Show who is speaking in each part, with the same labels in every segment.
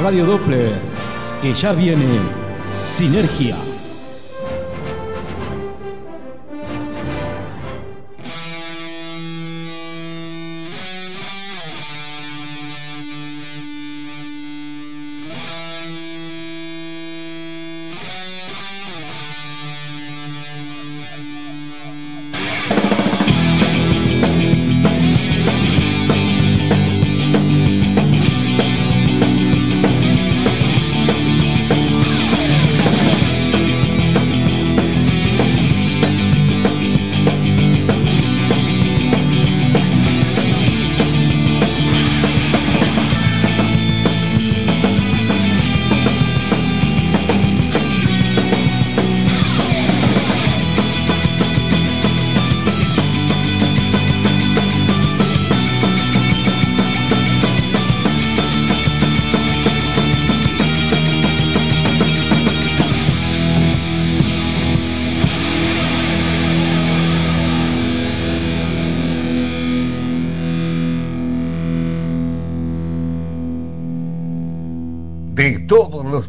Speaker 1: Radio Doppler, que ya viene Sinergia.
Speaker 2: de todos los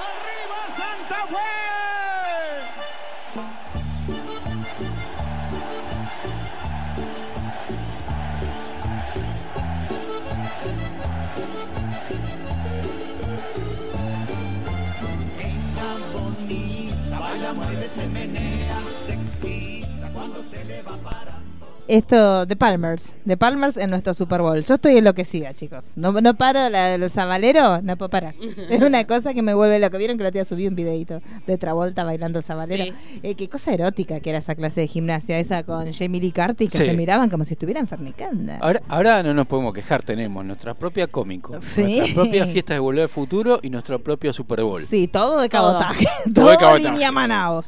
Speaker 3: ¡Arriba Santa Fe!
Speaker 4: Ella bonita, baila, mueve, se menea, se excita cuando se le va parando.
Speaker 5: Esto de Palmers, de Palmers en nuestro Super Bowl. Yo estoy enloquecida, chicos. No, no paro la de los sabaleros, no puedo parar. Es una cosa que me vuelve loca. Vieron que la tía subí un videito de Travolta bailando el sabalero.
Speaker 6: Sí.
Speaker 5: Eh, qué cosa erótica que era esa clase de gimnasia, esa con Jamie Lee Curtis, que
Speaker 7: Sí.
Speaker 5: se miraban como si estuvieran fornicando.
Speaker 7: Ahora, ahora no nos podemos quejar, tenemos nuestra propia cómico,
Speaker 5: Sí.
Speaker 7: nuestra propia fiesta de Volver al Futuro y nuestro propio Super Bowl.
Speaker 5: Sí, todo de
Speaker 6: Todo.
Speaker 5: cabotaje.
Speaker 7: Todo
Speaker 5: Todo,
Speaker 7: de cabotaje.
Speaker 5: línea Manaos.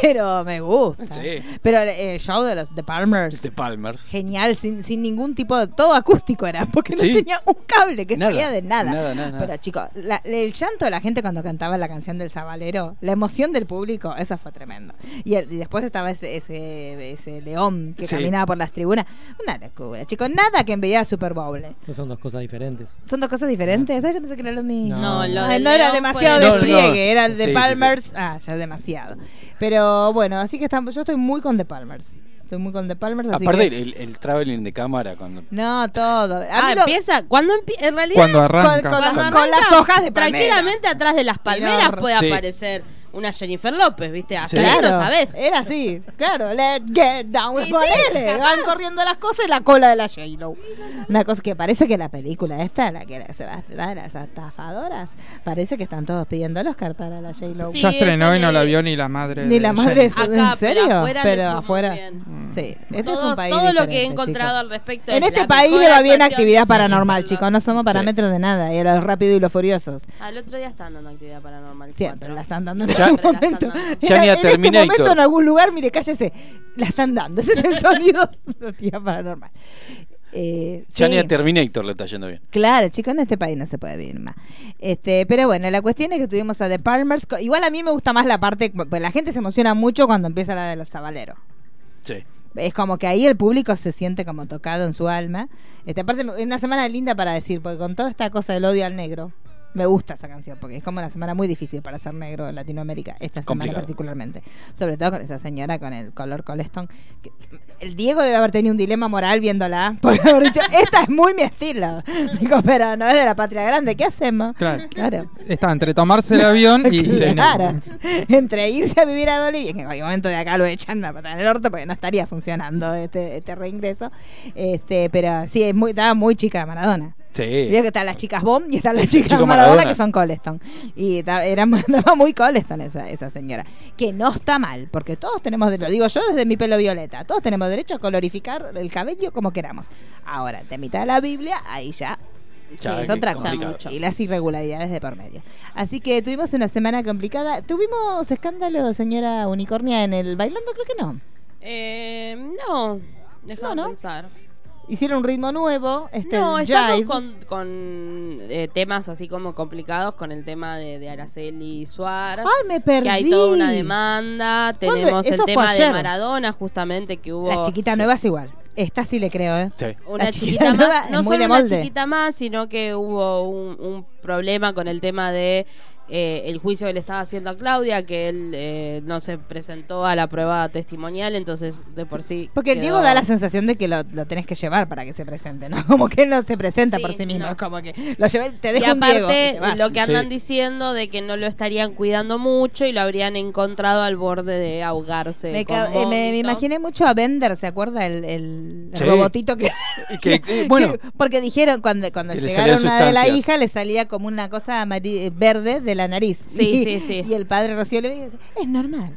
Speaker 5: Pero me gusta.
Speaker 7: Sí.
Speaker 5: Pero eh, el show de los de Palmers.
Speaker 7: De Palmer.
Speaker 5: Genial, sin, sin ningún tipo de. Todo acústico era, porque
Speaker 7: Sí.
Speaker 5: no tenía un cable que
Speaker 7: Nada,
Speaker 5: salía de nada.
Speaker 7: nada, nada, nada.
Speaker 5: Pero chicos, la- el llanto de la gente cuando cantaba la canción del Sabalero, la emoción del público, eso fue tremendo. Y, el- y después estaba ese, ese, ese león que
Speaker 7: Sí.
Speaker 5: caminaba por las tribunas. Una locura, chicos. Nada que envidiar a Super Bowl. eh.
Speaker 8: No pues son dos cosas diferentes.
Speaker 5: ¿Son dos cosas diferentes? Ah, yo pensé que era lo mismo.
Speaker 6: No, lo
Speaker 5: Ah,
Speaker 6: del
Speaker 5: no era
Speaker 6: león
Speaker 5: demasiado
Speaker 6: fue-
Speaker 7: No, no.
Speaker 5: despliegue, era el de
Speaker 7: Sí, sí, sí.
Speaker 5: Palmers. Ah, ya es demasiado. Pero bueno, así que estamos, yo estoy muy con The Palmers. Estoy muy con The Palmers. Así
Speaker 7: Aparte,
Speaker 5: que,
Speaker 7: el, el traveling de cámara cuando.
Speaker 5: no, todo. A mí
Speaker 6: Ah,
Speaker 5: lo-
Speaker 6: empieza. Cuando empie- en realidad.
Speaker 9: Cuando
Speaker 5: con,
Speaker 9: arranca.
Speaker 5: con-
Speaker 6: cuando
Speaker 5: con
Speaker 6: arranca,
Speaker 5: las hojas de palmera.
Speaker 6: Tranquilamente atrás de las palmeras
Speaker 5: Mirá,
Speaker 6: puede
Speaker 7: sí.
Speaker 6: aparecer una Jennifer López, ¿viste? Hasta
Speaker 7: Sí.
Speaker 6: ahí no sabés.
Speaker 5: Era así, claro. Let's get down.
Speaker 6: Y sí,
Speaker 5: ponele,
Speaker 6: capaz.
Speaker 5: van corriendo las cosas y la cola de la j Una cosa que parece que la película esta, la que se va a estrenar, las estafadoras, parece que están todos pidiendo el Oscar para la J-Lo.
Speaker 6: Sí,
Speaker 9: ya estrenó
Speaker 6: eso
Speaker 9: y no
Speaker 6: le-
Speaker 9: la vio ni la madre.
Speaker 5: Ni
Speaker 9: de
Speaker 5: la madre
Speaker 9: Jenny.
Speaker 5: es
Speaker 6: Acá,
Speaker 5: en serio,
Speaker 6: pero
Speaker 5: pero
Speaker 6: afuera
Speaker 5: afuera.
Speaker 6: le fue muy bien.
Speaker 5: Sí, este
Speaker 6: Todos-
Speaker 5: es un país
Speaker 6: todo lo
Speaker 5: diferente,
Speaker 6: que he encontrado
Speaker 5: chicos.
Speaker 6: al respecto.
Speaker 5: En
Speaker 6: es
Speaker 5: este
Speaker 6: la
Speaker 5: país
Speaker 6: mejor
Speaker 5: le va bien
Speaker 6: actuación
Speaker 5: actividad
Speaker 6: de Jennifer
Speaker 5: paranormal,
Speaker 6: López.
Speaker 5: chicos. No somos parámetros de nada. Y a los rápidos y los furiosos.
Speaker 6: Al otro día están dando actividad paranormal.
Speaker 5: Siempre
Speaker 6: cuatro.
Speaker 5: la están dando en algún
Speaker 7: Ya-
Speaker 6: Siempre la están
Speaker 5: momento.
Speaker 6: dando.
Speaker 7: Ya
Speaker 5: En-
Speaker 7: ni a
Speaker 5: en este
Speaker 7: Terminator.
Speaker 5: momento en algún lugar, mire, cállese. La están dando. Ese es el sonido de la actividad paranormal. Eh,
Speaker 7: Ya
Speaker 5: sí.
Speaker 7: ni a Terminator le está yendo bien.
Speaker 5: Claro, chicos, en este país no se puede vivir más. Este, pero bueno, la cuestión es que tuvimos a The Palmers. Co- Igual a mí me gusta más la parte, pues la gente se emociona mucho cuando empieza la de los sabaleros.
Speaker 7: Sí.
Speaker 5: Es como que ahí el público se siente como tocado en su alma. Este, aparte, es una semana linda para decir, porque con toda esta cosa del odio al negro, me gusta esa canción, porque es como una semana muy difícil para ser negro en Latinoamérica, esta semana
Speaker 7: Complicado.
Speaker 5: particularmente. Sobre todo con esa señora con el color colestón. que- el Diego debe haber tenido un dilema moral viéndola, por haber dicho, esta es muy mi estilo. Digo, pero no es de la patria grande, ¿qué hacemos?
Speaker 9: Claro.
Speaker 5: Claro.
Speaker 9: Está entre tomarse el avión y.
Speaker 5: Claro. Entre irse a vivir a Bolivia, que en cualquier momento de acá lo echan la patada en el orto porque no estaría funcionando este, este reingreso. Este, pero sí, es muy, estaba muy chica Maradona.
Speaker 7: Sí.
Speaker 5: Vio que están las chicas Bomb y están las chicas
Speaker 7: Chico
Speaker 5: Maradona,
Speaker 7: Maradona.
Speaker 5: que son Coleston. Y ta- era, andaba muy Coleston esa, esa señora. Que no está mal, porque todos tenemos, lo digo yo desde mi pelo violeta, todos tenemos derecho a colorificar el cabello como queramos. Ahora, de mitad de la Biblia, ahí ya Sí,
Speaker 7: Ya,
Speaker 5: es
Speaker 7: que
Speaker 5: otra cosa.
Speaker 7: complicado.
Speaker 6: mucho.
Speaker 5: Y las irregularidades de por medio. Así que tuvimos una semana complicada. ¿Tuvimos escándalo, señora Unicornia, en el bailando? Creo que no.
Speaker 6: Eh, no, déjame
Speaker 5: No, no.
Speaker 6: pensar.
Speaker 5: Hicieron un ritmo nuevo. Este
Speaker 6: no,
Speaker 5: el
Speaker 6: estamos
Speaker 5: jive.
Speaker 6: con, con, eh, temas así como complicados con el tema de, de Araceli Suar.
Speaker 5: Ay, me perdí.
Speaker 6: Que hay toda una demanda.
Speaker 5: ¿Cuándo?
Speaker 6: Tenemos el
Speaker 5: Eso fue
Speaker 6: tema de
Speaker 5: ayer.
Speaker 6: Maradona, justamente, que hubo.
Speaker 5: La chiquita nueva es igual. Esta sí le creo, ¿eh?
Speaker 7: Sí.
Speaker 6: Una
Speaker 5: La
Speaker 6: chiquita,
Speaker 5: chiquita nueva
Speaker 6: más.
Speaker 5: es
Speaker 6: No
Speaker 5: muy
Speaker 6: solo
Speaker 5: de
Speaker 6: una
Speaker 5: molde.
Speaker 6: chiquita más, sino que hubo un, un problema con el tema de. eh, el juicio que le estaba haciendo a Claudia, que él eh, no se presentó a la prueba testimonial, entonces de por sí.
Speaker 5: Porque el
Speaker 6: quedó-
Speaker 5: Diego da la sensación de que lo, lo tenés que llevar para que se presente, ¿no? Como que él no se presenta
Speaker 6: Sí,
Speaker 5: por sí mismo.
Speaker 6: no.
Speaker 5: Es como que lo llevé, te
Speaker 6: Y
Speaker 5: dejo un Diego. y
Speaker 6: aparte,
Speaker 5: te vas.
Speaker 6: lo que andan
Speaker 7: Sí.
Speaker 6: diciendo de que no lo estarían cuidando mucho y lo habrían encontrado al borde de ahogarse.
Speaker 5: Me,
Speaker 6: con
Speaker 5: ca- eh, me- me
Speaker 6: vómito.
Speaker 5: imaginé mucho a Bender, ¿se acuerda? El, el
Speaker 7: Sí.
Speaker 5: robotito que...
Speaker 7: Y que- eh, bueno.
Speaker 5: Porque dijeron, cuando, cuando
Speaker 7: Que le
Speaker 5: llegaron
Speaker 7: salían
Speaker 5: a de la
Speaker 7: sustancias.
Speaker 5: hija, le salía como una cosa amari- eh, verde de la nariz.
Speaker 6: Sí,
Speaker 5: y,
Speaker 6: sí, sí.
Speaker 5: Y el padre Rocío le dijo, es normal.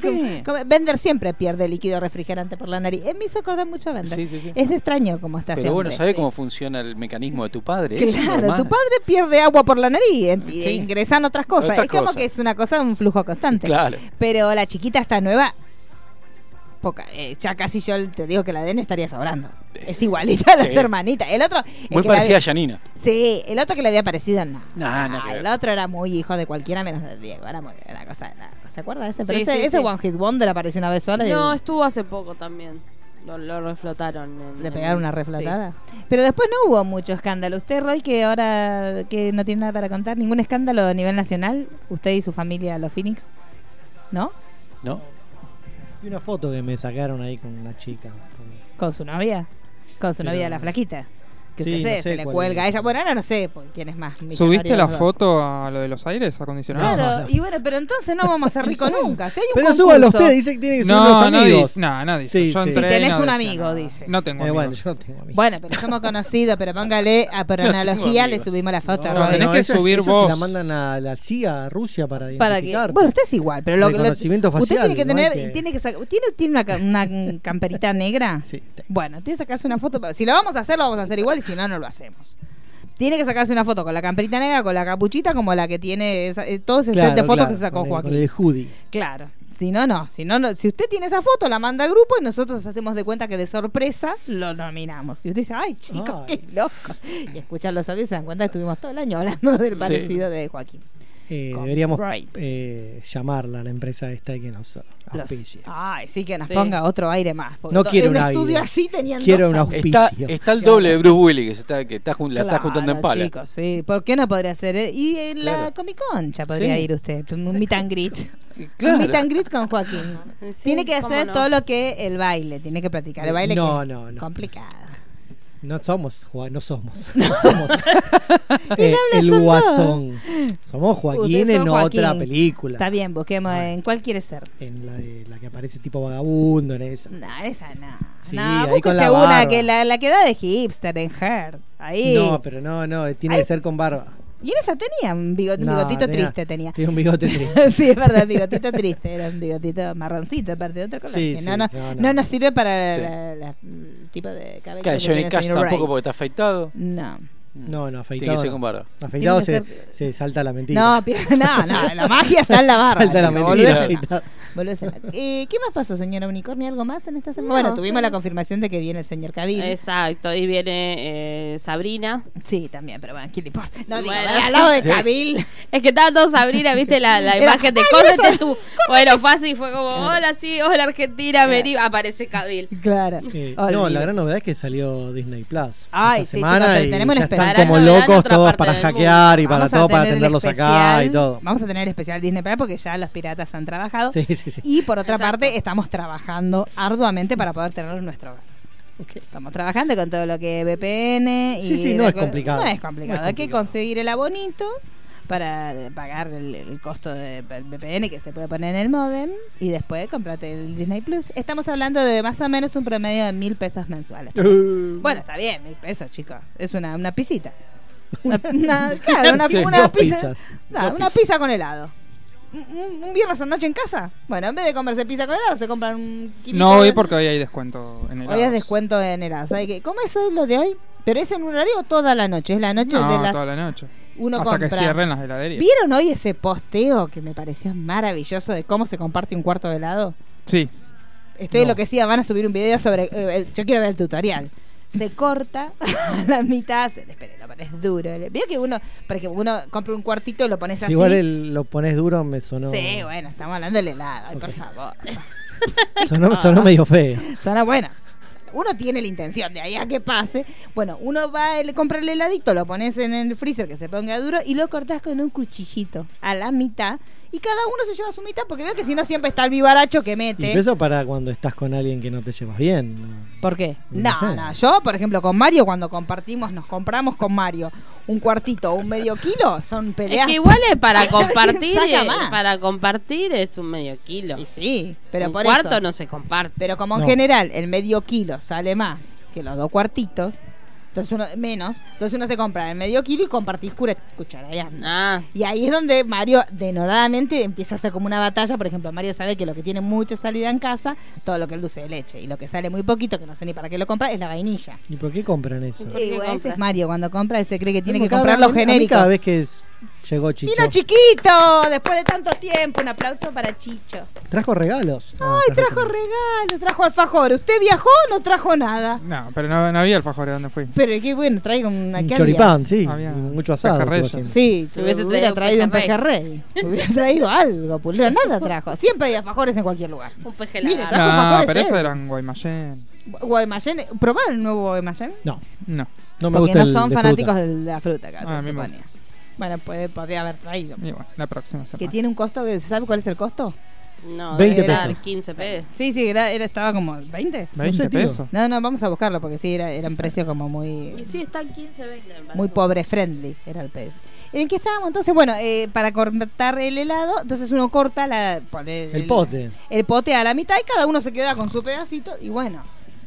Speaker 5: Como- como- Bender siempre pierde líquido refrigerante por la nariz. Eh, me hizo acordar mucho a Bender.
Speaker 7: Sí, sí, sí.
Speaker 5: Es extraño cómo está
Speaker 7: Pero
Speaker 5: siempre.
Speaker 7: bueno, ¿sabe cómo funciona el mecanismo de tu padre? Eso es
Speaker 5: Claro,
Speaker 7: normal.
Speaker 5: tu padre pierde agua por la nariz en- y
Speaker 7: Sí.
Speaker 5: ingresan otras cosas.
Speaker 7: Otras
Speaker 5: es como
Speaker 7: cosas.
Speaker 5: que es una cosa, un flujo constante.
Speaker 7: Claro.
Speaker 5: Pero la chiquita está nueva. Poca, eh, ya casi yo te digo que la ADN estaría sobrando. Es,
Speaker 7: Es-
Speaker 5: igualita a las
Speaker 7: sí.
Speaker 5: hermanitas. El otro. el
Speaker 7: Muy
Speaker 5: que la
Speaker 7: parecida a
Speaker 5: vi-
Speaker 7: Janina.
Speaker 5: Sí, el otro que le había parecido, no.
Speaker 7: Nah, nada
Speaker 5: Ah,
Speaker 7: que ver.
Speaker 5: el otro era muy hijo de cualquiera menos de Diego. Era muy, era cosa, era- ¿Se acuerda de ese? Pero
Speaker 6: Sí,
Speaker 5: ese,
Speaker 6: sí,
Speaker 5: ese
Speaker 6: sí.
Speaker 5: One Hit Wonder apareció una vez sola. y-
Speaker 6: No, estuvo hace poco también. Lo, lo reflotaron. en-
Speaker 5: Le
Speaker 6: en-
Speaker 5: pegaron una
Speaker 6: sí.
Speaker 5: reflatada. Pero después no hubo mucho escándalo. Usted, Roy, que ahora que no tiene nada para contar, ningún escándalo a nivel nacional, usted y su familia, los Phoenix, ¿no?
Speaker 7: ¿No?
Speaker 8: Y una foto que me sacaron ahí con una chica.
Speaker 5: Con su novia, con su
Speaker 8: Pero-
Speaker 5: novia, la flaquita. Que
Speaker 8: Sí,
Speaker 5: usted se,
Speaker 8: no sé
Speaker 5: se le
Speaker 8: cuál
Speaker 5: cuelga a
Speaker 8: es.
Speaker 5: ella. Bueno, ahora no sé por quién es más.
Speaker 9: ¿Subiste la
Speaker 5: millonario de los dos.
Speaker 9: foto a lo de los aires acondicionados?
Speaker 5: Claro,
Speaker 8: No, no.
Speaker 5: y bueno, pero entonces no vamos a ser ricos nunca. Si hay un
Speaker 8: Pero
Speaker 5: concurso,
Speaker 8: súbalo usted, dice que tiene que subir los
Speaker 9: No, no
Speaker 8: amigos.
Speaker 9: dice. No, no dice.
Speaker 8: Sí,
Speaker 9: Yo
Speaker 8: sí.
Speaker 9: entré
Speaker 5: Si tenés
Speaker 9: y no
Speaker 5: un
Speaker 9: decía
Speaker 5: amigo,
Speaker 9: nada.
Speaker 5: dice.
Speaker 9: No tengo
Speaker 8: Eh,
Speaker 9: amigos.
Speaker 8: bueno, yo no tengo amigos.
Speaker 5: Bueno, pero somos conocidos, pero póngale a por
Speaker 7: tengo
Speaker 5: analogía, le
Speaker 7: amigos.
Speaker 5: subimos la foto. a
Speaker 9: No,
Speaker 5: Roy.
Speaker 9: tenés que
Speaker 8: eso es-
Speaker 9: subir
Speaker 8: eso
Speaker 9: vos.
Speaker 8: Se la mandan a la CIA, a Rusia, para
Speaker 5: para que
Speaker 8: identificarte.
Speaker 5: bueno usted es igual pero lo, lo-
Speaker 8: Reconocimiento
Speaker 5: usted
Speaker 8: facial,
Speaker 5: tiene que
Speaker 8: igual
Speaker 5: tener
Speaker 8: que-
Speaker 5: tiene que saca- tiene tiene una, ca- una camperita negra
Speaker 8: Sí, te-
Speaker 5: bueno tiene que sacarse una foto pero si lo vamos a hacer lo vamos a hacer igual y si no no lo hacemos tiene que sacarse una foto con la camperita negra con la capuchita como la que tiene esa- eh, todo ese set de
Speaker 8: Claro,
Speaker 5: fotos
Speaker 8: claro,
Speaker 5: que sacó
Speaker 8: con el-
Speaker 5: Joaquín
Speaker 8: Con el hoodie.
Speaker 5: claro si no no si no, no si usted tiene esa foto la manda al grupo y nosotros hacemos de cuenta que de sorpresa lo nominamos y usted dice ay chicos
Speaker 8: Ay.
Speaker 5: qué loco y escuchar los audios y se dan cuenta que estuvimos todo el año hablando del parecido de Joaquín
Speaker 8: Eh,
Speaker 5: Con
Speaker 8: deberíamos
Speaker 5: Bright.
Speaker 8: eh, llamarla a la empresa esta y que nos
Speaker 5: Los- ah.
Speaker 8: auspicie.
Speaker 5: Ay, sí, que nos
Speaker 6: Sí.
Speaker 5: ponga otro aire más. porque
Speaker 8: No
Speaker 5: to-
Speaker 8: quiero
Speaker 5: en
Speaker 8: una
Speaker 5: un estudio
Speaker 8: vida.
Speaker 5: así tenían
Speaker 8: Quiero
Speaker 5: dos
Speaker 8: una
Speaker 5: autos.
Speaker 8: Auspicio.
Speaker 7: Está, está el doble de Bruce Willis, que, se está, que está jun- la está
Speaker 5: Claro,
Speaker 7: juntando en pala.
Speaker 5: chicos, sí. ¿Por qué no podría ser? eh? Y en la
Speaker 7: Claro.
Speaker 5: Comic Con ya podría
Speaker 7: Sí.
Speaker 5: ir usted. Un meet and greet.
Speaker 7: Claro.
Speaker 5: Un meet and greet con Joaquín.
Speaker 6: Sí,
Speaker 5: tiene que
Speaker 6: cómo
Speaker 5: hacer
Speaker 6: no.
Speaker 5: todo lo que el baile. Tiene que practicar el baile.
Speaker 8: No,
Speaker 5: que
Speaker 8: no, no.
Speaker 5: Complicado.
Speaker 8: No somos, Joa- no somos. No somos. Eh,
Speaker 5: hablas
Speaker 8: el
Speaker 5: son
Speaker 8: guasón. Somos Joaquín
Speaker 5: Ustedes
Speaker 8: en
Speaker 5: son
Speaker 8: otra
Speaker 5: Joaquín.
Speaker 8: película.
Speaker 5: Está bien, busquemos
Speaker 8: Bueno.
Speaker 5: en cuál quiere ser.
Speaker 8: En la, de- la que aparece tipo vagabundo, en esa.
Speaker 5: No, esa no.
Speaker 8: Sí,
Speaker 5: no,
Speaker 8: ahí con
Speaker 5: búsquese
Speaker 8: la
Speaker 5: una
Speaker 8: barba.
Speaker 5: que la, la que da de hipster en Her. Ahí.
Speaker 8: No, pero no, no, tiene
Speaker 5: Ay.
Speaker 8: que ser con barba.
Speaker 5: Y en esa tenía un, bigo- un
Speaker 8: No,
Speaker 5: bigotito
Speaker 8: tenía-
Speaker 5: triste tenía.
Speaker 8: Tiene un bigote triste.
Speaker 5: sí, es verdad, el bigotito triste, era un bigotito marroncito, aparte de otro color.
Speaker 8: Sí,
Speaker 5: que
Speaker 8: sí,
Speaker 5: no, no,
Speaker 8: no, no.
Speaker 5: no nos sirve para
Speaker 7: Sí.
Speaker 5: la- la- el tipo de cabello.
Speaker 7: Claro,
Speaker 5: que
Speaker 7: Johnny
Speaker 5: tiene el
Speaker 7: Cash
Speaker 5: señor
Speaker 7: tampoco
Speaker 5: Wright.
Speaker 7: porque está afeitado.
Speaker 5: No.
Speaker 8: No, no, afeitado.
Speaker 7: Tiene que ser
Speaker 8: no.
Speaker 7: con barba.
Speaker 8: Afeitado se,
Speaker 5: Tiene que ser-
Speaker 8: se salta la mentira.
Speaker 5: No, pi- no, no, la magia está en la barra.
Speaker 8: Salta la
Speaker 5: chico,
Speaker 8: mentira,
Speaker 5: volvésela,
Speaker 8: afeitado.
Speaker 5: volvésela. Eh, ¿Qué más pasó, señora Unicornio? ¿Algo más en esta semana?
Speaker 6: No,
Speaker 5: bueno, tuvimos
Speaker 6: sí.
Speaker 5: la confirmación de que viene el señor Cabil.
Speaker 6: Exacto, y viene eh, Sabrina.
Speaker 5: Sí, también, pero bueno, ¿qué le importa? No, digo,
Speaker 6: Bueno.
Speaker 5: al lado de Cabil.
Speaker 6: Es que estaba todo Sabrina, viste la, la
Speaker 5: Era,
Speaker 6: imagen de
Speaker 5: "Ay,
Speaker 6: cóndete
Speaker 5: eso,
Speaker 6: tú. Bueno, fue así, fue como, hola, sí, hola Argentina, vení, aparece Cabil.
Speaker 5: Claro.
Speaker 8: Eh, no,
Speaker 5: Olvídate.
Speaker 8: la gran novedad es que salió Disney Plus.
Speaker 5: Ay,
Speaker 8: esta
Speaker 5: sí,
Speaker 8: semana
Speaker 5: chicos, pero tenemos
Speaker 8: y ya
Speaker 5: un especial.
Speaker 8: están
Speaker 5: Gran
Speaker 8: como
Speaker 6: novedad en
Speaker 8: locos
Speaker 6: otra
Speaker 8: todos
Speaker 6: parte
Speaker 8: para
Speaker 6: del mundo.
Speaker 8: hackear y para
Speaker 5: Vamos a
Speaker 8: todo, para
Speaker 5: tener el
Speaker 8: tenerlos acá y
Speaker 5: especial-
Speaker 8: todo.
Speaker 5: Vamos a tener especial Disney Plus porque ya los piratas han trabajado.
Speaker 8: Sí, sí, sí.
Speaker 5: Y por otra
Speaker 6: Exacto.
Speaker 5: parte, estamos trabajando arduamente para poder tenerlo en nuestro hogar.
Speaker 8: Ok.
Speaker 5: Estamos trabajando con todo lo que es VPN. Y
Speaker 8: Sí, sí, no
Speaker 5: de-
Speaker 8: es complicado.
Speaker 5: No
Speaker 8: No
Speaker 5: es
Speaker 8: es
Speaker 5: complicado. Hay que
Speaker 8: complicado.
Speaker 5: conseguir el abonito para eh, pagar el, el costo de p- VPN que se puede poner en el modem y después comprate el Disney Plus. Estamos hablando de más o menos un promedio de mil pesos mensuales. Bueno, está bien, mil pesos, chicos. Es una, una pisita. Una, una- claro, una,
Speaker 8: Sí,
Speaker 5: una
Speaker 8: dos
Speaker 5: pizza.
Speaker 8: pizzas.
Speaker 5: Ah,
Speaker 7: Dos
Speaker 5: una
Speaker 7: pizzas.
Speaker 5: pizza con helado. Un- Un, un viernes a noche en casa. Bueno, en vez de comerse pizza con helado, se compran un kilito
Speaker 9: No
Speaker 5: de-
Speaker 9: hoy porque hoy hay descuento en el
Speaker 5: Hoy es descuento en helados. ¿Sabe qué? ¿Cómo es hoy lo de hoy? Pero es en un horario toda la noche, es la noche
Speaker 9: No,
Speaker 5: de las
Speaker 9: toda la noche.
Speaker 5: uno
Speaker 9: Hasta que
Speaker 5: compra.
Speaker 9: cierren las heladerías.
Speaker 5: ¿Vieron hoy ese posteo que me pareció maravilloso de cómo se comparte un cuarto de helado?
Speaker 9: Sí.
Speaker 5: Estoy
Speaker 9: No.
Speaker 5: enloquecida, van a subir un video sobre. eh, el- yo quiero ver el tutorial. Se corta a la mitad, se espérenlo, pero es duro. Veo que uno, porque uno compra un cuartito y lo pones así.
Speaker 8: Igual el- lo pones duro, me sonó.
Speaker 5: Sí, bueno, estamos hablando del helado, ay, por favor.
Speaker 8: Sonó, sonó medio feo.
Speaker 5: Sana buena. Uno tiene la intención de ahí a que pase. Bueno, uno va, le compra el heladito, lo pones en el freezer que se ponga duro y lo cortás con un cuchillito a la mitad. Y cada uno se lleva su mitad porque veo que si no siempre está el vivaracho que mete.
Speaker 8: Incluso para cuando estás con alguien que no te llevas bien. ¿no?
Speaker 5: ¿Por qué? No,
Speaker 8: No
Speaker 5: no,
Speaker 8: sé.
Speaker 5: Yo, por ejemplo, con Mario, cuando compartimos, nos compramos con Mario un cuartito o un medio kilo, son peleas.
Speaker 6: Es que igual es para compartir,
Speaker 5: ¿Quién saca
Speaker 6: eh,
Speaker 5: más?
Speaker 6: para compartir es un medio kilo.
Speaker 5: Y sí, pero
Speaker 6: un
Speaker 5: por
Speaker 6: cuarto
Speaker 5: eso.
Speaker 6: no se comparte.
Speaker 5: Pero como en
Speaker 8: No.
Speaker 5: general el medio kilo sale más que los dos cuartitos, entonces uno menos, entonces uno se compra el medio kilo y compartís cura- cucharadeando.
Speaker 6: Ah,
Speaker 5: Y ahí es donde Mario denodadamente empieza a hacer como una batalla. Por ejemplo, Mario sabe que lo que tiene mucha salida en casa, todo lo que es dulce de leche. Y lo que sale muy poquito, que no sé ni para qué lo compra, es la vainilla.
Speaker 8: ¿Y por qué compran eso?
Speaker 6: ¿Por qué
Speaker 5: Y bueno, este
Speaker 6: compra?
Speaker 5: es Mario, cuando compra, se cree que tiene
Speaker 8: Como
Speaker 5: que
Speaker 8: cada-
Speaker 5: comprar
Speaker 8: a
Speaker 5: los
Speaker 8: mí- a mí
Speaker 5: genéricos.
Speaker 8: Cada vez que es- llegó Chicho.
Speaker 5: Vino chiquito, después de tanto tiempo, un aplauso para Chicho.
Speaker 8: trajo regalos. No,
Speaker 5: Ay, trajo regalo, trajo alfajor. ¿Usted viajó o no trajo nada?
Speaker 9: No, pero no, no había alfajores donde fui.
Speaker 5: Pero qué bueno, traigo una
Speaker 8: Un
Speaker 5: que
Speaker 8: choripán, sí.
Speaker 9: Había
Speaker 8: Mucho asado.
Speaker 9: pejerreyes.
Speaker 8: estuvo haciendo.
Speaker 5: Sí, te
Speaker 6: Hubiese
Speaker 5: hubiera traído,
Speaker 6: traído
Speaker 5: un
Speaker 6: un
Speaker 5: pejerrey. hubiera traído algo, pulero, nada trajo. Siempre hay alfajores en cualquier lugar.
Speaker 6: un peje
Speaker 5: Mire,
Speaker 6: lagarto.
Speaker 5: trajo
Speaker 9: No,
Speaker 5: alfajores,
Speaker 9: pero
Speaker 5: ¿eh?
Speaker 9: esos eran Guaymallén.
Speaker 5: Guaymallén, ¿probaron el nuevo Guaymallén?
Speaker 8: No,
Speaker 9: No.
Speaker 8: no me
Speaker 5: Porque
Speaker 8: gusta
Speaker 5: no
Speaker 8: el
Speaker 5: son
Speaker 8: de
Speaker 5: fanáticos
Speaker 8: fruta.
Speaker 5: de la fruta acá,
Speaker 9: Ah,
Speaker 5: se
Speaker 9: mismo.
Speaker 5: suponía. Bueno, pues, podría haber traído.
Speaker 8: Mm.
Speaker 9: Y bueno, la próxima
Speaker 5: Que
Speaker 9: semana.
Speaker 5: tiene un costo, que- ¿sabe cuál es el costo?
Speaker 6: No,
Speaker 8: 20
Speaker 6: debe dar
Speaker 8: pesos.
Speaker 6: 15 pesos.
Speaker 5: Sí, sí, era, era- estaba como 20.
Speaker 8: No sé,
Speaker 9: 20
Speaker 8: tío.
Speaker 9: pesos.
Speaker 5: No, no, vamos a buscarlo porque sí, era, era un precio como muy...
Speaker 6: Y sí, están 15, 20.
Speaker 5: muy pobre friendly era el pedido. ¿En qué estábamos entonces? Bueno, eh, para cortar el helado, entonces uno corta la, pone
Speaker 8: El pote.
Speaker 5: El pote a la mitad y cada uno se queda con su pedacito y bueno,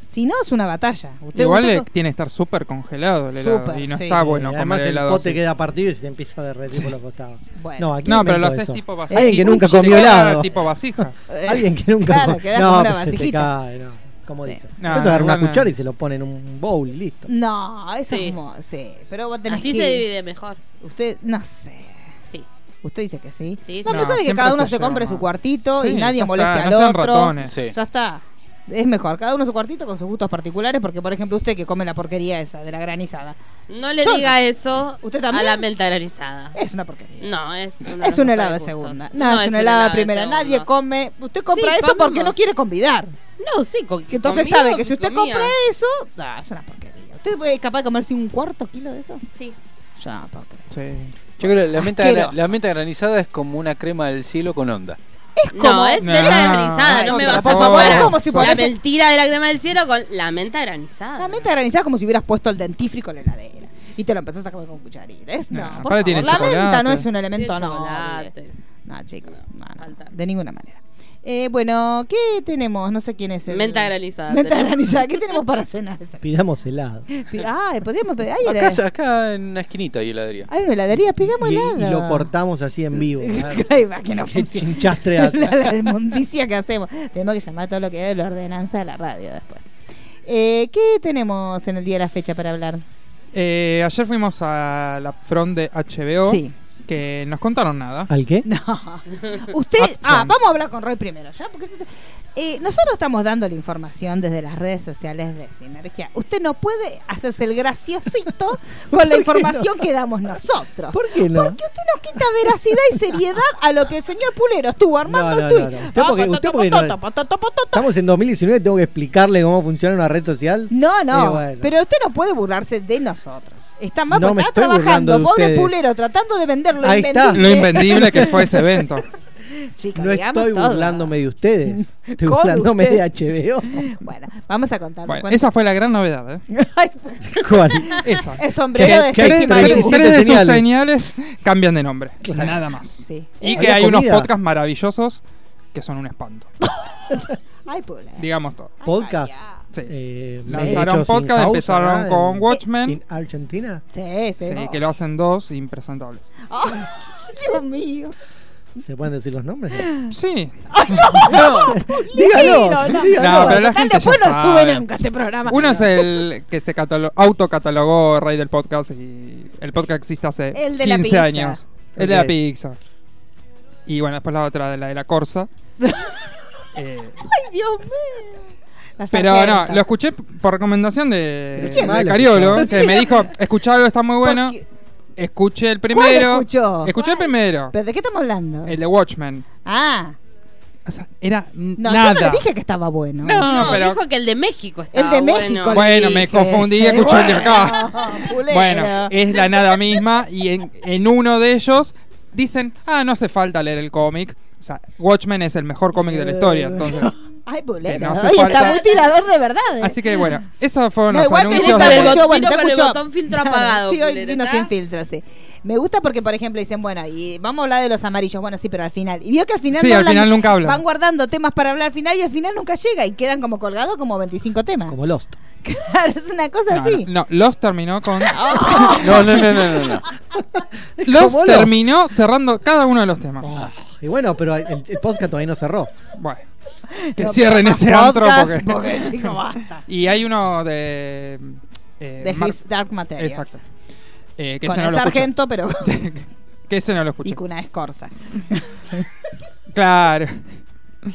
Speaker 5: si no es una batalla. Usted-
Speaker 9: Igual
Speaker 5: usted
Speaker 9: eh,
Speaker 5: co-
Speaker 9: tiene que estar súper congelado el helado.
Speaker 5: Súper,
Speaker 9: y no
Speaker 5: sí.
Speaker 9: está Ah, bueno
Speaker 8: Y
Speaker 9: comer
Speaker 8: Además,
Speaker 9: el
Speaker 8: el
Speaker 9: helado.
Speaker 8: pote
Speaker 9: así.
Speaker 8: queda partido y se empieza a derretir por los costados.
Speaker 5: Bueno.
Speaker 8: No, aquí
Speaker 9: No, pero lo
Speaker 8: inventó
Speaker 9: haces
Speaker 8: eso.
Speaker 9: tipo vasija.
Speaker 8: Alguien que
Speaker 9: Un
Speaker 8: nunca
Speaker 9: chico
Speaker 8: comió
Speaker 9: que haga
Speaker 8: helado.
Speaker 9: Tipo vasija.
Speaker 5: Eh,
Speaker 8: Alguien que nunca.
Speaker 5: Claro, queda
Speaker 8: no,
Speaker 5: como una
Speaker 8: pero se te
Speaker 5: vasijita.
Speaker 8: cae, no. Como
Speaker 5: Sí.
Speaker 8: dice.
Speaker 9: No,
Speaker 8: Eso agarra una
Speaker 9: igual no.
Speaker 8: cuchara y se lo pone en un bowl y listo.
Speaker 5: No, eso
Speaker 6: Sí.
Speaker 5: es como, sí, pero vos tenés
Speaker 6: Así
Speaker 5: que-
Speaker 6: se divide mejor.
Speaker 5: Usted, no sé.
Speaker 6: Sí.
Speaker 5: Usted dice que sí.
Speaker 6: Sí,
Speaker 5: no, mejor
Speaker 6: sí.
Speaker 9: No,
Speaker 5: es que
Speaker 9: siempre
Speaker 5: cada uno
Speaker 9: se
Speaker 5: se compre
Speaker 9: lleva.
Speaker 5: su cuartito y
Speaker 9: Sí,
Speaker 5: nadie
Speaker 9: ya
Speaker 5: moleste
Speaker 9: está,
Speaker 5: al
Speaker 9: no sean
Speaker 5: otro.
Speaker 9: ratones.
Speaker 7: Sí.
Speaker 5: Ya está. Es mejor, cada uno su cuartito con sus gustos particulares, porque por ejemplo usted que come la porquería esa de la granizada,
Speaker 6: No le
Speaker 5: Yo
Speaker 6: diga eso
Speaker 5: ¿Usted también?
Speaker 6: a la menta granizada.
Speaker 5: es una porquería.
Speaker 6: No, es una
Speaker 5: Es un
Speaker 6: receta
Speaker 5: helado de
Speaker 6: gustos.
Speaker 5: segunda. No, es, un helado de primera.
Speaker 6: segunda.
Speaker 5: Nadie come. Usted compra
Speaker 6: Sí,
Speaker 5: eso porque
Speaker 6: comemos.
Speaker 5: no quiere convidar.
Speaker 6: No, sí, con,
Speaker 5: Que entonces
Speaker 6: conmigo
Speaker 5: sabe que si usted
Speaker 6: comía.
Speaker 5: compra eso, ah, es una porquería. ¿Usted es capaz de comerse un cuarto kilo de eso?
Speaker 6: Sí.
Speaker 5: Ya, porquería.
Speaker 9: Sí.
Speaker 7: Yo creo que la menta, gra-
Speaker 5: Asqueroso.
Speaker 7: la menta granizada es como una crema del cielo con onda.
Speaker 5: Es como.
Speaker 6: No, es
Speaker 9: No,
Speaker 6: menta granizada, no
Speaker 5: no,
Speaker 6: me
Speaker 5: por
Speaker 6: vas a
Speaker 5: favor,
Speaker 6: comparar
Speaker 5: es como si
Speaker 6: La
Speaker 5: pones-
Speaker 6: mentira de la crema del cielo con la menta granizada.
Speaker 5: La menta granizada es como si hubieras puesto el dentífrico en la heladera y te lo empezás a comer con cucharita. Es- no,
Speaker 9: No,
Speaker 5: por
Speaker 9: aparte
Speaker 5: favor.
Speaker 9: tiene
Speaker 5: La menta
Speaker 9: chocolate.
Speaker 5: no es un
Speaker 6: Tiene
Speaker 5: elemento no.
Speaker 6: chocolate.
Speaker 5: No, chicos, no, no,
Speaker 6: Falta.
Speaker 5: de ninguna manera. Eh, bueno, ¿qué tenemos? No sé quién es el...
Speaker 6: Menta granizada.
Speaker 5: Menta
Speaker 6: tenemos.
Speaker 5: granizada. ¿Qué tenemos para cenar?
Speaker 8: Pidamos helado.
Speaker 5: Ay, podríamos pedir... Ay,
Speaker 7: Acá,
Speaker 5: era-
Speaker 7: acá en una esquinita hay heladería.
Speaker 5: Hay una heladería, pidamos
Speaker 8: Y, y
Speaker 5: helado.
Speaker 8: lo cortamos así en vivo.
Speaker 5: Ahí va, que no
Speaker 8: Qué
Speaker 5: funciona.
Speaker 8: chinchastre
Speaker 5: la,
Speaker 8: hace.
Speaker 5: la inmundicia que hacemos. Tenemos que llamar todo lo que es la ordenanza de la radio después. Eh, ¿Qué tenemos en el día de la fecha para hablar?
Speaker 9: Eh, ayer fuimos a la front de HBO.
Speaker 5: Sí.
Speaker 9: Que nos contaron nada.
Speaker 8: ¿Al qué?
Speaker 5: No. Usted.
Speaker 9: Upfront.
Speaker 5: Ah, vamos a hablar con Roy primero, ¿ya? Porque eh, nosotros estamos dando la información desde las redes sociales de Sinergia. Usted no puede hacerse el graciosito con la información que damos nosotros.
Speaker 8: ¿Por qué no?
Speaker 5: Porque usted nos quita veracidad y seriedad a lo que el señor Pulero estuvo armando Ah,
Speaker 8: No, no,
Speaker 5: el tuit.
Speaker 8: no, no. Usted porque- usted porque no-
Speaker 5: Topo, topo, topo, topo.
Speaker 8: Estamos en 2019, tengo que explicarle cómo funciona una red social.
Speaker 5: No, no,
Speaker 8: Y bueno.
Speaker 5: pero usted no puede burlarse de nosotros. Está mal,
Speaker 8: No
Speaker 5: porque
Speaker 8: me
Speaker 5: está
Speaker 8: estoy
Speaker 5: trabajando,
Speaker 8: burlando de
Speaker 5: pobre
Speaker 8: ustedes.
Speaker 5: pulero, tratando de vender lo
Speaker 8: Ahí está.
Speaker 5: invendible.
Speaker 9: Lo invendible que fue ese evento.
Speaker 5: Chicos,
Speaker 8: No
Speaker 5: digamos
Speaker 8: estoy
Speaker 5: todo.
Speaker 8: burlándome de ustedes. Estoy
Speaker 5: Con
Speaker 8: burlándome
Speaker 5: usted.
Speaker 8: de HBO.
Speaker 5: Bueno, vamos a contar.
Speaker 9: Bueno, esa fue la gran novedad, ¿eh?
Speaker 8: ¿Cuál?
Speaker 9: Esa.
Speaker 5: el sombrero de
Speaker 8: ¿Qué-
Speaker 5: este
Speaker 8: qué-
Speaker 9: Tres,
Speaker 5: encima
Speaker 8: qué-
Speaker 5: del
Speaker 9: tres-
Speaker 8: sí,
Speaker 5: bus.
Speaker 9: tres de sus
Speaker 8: señales.
Speaker 9: señales cambian de nombre. Nada más.
Speaker 5: Sí.
Speaker 9: Y
Speaker 8: Eh,
Speaker 9: que
Speaker 8: había
Speaker 9: hay unos
Speaker 8: comida.
Speaker 9: podcasts maravillosos que son un espanto.
Speaker 5: Ay, pulero.
Speaker 9: Digamos todo.
Speaker 8: Podcast.
Speaker 9: Sí.
Speaker 8: eh,
Speaker 9: Lanzaron
Speaker 8: hechos in
Speaker 9: podcast,
Speaker 8: house
Speaker 9: empezaron
Speaker 8: acá
Speaker 9: con
Speaker 8: en-
Speaker 9: Watchmen.
Speaker 8: ¿En Argentina?
Speaker 5: Sí, sí.
Speaker 9: Sí, que lo hacen dos impresentables.
Speaker 5: Ay, Dios mío.
Speaker 8: ¿Se pueden decir los nombres? No.
Speaker 9: Sí.
Speaker 7: No,
Speaker 8: Dígalo, dígalo.
Speaker 9: No, pero la
Speaker 10: Total,
Speaker 9: gente ya
Speaker 10: después no sube
Speaker 9: sabe.
Speaker 10: nunca este programa.
Speaker 9: Uno es el que se catalo- autocatalogó rey del podcast y el podcast existe hace
Speaker 5: El de la
Speaker 9: 15
Speaker 5: pizza.
Speaker 9: años. El de la
Speaker 8: Ok.
Speaker 9: pizza. Y bueno, después la otra, la de la Corsa. Eh,
Speaker 10: Ay, Dios mío.
Speaker 5: La
Speaker 9: pero no,
Speaker 5: sargento.
Speaker 9: lo escuché por recomendación de,
Speaker 8: ¿Quién?
Speaker 9: de
Speaker 8: Malo,
Speaker 9: Cariolo,
Speaker 8: escuchá.
Speaker 9: que me dijo, escuchá algo, está muy bueno.
Speaker 5: Porque-
Speaker 9: Escuché el
Speaker 5: ¿Cuál
Speaker 9: primero.
Speaker 5: escuchó?
Speaker 9: Escuché el primero.
Speaker 5: ¿Pero de qué estamos hablando?
Speaker 9: El de Watchmen.
Speaker 5: Ah,
Speaker 9: O sea, era n-
Speaker 5: no,
Speaker 9: nada.
Speaker 5: yo no le dije que estaba bueno.
Speaker 9: No,
Speaker 6: No,
Speaker 9: pero-
Speaker 6: dijo que el de México
Speaker 5: El
Speaker 6: estaba
Speaker 5: de
Speaker 6: Ah, bueno.
Speaker 5: México. le
Speaker 9: Bueno, me
Speaker 5: dije.
Speaker 9: confundí y escuché el de acá.
Speaker 5: Bueno, pulero.
Speaker 9: Bueno, es la nada misma y en, en uno de ellos dicen, ah, no hace falta leer el cómic. O sea, Watchmen es el mejor cómic de la historia, entonces.
Speaker 5: Ay,
Speaker 9: que
Speaker 5: pulero.
Speaker 9: no hace
Speaker 5: Oye, está
Speaker 9: falta.
Speaker 5: muy tirador de verdad. eh.
Speaker 9: Así que bueno, esos fueron
Speaker 5: No,
Speaker 9: los
Speaker 5: igual me
Speaker 9: anuncios
Speaker 5: gusta
Speaker 6: Con
Speaker 9: de-
Speaker 6: el,
Speaker 5: Escuchó,
Speaker 6: bot-
Speaker 5: bueno,
Speaker 6: vino con el
Speaker 5: escuchó.
Speaker 6: botón filtro apagado.
Speaker 5: Sí, hoy
Speaker 6: culera,
Speaker 5: vino
Speaker 6: ¿está?
Speaker 5: sin filtro, sí. Me gusta porque, por ejemplo, dicen, bueno, y vamos a hablar de los amarillos. Bueno, sí, pero al final. Y vio que al final
Speaker 9: Sí,
Speaker 5: no
Speaker 9: al
Speaker 5: hablan-
Speaker 9: final nunca hablan.
Speaker 5: Van guardando temas para hablar al final y al final nunca llega. Y quedan como colgados como 25 temas.
Speaker 8: Como Lost.
Speaker 5: Claro, es una cosa
Speaker 9: No,
Speaker 5: así.
Speaker 9: no, no, Lost terminó con...
Speaker 5: Ah.
Speaker 7: no, no, no, no, no, no.
Speaker 9: Lost
Speaker 8: Como Lost.
Speaker 9: terminó cerrando cada uno de los temas.
Speaker 8: Ah, y bueno, pero el, el podcast todavía no cerró.
Speaker 9: Bueno, que cierren ese antro
Speaker 5: Podcast,
Speaker 9: porque...
Speaker 5: porque, chico, basta.
Speaker 9: Y hay uno de... eh,
Speaker 5: De
Speaker 9: Mar-
Speaker 5: His Dark Materials.
Speaker 9: Exacto. Eh, que
Speaker 5: Con
Speaker 9: ese no
Speaker 5: el
Speaker 9: lo escuché.
Speaker 5: sargento, pero.
Speaker 9: Que ese no lo
Speaker 5: y
Speaker 9: escuché.
Speaker 5: con una escorza.
Speaker 9: Claro.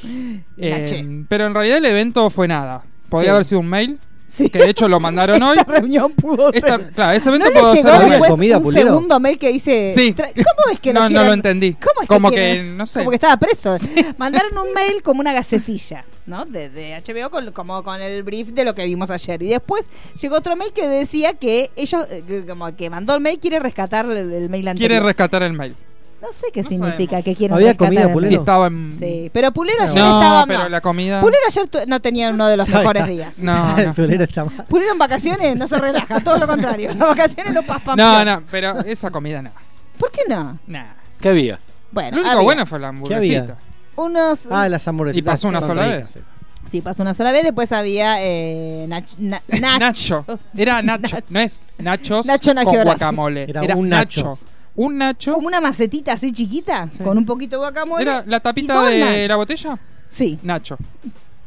Speaker 5: Y la
Speaker 9: Eh,
Speaker 5: che.
Speaker 9: pero en realidad el evento fue nada. Podría
Speaker 5: Sí.
Speaker 9: haber sido un mail,
Speaker 5: Sí.
Speaker 9: que de hecho lo mandaron hoy.
Speaker 5: Esta reunión pudo ser.
Speaker 9: Esta- claro, ese evento
Speaker 5: ¿No le
Speaker 9: pudo ser
Speaker 5: llegó
Speaker 8: ¿Había
Speaker 9: hoy.
Speaker 5: después
Speaker 8: comida,
Speaker 5: un
Speaker 8: Pulero?
Speaker 5: segundo mail que dice...
Speaker 9: Sí.
Speaker 5: tra- ¿Cómo es que lo
Speaker 9: No, no
Speaker 5: quieren?
Speaker 9: lo entendí.
Speaker 5: ¿Cómo es
Speaker 9: Como
Speaker 5: que,
Speaker 9: que,
Speaker 5: quieren?
Speaker 9: no sé.
Speaker 5: Como que estaba preso. Mandaron un mail como una gacetilla, ¿no? De, de HBO, con, como con el brief de lo que vimos ayer. Y después llegó otro mail que decía que ellos, eh, que- como el que mandó el mail, quiere rescatar el, el mail anterior.
Speaker 9: Quiere rescatar el mail.
Speaker 5: no sé qué
Speaker 9: no
Speaker 5: significa
Speaker 9: sabemos.
Speaker 5: que quieren
Speaker 8: Había
Speaker 5: rescatar
Speaker 8: comida,
Speaker 5: el mail.
Speaker 9: Si
Speaker 8: Pulero.
Speaker 9: estaba en...
Speaker 5: Sí, pero Pulero ayer
Speaker 9: No,
Speaker 5: estaba...
Speaker 9: pero
Speaker 5: no.
Speaker 9: la comida...
Speaker 5: Pulero ayer tu- no tenía uno de los
Speaker 8: Está
Speaker 5: mejores
Speaker 8: bien.
Speaker 5: días.
Speaker 9: No,
Speaker 8: el
Speaker 9: no.
Speaker 8: florero está mal.
Speaker 5: Pulero en vacaciones no se relaja, todo lo contrario. En vacaciones lo paspa.
Speaker 9: No, no, pero esa comida nada.
Speaker 5: ¿Por qué no?
Speaker 9: Nada.
Speaker 7: ¿Qué había?
Speaker 5: Bueno,
Speaker 9: Lo único
Speaker 5: había
Speaker 9: bueno fue la hamburguesita.
Speaker 8: había?
Speaker 5: unos
Speaker 8: Ah, las
Speaker 9: Y
Speaker 8: hamburguesitas.
Speaker 9: pasó una
Speaker 8: son
Speaker 9: sola
Speaker 8: ricas,
Speaker 9: vez.
Speaker 8: sí.
Speaker 5: Sí, pasó una sola vez, después había eh, nach- na- nach-
Speaker 9: Nacho. Era Nacho. No es Nachos
Speaker 5: Nacho no es
Speaker 9: con
Speaker 5: geografía.
Speaker 9: guacamole.
Speaker 8: Era
Speaker 9: Era,
Speaker 8: un
Speaker 9: un Nacho.
Speaker 8: nacho.
Speaker 9: Un Nacho.
Speaker 5: como una macetita así chiquita,
Speaker 9: Sí.
Speaker 5: con un poquito de guacamole.
Speaker 9: Era la
Speaker 5: y
Speaker 9: tapita
Speaker 5: dos
Speaker 9: de
Speaker 5: nachos.
Speaker 9: la botella.
Speaker 5: Sí,
Speaker 9: Nacho.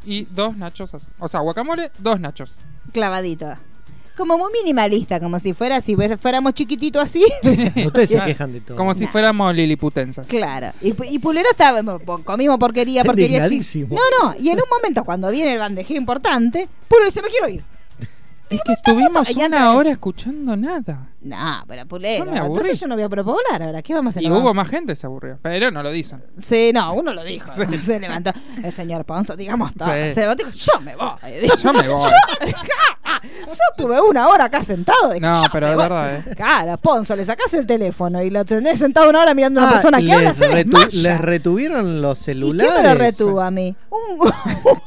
Speaker 9: Y dos nachos. así. O sea, guacamole, dos nachos.
Speaker 5: clavadito. Como muy minimalista, como si fuera, si fuera- fuéramos chiquitito así.
Speaker 8: Ustedes se
Speaker 9: Claro.
Speaker 8: quejan de todo.
Speaker 9: Como si
Speaker 5: Nah.
Speaker 9: fuéramos liliputensas.
Speaker 5: claro. Y, pu- y Pulero estaba, po- comimos porquería,
Speaker 8: Está
Speaker 5: porquería. chi-
Speaker 8: indignadísimo.
Speaker 5: No, no, y en un momento cuando viene el bandejeo importante, Pulero dice, me quiero ir.
Speaker 9: Es que estuvimos
Speaker 5: Ahí anda.
Speaker 9: una hora escuchando nada.
Speaker 5: No, pero Pulero,
Speaker 9: Yo me aburrí.
Speaker 5: entonces yo no voy a propolar ahora, ¿qué vamos a hacer?
Speaker 9: Y
Speaker 5: No.
Speaker 9: hubo más gente, se aburrió. Pero no lo dicen.
Speaker 5: Sí, no, uno lo dijo. ¿no? Se levantó el señor Ponzo, digamos todo.
Speaker 9: Sí.
Speaker 5: Se levantó y dijo, yo me voy. Dijo,
Speaker 9: Yo me voy.
Speaker 5: Ah, Yo tuve una hora acá sentado. Dijo,
Speaker 9: No,
Speaker 5: "Yo
Speaker 9: pero
Speaker 5: me
Speaker 9: de
Speaker 5: voy".
Speaker 9: verdad, ¿eh?
Speaker 5: Claro, Ponzo, le sacás el teléfono y lo tenés sentado una hora mirando a una
Speaker 8: Ah,
Speaker 5: persona que habla,
Speaker 8: les
Speaker 5: se
Speaker 8: retu-
Speaker 5: desmaya.
Speaker 8: Les retuvieron los
Speaker 5: ¿Y
Speaker 8: celulares.
Speaker 5: quién me lo retuvo a mí? Un-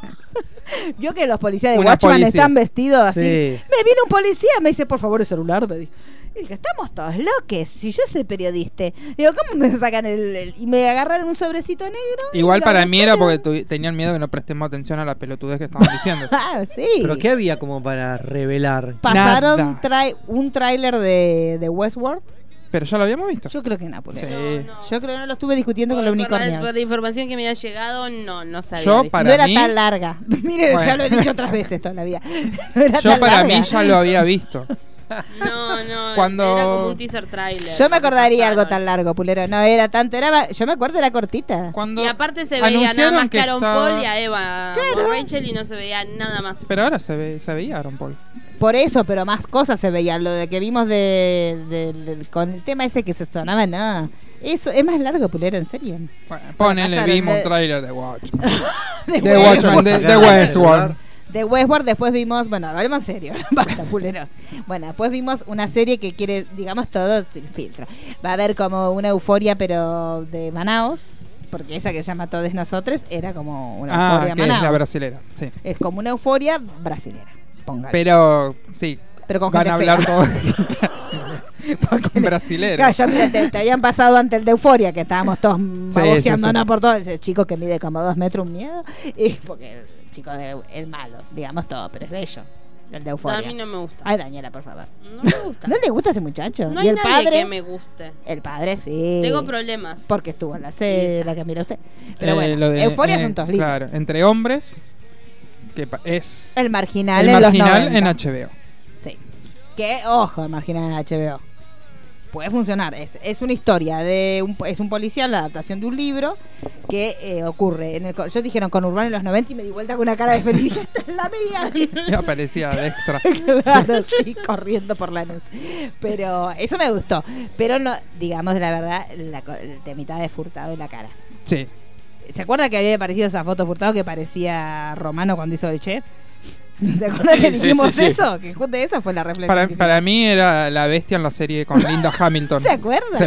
Speaker 5: Vio que los policías de
Speaker 9: Una
Speaker 5: Watchman
Speaker 9: policía.
Speaker 5: están vestidos así.
Speaker 8: Sí.
Speaker 5: Me viene un policía, me dice, por favor, el celular. Me dijo. Y dije, estamos todos locos. Si yo soy periodista, digo, ¿cómo me sacan el, el- Y me agarraron un sobrecito negro. y
Speaker 9: Igual
Speaker 5: lo
Speaker 9: para mí era
Speaker 5: agacharon.
Speaker 9: porque tu- tenían miedo que no prestemos atención a la pelotudez que estaban diciendo.
Speaker 5: Ah, sí.
Speaker 8: ¿Pero qué había como para revelar?
Speaker 5: Pasaron
Speaker 9: Nada.
Speaker 5: trai- un tráiler de, de Westworld.
Speaker 9: Pero ya lo habíamos visto.
Speaker 5: Yo creo que no, Pulero.
Speaker 9: Sí.
Speaker 5: Yo creo que no lo estuve discutiendo
Speaker 6: Por,
Speaker 5: con la
Speaker 6: por la,
Speaker 5: unicornia.
Speaker 6: por la información que me había llegado, no, no sabía.
Speaker 9: Yo
Speaker 6: ¿viste?
Speaker 9: para
Speaker 5: no era
Speaker 9: mí-
Speaker 5: tan larga. Miren, ya
Speaker 9: Bueno.
Speaker 5: lo he dicho otras veces toda la vida. No era
Speaker 9: Yo
Speaker 5: tan
Speaker 9: para
Speaker 5: larga.
Speaker 9: mí ya lo había visto.
Speaker 6: No, no,
Speaker 9: Cuando-
Speaker 6: era como un teaser trailer.
Speaker 5: Yo me acordaría
Speaker 6: Pasaron.
Speaker 5: algo tan largo, Pulero. No era tanto. era Yo me acuerdo era cortita.
Speaker 9: Cuando
Speaker 6: Y aparte se veía nada
Speaker 9: anunciaron
Speaker 6: más que
Speaker 9: que
Speaker 6: Aaron
Speaker 9: estaba-
Speaker 6: Paul y a Eva o Rachel y no se veía nada más.
Speaker 9: Pero ahora se, ve, se veía Aaron Paul.
Speaker 5: Por eso, pero más cosas se veían. Lo de que vimos de, de- de- con el tema ese que se sonaba, nada. Eso es más largo, Pulero, en serio.
Speaker 9: Bueno, ponele,
Speaker 5: pasaron
Speaker 9: vimos
Speaker 5: de-
Speaker 9: un trailer de Watchmen. De
Speaker 5: De, West-
Speaker 9: Watchmen, de, de
Speaker 8: Sacaron el
Speaker 9: Westworld.
Speaker 8: celular.
Speaker 5: de Westworld, después vimos. Bueno, hablemos en serio. Basta, Pulero. Bueno, después vimos una serie que quiere, digamos, todo sin filtro. Va a haber como una euforia, pero de Manaos. Porque esa que se llama Todes Nosotros era como una
Speaker 9: Ah,
Speaker 5: euforia
Speaker 9: que es la
Speaker 5: Manaos.
Speaker 9: brasilera. Sí.
Speaker 5: Es como una euforia brasilera. Póngale.
Speaker 9: Pero sí,
Speaker 5: Pero con
Speaker 9: van
Speaker 5: gente
Speaker 9: a hablar
Speaker 5: fea.
Speaker 9: todos
Speaker 5: Porque-
Speaker 9: brasileros.
Speaker 5: Claro, ya me- te, te habían pasado ante el de euforia, que estábamos todos
Speaker 9: sí,
Speaker 5: baboseándonos
Speaker 9: sí.
Speaker 5: por todo. Ese chico que mide como dos metros un miedo. Y porque el chico de, el malo, digamos todo, pero es bello. el de
Speaker 6: No, a
Speaker 5: Euforia.
Speaker 6: mí no me gusta.
Speaker 5: Ay, Daniela, por favor.
Speaker 6: No me gusta.
Speaker 5: ¿No le gusta ese muchacho?
Speaker 6: No
Speaker 5: ¿Y
Speaker 6: hay
Speaker 5: el
Speaker 6: nadie
Speaker 5: padre?
Speaker 6: que me guste.
Speaker 5: El padre sí.
Speaker 6: Tengo problemas.
Speaker 5: Porque estuvo en la serie, la que mira usted. Pero
Speaker 9: Eh,
Speaker 5: bueno,
Speaker 9: lo de-
Speaker 5: Euforia
Speaker 9: eh,
Speaker 5: son todos lindos.
Speaker 9: Claro, entre hombres, que pa- es
Speaker 5: El marginal
Speaker 9: el
Speaker 5: en
Speaker 9: marginal
Speaker 5: los 90.
Speaker 9: en HBO.
Speaker 5: Sí. Que, ojo, el marginal en HBO. Puede funcionar. Es, es una historia de un, es un policial, la adaptación de un libro que eh, ocurre. En el, co- yo dijeron con Urbano en los 90 y me di vuelta con una cara de felicidad en la media.
Speaker 9: Y aparecía de extra.
Speaker 5: Claro, sí, corriendo por la luz. Pero eso me gustó. Pero no, digamos la verdad, la, co- de mitad de Furtado en la cara.
Speaker 9: Sí.
Speaker 5: ¿Se acuerda que había aparecido esa foto de Furtado que parecía Romano cuando hizo el Che? ¿Se acuerda que
Speaker 7: Sí, sí,
Speaker 5: dijimos
Speaker 7: sí, sí.
Speaker 5: eso? Que justo esa fue la reflexión.
Speaker 9: Para,
Speaker 5: que hicimos.
Speaker 9: para mí era la bestia en la serie con Linda Hamilton.
Speaker 5: ¿Se acuerda?
Speaker 9: Sí.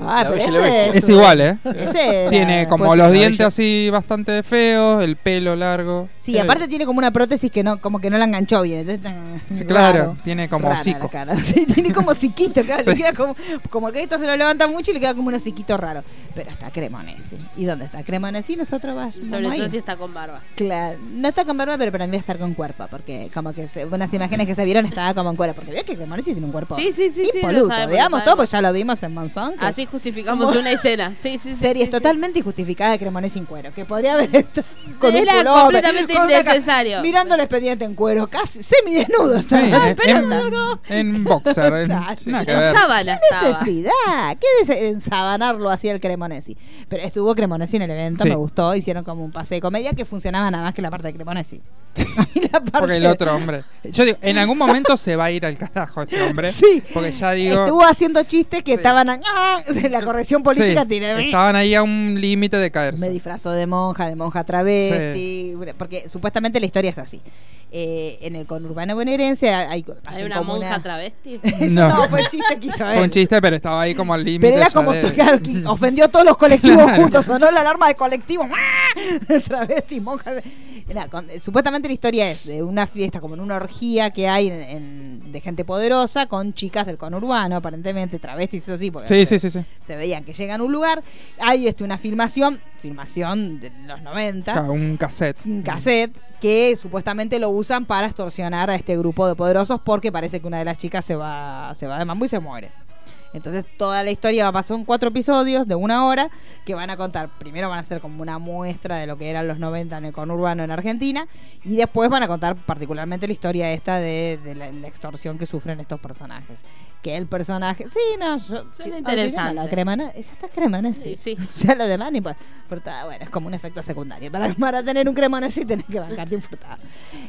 Speaker 5: Ah,
Speaker 7: la
Speaker 5: pero
Speaker 7: Bella y la
Speaker 5: ese
Speaker 7: Bestia.
Speaker 9: Es igual, ¿eh?
Speaker 5: Ese era-
Speaker 9: Tiene como
Speaker 5: pues,
Speaker 9: los
Speaker 5: la
Speaker 9: dientes
Speaker 5: Bella-
Speaker 9: así bastante feos, el pelo largo.
Speaker 5: Sí, aparte tiene como una prótesis que no, como que no la enganchó bien. entonces,
Speaker 9: Sí,
Speaker 5: raro.
Speaker 9: claro, tiene como
Speaker 5: Rara la
Speaker 9: hocico.
Speaker 5: cara. Sí, tiene como hociquito, claro, le
Speaker 9: Sí.
Speaker 5: queda como, como que esto se lo levanta mucho y le queda como un hociquito raro. Pero está Cremonesi. ¿Y dónde está Cremonesi? Nosotros vamos
Speaker 6: Sobre
Speaker 5: ahí.
Speaker 6: todo si está con barba.
Speaker 5: Claro, no está con barba, pero para mí va a estar con cuerpo, porque como que se- unas imágenes que se vieron estaba como en cuerpo, porque veo que Cremonesi tiene un cuerpo
Speaker 6: Sí, sí, sí, sí, lo
Speaker 5: impoluto,
Speaker 6: sabemos, lo
Speaker 5: digamos todo,
Speaker 6: sabemos.
Speaker 5: pues ya lo vimos en Monzón. que
Speaker 6: Así justificamos una escena. Sí, sí, sí.
Speaker 5: series
Speaker 6: sí, sí.
Speaker 5: totalmente injustificadas de Cremones sin cuero, que podría haber esto con
Speaker 6: Era
Speaker 5: un pullover,
Speaker 6: completamente
Speaker 5: con una ca-
Speaker 6: innecesario.
Speaker 5: Mirando el expediente en cuero, casi semidesnudo.
Speaker 9: Sí, eh,
Speaker 5: ¿sabes?
Speaker 9: en,
Speaker 5: Pero
Speaker 9: en-
Speaker 5: Ah, no, no.
Speaker 9: en boxer. en-
Speaker 5: Claro.
Speaker 9: nada que
Speaker 6: En
Speaker 9: ver.
Speaker 6: sábana
Speaker 5: ¿Qué
Speaker 6: estaba.
Speaker 5: necesidad? ¿Qué des- ensabanarlo así el Cremonesi? Pero estuvo Cremonesi en el evento,
Speaker 9: Sí.
Speaker 5: me gustó, hicieron como un pase de comedia que funcionaba nada más que la parte de Cremonesi. Y la parte
Speaker 9: Porque el otro hombre. Yo digo, en algún momento se va a ir al carajo este hombre.
Speaker 5: Sí.
Speaker 9: Porque ya digo.
Speaker 5: Estuvo haciendo chistes que
Speaker 9: Sí.
Speaker 5: estaban... a- ¡Ah! La corrección
Speaker 9: sí,
Speaker 5: política tiene...
Speaker 9: estaban ahí a un límite de caerse.
Speaker 5: Me disfrazó de monja, de monja travesti, bueno, porque supuestamente la historia es así. Eh, en el conurbano bonaerense hay,
Speaker 6: ¿Hay
Speaker 5: hacen
Speaker 6: una
Speaker 5: como
Speaker 6: monja travesti?
Speaker 5: Eso
Speaker 9: No.
Speaker 5: no. fue el chiste que hizo
Speaker 9: Fue un
Speaker 5: él.
Speaker 9: chiste, pero estaba ahí como al límite.
Speaker 5: Pero era
Speaker 9: ya
Speaker 5: como,
Speaker 9: de-
Speaker 5: claro, que ofendió a todos los colectivos
Speaker 9: Claro.
Speaker 5: juntos, sonó la alarma de colectivo, ¡ah! travesti, monja. Era con- eh, supuestamente la historia es de una fiesta, como en una orgía que hay en- en- de gente poderosa con chicas del conurbano, aparentemente, travestis, eso sí. Porque
Speaker 9: Sí, sí, sí. sí.
Speaker 5: se veían que llegan a un lugar, hay este, una filmación, filmación de los 90,
Speaker 9: Claro, un cassette.
Speaker 5: un cassette, que supuestamente lo usan para extorsionar a este grupo de poderosos porque parece que una de las chicas se va, se va de mambo y se muere. Entonces toda la historia va a pasar en cuatro episodios de una hora que van a contar. Primero van a ser como una muestra de lo que eran los 90 en el conurbano en Argentina y después van a contar particularmente la historia esta de, de la, la extorsión que sufren estos personajes. Que el personaje... Sí, no, yo... sí,
Speaker 6: interesante.
Speaker 5: La crema, ¿no? Esa está crema, ¿no? Sí.
Speaker 6: Sí, sí.
Speaker 5: Ya lo demás ni por, furtada, bueno, es como un efecto secundario. Para, para tener un Cremonesi tenés que bancarte un furtado.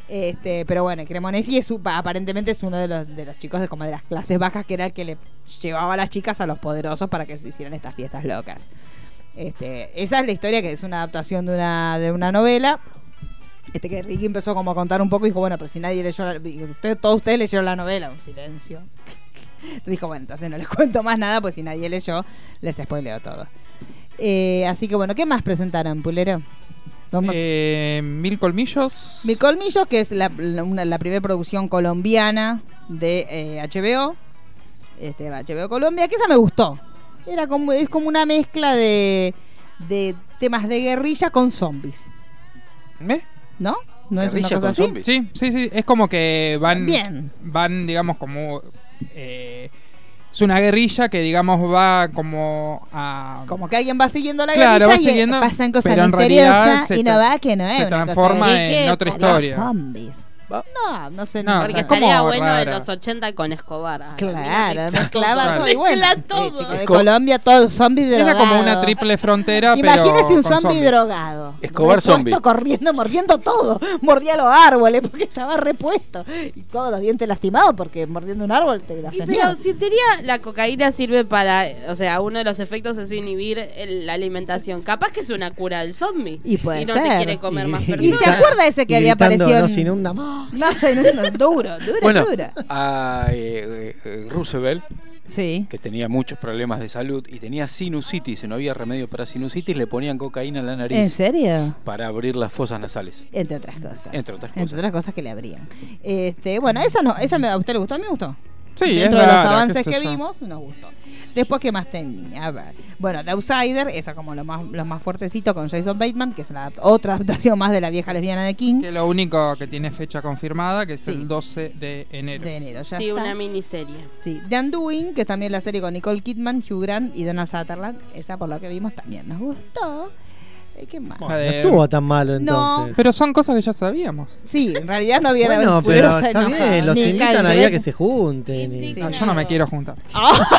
Speaker 5: Este, pero bueno, el Cremonesi es, un- aparentemente es uno de los, de los chicos de como de las clases bajas que era el que le llevaba a las chicas a los poderosos para que se hicieran estas fiestas locas. Este, esa es la historia que es una adaptación de una, de una novela. Este que Ricky empezó como a contar un poco y dijo, bueno, pero si nadie leyó la, dijo, "Usted- todos ustedes leyeron la novela, un silencio. Dijo, bueno, entonces no les cuento más nada, pues si nadie leyó, les spoileo todo. Eh, así que bueno, ¿qué más presentaron, Pulero? Vamos.
Speaker 9: Eh, Mil colmillos.
Speaker 5: Mi Colmillos, que es la, la- una- la primera producción colombiana de eh, HBO, este, HBO Colombia, que esa me gustó. Era como, es como una mezcla de, de temas de guerrilla con zombies,
Speaker 9: ¿Me?
Speaker 5: ¿no? ¿No es una
Speaker 7: Guerrilla
Speaker 5: cosa
Speaker 7: con
Speaker 5: así?
Speaker 7: zombies.
Speaker 9: Sí, sí, sí. Es como que van.
Speaker 5: Bien.
Speaker 9: Van, digamos, como. eh, es una guerrilla que, digamos, va como a.
Speaker 5: Como que alguien va siguiendo la
Speaker 9: Claro,
Speaker 5: guerrilla
Speaker 9: va
Speaker 5: y
Speaker 9: siguiendo,
Speaker 5: eh, pasan cosas
Speaker 9: pero en realidad
Speaker 5: misteriosas
Speaker 9: se
Speaker 5: y no
Speaker 9: tra-
Speaker 5: va que no es
Speaker 9: se
Speaker 5: una cosa
Speaker 9: transforma
Speaker 5: de-
Speaker 9: en
Speaker 5: ¿Qué?
Speaker 9: otra
Speaker 5: Los
Speaker 9: historia.
Speaker 5: zombies.
Speaker 7: Va.
Speaker 5: No, no sé.
Speaker 9: No,
Speaker 5: no
Speaker 9: o
Speaker 6: Porque
Speaker 9: sea,
Speaker 5: sé.
Speaker 9: ¿cómo
Speaker 6: estaría bueno de
Speaker 9: rara?
Speaker 6: los 80 con Escobar. Ah,
Speaker 5: Claro,
Speaker 6: mira,
Speaker 5: mezclaba todo
Speaker 9: Claro.
Speaker 5: y bueno.
Speaker 6: Mezcla
Speaker 5: sí,
Speaker 6: todo.
Speaker 5: chico, de
Speaker 7: Esco-
Speaker 5: Colombia todos zombies drogados.
Speaker 9: Era como una triple frontera, pero.
Speaker 5: Imagínese
Speaker 9: con
Speaker 5: un zombie
Speaker 9: zombies.
Speaker 5: drogado.
Speaker 7: Escobar
Speaker 5: repuesto,
Speaker 7: zombie.
Speaker 5: corriendo, mordiendo todo. Mordía los árboles porque estaba repuesto. Y todos los dientes lastimados porque mordiendo un árbol te
Speaker 6: Y
Speaker 5: haces
Speaker 6: pero
Speaker 5: miedo.
Speaker 6: si teoría la cocaína sirve para, o sea, uno de los efectos es inhibir el- la alimentación. Capaz que es una cura del zombie.
Speaker 5: Y puede
Speaker 6: no
Speaker 5: ser.
Speaker 6: te quiere comer más
Speaker 8: Y-
Speaker 5: ¿Y se
Speaker 6: personas.
Speaker 5: acuerda ese que había aparecido?
Speaker 8: "Ah, No se
Speaker 5: en-
Speaker 8: inunda más.
Speaker 5: No, se inunda. Duro, duro,
Speaker 7: Bueno,
Speaker 5: duro.
Speaker 7: a eh, eh, Roosevelt,
Speaker 5: Sí.
Speaker 7: que tenía muchos problemas de salud y tenía sinusitis, y no había remedio para sinusitis, le ponían cocaína en la
Speaker 5: ¿En
Speaker 7: nariz
Speaker 5: serio?
Speaker 7: para abrir las fosas nasales.
Speaker 5: Entre otras cosas.
Speaker 7: Entre otras cosas.
Speaker 5: Entre otras cosas que le abrían. Este, bueno, esa no, esa me, a usted le gustó, a mí me gustó.
Speaker 9: Sí, es
Speaker 5: Dentro de
Speaker 9: rara,
Speaker 5: los
Speaker 9: qué
Speaker 5: avances
Speaker 9: sé
Speaker 5: que
Speaker 9: yo.
Speaker 5: vimos, nos gustó. Después, ¿qué más tenía? A ver. Bueno, The Outsider, esa como lo más, lo más fuertecito con Jason Bateman, que es la otra adaptación más de la vieja lesbiana de King.
Speaker 9: Que lo único que tiene fecha confirmada, que es
Speaker 5: Sí.
Speaker 9: el 12 de enero.
Speaker 5: De enero, ya
Speaker 6: Sí,
Speaker 5: está.
Speaker 6: una miniserie.
Speaker 5: Sí, The Undoing, que es también la serie con Nicole Kidman, Hugh Grant y Donna Sutherland. Esa, por lo que vimos, también nos gustó. Eh, ¿Qué más?
Speaker 9: La
Speaker 8: No
Speaker 9: de- Em.
Speaker 8: estuvo tan malo
Speaker 5: No.
Speaker 8: entonces.
Speaker 9: Pero son cosas que ya sabíamos.
Speaker 5: Sí, en realidad no había
Speaker 8: Bueno,
Speaker 5: la
Speaker 8: pero
Speaker 5: Vespulosa
Speaker 8: está
Speaker 5: enojada.
Speaker 8: bien, los
Speaker 5: Ni
Speaker 8: invitan
Speaker 5: Calcetín.
Speaker 8: a día que se junten. y-
Speaker 5: Sí.
Speaker 9: No, Ah, yo no me quiero juntar.
Speaker 8: ¡Qué
Speaker 9: Ah,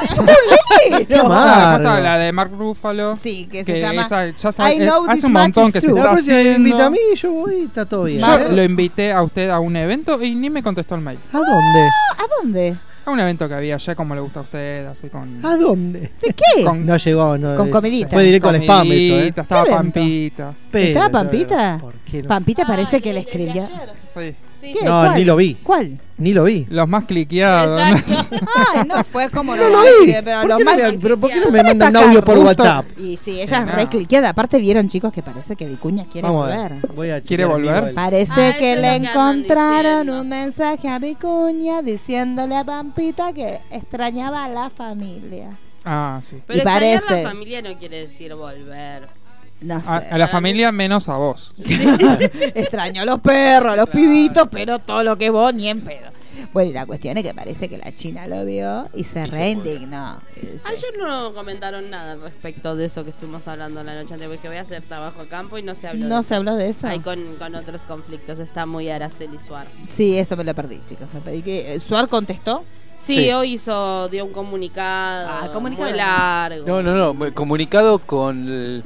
Speaker 9: después
Speaker 8: amargo!
Speaker 9: estaba la de Mark Ruffalo.
Speaker 5: Sí, que,
Speaker 9: que
Speaker 5: se llama
Speaker 9: esa- ya sabe- eh,
Speaker 5: I know this
Speaker 9: hace un
Speaker 5: match
Speaker 9: montón
Speaker 5: is
Speaker 9: que se
Speaker 5: true.
Speaker 8: La
Speaker 9: está
Speaker 8: próxima vez me
Speaker 9: haciendo.
Speaker 8: invita a mí y yo voy, está todo bien.
Speaker 9: Yo
Speaker 8: ¿eh?
Speaker 9: lo invité a usted a un evento y ni me contestó el mail.
Speaker 8: ¿A dónde?
Speaker 5: ¿A dónde?
Speaker 9: A un evento que había ya como le gusta a usted, así con...
Speaker 8: ¿A dónde?
Speaker 5: ¿De qué?
Speaker 9: con
Speaker 8: Ah, No llegó, no.
Speaker 5: Con
Speaker 8: es-
Speaker 5: comidita.
Speaker 8: Fue directo al spam eso, ¿eh?
Speaker 9: comidita, Estaba
Speaker 5: ¿Qué evento?
Speaker 9: Pampita.
Speaker 8: Pero,
Speaker 5: ¿Estaba Pampita?
Speaker 8: ¿Por qué no?
Speaker 5: Pampita parece que le escribió.
Speaker 9: Sí.
Speaker 5: ¿Qué?
Speaker 8: No,
Speaker 5: ¿Cuál?
Speaker 8: ni lo vi.
Speaker 5: ¿Cuál?
Speaker 8: Ni lo vi.
Speaker 9: Los más cliqueados. ¿no?
Speaker 6: Exacto.
Speaker 5: Ay, no, fue como
Speaker 8: No lo
Speaker 5: vi, eh,
Speaker 8: vi.
Speaker 5: pero
Speaker 8: ¿Por
Speaker 5: lo
Speaker 8: qué no
Speaker 5: mal-
Speaker 8: me- ¿Pero por qué no
Speaker 5: ¿Por
Speaker 8: me
Speaker 5: qué me
Speaker 8: mandan un
Speaker 5: está
Speaker 8: audio por
Speaker 9: Rusto?
Speaker 8: WhatsApp?
Speaker 5: Uh, Y sí, ella es
Speaker 9: Nada.
Speaker 5: re cliqueada. Aparte vieron, chicos, que parece que Vicuña quiere
Speaker 8: Vamos a
Speaker 5: volver.
Speaker 8: ver. Voy a
Speaker 9: ¿Quiere
Speaker 8: chequear
Speaker 9: volver?
Speaker 8: mi móvil.
Speaker 5: Parece
Speaker 6: Ah, eso
Speaker 5: que le
Speaker 6: es lo que andan
Speaker 5: encontraron
Speaker 6: diciendo.
Speaker 5: un mensaje a Vicuña diciéndole a Pampita que extrañaba a la familia.
Speaker 9: Ah, sí.
Speaker 6: Pero
Speaker 5: Y
Speaker 6: extrañar
Speaker 5: parece.
Speaker 6: la familia no quiere decir volver.
Speaker 5: No sé.
Speaker 9: A, a la familia menos a vos.
Speaker 5: Extraño a los perros, a los pibitos, pero todo lo que vos ni en pedo. Bueno, y la cuestión es que parece que la China lo vio y se reindignó.
Speaker 6: Ayer no comentaron nada respecto de eso que estuvimos hablando la noche anterior, porque voy a hacer trabajo a campo y no se habló.
Speaker 5: No
Speaker 6: de
Speaker 5: se habló de eso.
Speaker 6: Ahí con, con otros conflictos está muy Araceli Suar.
Speaker 5: Sí, eso me lo perdí, chicos. Me perdí que eh, Suar contestó.
Speaker 6: Sí,
Speaker 7: Sí.
Speaker 6: hoy hizo, dio un comunicado,
Speaker 5: Ah, comunicado.
Speaker 6: muy largo.
Speaker 7: No, no, no. Comunicado con el-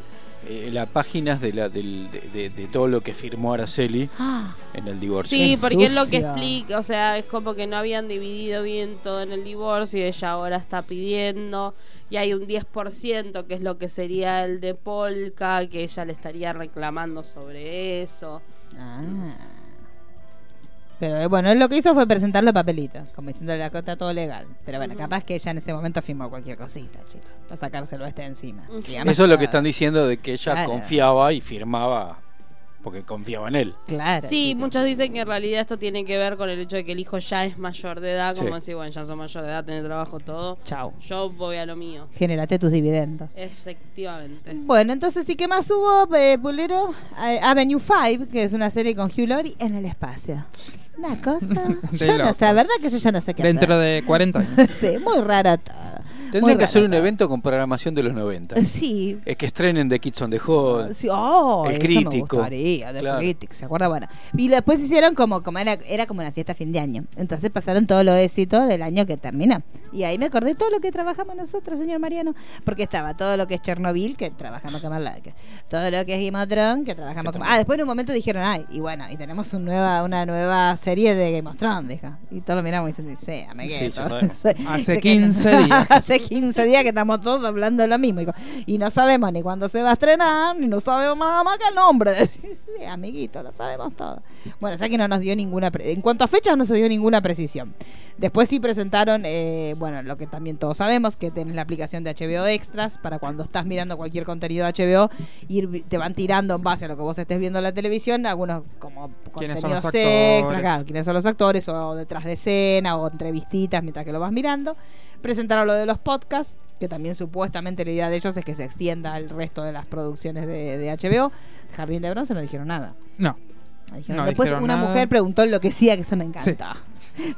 Speaker 7: eh, las páginas de, la, del- de, de- de todo lo que firmó Araceli
Speaker 5: Ah,
Speaker 7: en el divorcio.
Speaker 6: Sí,
Speaker 5: Qué
Speaker 6: porque es lo que
Speaker 5: sucia.
Speaker 6: explica, o sea, es como que no habían dividido bien todo en el divorcio y ella ahora está pidiendo y hay un 10% que es lo que sería el de Polka, que ella le estaría reclamando sobre eso.
Speaker 5: Ah. Pero eh, bueno, él lo que hizo fue presentar los papelitos, como diciéndole la cota todo legal. Pero bueno, capaz que ella en ese momento firmó cualquier cosita, chicos, para sacárselo a este encima.
Speaker 6: Ujú.
Speaker 5: Y además
Speaker 7: Eso es lo
Speaker 5: estaba-
Speaker 7: que están diciendo de que ella
Speaker 5: Claro.
Speaker 7: confiaba y firmaba porque confiaba en él.
Speaker 5: Claro.
Speaker 6: Sí,
Speaker 5: chicos.
Speaker 6: muchos dicen que en realidad esto tiene que ver con el hecho de que el hijo ya es mayor de edad, como
Speaker 7: Sí.
Speaker 6: decir, bueno, ya soy mayor de edad, tenés trabajo, todo.
Speaker 5: Chau.
Speaker 6: Yo voy a lo mío.
Speaker 5: Generate tus dividendos.
Speaker 6: Efectivamente.
Speaker 5: Bueno, entonces, ¿y qué más hubo, eh, Pulero? Eh, Avenue 5, que es una serie con Hugh Laurie en el espacio. Una cosa.
Speaker 9: Sí,
Speaker 5: yo no
Speaker 9: loco.
Speaker 5: sé, la verdad que yo ya no sé qué
Speaker 9: Dentro
Speaker 5: hacer.
Speaker 9: de 40 años.
Speaker 5: sí, muy rara todo. Muy
Speaker 7: Tendrían que
Speaker 5: raro
Speaker 7: hacer un
Speaker 5: todo.
Speaker 7: evento con programación de los 90.
Speaker 5: Sí.
Speaker 7: Es que estrenen The Kids on the Hall.
Speaker 5: Sí, oh,
Speaker 7: El
Speaker 5: eso me
Speaker 7: crítico.
Speaker 5: gustaría, de
Speaker 7: Claro.
Speaker 5: Critics, ¿se acuerda? Bueno, y después hicieron como, como era, era como una fiesta a fin de año. Entonces pasaron todos los éxitos del año que termina. Y ahí me acordé todo lo que trabajamos nosotros, señor Mariano. Porque estaba todo lo que es Chernobyl, que trabajamos con Marla, que- todo lo que es Game of Thrones, que trabajamos con. Ah, después en un momento dijeron, ay, y bueno, y tenemos un nueva, una nueva serie de Game of Thrones, dijo. Y todos lo miramos y dicen, sí, amiguito.
Speaker 7: Sí, ya sabemos.
Speaker 5: Sí,
Speaker 9: Hace
Speaker 5: sé que-
Speaker 9: 15 días.
Speaker 5: hace 15 días que estamos todos hablando lo mismo. Y co- Y no sabemos ni cuándo se va a estrenar, ni no sabemos nada más que el nombre. Decís, Sí, amiguito, lo sabemos todo. Bueno, o sea que no nos dio ninguna. pre- en cuanto a fechas, no se dio ninguna precisión. Después sí presentaron, eh, bueno, lo que también todos sabemos, que tenés la aplicación de HBO Extras para cuando estás mirando cualquier contenido de HBO, ir, vi- te van tirando en base a lo que vos estés viendo en la televisión, algunos como
Speaker 9: ¿Quiénes
Speaker 5: contenidos
Speaker 9: son los
Speaker 5: extras,
Speaker 9: actores?
Speaker 5: claro, quiénes son los actores, o detrás de escena, o entrevistitas mientras que lo vas mirando presentaron lo de los podcasts, que también supuestamente la idea de ellos es que se extienda al resto de las producciones de, de HBO. Jardín de Bronce no dijeron nada.
Speaker 9: No.
Speaker 5: No dijeron-
Speaker 9: No
Speaker 5: Después
Speaker 9: dijeron
Speaker 5: una
Speaker 9: nada.
Speaker 5: mujer preguntó lo que sí, que eso me encanta.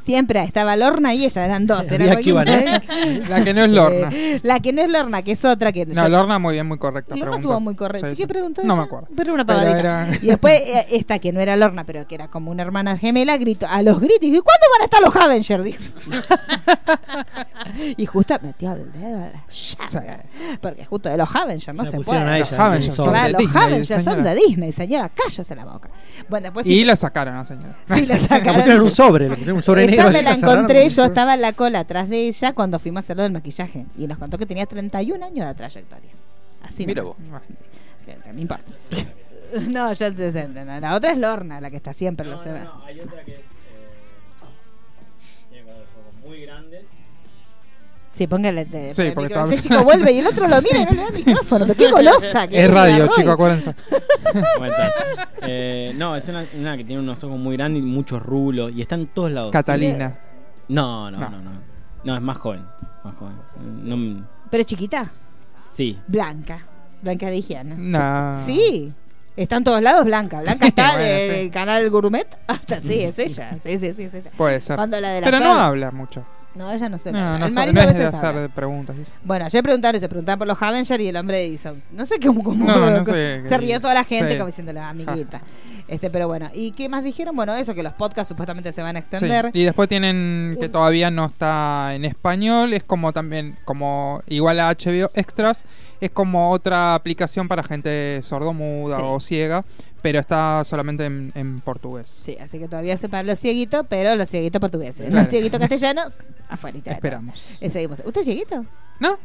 Speaker 5: Siempre estaba Lorna y ella, eran dos. Era
Speaker 8: Había que
Speaker 5: cualquier-
Speaker 8: Ivanek.
Speaker 9: La que ¿eh? no es Lorna.
Speaker 5: Eh, La que no es Lorna, que es otra que...
Speaker 9: No,
Speaker 5: yo-
Speaker 9: Lorna muy bien, muy correcta.
Speaker 5: Lorna
Speaker 9: preguntó.
Speaker 5: estuvo muy correcta.
Speaker 9: Sí,
Speaker 5: ¿Sí, que
Speaker 9: sí.
Speaker 5: preguntó
Speaker 9: No
Speaker 5: ella?
Speaker 9: me acuerdo.
Speaker 5: Pero una
Speaker 9: Pero
Speaker 5: pavadita.
Speaker 9: era-
Speaker 5: Y después eh, esta que no era Lorna, pero que era como una hermana gemela, gritó a los gritos. ¿Y cuándo van a estar los Avengers? Dijo. y justo metió el dedo a la llaga. Porque justo de los Avengers no
Speaker 8: La
Speaker 5: se
Speaker 8: pusieron a
Speaker 5: puede.
Speaker 8: ella.
Speaker 9: Los Avengers
Speaker 8: Son
Speaker 9: son
Speaker 5: Claro,
Speaker 9: de
Speaker 5: los
Speaker 9: Disney,
Speaker 5: Avengers son de
Speaker 9: señora.
Speaker 5: Disney, señora. Cállese la boca. Bueno, después
Speaker 9: Y
Speaker 5: Pues sí-
Speaker 9: la sacaron, la señora.
Speaker 5: sí la
Speaker 8: Le
Speaker 5: sacaron.
Speaker 8: pusieron un sobre, le pusieron un sobre negro.
Speaker 5: Esa
Speaker 8: así,
Speaker 5: me la
Speaker 8: cerraron,
Speaker 5: encontré, yo
Speaker 8: pusieron-
Speaker 5: estaba en la cola atrás de ella cuando fuimos a hacerlo del maquillaje. Y nos contó que tenía 31 años de trayectoria. Así
Speaker 7: Mira
Speaker 5: nomás.
Speaker 7: vos.
Speaker 5: Que- que No importa. No, ya te sé, no, no, La otra es Lorna, la que está siempre en los eventos.
Speaker 10: hay otra que es. eh, tiene los ojos muy grandes.
Speaker 5: Sí, póngale. de-
Speaker 9: Sí,
Speaker 5: el
Speaker 9: porque
Speaker 5: micro-
Speaker 9: estaba-
Speaker 5: este chico vuelve y el otro lo mira y no le da el micrófono. pero ¡Qué golosa! que
Speaker 9: Es radio,
Speaker 5: Roy.
Speaker 9: chico, acuérdense.
Speaker 10: Eh, no, es una, una que tiene unos ojos muy grandes y muchos rulos. Y está en todos lados.
Speaker 9: Catalina.
Speaker 10: No, no,
Speaker 9: No.
Speaker 10: no, no. No, es más joven. Más joven. No m-
Speaker 5: Pero chiquita,
Speaker 10: sí.
Speaker 5: blanca. Blanca de higiene.
Speaker 9: No.
Speaker 5: Sí. Está en todos lados blanca. Blanca está
Speaker 9: Bueno,
Speaker 5: de-
Speaker 9: sí.
Speaker 5: del canal Gourmet hasta sí, es ella. Sí, sí, sí, es ella.
Speaker 9: Puede ser.
Speaker 5: Cuando la de la
Speaker 9: Pero no
Speaker 5: Sal-
Speaker 9: habla mucho.
Speaker 5: No, ella no suena.
Speaker 9: No, no,
Speaker 5: El
Speaker 9: sabe-
Speaker 5: marido
Speaker 9: no
Speaker 5: a
Speaker 9: es de
Speaker 5: veces
Speaker 9: hacer
Speaker 5: habla.
Speaker 9: de preguntas. dice.
Speaker 5: Bueno, ayer preguntaron, se preguntaban por los Avengers y el hombre de Edison. No sé cómo, cómo-
Speaker 9: No, no
Speaker 5: cómo-
Speaker 9: sé.
Speaker 5: se rió toda la gente
Speaker 9: Sí.
Speaker 5: como diciendo la amiguita. Este, pero bueno, ¿y qué más dijeron? Bueno, eso que los podcasts supuestamente se van a
Speaker 9: Sí,
Speaker 5: extender.
Speaker 9: Y después tienen que
Speaker 5: Un-
Speaker 9: todavía no está en español, es como también, como igual a HBO Extras, es como otra aplicación para gente sordomuda
Speaker 5: Sí.
Speaker 9: o ciega, pero está solamente en, en portugués.
Speaker 5: Sí, así que todavía se para los cieguitos, pero los cieguitos portugueses.
Speaker 9: Claro.
Speaker 5: Los cieguitos castellanos, afuera.
Speaker 9: Esperamos.
Speaker 5: Eh, seguimos. ¿Usted es cieguito?
Speaker 9: ¿No?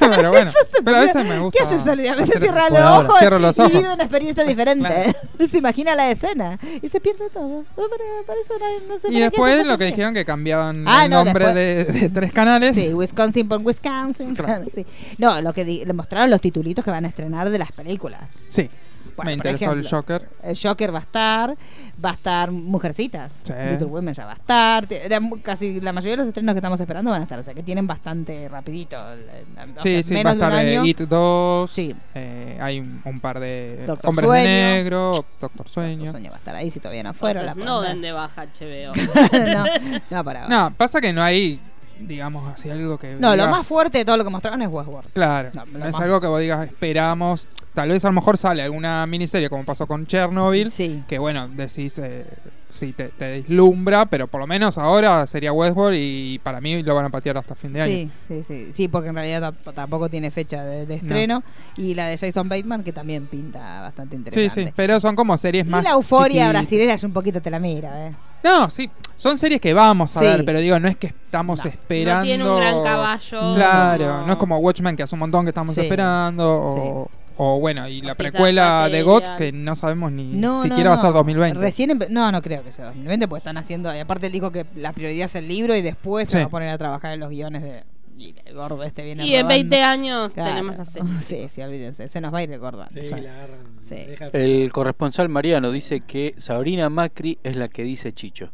Speaker 9: pero bueno, pero a veces me gusta.
Speaker 5: ¿Qué haces, Soledad? A veces
Speaker 9: hacer eso.
Speaker 5: cierra
Speaker 9: Por
Speaker 5: los
Speaker 9: ahora,
Speaker 5: ojos,
Speaker 9: Cierro los
Speaker 5: y
Speaker 9: ojos.
Speaker 5: vive una experiencia diferente. Se imagina la escena y se pierde todo. Por, por eso no, no sé para
Speaker 9: Y
Speaker 5: qué
Speaker 9: después
Speaker 5: hacen
Speaker 9: lo que
Speaker 5: portugués.
Speaker 9: dijeron que cambiaban
Speaker 5: Ah,
Speaker 9: el
Speaker 5: no,
Speaker 9: nombre de, de tres canales.
Speaker 5: Sí, Wisconsin por Wisconsin.
Speaker 9: Claro.
Speaker 5: sí. No, lo que di- le mostraron los titulitos que van a estrenar de las películas.
Speaker 9: Sí,
Speaker 5: Bueno,
Speaker 9: me
Speaker 5: por
Speaker 9: interesó el
Speaker 5: ejemplo,
Speaker 9: Joker.
Speaker 5: El Joker va a estar, va a estar Mujercitas.
Speaker 9: Sí.
Speaker 5: Little Women ya va a estar. Te- era mu- casi la mayoría de los estrenos que estamos esperando van a estar. O sea que tienen bastante rapidito. el- el- o
Speaker 9: Sí,
Speaker 5: sea,
Speaker 9: sí,
Speaker 5: menos
Speaker 9: va a
Speaker 5: de un
Speaker 9: estar eh,
Speaker 5: año.
Speaker 9: It 2.
Speaker 5: Sí.
Speaker 9: eh, hay un, un par de
Speaker 5: Doctor
Speaker 9: Hombres
Speaker 5: Sueño.
Speaker 9: de Negro, Doctor Sueño.
Speaker 5: Sueño va a estar ahí si todavía no fueron.
Speaker 6: Entonces,
Speaker 5: la
Speaker 6: no
Speaker 5: pueden
Speaker 6: den de baja HBO.
Speaker 5: ver. no, no, para ahora.
Speaker 9: No, pasa que no hay, digamos, así algo que.
Speaker 5: Ah. No, lo
Speaker 9: digas-
Speaker 5: más fuerte de todo lo que mostraron es Westworld.
Speaker 9: Claro,
Speaker 5: No,
Speaker 9: no,
Speaker 5: lo
Speaker 9: es
Speaker 5: más-
Speaker 9: algo que vos digas, esperamos. Tal vez a lo mejor sale alguna miniserie como pasó con Chernobyl.
Speaker 5: Sí.
Speaker 9: Que bueno, decís, eh, sí, te, te deslumbra, pero por lo menos ahora sería Westworld y para mí lo van a patear hasta fin de año.
Speaker 5: Sí, sí, sí, sí, porque en realidad tamp- tampoco tiene fecha de, de
Speaker 9: No.
Speaker 5: estreno y la de Jason Bateman que también pinta
Speaker 9: Sí,
Speaker 5: bastante interesante.
Speaker 9: sí, pero son como series
Speaker 5: Y
Speaker 9: más.
Speaker 5: la euforia
Speaker 9: chiquitas.
Speaker 5: brasilera es un poquito te la mira, ¿eh?
Speaker 9: No, sí, son series que vamos a
Speaker 5: Sí.
Speaker 9: ver, pero digo, no es que estamos
Speaker 5: No, no
Speaker 9: esperando.
Speaker 6: No tiene un gran caballo.
Speaker 9: Claro, no es como Watchmen que hace un montón que estamos
Speaker 5: Sí.
Speaker 9: esperando. O, o bueno, y la
Speaker 6: O quizás
Speaker 9: precuela de
Speaker 6: Material.
Speaker 9: GOT que no sabemos ni
Speaker 5: No,
Speaker 9: siquiera
Speaker 5: no,
Speaker 9: va a ser
Speaker 5: no.
Speaker 9: 2020.
Speaker 5: Recién empe- no, no creo que sea 2020 porque están haciendo y aparte él dijo que la prioridad es el libro y después
Speaker 9: Sí.
Speaker 5: se va a poner a trabajar en los guiones de y el gordo este viene
Speaker 6: Y en
Speaker 5: robando.
Speaker 6: 20 años
Speaker 5: Claro.
Speaker 6: tenemos la serie.
Speaker 5: Sí, sí, olvídense, se nos va a ir el gordo.
Speaker 8: Sí,
Speaker 9: Sí.
Speaker 8: la agarran.
Speaker 5: Sí.
Speaker 8: Deja-
Speaker 7: El corresponsal Mariano dice que Sabrina Macri es la que dice Chicho.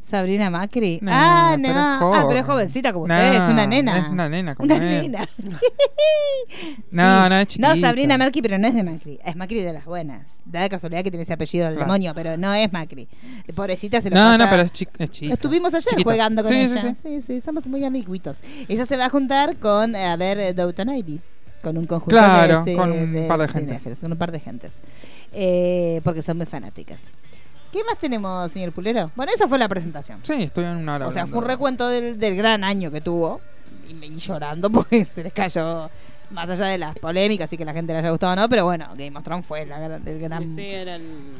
Speaker 5: Sabrina Macri.
Speaker 9: No,
Speaker 5: ah, no.
Speaker 9: pero es
Speaker 5: ah, pero
Speaker 9: joven.
Speaker 5: es jovencita como
Speaker 9: No,
Speaker 5: usted, es una nena.
Speaker 9: es una nena como
Speaker 5: Una
Speaker 9: él.
Speaker 5: nena.
Speaker 9: No,
Speaker 5: Sí.
Speaker 9: no es chiquita.
Speaker 5: No, Sabrina Macri, pero no es de Macri. Es Macri de las buenas. Da la casualidad que tiene ese apellido del
Speaker 9: Claro.
Speaker 5: demonio, pero no es Macri. Pobrecita se lo
Speaker 9: No,
Speaker 5: pasa-
Speaker 9: no, pero es, chi- es chica.
Speaker 5: Estuvimos ayer
Speaker 9: Chiquita.
Speaker 5: jugando con
Speaker 9: Sí, sí,
Speaker 5: ella. Sí
Speaker 9: sí.
Speaker 5: sí. somos muy amiguitos. Ella se va a juntar con, eh, a ver, eh, Downton Abbey. Con un conjunto
Speaker 9: Claro,
Speaker 5: de,
Speaker 9: con un par de gente.
Speaker 5: cinéfilos, Con un par de gentes. Eh, porque son muy fanáticas. ¿Qué más tenemos, señor Pulero? Bueno, esa fue la presentación.
Speaker 9: Sí, estoy en una hora.
Speaker 5: O sea, fue un
Speaker 9: hablando.
Speaker 5: recuento del, del gran año que tuvo. Y, y llorando porque se les cayó más allá de las polémicas y que la gente le haya gustado o no. Pero bueno, Game of Thrones fue la, gran- el, gran,
Speaker 6: Sí, era el-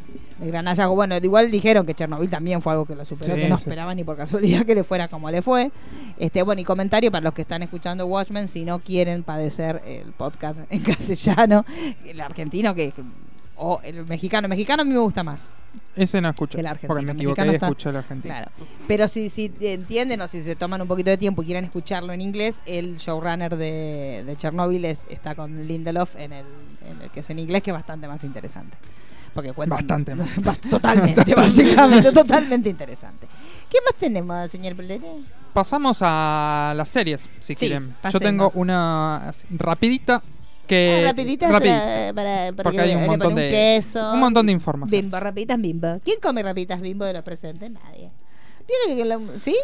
Speaker 5: el gran hallazgo. Bueno, igual dijeron que Chernobyl también fue algo que lo superó,
Speaker 9: Sí,
Speaker 5: que no
Speaker 9: sí.
Speaker 5: esperaban ni por casualidad que le fuera como le fue. Este, bueno, y comentario para los que están escuchando Watchmen, si no quieren padecer el podcast en castellano, el argentino que... O el mexicano, el mexicano a mí me gusta más.
Speaker 9: Ese no escucho.
Speaker 5: que el argentino,
Speaker 9: Porque me
Speaker 5: el
Speaker 9: equivoqué
Speaker 5: mexicano
Speaker 9: y
Speaker 5: está-
Speaker 9: escuché el argentino.
Speaker 5: Claro. Pero si, si entienden o si se toman un poquito de tiempo y quieren escucharlo en inglés, el showrunner de, de Chernobyl es- está con Lindelof en el, en el que es en inglés, que es bastante más interesante. Porque cuentan-
Speaker 9: Bastante más.
Speaker 5: Bast- totalmente, básicamente, totalmente interesante. ¿Qué más tenemos, señor Pelere?
Speaker 9: Eh, Pasamos a las series, si
Speaker 5: Sí,
Speaker 9: quieren. Yo
Speaker 5: pasemos.
Speaker 9: tengo una así, rapidita que...
Speaker 5: Ah, rapiditas
Speaker 9: rapidita.
Speaker 5: eh, para, para
Speaker 9: Porque
Speaker 5: que
Speaker 9: hay un
Speaker 5: le
Speaker 9: montón de-
Speaker 5: ponen queso.
Speaker 9: un montón de información.
Speaker 5: Bimbo, rapiditas bimbo. ¿Quién come rapiditas bimbo de los presentes? Nadie. Vieron que lo- ¿Sí?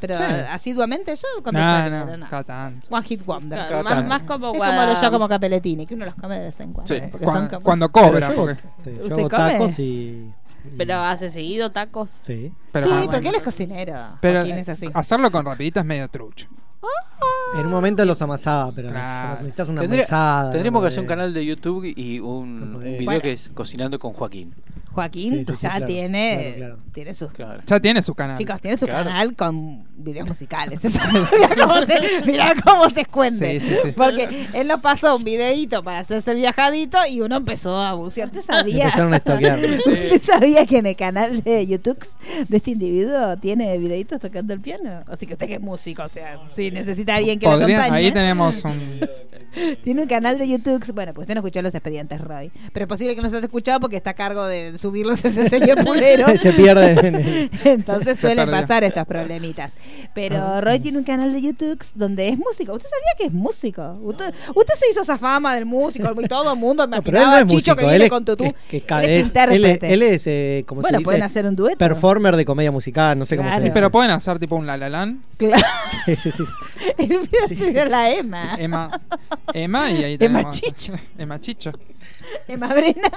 Speaker 5: Pero
Speaker 9: Sí.
Speaker 5: asiduamente yo cuando
Speaker 9: No,
Speaker 5: sale,
Speaker 9: no,
Speaker 5: pero no.
Speaker 9: cada tanto.
Speaker 5: One Hit Wonder.
Speaker 6: claro,
Speaker 7: Claro,
Speaker 6: más,
Speaker 7: claro.
Speaker 6: más como
Speaker 5: Es como
Speaker 6: Guada-
Speaker 5: los yo como capelletini, que uno los come de vez en cuando.
Speaker 7: Sí,
Speaker 5: porque son
Speaker 9: Cuando,
Speaker 5: como-
Speaker 9: cuando
Speaker 8: Pero
Speaker 9: cobra.
Speaker 8: yo hago-
Speaker 9: porque-
Speaker 8: te- Yo
Speaker 5: ¿Usted
Speaker 8: hago
Speaker 5: come?
Speaker 8: tacos y. y-
Speaker 6: Pero hace seguido tacos.
Speaker 8: Sí.
Speaker 9: pero
Speaker 5: sí,
Speaker 9: ah,
Speaker 5: porque
Speaker 9: bueno.
Speaker 5: él es cocinero.
Speaker 9: Pero
Speaker 5: Joaquín es así.
Speaker 9: eh, hacerlo con rapiditas es medio trucho.
Speaker 8: En un momento los amasaba, pero
Speaker 9: Claro.
Speaker 8: no- necesitas una
Speaker 7: Tendría-
Speaker 8: amasada.
Speaker 7: tendríamos
Speaker 8: no
Speaker 7: que hacer un
Speaker 8: podés.
Speaker 7: canal de YouTube y un,
Speaker 8: No
Speaker 7: un
Speaker 8: podés.
Speaker 7: video
Speaker 5: Bueno.
Speaker 7: que es Cocinando con Joaquín.
Speaker 5: Joaquín
Speaker 8: Sí, sí, sí,
Speaker 5: ya
Speaker 8: claro,
Speaker 5: tiene,
Speaker 8: claro, claro.
Speaker 5: tiene sus
Speaker 7: Claro.
Speaker 9: Ya tiene su canal.
Speaker 5: Chicos, tiene su
Speaker 7: Claro.
Speaker 5: canal con videos musicales. Eso, mirá, cómo se, mirá cómo se escuende.
Speaker 9: Sí, sí, sí.
Speaker 5: Porque él nos pasó un videito para hacerse el viajadito y uno empezó a bucear. ¿Te
Speaker 8: Me
Speaker 5: sabía?
Speaker 8: Empezaron a estoquear.
Speaker 5: ¿Usted sabía que en el canal de YouTube de este individuo tiene videitos tocando el piano? Así que usted que es músico, o sea, si necesita a alguien que lo
Speaker 9: Podría-
Speaker 5: acompañe.
Speaker 9: ahí tenemos un.
Speaker 5: Tiene un canal de YouTube. Bueno, pues usted no escuchó los expedientes, Roy. Pero es posible que no se haya escuchado porque está a cargo de subirlos ese señor pulero.
Speaker 8: Se pierden en el-
Speaker 5: Entonces
Speaker 9: Se
Speaker 5: suelen
Speaker 9: perdió.
Speaker 5: pasar estos problemitas.
Speaker 8: Ah.
Speaker 5: Pero Roy tiene un canal de YouTube donde es músico. ¿Usted sabía que es músico? Usted, usted se hizo esa fama del músico y todo el mundo me
Speaker 8: No, pero él no
Speaker 5: imaginaba
Speaker 8: es
Speaker 5: Chicho
Speaker 8: músico,
Speaker 5: que
Speaker 8: él
Speaker 5: viene
Speaker 8: es,
Speaker 5: con tutú.
Speaker 8: es- que ca-
Speaker 5: Él es
Speaker 8: es- él es,
Speaker 5: intérprete.
Speaker 8: él es, eh, como
Speaker 5: Bueno,
Speaker 8: se dice,
Speaker 5: pueden hacer un dueto.
Speaker 8: performer de comedia musical, no sé cómo
Speaker 5: Claro.
Speaker 8: se
Speaker 9: Sí,
Speaker 8: dice.
Speaker 9: pero pueden hacer tipo un la la Land,
Speaker 5: Claro.
Speaker 8: Sí, sí, sí.
Speaker 5: Él empieza a subir a la Emma.
Speaker 9: Emma, Emma y ahí
Speaker 5: Emma
Speaker 9: tenemos-
Speaker 5: Chicho.
Speaker 9: Emma Chicho.
Speaker 5: Emma Brena.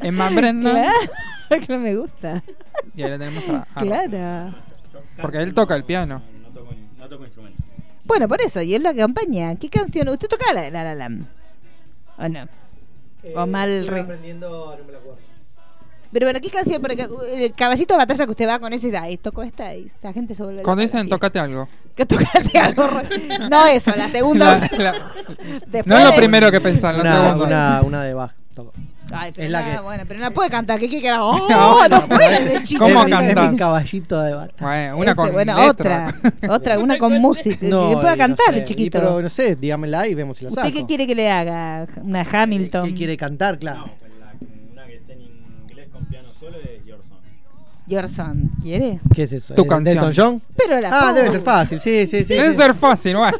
Speaker 9: Emma Brennan
Speaker 5: Claro, que no me gusta.
Speaker 9: y ahí la tenemos a,
Speaker 8: Ah,
Speaker 9: a-
Speaker 5: Claro.
Speaker 9: porque él toca el piano.
Speaker 10: No toco, no toco instrumentos.
Speaker 5: Bueno, por eso, y él lo acompaña. ¿Qué canción? ¿Usted tocaba la de La La Land? ¿O no? O mal re- Pero bueno, ¿qué canción? Porque uh, el caballito de batalla que usted va con ese dice, ay, toco esta y esa gente se vuelve.
Speaker 9: Cuando
Speaker 5: loca a la
Speaker 9: dicen tocate algo.
Speaker 5: fiesta. Que tocaste algo. Roy. No eso, la segunda.
Speaker 9: La- la-
Speaker 5: Después
Speaker 9: no es lo
Speaker 5: de-
Speaker 9: primero que pensan, lo
Speaker 8: Una,
Speaker 9: segundo.
Speaker 8: una, una de Bach. toco.
Speaker 5: Ay, pero
Speaker 8: Es la
Speaker 5: nada,
Speaker 8: que-
Speaker 5: bueno, pero no puede cantar. ¿Qué quiere que haga? Oh,
Speaker 9: No,
Speaker 5: no,
Speaker 9: no,
Speaker 5: puede. Chicho,
Speaker 9: ¿Cómo
Speaker 8: Es mi-
Speaker 5: no,
Speaker 9: canta?
Speaker 8: Es
Speaker 9: cantás?
Speaker 8: mi caballito de Bach.
Speaker 9: Bueno, una
Speaker 5: Ese,
Speaker 9: con
Speaker 5: bueno,
Speaker 9: letra.
Speaker 5: otra. Otra, una con música. que pueda
Speaker 8: y
Speaker 5: cantar,
Speaker 8: eh, sé, y
Speaker 5: chiquito.
Speaker 8: Pero no sé, dígamela y vemos si la saco.
Speaker 5: ¿Usted qué quiere que le haga? Una Hamilton.
Speaker 8: ¿Qué quiere cantar? Claro.
Speaker 10: La, una que sé en inglés con piano solo es Your Song.
Speaker 5: Gerson, ¿quiere?
Speaker 8: ¿Qué es eso?
Speaker 9: Tu
Speaker 8: ¿Es de
Speaker 9: canción.
Speaker 8: Elton John?
Speaker 5: Pero la
Speaker 8: Ah,
Speaker 5: pongo.
Speaker 8: debe ser fácil, sí, sí, sí.
Speaker 9: Debe
Speaker 8: sí.
Speaker 9: ser fácil, bueno.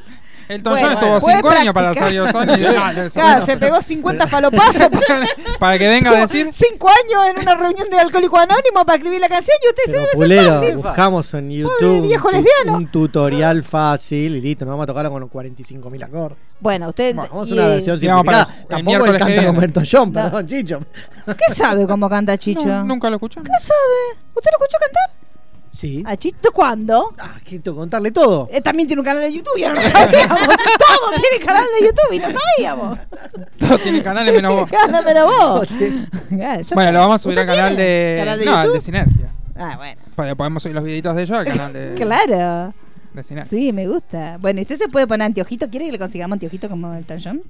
Speaker 9: El John
Speaker 5: Bueno,
Speaker 9: estuvo
Speaker 5: puede
Speaker 9: 5 años para
Speaker 5: practicar.
Speaker 9: salir Sony. Ah, debe ser
Speaker 5: Claro, se pegó 50 falopazos.
Speaker 9: bueno. para que venga a decir.
Speaker 5: 5 años en una reunión de alcohólico anónimo para escribir la canción y usted se
Speaker 8: Pero
Speaker 5: debe ser
Speaker 8: Pulero,
Speaker 5: fácil.
Speaker 8: buscamos en YouTube
Speaker 5: viejo
Speaker 8: un, tu-
Speaker 5: lesbiano.
Speaker 8: un tutorial fácil y listo, nos vamos a tocarlo con 45.000 acordes.
Speaker 5: Bueno, usted.
Speaker 8: Bueno, vamos
Speaker 5: y,
Speaker 8: a una versión
Speaker 9: Y vamos
Speaker 8: simplificada.
Speaker 9: para el- el
Speaker 8: Tampoco él
Speaker 9: miércoles que
Speaker 8: canta como
Speaker 9: viene.
Speaker 8: Elton John, perdón, Chicho.
Speaker 5: ¿Qué sabe cómo canta Chicho?
Speaker 9: No, nunca lo escuchamos.
Speaker 5: ¿Qué sabe? ¿Usted lo escuchó cantar?
Speaker 8: Sí.
Speaker 5: ¿A Chicho cuándo?
Speaker 8: Ah, quiero contarle todo.
Speaker 5: Eh, también tiene un canal de YouTube y ahora no sabíamos. Todo tiene canal de YouTube y no sabíamos.
Speaker 9: Todo tiene canales menos vos.
Speaker 5: Gana, pero vos. Ah, yo-
Speaker 9: Bueno, lo vamos a subir al
Speaker 5: ¿Usted
Speaker 9: canal
Speaker 5: tiene
Speaker 9: de.
Speaker 5: canal de
Speaker 9: no, al
Speaker 5: YouTube?
Speaker 9: de Sinergia.
Speaker 5: Ah, bueno.
Speaker 9: Pa- Podemos subir los videitos de ellos al canal de,
Speaker 5: Claro.
Speaker 9: de Sinergia.
Speaker 5: Sí, me gusta. Bueno, ¿y usted se puede poner anteojito? ¿Quiere que le consigamos anteojito como el John?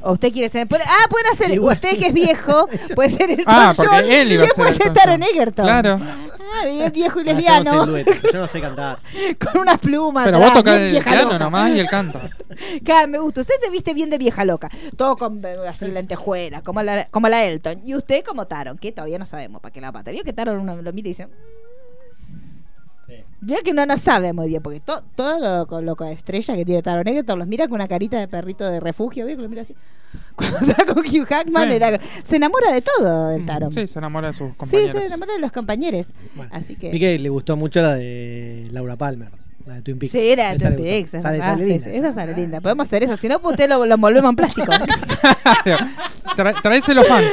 Speaker 5: ¿O usted quiere ser.? puede- Ah, pueden hacer.
Speaker 8: Igual.
Speaker 5: Usted que es viejo, puede ser el
Speaker 9: Ah,
Speaker 5: Elton
Speaker 9: porque
Speaker 5: John
Speaker 9: él iba
Speaker 5: y
Speaker 9: a ser.
Speaker 5: después
Speaker 9: Elton
Speaker 5: estar
Speaker 9: John.
Speaker 5: en Egerton.
Speaker 9: Claro.
Speaker 5: Ah, bien viejo y
Speaker 8: Hacemos
Speaker 5: lesbiano.
Speaker 8: Ah, el dueto, Yo no sé cantar.
Speaker 5: con unas plumas.
Speaker 9: Pero
Speaker 5: atrás,
Speaker 9: vos tocás
Speaker 5: bien
Speaker 9: el
Speaker 5: vieja
Speaker 9: piano
Speaker 5: loca.
Speaker 9: nomás y el canto.
Speaker 5: Claro, me gusta. Usted se viste bien de vieja loca. Todo con eh, así lentejuela, como la, como la Elton. Y usted como Taron, que todavía no sabemos para qué la pata. Vio que Taron uno lo mira y dice. Vio que no no sabe muy bien, porque to- todo lo, con- lo con estrella que tiene Taron Egerton los mira con una carita de perrito de refugio. Vio que lo mira así. Cuando está con Hugh Hackman,
Speaker 9: Sí.
Speaker 5: era- se enamora de todo
Speaker 8: Mm.
Speaker 5: del Taron.
Speaker 9: Mm, Sí, se enamora de sus
Speaker 5: Sí,
Speaker 9: compañeros.
Speaker 5: se enamora de los compañeros.
Speaker 8: Bueno,
Speaker 5: Así que.
Speaker 8: Vi que le gustó mucho la de Laura Palmer, la de Twin Peaks.
Speaker 5: Sí, era de
Speaker 8: Esa le
Speaker 5: Twin
Speaker 8: gustó.
Speaker 5: Peaks, es
Speaker 8: Sale-
Speaker 5: verdad,
Speaker 8: sale
Speaker 5: sí,
Speaker 8: linda.
Speaker 5: sí, Esa sale linda. Podemos hacer eso. Si no, pues usted lo, lo envolvemos en plástico.
Speaker 9: Claro. Tra- trae celofán.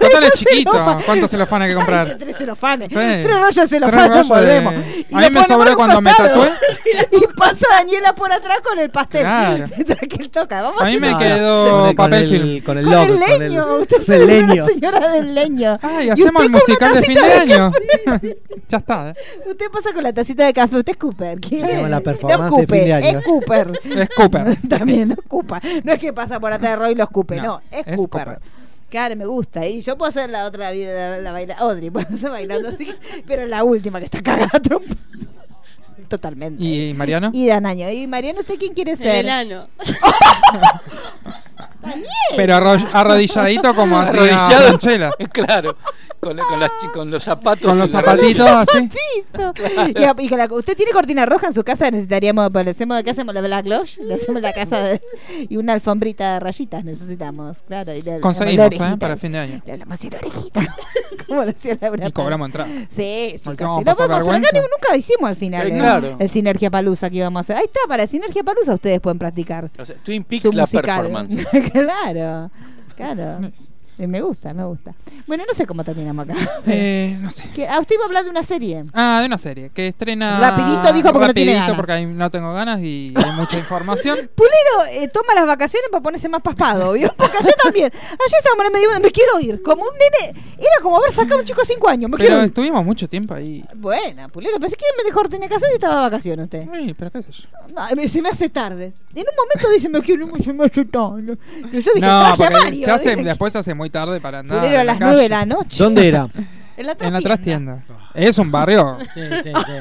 Speaker 9: Total es chiquito.
Speaker 5: celofán.
Speaker 9: ¿Cuántos celofán hay que
Speaker 5: Ay,
Speaker 9: comprar?
Speaker 5: tres celofanes.
Speaker 9: Sí.
Speaker 5: Tres rollos de celofán,
Speaker 9: Tres
Speaker 5: lo
Speaker 9: rollos de-
Speaker 5: envolvemos.
Speaker 9: A mí me sobró cuando me
Speaker 5: tatué. y pasa Daniela por atrás con el pastel.
Speaker 9: Claro.
Speaker 5: Mientras que él toca. Vamos
Speaker 9: A mí me
Speaker 8: No,
Speaker 9: quedó
Speaker 8: con el- con
Speaker 9: papel
Speaker 8: el-
Speaker 9: film.
Speaker 8: Con el
Speaker 5: con
Speaker 8: logo,
Speaker 5: el
Speaker 8: con el-
Speaker 5: leño. Usted
Speaker 8: con el
Speaker 5: se volvió
Speaker 8: leño.
Speaker 5: una señora del leño.
Speaker 9: Ay,
Speaker 5: Y
Speaker 9: hacemos el
Speaker 5: usted con
Speaker 9: musical
Speaker 5: una
Speaker 9: de fin de
Speaker 5: tacita
Speaker 9: año.
Speaker 5: café.
Speaker 9: ya está. eh.
Speaker 5: Usted pasa con la tacita de café. Usted es Cooper. ¿Qué
Speaker 8: Hacemos
Speaker 5: es?
Speaker 8: la
Speaker 5: no
Speaker 8: performance de
Speaker 5: Cooper,
Speaker 8: fin de año.
Speaker 5: Es Cooper.
Speaker 9: Es Cooper.
Speaker 5: También no ocupa. No es que pasa por atrás de Roy y lo escupe, no,
Speaker 9: No,
Speaker 5: es,
Speaker 9: es
Speaker 5: Cooper.
Speaker 9: Cooper.
Speaker 5: Claro, me gusta. Y yo puedo hacer la otra vida, la, la baila, Audrey, puedo hacer bailando así, pero la última que está cagada a trompa. Totalmente.
Speaker 9: ¿Y Mariano?
Speaker 5: Y Danaño. Y Mariano, ¿usted quién quiere
Speaker 6: El
Speaker 5: ser?
Speaker 6: enano.
Speaker 9: Pero arro- arrodilladito como hacía
Speaker 7: Arrodillado.
Speaker 9: Franchella.
Speaker 7: claro. Con, con las chi- con los zapatos.
Speaker 9: Con los
Speaker 7: en la rodilla.
Speaker 9: zapatitos así.
Speaker 5: Tito. Y a- y con la- ¿Usted tiene cortina roja en su casa? Necesitaríamos, pues, le hacemos, ¿qué hacemos? ¿La Black Lodge? Le hacemos la casa de- y una alfombrita de rayitas necesitamos, claro. Y le- le
Speaker 9: Conseguimos,
Speaker 5: hacemos la
Speaker 9: ¿eh?
Speaker 5: orejita.
Speaker 9: Para fin de año.
Speaker 5: Le hablamos así la orejita. Como lo hacía Laura
Speaker 9: Y cobramos entrada.
Speaker 5: Sí, chicos,
Speaker 9: vamos a
Speaker 5: sí,
Speaker 9: pasar
Speaker 5: lo podemos hacer.
Speaker 9: vergüenza.
Speaker 5: Acá ni- nunca lo hicimos al final.
Speaker 7: Eh,
Speaker 5: ¿eh?
Speaker 7: claro.
Speaker 5: El Sinergia Palusa que íbamos a hacer. Ahí está, para el Sinergia Palusa ustedes pueden practicar.
Speaker 7: O sea, Twin
Speaker 5: su
Speaker 7: Peaks, la
Speaker 5: musical.
Speaker 7: performance.
Speaker 5: claro, claro. Eh, Me gusta, me gusta. Bueno, no sé cómo terminamos acá.
Speaker 9: Eh, no sé.
Speaker 5: Que- ah, usted iba a hablar de una serie.
Speaker 9: Ah, de una serie que estrena.
Speaker 5: Rapidito dijo porque no tiene
Speaker 9: rapidito
Speaker 5: ganas.
Speaker 9: porque ahí no tengo ganas y hay mucha información.
Speaker 5: Pulero eh, toma las vacaciones para ponerse más paspado, ¿vio? Porque yo también. Ayer estábamos en el medio, me quiero ir. Como un nene. Era como haber sacado a un chico de 5 años, me
Speaker 9: Pero
Speaker 5: quiero ir.
Speaker 9: estuvimos mucho tiempo ahí.
Speaker 5: Bueno, Pulero, pensé que me dejó tenía que hacer si estaba de vacaciones usted.
Speaker 9: Ay, pero qué sé yo.
Speaker 5: Ay, me- se me hace tarde. En un momento dice, me quiero ir, se me hace tarde. Y yo dije,
Speaker 9: No,
Speaker 5: traje
Speaker 9: porque
Speaker 5: a Mario.
Speaker 9: se hace,
Speaker 5: dije,
Speaker 9: después se hace muy tarde para andar.
Speaker 5: Pulero a
Speaker 9: en
Speaker 5: las
Speaker 9: calle.
Speaker 5: 9 de la noche.
Speaker 8: ¿Dónde era?
Speaker 5: En la trastienda.
Speaker 9: En la trastienda. Es un barrio.
Speaker 8: Sí, sí, sí.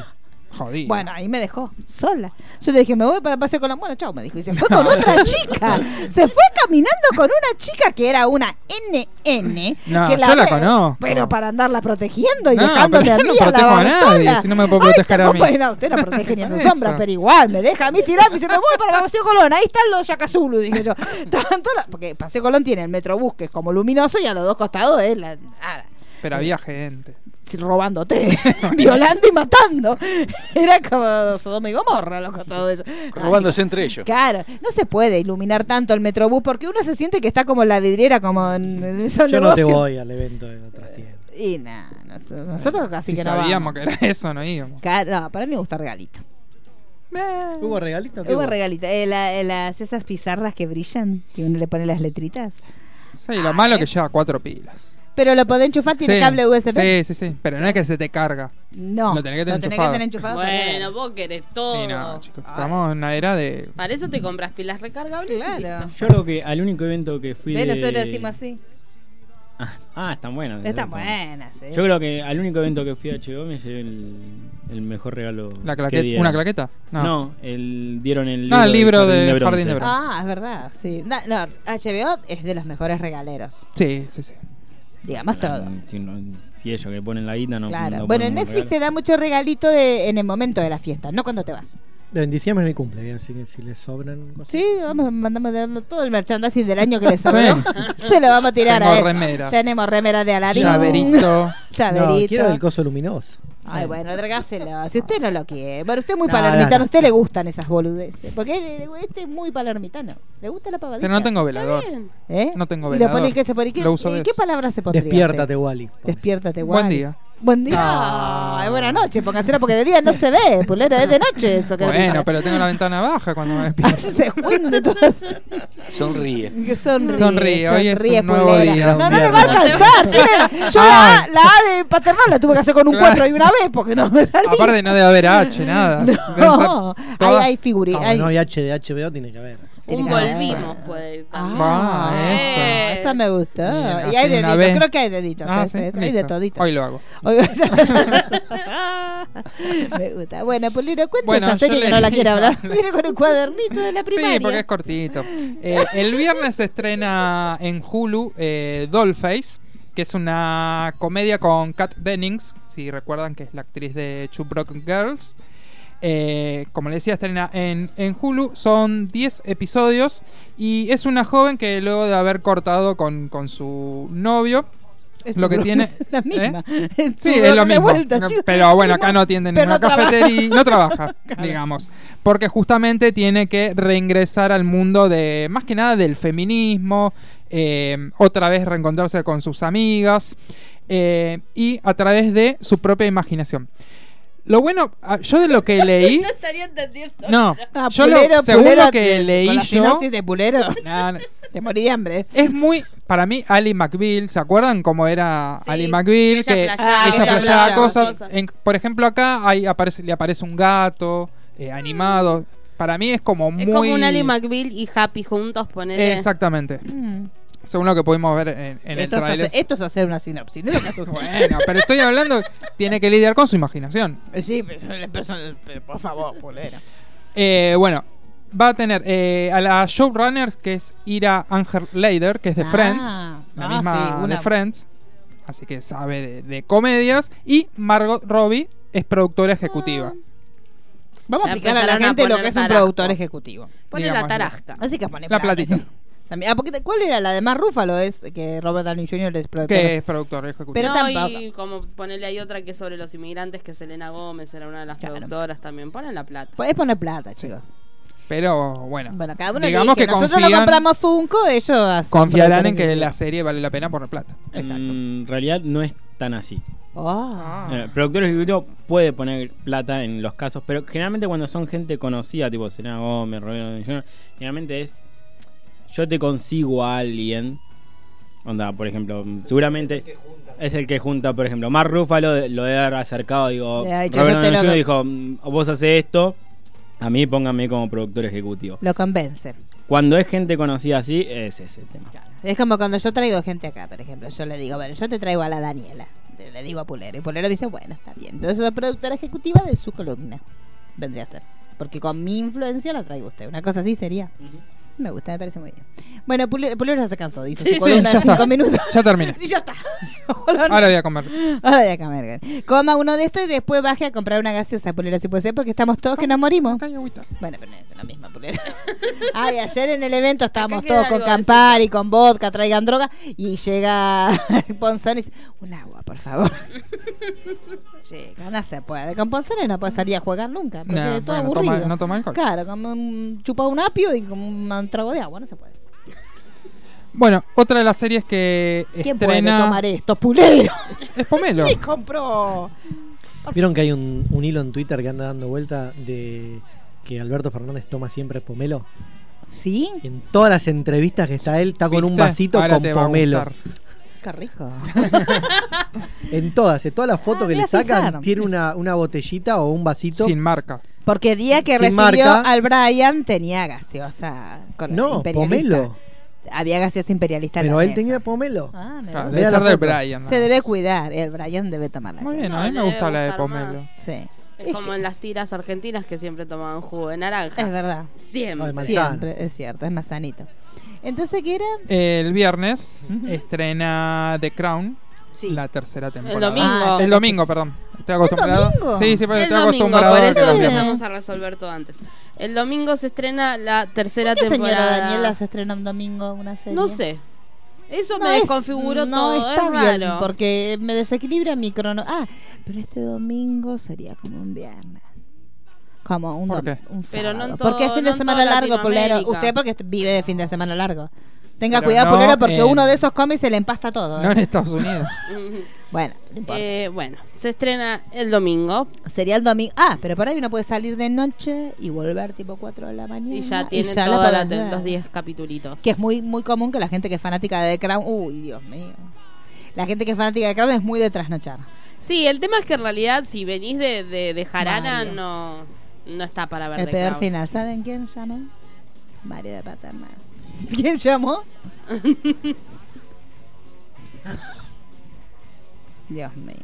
Speaker 9: Jodido.
Speaker 5: Bueno, ahí me dejó sola. Yo le dije, me voy para Paseo Colón. Bueno, chao, me dijo. Y se fue con otra chica. Se fue caminando con una chica que era una NN.
Speaker 9: No,
Speaker 5: que
Speaker 9: yo la conozco.
Speaker 5: Pero para andarla protegiendo y
Speaker 9: No,
Speaker 5: dejándome
Speaker 9: pero
Speaker 5: a
Speaker 9: yo
Speaker 5: mí
Speaker 9: no
Speaker 5: a la
Speaker 9: protejo a
Speaker 5: bartola.
Speaker 9: nadie, si no me puedo
Speaker 5: Ay,
Speaker 9: proteger a mí.
Speaker 5: Bueno, usted no protege ni a su
Speaker 9: Eso.
Speaker 5: sombra, pero igual me deja a mí tirar. Me dice, me voy para Paseo Colón. Ahí están los Yakazulu, dije yo. Estaban todos los- Porque Paseo Colón tiene el metrobús, que es como luminoso, y a los dos costados es la. nada
Speaker 9: Pero había gente.
Speaker 5: robándote, violando y matando. Era como Sodoma y Gomorra, los costados de eso.
Speaker 7: Robándose entre ellos.
Speaker 5: Claro, no se puede iluminar tanto el metrobús porque uno se siente que está como en la vidriera, como en en esos
Speaker 8: Yo no te
Speaker 5: negocios.
Speaker 8: voy al evento de otras tiendas.
Speaker 5: Y nada, nosotros, nosotros casi
Speaker 9: si
Speaker 5: que no
Speaker 9: sabíamos
Speaker 5: vamos.
Speaker 9: que era eso, no íbamos.
Speaker 5: Claro, no, para mí me gusta regalito.
Speaker 8: ¿Hubo regalito? ¿Qué
Speaker 5: Hubo regalito. Eh, la- eh, las, esas pizarras que brillan, que uno le pone las letritas.
Speaker 9: Sí, lo malo que lleva cuatro pilas.
Speaker 5: Pero lo podés enchufar, Ah, tiene
Speaker 9: Sí,
Speaker 5: cable USB.
Speaker 9: Sí, sí, sí. Pero no es que se te carga.
Speaker 5: No,
Speaker 9: Lo tenés que tener
Speaker 5: que
Speaker 9: enchufado.
Speaker 5: tener enchufado para
Speaker 6: Bueno,
Speaker 5: regalar.
Speaker 6: vos querés
Speaker 9: Sí,
Speaker 6: todo. Ah,
Speaker 9: no, chicos. Estamos en una era de.
Speaker 6: Para eso te compras pilas recargables. y
Speaker 5: Claro.
Speaker 10: Yo lo que al único evento que fui
Speaker 5: Ve,
Speaker 10: de...
Speaker 5: nosotros decimos así.
Speaker 10: Ah, están buenas.
Speaker 5: Están buenas, eh.
Speaker 10: Yo creo que al único evento que fui a HBO me llevé el, el mejor regalo.
Speaker 9: La
Speaker 10: que
Speaker 9: claqueta-
Speaker 10: dieron.
Speaker 9: ¿Una claqueta? No.
Speaker 10: No, el, dieron el
Speaker 9: Ah, el libro
Speaker 10: del
Speaker 9: de
Speaker 10: Bronce.
Speaker 9: Jardín de Bronce.
Speaker 5: Ah, es verdad, sí. No, no, HBO es de los mejores regaleros,
Speaker 9: Sí, sí, sí.
Speaker 5: digamos todo.
Speaker 10: Si, no- si ellos que ponen la guita no.
Speaker 5: claro.
Speaker 10: no
Speaker 5: bueno,
Speaker 10: ponen
Speaker 5: Netflix
Speaker 10: regalo.
Speaker 5: te da mucho regalito de- en el momento de la fiesta, no cuando te vas.
Speaker 8: En diciembre es mi cumple, bien, así que si les sobran cosas.
Speaker 5: Sí, vamos, mandamos mandamos todo el merchandising del año que les sobró. Se lo vamos a tirar
Speaker 9: Tenemos
Speaker 5: a él.
Speaker 9: remeras.
Speaker 5: Tenemos remera de Aladín.
Speaker 9: Llaverito.
Speaker 5: Llaverito.
Speaker 8: No, quiero el coso luminoso.
Speaker 5: Ay, bueno, trágaselo. Si usted no lo quiere. Bueno, usted es muy
Speaker 8: No,
Speaker 5: palermitano.
Speaker 8: no, no.
Speaker 5: A usted le gustan esas boludeces. Porque él- este es muy palermitano. Le gusta la pavadita.
Speaker 9: Pero no tengo velador.
Speaker 5: ¿Eh?
Speaker 9: no tengo
Speaker 5: Y
Speaker 9: velador.
Speaker 5: lo pone que se pone. ¿Qué,
Speaker 9: Lo uso
Speaker 5: eh,
Speaker 9: de
Speaker 5: ¿qué
Speaker 9: eso.
Speaker 5: palabra se pondría?
Speaker 8: Despiértate, Wally.
Speaker 5: Despiértate,
Speaker 9: Buen
Speaker 5: Wally.
Speaker 9: día.
Speaker 5: Buen día.
Speaker 9: Ah.
Speaker 5: Ay, buena noche, póngasela porque de día no se ve, pulero, es de noche eso que
Speaker 9: Bueno,
Speaker 5: brilla.
Speaker 9: pero tengo la ventana baja cuando me despierto.
Speaker 5: Así se hunde todo.
Speaker 7: Sonríe.
Speaker 5: Que sonríe.
Speaker 9: Sonríe, hoy es
Speaker 5: sonríe,
Speaker 9: un nuevo
Speaker 5: pulera.
Speaker 9: día.
Speaker 5: No, no le va a alcanzar. tiene- Yo la, A- la A de paternal la tuve que hacer con un
Speaker 9: Claro.
Speaker 5: 4 y una vez porque no me salía.
Speaker 9: Aparte, no debe haber H, nada. Deben ser
Speaker 5: no, ahí
Speaker 9: todas-
Speaker 5: hay figuritas.
Speaker 8: Como no hay H de HBO, tiene que haber.
Speaker 6: Un volvimos puede ir también. Eh.
Speaker 9: Ah,
Speaker 5: Ah,
Speaker 6: eso.
Speaker 5: esa me gustó.
Speaker 9: Bien,
Speaker 5: y hay
Speaker 9: así de una
Speaker 5: deditos,
Speaker 9: vez.
Speaker 5: creo que hay deditos.
Speaker 9: Ah,
Speaker 5: sí,
Speaker 9: sí,
Speaker 5: sí, sí, hay de
Speaker 9: listo.
Speaker 5: todito.
Speaker 9: Hoy lo hago.
Speaker 5: Me gusta. Bueno, Pulero, cuenta
Speaker 9: Bueno,
Speaker 5: esa
Speaker 9: yo
Speaker 5: serie que
Speaker 9: le-
Speaker 5: no la quiere hablar. Viene con el cuadernito de la primaria.
Speaker 9: Sí, porque es cortito. Eh, el viernes se estrena en Hulu eh, Dollface, que es una comedia con Kat Dennings, si recuerdan que es la actriz de Two Broke Girls. Eh, como les decía, estrena en, en Hulu. Son 10 episodios y es una joven que luego de haber cortado con, con su novio,
Speaker 5: Es
Speaker 9: lo que
Speaker 5: tu-
Speaker 9: tiene- ¿eh?
Speaker 5: La misma.
Speaker 9: Sí,
Speaker 5: tu
Speaker 9: es
Speaker 5: doble
Speaker 9: lo mismo.
Speaker 5: vuelta,
Speaker 9: No,
Speaker 5: chico.
Speaker 9: pero bueno, acá no atienden
Speaker 5: Pero
Speaker 9: en una
Speaker 5: no trabaja.
Speaker 9: cafetería, no trabaja, digamos. Porque justamente tiene que reingresar al mundo de, más que nada, del feminismo, eh, otra vez reencontrarse con sus amigas eh, y a través de su propia imaginación. Lo bueno, ah, yo de lo que leí.
Speaker 6: No estaría entendiendo.
Speaker 9: No,
Speaker 5: Ah,
Speaker 9: yo lo,
Speaker 5: Pulero,
Speaker 9: según
Speaker 5: Pulero,
Speaker 9: lo que
Speaker 5: te-
Speaker 9: leí
Speaker 5: con la
Speaker 9: yo.
Speaker 5: sinopsis de Pulero,
Speaker 9: No, no.
Speaker 5: te morí de hambre.
Speaker 9: Es muy, para mí, Ali McBeal, ¿se acuerdan cómo era
Speaker 6: Sí,
Speaker 9: Ali
Speaker 6: que
Speaker 9: McBeal?
Speaker 6: ella
Speaker 9: Que
Speaker 6: flasheaba,
Speaker 9: ella
Speaker 5: ella
Speaker 9: flasheaba
Speaker 5: hablaba,
Speaker 9: cosas.
Speaker 6: cosas.
Speaker 9: En- por ejemplo, acá hay, aparece, le aparece un gato eh, animado. Para mí es como muy...
Speaker 6: Mm. Es como un Ali McBeal eh. y Happy juntos, ponele.
Speaker 9: Exactamente.
Speaker 5: Mm.
Speaker 9: Según lo que pudimos ver en, en el
Speaker 5: esto, es
Speaker 9: trailer.
Speaker 5: hacer, esto es hacer una sinopsis. No es lo que hace usted.
Speaker 9: Bueno, pero estoy hablando, tiene que lidiar con su imaginación.
Speaker 5: sí, pero, la persona- pero por favor, Pulero.
Speaker 9: Eh, bueno, va a tener eh, a la showrunners que es Ira Anger Leider, que es de
Speaker 5: Ah,
Speaker 9: Friends,
Speaker 5: ah,
Speaker 9: la misma
Speaker 5: sí, una-
Speaker 9: de Friends, así que sabe de, de comedias. Y Margot Robbie es productora ejecutiva.
Speaker 5: Vamos a
Speaker 6: Ya
Speaker 5: explicar a la
Speaker 6: empezaron a
Speaker 5: gente lo
Speaker 6: poner
Speaker 5: que es un
Speaker 6: tarasco.
Speaker 5: productor ejecutivo.
Speaker 6: Ponle
Speaker 9: Digamos,
Speaker 6: la tarasca.
Speaker 5: Así que pone
Speaker 9: La
Speaker 5: planes.
Speaker 9: platita.
Speaker 5: También, ah, porque te- ¿Cuál era la de más Rúfalo? Es que Robert Downey Jr. es productor.
Speaker 9: Que es productora ejecutiva.
Speaker 5: Ah. Pero
Speaker 6: no, y
Speaker 5: tampoco.
Speaker 6: como ponele hay otra que es sobre los inmigrantes, que Selena Gómez era una de las
Speaker 5: Claro.
Speaker 6: productoras también. Ponen la plata.
Speaker 5: Podés poner plata, chicos.
Speaker 9: Pero bueno,
Speaker 5: Bueno, cada uno
Speaker 9: digamos que
Speaker 5: elige. Nosotros no
Speaker 9: confían-
Speaker 5: compramos Funko, ellos hacen
Speaker 9: confiarán en
Speaker 5: productores
Speaker 9: que Mm.
Speaker 5: ejecutivos.
Speaker 9: la serie vale la pena por la plata.
Speaker 5: Exacto.
Speaker 10: En realidad no es tan así.
Speaker 5: Ah.
Speaker 10: Eh, productor ejecutivo puede poner plata en los casos, pero generalmente cuando son gente conocida, tipo Selena Gómez, Robert Downey Jr., generalmente es yo te consigo a alguien. Onda, por ejemplo, seguramente es el que junta, por ejemplo, Mar Rúfalo de- lo debe haber acercado, digo,
Speaker 5: Le ha dicho,
Speaker 10: Robert
Speaker 5: "Yo te
Speaker 10: Downey
Speaker 5: lo-
Speaker 10: Jr. dijo, "Mm, vos haces esto, a mí póngame como productor ejecutivo.
Speaker 5: Lo convence.
Speaker 10: Cuando es gente conocida así, es ese el tema.
Speaker 5: Es como cuando yo traigo gente acá, por ejemplo. Yo le digo, bueno, yo te traigo a la Daniela. Le digo a Pulero. Y Pulero dice, bueno, está bien. Entonces soy productora ejecutiva de su columna. Vendría a ser. Porque con mi influencia la traigo a usted. Una cosa así sería. Me gusta, me parece muy bien. Bueno, Pulero, Pulero ya se cansó. Dice,
Speaker 9: Sí,
Speaker 5: su
Speaker 9: sí,
Speaker 5: columna
Speaker 9: ya
Speaker 5: de cinco
Speaker 9: está.
Speaker 5: minutos.
Speaker 9: Ya terminé.
Speaker 5: Y ya está.
Speaker 9: Ahora voy a comer.
Speaker 5: Ahora voy a comer. Coma uno de estos y después baje a comprar una gaseosa, Pulero, si puede ser, porque estamos todos que nos morimos.
Speaker 9: Acá hay agüita.
Speaker 5: Bueno, pero no es la misma pulera. Ay, ayer en el evento estábamos
Speaker 6: Acá queda
Speaker 5: todos con
Speaker 6: algo de
Speaker 5: Campari, con vodka, traigan droga. Y llega Ponzón y dice: Un agua, por favor. llega, no se puede. Con Ponzón no puede salir a jugar nunca. Porque
Speaker 9: No,
Speaker 5: es todo
Speaker 9: bueno, toma-
Speaker 5: aburrido.
Speaker 9: no toma alcohol.
Speaker 5: Claro, como un, chupa un apio y como un trago de agua, no se puede.
Speaker 9: Bueno, otra de las series que
Speaker 5: ¿Quién puede
Speaker 9: estrena
Speaker 5: tomar esto? ¡Pulero!
Speaker 9: es Pomelo.
Speaker 5: ¿Quién compró?
Speaker 8: Vieron que hay un, un hilo en Twitter que anda dando vuelta de que Alberto Fernández toma siempre pomelo.
Speaker 5: ¿Sí?
Speaker 8: En todas las entrevistas que está él, está con un
Speaker 9: ¿Viste?
Speaker 8: vasito
Speaker 9: Ahora
Speaker 8: con
Speaker 9: te va a
Speaker 8: pomelo.
Speaker 9: gustar.
Speaker 5: Qué rico.
Speaker 8: En todas, en todas las fotos
Speaker 5: Ah,
Speaker 8: que
Speaker 5: voy
Speaker 8: le
Speaker 5: a
Speaker 8: sacan,
Speaker 5: fijar.
Speaker 8: tiene una, una botellita o un vasito.
Speaker 9: Sin marca.
Speaker 5: Porque el día que
Speaker 8: Sin
Speaker 5: recibió
Speaker 8: marca.
Speaker 5: al Brian tenía gaseosa con
Speaker 8: no,
Speaker 5: imperialista.
Speaker 8: pomelo.
Speaker 5: Había gaseosa imperialista en
Speaker 8: Pero
Speaker 5: la
Speaker 8: él
Speaker 5: mesa.
Speaker 8: tenía pomelo.
Speaker 5: Ah, me
Speaker 9: Claro,
Speaker 5: gusta.
Speaker 8: Vea
Speaker 9: debe
Speaker 8: la
Speaker 9: ser de
Speaker 8: foto.
Speaker 9: Brian. nada
Speaker 5: Se
Speaker 9: más.
Speaker 5: debe cuidar. El Brian debe tomarla.
Speaker 9: Muy bien,
Speaker 6: No,
Speaker 9: a mí me
Speaker 6: le
Speaker 9: gusta la de
Speaker 6: debe gustar más.
Speaker 9: Pomelo.
Speaker 5: Sí.
Speaker 6: Es como en las tiras argentinas que siempre tomaban jugo de naranja.
Speaker 5: Es verdad.
Speaker 6: Siempre.
Speaker 8: Ay, manzana.
Speaker 5: Siempre, es cierto. Es más sanito. Entonces, ¿qué era?
Speaker 9: El viernes
Speaker 5: Ujú.
Speaker 9: estrena The Crown,
Speaker 5: Sí.
Speaker 9: la tercera temporada.
Speaker 5: Ah,
Speaker 6: domingo.
Speaker 9: El domingo, perdón. Estoy acostumbrado.
Speaker 5: domingo?
Speaker 9: Sí, sí, porque
Speaker 6: el
Speaker 9: estoy
Speaker 6: domingo,
Speaker 9: acostumbrado.
Speaker 6: por
Speaker 9: a
Speaker 6: eso
Speaker 9: que los viernes.
Speaker 6: empezamos a resolver todo antes. El domingo se estrena la tercera
Speaker 5: ¿Por ¿Qué señora
Speaker 6: temporada.
Speaker 5: Daniela se estrenó un domingo una serie?
Speaker 6: No sé. Eso
Speaker 5: No
Speaker 6: me
Speaker 5: es-
Speaker 6: desconfiguró
Speaker 5: no
Speaker 6: todo.
Speaker 5: está
Speaker 6: es
Speaker 5: bien
Speaker 6: raro.
Speaker 5: porque me desequilibra mi crono. Ah, pero este domingo sería como un viernes. Como un,
Speaker 9: ¿Por
Speaker 5: dom-
Speaker 9: qué?
Speaker 5: un
Speaker 6: Pero
Speaker 5: sábado.
Speaker 6: no en
Speaker 5: porque es
Speaker 6: todo-
Speaker 5: fin
Speaker 6: no
Speaker 5: de
Speaker 6: en
Speaker 5: semana
Speaker 6: toda
Speaker 5: largo, Pulero.
Speaker 6: Latinoamérica.
Speaker 5: Usted porque est- vive de fin de semana largo. Tenga
Speaker 9: Pero
Speaker 5: cuidado,
Speaker 9: no
Speaker 5: Pulero, porque
Speaker 9: en-
Speaker 5: uno de esos cómics se le empasta todo. ¿eh?
Speaker 9: No en Estados Unidos.
Speaker 5: Bueno, no importa.
Speaker 6: Eh, bueno, se estrena el domingo.
Speaker 5: Sería el domingo. Ah, pero por ahí uno puede salir de noche y volver tipo 4 de la mañana.
Speaker 6: Y ya tiene
Speaker 5: ya la
Speaker 6: toda la
Speaker 5: podés
Speaker 6: te-
Speaker 5: ver.
Speaker 6: los 10 capitulitos.
Speaker 5: Que es muy muy común que la gente que es fanática de The Crown. Uy, Dios mío. La gente que es fanática de The Crown es muy de trasnochar.
Speaker 6: Sí, el tema es que en realidad si venís de, de, de Jarana
Speaker 5: Mario.
Speaker 6: no, no está para ver
Speaker 5: El
Speaker 6: The
Speaker 5: peor
Speaker 6: Crown.
Speaker 5: final. ¿Saben quién llamó? Mario de Paterna. ¿Quién llamó? Dios mío.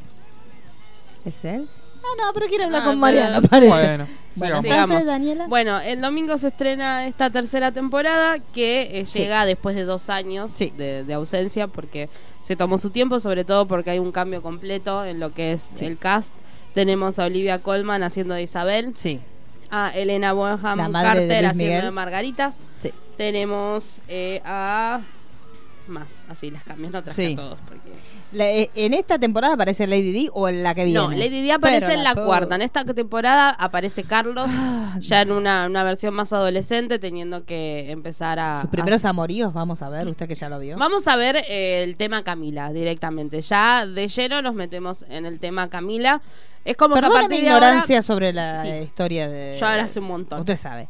Speaker 5: ¿Es él? Ah, no, pero quiero hablar
Speaker 6: Ah,
Speaker 5: con
Speaker 6: pero-
Speaker 5: Mariana, parece.
Speaker 9: Bueno,
Speaker 5: Bueno,
Speaker 9: sigamos.
Speaker 5: entonces,
Speaker 6: Sigamos.
Speaker 5: Daniela.
Speaker 6: Bueno, el domingo se estrena esta tercera temporada que eh,
Speaker 5: Sí.
Speaker 6: llega después de dos años
Speaker 5: Sí.
Speaker 6: de, de ausencia porque se tomó su tiempo, sobre todo porque hay un cambio completo en lo que es el cast. Tenemos a Olivia Colman haciendo de Isabel,
Speaker 5: Sí,
Speaker 6: a Elena Bonham
Speaker 5: La madre de
Speaker 6: Carter
Speaker 5: Luis
Speaker 6: haciendo
Speaker 5: Miguel.
Speaker 6: de Margarita.
Speaker 5: sí.
Speaker 6: Tenemos eh, a más, así las cambios, no traje
Speaker 5: Sí.
Speaker 6: a todos. Porque...
Speaker 5: La- eh, ¿En esta temporada aparece Lady D o en la que viene?
Speaker 6: No, Lady Di aparece
Speaker 5: Pero Ah,
Speaker 6: en la
Speaker 5: po-
Speaker 6: cuarta. En esta temporada aparece Carlos, ya en una, una versión más adolescente, teniendo que empezar a.
Speaker 5: Sus
Speaker 6: a-
Speaker 5: primeros amoríos, vamos a ver, usted que ya lo vio.
Speaker 6: Vamos a ver eh, el tema Camila directamente. Ya de lleno nos metemos en el tema Camila. Es como que a
Speaker 5: Perdona mi
Speaker 6: partir de ahora-
Speaker 5: ignorancia sobre la
Speaker 6: Sí.
Speaker 5: historia de.
Speaker 6: Yo ahora hace un montón.
Speaker 5: Usted sabe.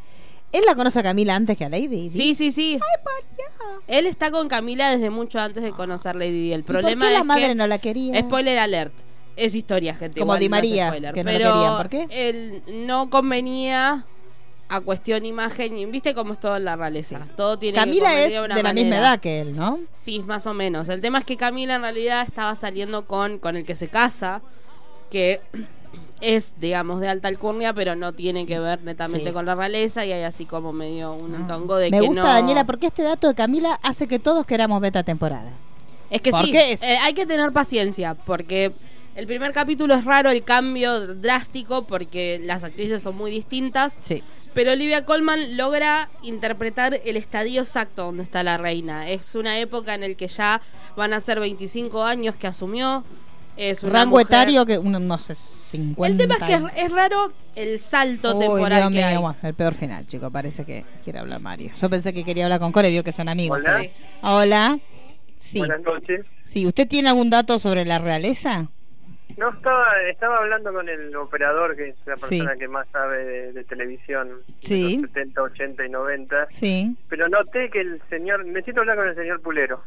Speaker 5: Él la conoce a Camila antes que a Lady Di.
Speaker 6: Sí, sí, sí. Él está con Camila desde mucho antes de conocer Lady Di. El
Speaker 5: ¿Y por
Speaker 6: problema
Speaker 5: qué la
Speaker 6: es
Speaker 5: madre
Speaker 6: que
Speaker 5: no la quería?
Speaker 6: Spoiler alert. Es historia, gente.
Speaker 5: Como
Speaker 6: igual
Speaker 5: Di
Speaker 6: no es
Speaker 5: María,
Speaker 6: spoiler,
Speaker 5: que no lo
Speaker 6: pero
Speaker 5: querían. ¿Por qué?
Speaker 6: Él no convenía a cuestión imagen. y Viste cómo es todo en la realeza. Todo tiene que
Speaker 5: Camila
Speaker 6: convenir
Speaker 5: es de
Speaker 6: una
Speaker 5: la misma
Speaker 6: manera.
Speaker 5: edad que él, ¿no?
Speaker 6: Sí, más o menos. El tema es que Camila en realidad estaba saliendo con, con el que se casa, que es, digamos, de alta alcurnia, pero no tiene que ver netamente
Speaker 5: Sí. Ah.
Speaker 6: con la realeza y hay así como medio un entongo de
Speaker 5: Me
Speaker 6: que
Speaker 5: gusta,
Speaker 6: no...
Speaker 5: Daniela, porque este dato de Camila hace que todos queramos ver esta temporada.
Speaker 6: Es que
Speaker 5: ¿Por
Speaker 6: sí,
Speaker 5: qué es?
Speaker 6: eh, hay que tener paciencia, porque el primer capítulo es raro, el cambio drástico, porque las actrices son muy distintas.
Speaker 5: Sí.
Speaker 6: Pero Olivia Colman logra interpretar el estadio exacto donde está la reina. Es una época en el que ya van a ser 25 años que asumió. Es una
Speaker 5: Rango
Speaker 6: mujer-
Speaker 5: etario que uno no sé, 50.
Speaker 6: El tema es que es, es raro el salto
Speaker 5: Uy,
Speaker 6: temporal
Speaker 5: Dios
Speaker 6: que hay.
Speaker 5: mío, bueno, el peor final, chico. Parece que quiere hablar Mario. Yo pensé que quería hablar con Core, vio que son amigos.
Speaker 11: Hola.
Speaker 5: pero- Hola. Sí.
Speaker 11: Buenas noches.
Speaker 5: Sí, ¿usted tiene algún dato sobre la realeza?
Speaker 11: No estaba, estaba hablando con el operador, que es la
Speaker 5: Sí.
Speaker 11: persona que más sabe de, de televisión,
Speaker 5: Sí.
Speaker 11: de los 70, 80 y 90,
Speaker 5: Sí.
Speaker 11: pero noté que el señor, necesito hablar con el señor Pulero.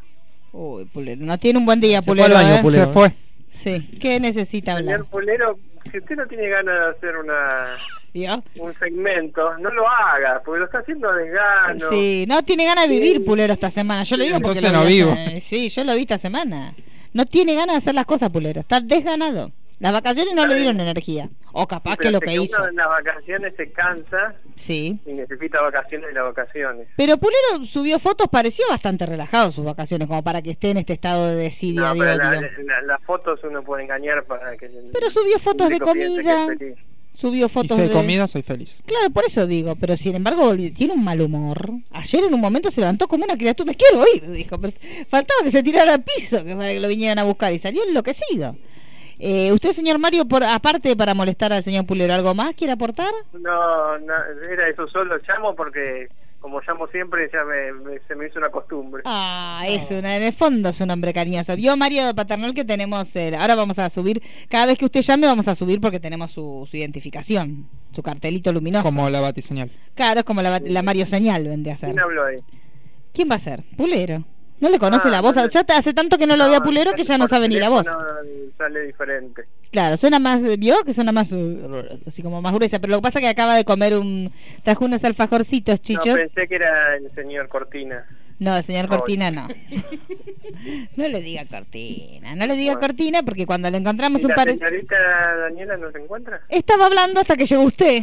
Speaker 5: Uy, Pulero, no tiene un buen día,
Speaker 8: Se fue al
Speaker 5: Pulero.
Speaker 8: baño,
Speaker 5: ¿eh?
Speaker 8: Pulero.
Speaker 9: Se fue.
Speaker 5: Sí. ¿Qué necesita hablar?
Speaker 11: Señor Pulero, si usted no tiene ganas de hacer una
Speaker 5: ¿Yo?
Speaker 11: un segmento, no lo haga, porque lo está haciendo a desgano.
Speaker 5: Sí, no tiene ganas de vivir Pulero esta semana. Yo le digo porque
Speaker 9: Entonces
Speaker 5: lo
Speaker 9: no
Speaker 5: vi
Speaker 9: vivo.
Speaker 5: esta- Sí, yo lo vi esta semana. No tiene ganas de hacer las cosas, Pulero. Está desganado. Las vacaciones no le dieron energía. O capaz que
Speaker 11: Pero
Speaker 5: lo
Speaker 11: hace
Speaker 5: que hizo.
Speaker 11: Uno en las vacaciones se cansa
Speaker 5: Sí.
Speaker 11: y necesita vacaciones de las vacaciones.
Speaker 5: Pero Pulero subió fotos, pareció bastante relajado sus vacaciones, como para que esté en este estado de desidia,
Speaker 11: No,
Speaker 5: digo,
Speaker 11: pero la-
Speaker 5: digo.
Speaker 11: la- las fotos uno puede engañar para que.
Speaker 5: Pero subió fotos de
Speaker 11: público piense que es
Speaker 5: comida.
Speaker 11: feliz.
Speaker 5: Subió
Speaker 9: Y
Speaker 5: fotos
Speaker 9: si hay
Speaker 5: de...
Speaker 9: comida, soy feliz.
Speaker 5: Claro, por eso digo, pero sin embargo volvi- tiene un mal humor. Ayer en un momento se levantó como una criatura, me quiero ir, dijo. pero faltaba que se tirara al piso, que para que lo vinieran a buscar y salió enloquecido. Eh, usted, señor Mario, por aparte para molestar al señor Pulero, ¿algo más quiere aportar?
Speaker 11: No, no, era eso solo. Llamo porque, como llamo siempre, ya me, me- se me hizo una costumbre.
Speaker 5: Ah, es una, en el fondo es un hombre cariñoso. Vio Mario Paternal que tenemos, el- ahora vamos a subir, cada vez que usted llame vamos a subir porque tenemos su, su identificación, su cartelito luminoso.
Speaker 9: Como la batiseñal.
Speaker 5: Claro, es como la, bat- la Mario Señal vendría a ser.
Speaker 11: ¿Quién habló ahí?
Speaker 5: ¿Quién va a ser? Pulero. No le conoce
Speaker 11: Ah,
Speaker 5: la voz.
Speaker 11: no le-
Speaker 5: Ya te- hace tanto que no lo ve a Pulero que ya no
Speaker 11: Por
Speaker 5: sabe ni la voz.
Speaker 11: teléfono Ah, Sale diferente.
Speaker 5: Claro, suena más, vio que suena más, eh, así como más gruesa. Pero lo que pasa es que acaba de comer un, trajo unos alfajorcitos,
Speaker 11: No, pues,
Speaker 5: chicho.
Speaker 11: pensé que era el señor Cortina.
Speaker 5: No, el señor
Speaker 11: Ay.
Speaker 5: Cortina no. No le diga Cortina, no le diga Cortina porque cuando le encontramos
Speaker 11: ¿Y
Speaker 5: un
Speaker 11: la
Speaker 5: par
Speaker 11: señorita Daniela no se encuentra?
Speaker 5: Estaba hablando hasta que llegó usted.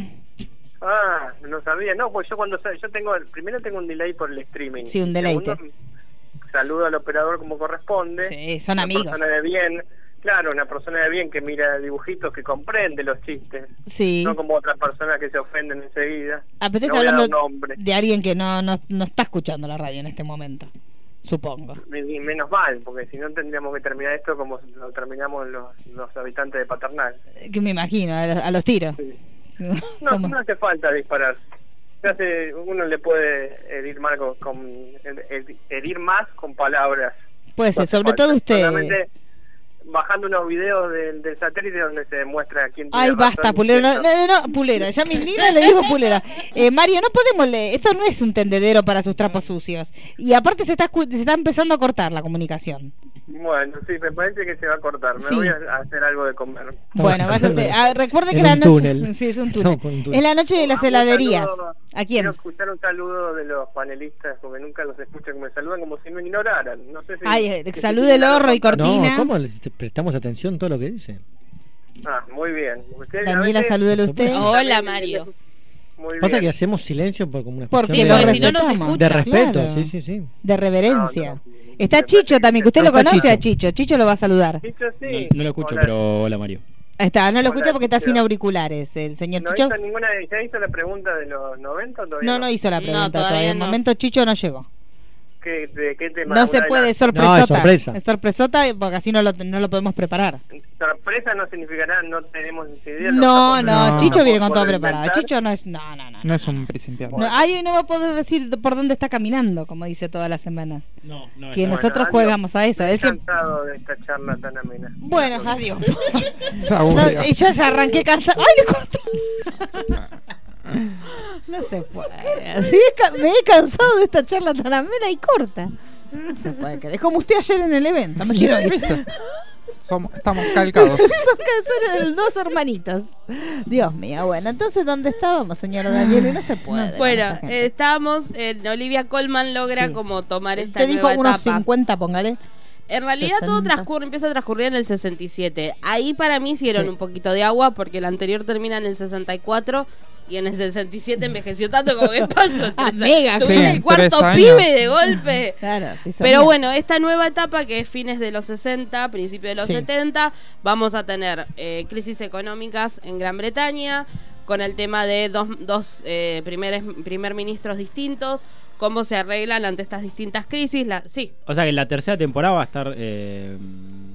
Speaker 11: Ah, no sabía. No, pues yo cuando sal- yo tengo primero tengo un delay por el streaming.
Speaker 5: Sí, un delay,
Speaker 11: Segundo, saludo al operador como corresponde.
Speaker 5: Sí, son
Speaker 11: una
Speaker 5: amigos.
Speaker 11: Persona de bien. Claro, una persona de bien que mira dibujitos, que comprende los chistes.
Speaker 5: Sí.
Speaker 11: No como otras personas que se ofenden enseguida.
Speaker 5: Ah,
Speaker 11: no
Speaker 5: pero usted está
Speaker 11: voy a dar
Speaker 5: hablando
Speaker 11: nombre.
Speaker 5: de alguien que no, no, no está escuchando la radio en este momento, supongo.
Speaker 11: Y y menos mal, porque si no tendríamos que terminar esto como lo terminamos los, los habitantes de Paternal.
Speaker 5: Que me imagino, a los, a los tiros.
Speaker 11: No, no hace falta disparar. Se hace- uno le puede herir, más con- con- her- herir más con palabras.
Speaker 5: Puede ser,
Speaker 11: hace
Speaker 5: Pues, sobre
Speaker 11: falta.
Speaker 5: todo usted.
Speaker 11: Solamente bajando unos videos del, del satélite donde se muestra quién tiene
Speaker 5: Ay,
Speaker 11: razón
Speaker 5: basta,
Speaker 11: y
Speaker 5: pulero.
Speaker 11: quién
Speaker 5: No, no, no, no, pulera. Ya me indigna, le digo pulera. Eh, Mario, no podemos leer. Esto no es un tendedero para sus trapos sucios. Y aparte se está, escu- se está empezando a cortar la comunicación.
Speaker 11: Bueno, sí, me parece que se va a cortar. Me
Speaker 5: Sí.
Speaker 11: voy a hacer algo de comer.
Speaker 5: Bueno, vas a hacer. ah, recuerde que
Speaker 8: En
Speaker 5: la
Speaker 8: un
Speaker 5: noche.
Speaker 8: túnel.
Speaker 5: Sí, es un
Speaker 8: Estamos
Speaker 5: túnel.
Speaker 8: por un túnel.
Speaker 5: Es la noche de las
Speaker 11: Ah, un
Speaker 5: heladerías.
Speaker 11: saludo.
Speaker 5: ¿A quién?
Speaker 11: Quiero escuchar un saludo de los panelistas, porque nunca los escuchan, que me saludan como si me ignoraran. No sé si,
Speaker 5: Ay, eh,
Speaker 11: si se
Speaker 5: salúdelo,
Speaker 11: tiran a
Speaker 5: Roy
Speaker 11: contar.
Speaker 5: Cortina.
Speaker 8: No, ¿cómo les prestamos atención a todo lo que dicen?
Speaker 11: Ah, muy bien. Ustedes a
Speaker 5: Daniela,
Speaker 11: veces-
Speaker 5: salúdelo usted.
Speaker 6: Hola, Mario.
Speaker 11: Muy bien.
Speaker 8: Pasa que hacemos silencio por como una
Speaker 5: Porque
Speaker 8: cuestión
Speaker 5: lo
Speaker 8: de,
Speaker 5: si no nos
Speaker 8: respeto.
Speaker 5: escucha.
Speaker 8: de respeto,
Speaker 5: Claro.
Speaker 8: sí, sí, sí.
Speaker 5: De reverencia.
Speaker 11: No,
Speaker 5: Está Chicho también, que usted
Speaker 8: No
Speaker 5: lo
Speaker 8: está
Speaker 5: conoce
Speaker 8: Chicho.
Speaker 5: a Chicho. Chicho lo va a saludar.
Speaker 11: Dicho así,
Speaker 10: No lo escucho,
Speaker 11: hola.
Speaker 10: pero hola Mario.
Speaker 5: Ahí está, no lo
Speaker 11: Hola,
Speaker 5: escucha porque está
Speaker 11: Chicho.
Speaker 5: sin auriculares. El señor
Speaker 11: ¿No
Speaker 5: Chicho.
Speaker 11: hizo ninguna ¿Ya hizo la pregunta de los 90 o todavía?
Speaker 5: No, no hizo la
Speaker 6: No,
Speaker 5: pregunta
Speaker 6: todavía
Speaker 5: todavía. En el
Speaker 6: no.
Speaker 5: momento Chicho no llegó.
Speaker 11: ¿Qué, de qué tema?
Speaker 5: No
Speaker 11: Una
Speaker 5: se
Speaker 11: de
Speaker 5: puede,
Speaker 11: las-
Speaker 5: es sorpresota.
Speaker 8: No, es sorpresa.
Speaker 5: Es sorpresota porque así no lo, no lo podemos preparar.
Speaker 11: Sorpresa no significará no tenemos idea.
Speaker 5: No, no,
Speaker 9: No.
Speaker 5: Chicho viene con
Speaker 11: Tampoco
Speaker 5: todo
Speaker 11: por
Speaker 5: preparado.
Speaker 11: inventar.
Speaker 5: Chicho no es. No, no, no. no.
Speaker 9: No es un principiante.
Speaker 5: No, ay, no me puedo decir de- por dónde está caminando, como dice todas las semanas.
Speaker 10: No, no,
Speaker 5: Que
Speaker 11: Bueno,
Speaker 5: nosotros
Speaker 11: adiós.
Speaker 5: jugamos a eso.
Speaker 11: Estoy
Speaker 5: Él siempre-
Speaker 11: cansado de esta charla tan amena.
Speaker 5: Bueno, adiós.
Speaker 9: Se aburrió.
Speaker 5: No, y yo ya arranqué cansado. ¡Ay, le cortó! No se puede. Así es ca- me he cansado de esta charla tan amena y corta. No se puede creer. Es como usted ayer en el evento. Me quiero ir.
Speaker 9: ¿Viste? Somos, estamos calcados.
Speaker 5: Son canciones de dos hermanitos. Dios mío, bueno, entonces, ¿dónde estábamos, señora Daniela? No se puede.
Speaker 6: Bueno,
Speaker 5: tanta gente.
Speaker 6: eh, estábamos en Olivia Colman logra como tomar esta
Speaker 5: te dijo
Speaker 6: nueva
Speaker 5: unos
Speaker 6: etapa.
Speaker 5: 50, póngale.
Speaker 6: En realidad todo
Speaker 5: 60.
Speaker 6: transcurre, empieza a transcurrir en el 67. Ahí para mí hicieron
Speaker 5: Sí.
Speaker 6: un poquito de agua porque el anterior termina en el 64 y en el 67 envejeció tanto como que pasó.
Speaker 5: Ah,
Speaker 6: tres-
Speaker 5: mega,
Speaker 6: tuviste
Speaker 9: sí.
Speaker 6: el cuarto
Speaker 9: Tres años.
Speaker 6: pibe de golpe.
Speaker 5: Claro, sí, son
Speaker 6: Pero
Speaker 5: bien.
Speaker 6: bueno, esta nueva etapa que es fines de los 60, principios de los
Speaker 5: Sí.
Speaker 6: 70, vamos a tener eh, crisis económicas en Gran Bretaña, con el tema de dos, dos eh, primeres, primer ministros distintos, cómo se arreglan ante estas distintas crisis. La, sí,
Speaker 10: O sea que en la tercera temporada va a estar eh,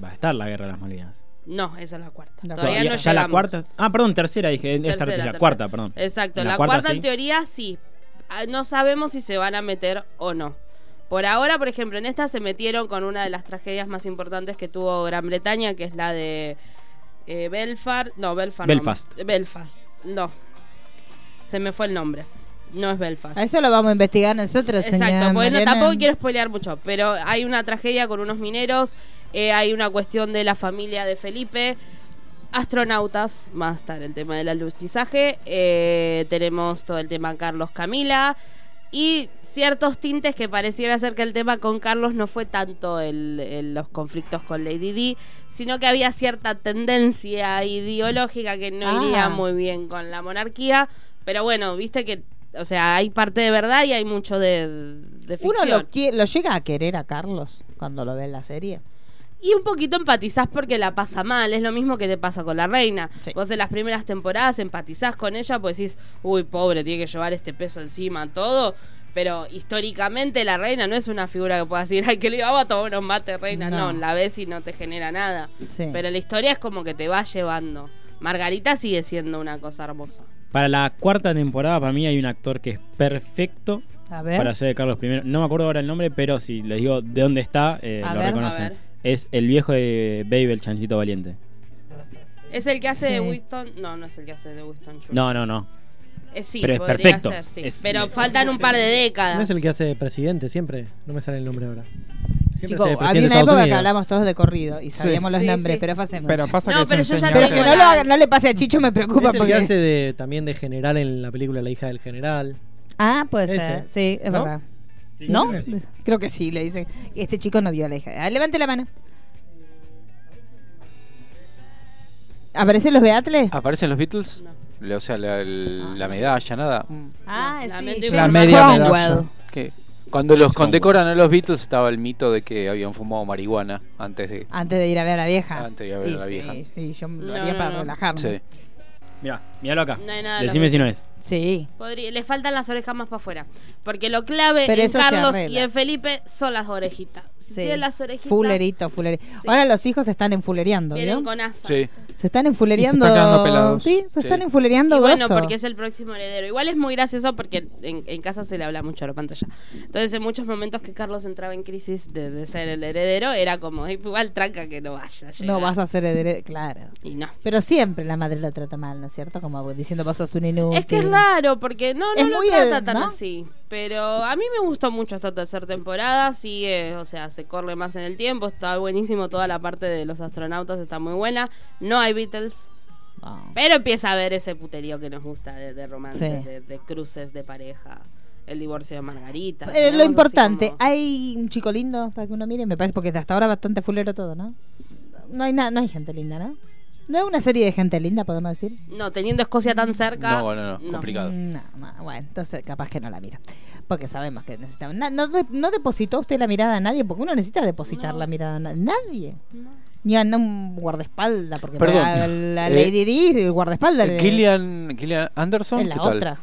Speaker 10: va a estar la guerra de las Malvinas.
Speaker 6: no, esa es la cuarta.
Speaker 5: La
Speaker 6: Todavía
Speaker 10: Ya-
Speaker 6: no
Speaker 10: ya la
Speaker 6: llegamos.
Speaker 10: cuarta. Ah, perdón, tercera dije, esta
Speaker 6: Tercera,
Speaker 10: tercera,
Speaker 6: tercera.
Speaker 10: cuarta, perdón.
Speaker 6: Exacto,
Speaker 10: En
Speaker 6: la, cuarta, en
Speaker 10: sí.
Speaker 6: teoría sí. Ah, No sabemos si se van a meter o no. Por ahora, por ejemplo, en esta se metieron con una de las tragedias más importantes que tuvo Gran Bretaña, que es la de eh, Belfast. No, Belfast. no.
Speaker 10: Belfast.
Speaker 6: Belfast, no. Se me fue el nombre. No es Belfast.
Speaker 5: A eso lo vamos a investigar nosotros,
Speaker 6: Exacto,
Speaker 5: señora
Speaker 6: bueno,
Speaker 5: Mariana.
Speaker 6: tampoco quiero spoilear mucho, pero hay una tragedia con unos mineros, eh, hay una cuestión de la familia de Felipe, astronautas, más tarde el tema del alustizaje, eh, tenemos todo el tema Carlos Camila y ciertos tintes que pareciera ser que el tema con Carlos no fue tanto el, el- los conflictos con Lady Di, sino que había cierta tendencia ideológica que no
Speaker 5: Ah.
Speaker 6: iría muy bien con la monarquía, pero bueno, viste que, o sea, hay parte de verdad y hay mucho de, de ficción.
Speaker 5: Uno lo, qui- lo llega a querer a Carlos cuando lo ve en la serie.
Speaker 6: Y un poquito empatizás porque la pasa mal, es lo mismo que te pasa con la reina. Vos en las primeras temporadas empatizás con ella, pues decís, uy, pobre, tiene que llevar este peso encima, todo. Pero históricamente la reina no es una figura que puedas decir, ay, que le vamos a tomar unos mates, reina. No.
Speaker 5: No.
Speaker 6: la ves y no te genera nada.
Speaker 5: Sí.
Speaker 6: Pero la historia es como que te va llevando. Margarita sigue siendo una cosa hermosa.
Speaker 10: Para la cuarta temporada, para mí hay un actor que es perfecto
Speaker 6: A ver.
Speaker 10: para ser de Carlos I. No me acuerdo ahora el nombre, pero si les digo de dónde está, eh,
Speaker 6: A
Speaker 10: lo
Speaker 6: ver. A
Speaker 10: reconocen.
Speaker 6: ver.
Speaker 10: Es el viejo de Babe, el chanchito valiente.
Speaker 6: ¿Es el que hace de
Speaker 10: Sí.
Speaker 6: Winston? No, no es el que hace de Winston Churchill.
Speaker 10: No, no, no.
Speaker 6: Eh, sí,
Speaker 10: Pero es
Speaker 6: podría
Speaker 10: perfecto.
Speaker 6: ser, sí.
Speaker 10: Es-
Speaker 6: Pero faltan un par de décadas.
Speaker 8: No es el que hace presidente siempre. No me sale el nombre ahora. Siempre
Speaker 5: Chicos,
Speaker 8: hace de
Speaker 5: había
Speaker 8: presidente
Speaker 5: una
Speaker 8: de Estados
Speaker 5: época que
Speaker 8: Unidos.
Speaker 5: hablamos todos de corrido y
Speaker 8: Sí.
Speaker 5: sabíamos los
Speaker 8: Sí,
Speaker 5: nombres,
Speaker 8: sí.
Speaker 5: pero fue hace mucho.
Speaker 8: Pero pasa que
Speaker 5: no,
Speaker 8: es
Speaker 5: pero
Speaker 8: un
Speaker 5: yo ya
Speaker 8: señor
Speaker 5: pero que
Speaker 8: que-
Speaker 5: no, lo haga- no le pase a Chicho me preocupa
Speaker 8: Es el
Speaker 5: porque
Speaker 8: que hace de, también de general en la película La hija del general.
Speaker 5: Ah, puede
Speaker 8: Ese.
Speaker 5: ser. Sí, es
Speaker 8: ¿No?
Speaker 5: verdad.
Speaker 8: Sí,
Speaker 5: ¿No?
Speaker 8: creo que sí.
Speaker 5: Creo que sí, le dice. Este chico no vio a la hija. Ah, levante la mano. ¿Aparecen los Beatles?
Speaker 7: ¿Aparecen los Beatles? La- O sea, la, el- la medalla, nada.
Speaker 5: Ah,
Speaker 6: Lamento
Speaker 5: sí.
Speaker 6: La
Speaker 5: James
Speaker 6: media
Speaker 5: Cromwell.
Speaker 6: medalla.
Speaker 7: ¿Qué? Cuando los condecoran a los Beatles estaba el mito de que habían fumado marihuana antes de...
Speaker 5: Antes de ir a ver a la vieja.
Speaker 7: Antes de ir a ver
Speaker 5: Y
Speaker 7: a la
Speaker 5: sí,
Speaker 7: vieja.
Speaker 5: Sí, yo lo
Speaker 6: No,
Speaker 5: haría
Speaker 6: no,
Speaker 5: para
Speaker 6: no.
Speaker 5: relajarme.
Speaker 7: Sí.
Speaker 10: Mirá, míralo acá.
Speaker 6: No hay nada de
Speaker 10: Decime
Speaker 6: los
Speaker 10: si no es.
Speaker 5: Sí.
Speaker 6: Podría- le faltan las orejas más para afuera. Porque lo clave
Speaker 5: Pero
Speaker 6: en
Speaker 5: eso se
Speaker 6: Carlos
Speaker 5: arregla.
Speaker 6: y en Felipe son las orejitas. Si tienen las orejitas,
Speaker 5: Fulerito, fulerito. Ahora los hijos se están enfulereando,
Speaker 6: vienen
Speaker 5: ¿vieron?
Speaker 6: con asa.
Speaker 7: Sí.
Speaker 5: Se están enfulereando.
Speaker 7: Y se están quedando pelados.
Speaker 5: Sí, se
Speaker 7: Sí.
Speaker 5: están enfulereando
Speaker 6: Y bueno,
Speaker 5: grosso.
Speaker 6: porque es el próximo heredero. Igual es muy gracioso porque en, en casa se le habla mucho a la pantalla. Entonces, en muchos momentos que Carlos entraba en crisis de, de ser el heredero, era como, "Ay, igual tranca que no vaya.
Speaker 5: No vas a ser heredero, claro.
Speaker 6: Y no.
Speaker 5: Pero siempre la madre lo trata mal, ¿no es cierto? Como diciendo vos sos un inútil.
Speaker 6: Es que es raro, porque no, no
Speaker 5: Es
Speaker 6: lo
Speaker 5: muy
Speaker 6: trata
Speaker 5: el-
Speaker 6: tan
Speaker 5: ¿no?
Speaker 6: así. Pero a mí me gustó mucho esta tercera temporada. Sigue, o sea, se corre más en el tiempo. Está buenísimo. Toda la parte de los astronautas está muy buena. No hay Beatles. Pero empieza a ver ese puterío que nos gusta de, de romances,
Speaker 5: Sí.
Speaker 6: de, de cruces de pareja. El divorcio de Margarita.
Speaker 5: Eh,
Speaker 6: tenemos
Speaker 5: lo
Speaker 6: así
Speaker 5: importante,
Speaker 6: como-
Speaker 5: hay un chico lindo para que uno mire, me parece, porque hasta ahora bastante fulero todo, ¿no? No hay nada, no hay gente linda, ¿no? No es una serie de gente linda, podemos decir.
Speaker 6: No, teniendo Escocia tan cerca.
Speaker 7: No, no, no, complicado.
Speaker 5: No, Mm, no, bueno, entonces capaz que no la miro. Porque sabemos que necesitamos. na- no, de- no depositó usted la mirada a nadie, porque uno necesita depositar la mirada a na- nadie. Ni a un guardaespaldas, porque
Speaker 7: Perdón.
Speaker 5: para la
Speaker 7: Eh,
Speaker 5: Lady Di, el
Speaker 10: eh,
Speaker 5: guardaespaldas. le-
Speaker 7: Gillian, Gillian Anderson.
Speaker 5: En la
Speaker 7: ¿qué tal?
Speaker 5: otra.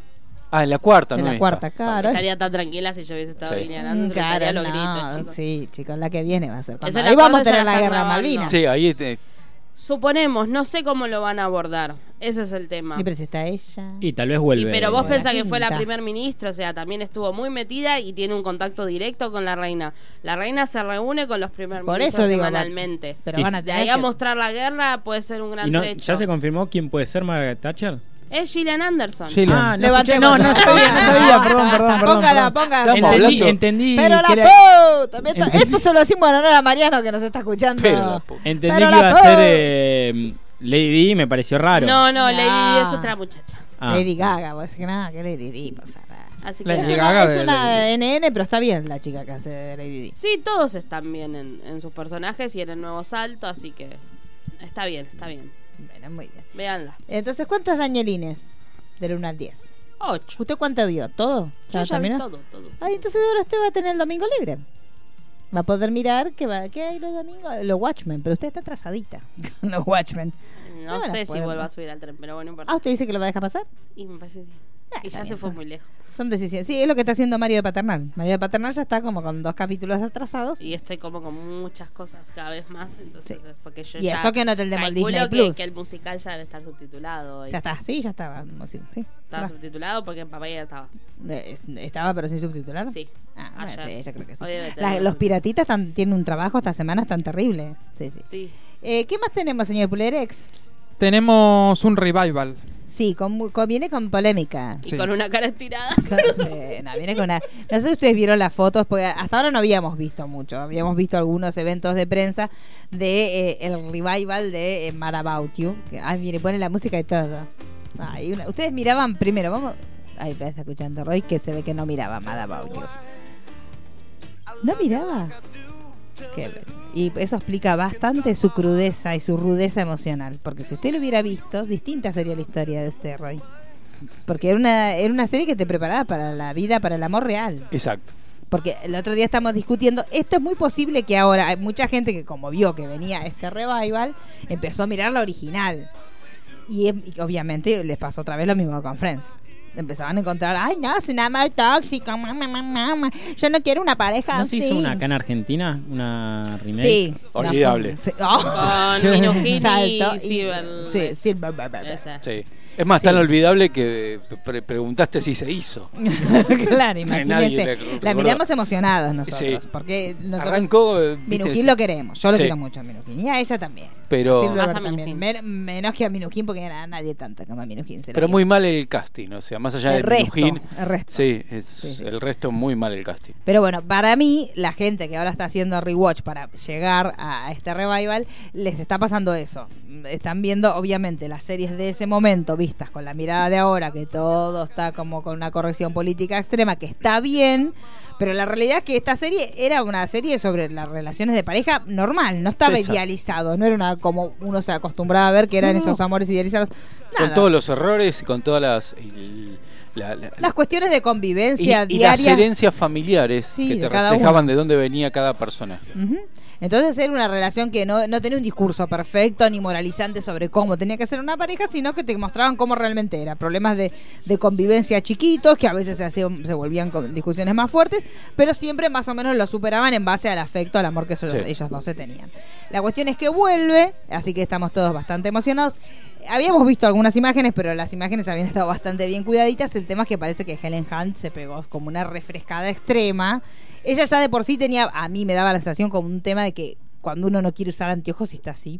Speaker 7: Ah, en la cuarta,
Speaker 5: En
Speaker 7: ¿no?
Speaker 5: la
Speaker 7: esta.
Speaker 5: cuarta, claro. Mm,
Speaker 6: Estaría tan tranquila si yo hubiese estado
Speaker 7: Sí.
Speaker 6: Gillian Anderson, que
Speaker 5: Claro,
Speaker 6: estaría lo
Speaker 5: no,
Speaker 6: grito, chicos.
Speaker 5: Sí, chicos, la que viene va a ser. cuando-
Speaker 6: Esa es la
Speaker 5: Ahí vamos a
Speaker 6: cuarta, ya
Speaker 5: tener
Speaker 6: la
Speaker 5: la
Speaker 6: están
Speaker 5: guerra de
Speaker 6: grabando.
Speaker 5: Malvinas.
Speaker 7: Sí, ahí te-
Speaker 6: Suponemos, no sé cómo lo van a abordar. Ese es el tema.
Speaker 5: Y pero si está ella.
Speaker 10: Y tal vez vuelve.
Speaker 6: Y pero vos
Speaker 10: eh,
Speaker 6: pensás que fue la
Speaker 5: quinta.
Speaker 6: primer ministra, o sea, también estuvo muy metida y tiene un contacto directo con la reina. La reina se reúne con los primer
Speaker 5: Por
Speaker 6: ministros
Speaker 5: eso digo,
Speaker 6: semanalmente.
Speaker 5: va- pero
Speaker 10: van a
Speaker 6: de
Speaker 5: tener
Speaker 6: ahí a
Speaker 5: que-
Speaker 6: mostrar la guerra puede ser un gran
Speaker 10: y no-
Speaker 6: trecho.
Speaker 10: ¿Ya se confirmó quién puede ser Margaret Thatcher?
Speaker 6: Es Gillian Anderson.
Speaker 10: Gillian. Ah, no escuché-
Speaker 5: Levantemos.
Speaker 10: no, no sabía, no
Speaker 5: Basta,
Speaker 10: sabía, perdón, perdón,
Speaker 5: basta,
Speaker 10: perdón,
Speaker 5: Póngala,
Speaker 10: perdón.
Speaker 5: póngala.
Speaker 10: Estamos Entendí- hablando- entendí
Speaker 5: Pero
Speaker 10: que
Speaker 5: la
Speaker 10: era-
Speaker 5: puta, Esto,
Speaker 10: Entendí.
Speaker 5: esto se lo decimos en honor a Mariano que nos está escuchando.
Speaker 10: Entendí
Speaker 5: Pero
Speaker 10: que
Speaker 5: la
Speaker 10: iba a ser
Speaker 5: puta.
Speaker 10: eh, Lady Di, me pareció raro.
Speaker 6: No, no, Lady Di
Speaker 5: No.
Speaker 6: es otra muchacha.
Speaker 10: Ah.
Speaker 5: Lady Gaga, vos que nada, que Lady Di, por favor.
Speaker 6: Así que
Speaker 5: Es
Speaker 6: Lady
Speaker 5: una,
Speaker 6: Gaga
Speaker 5: es
Speaker 6: de
Speaker 5: una
Speaker 6: Lady
Speaker 5: NN, pero está bien la chica que hace de Lady Di.
Speaker 6: Sí, todos están bien en, en sus personajes y en el nuevo salto, así que está bien, está bien.
Speaker 5: Bueno, muy bien.
Speaker 6: Veanla.
Speaker 5: Entonces, ¿cuántos Danielines del 1 al 10?
Speaker 6: 8.
Speaker 5: ¿Usted cuánto dio? ¿Todo?
Speaker 6: Yo ya vi
Speaker 5: terminó?
Speaker 6: todo, todo.
Speaker 5: Ay, entonces ahora usted va a tener el domingo libre. Va a poder mirar qué, va, qué hay los domingos. Los Watchmen, pero usted está atrasadita. los Watchmen.
Speaker 6: No,
Speaker 5: No la
Speaker 6: sé si
Speaker 5: puedo.
Speaker 6: vuelva a subir al tren, pero bueno, no importa.
Speaker 5: Ah, usted dice que lo va a dejar pasar.
Speaker 6: Y me parece bien. Y
Speaker 5: está
Speaker 6: ya se
Speaker 5: bien,
Speaker 6: fue
Speaker 5: son-
Speaker 6: muy lejos.
Speaker 5: Son decisiones. Sí, es lo que está haciendo Mario de Paternal. Mario de Paternal ya está como con dos capítulos atrasados.
Speaker 6: Y estoy como con muchas cosas cada vez más, entonces es porque yo
Speaker 5: Y
Speaker 6: ya
Speaker 5: eso que no tendremos el
Speaker 6: calculo
Speaker 5: Disney
Speaker 6: que,
Speaker 5: Plus.
Speaker 6: que el musical ya debe estar subtitulado. y-
Speaker 5: Ya está, sí, ya estaba. como si- sí.
Speaker 6: Estaba subtitulado porque en papá ya estaba.
Speaker 5: Eh, es- Estaba, pero sin subtitular.
Speaker 6: Sí.
Speaker 5: Ah, bueno,
Speaker 6: ayer.
Speaker 5: sí, yo creo que sí.
Speaker 6: Hoy debe
Speaker 5: La-
Speaker 6: tener
Speaker 5: los
Speaker 6: subtitulado.
Speaker 5: piratitas tan- tienen un trabajo esta semana tan terrible. Sí, sí.
Speaker 6: Sí.
Speaker 5: Eh, ¿Qué más tenemos, señor Pulerex?
Speaker 9: Tenemos un revival.
Speaker 5: Sí, con, mu- con- viene con polémica.
Speaker 6: Y con una cara estirada.
Speaker 5: Sí, no, viene con una- no sé si ustedes vieron las fotos, porque hasta ahora no habíamos visto mucho. Habíamos visto algunos eventos de prensa de eh, el revival de eh, Mad About You. Que, ay, mire, pone la música y todo. Ay, una- Ustedes miraban primero, vamos. Ahí está escuchando Roy que se ve que no miraba Mad About You. ¿No miraba? Qué bueno. y eso explica bastante su crudeza y su rudeza emocional. Porque si usted lo hubiera visto, distinta sería la historia de este Roy. Porque era una, era una serie que te preparaba para la vida, para el amor real.
Speaker 7: Exacto.
Speaker 5: Porque el otro día estamos discutiendo, esto es muy posible que ahora hay mucha gente que como vio que venía este revival, empezó a mirar la original. Y, em- y obviamente les pasó otra vez lo mismo con Friends. Empezaban a encontrar, ay no, es un amor tóxico, ma, ma, ma, ma, ma. yo no quiero una pareja
Speaker 10: ¿No se
Speaker 5: así.
Speaker 10: hizo una acá en Argentina? ¿Una remake?
Speaker 5: Sí.
Speaker 7: Olvidable.
Speaker 5: Sí. Oh.
Speaker 6: Con Minojini
Speaker 5: Salto
Speaker 6: y
Speaker 5: y-
Speaker 6: Silver-
Speaker 5: sí, Silver- bla, bla, bla.
Speaker 6: Esa.
Speaker 7: Sí. Es más,
Speaker 5: Sí.
Speaker 7: tan olvidable que eh, pre- preguntaste si se hizo.
Speaker 5: claro,
Speaker 7: Nadie la
Speaker 5: imagínense.
Speaker 7: recordó.
Speaker 5: La miramos emocionados nosotros.
Speaker 7: Sí.
Speaker 5: Porque nosotros.
Speaker 7: Arrancó. eh, viste,
Speaker 5: Minujín lo queremos. Yo lo
Speaker 7: Sí.
Speaker 5: quiero mucho a Minujín. Y a ella también.
Speaker 7: Pero-
Speaker 5: Silver
Speaker 7: Más a
Speaker 5: también. Men- menos que a Minujín porque a nadie tanto como a Minujín. se lo
Speaker 7: Pero
Speaker 5: digo.
Speaker 7: muy mal el casting, o sea, más allá
Speaker 5: El
Speaker 7: de
Speaker 5: resto,
Speaker 7: Minujín,
Speaker 5: el resto.
Speaker 7: Sí, es-
Speaker 5: Sí, sí.
Speaker 7: el resto muy mal el casting.
Speaker 5: Pero bueno, para mí, la gente que ahora está haciendo rewatch para llegar a este revival, les está pasando eso. Están viendo, obviamente, las series de ese momento vistas con la mirada de ahora, que todo está como con una corrección política extrema, que está bien. Pero la realidad es que esta serie era una serie sobre las relaciones de pareja normal, no estaba
Speaker 7: Exacto.
Speaker 5: idealizado, no era una como uno se acostumbraba a ver que eran
Speaker 7: No, no.
Speaker 5: esos amores idealizados.
Speaker 7: Con
Speaker 5: Nada.
Speaker 7: todos los errores y con todas las el- la- la-
Speaker 5: Las cuestiones de
Speaker 7: y-
Speaker 5: convivencia
Speaker 7: y las
Speaker 5: diarias.
Speaker 7: herencias familiares
Speaker 5: Sí,
Speaker 7: que
Speaker 5: de
Speaker 7: te
Speaker 5: cada
Speaker 7: reflejaban
Speaker 5: uno.
Speaker 7: de dónde venía cada personaje.
Speaker 5: Ujú. Entonces era una relación que no, no tenía un discurso perfecto ni moralizante sobre cómo tenía que ser una pareja, sino que te mostraban cómo realmente era. Problemas de, de convivencia chiquitos, que a veces se, hacían- se volvían con discusiones más fuertes, pero siempre más o menos lo superaban en base al afecto, al amor que ellos,
Speaker 6: Sí.
Speaker 5: ellos dos se tenían. La cuestión es que vuelve, así que estamos todos bastante emocionados. Habíamos visto algunas imágenes, pero las imágenes habían estado bastante bien cuidaditas. El tema es que parece que Helen Hunt se pegó como una refrescada extrema. Ella ya de por sí tenía, a mí me daba la sensación como un tema de que cuando uno no quiere usar anteojos y está así.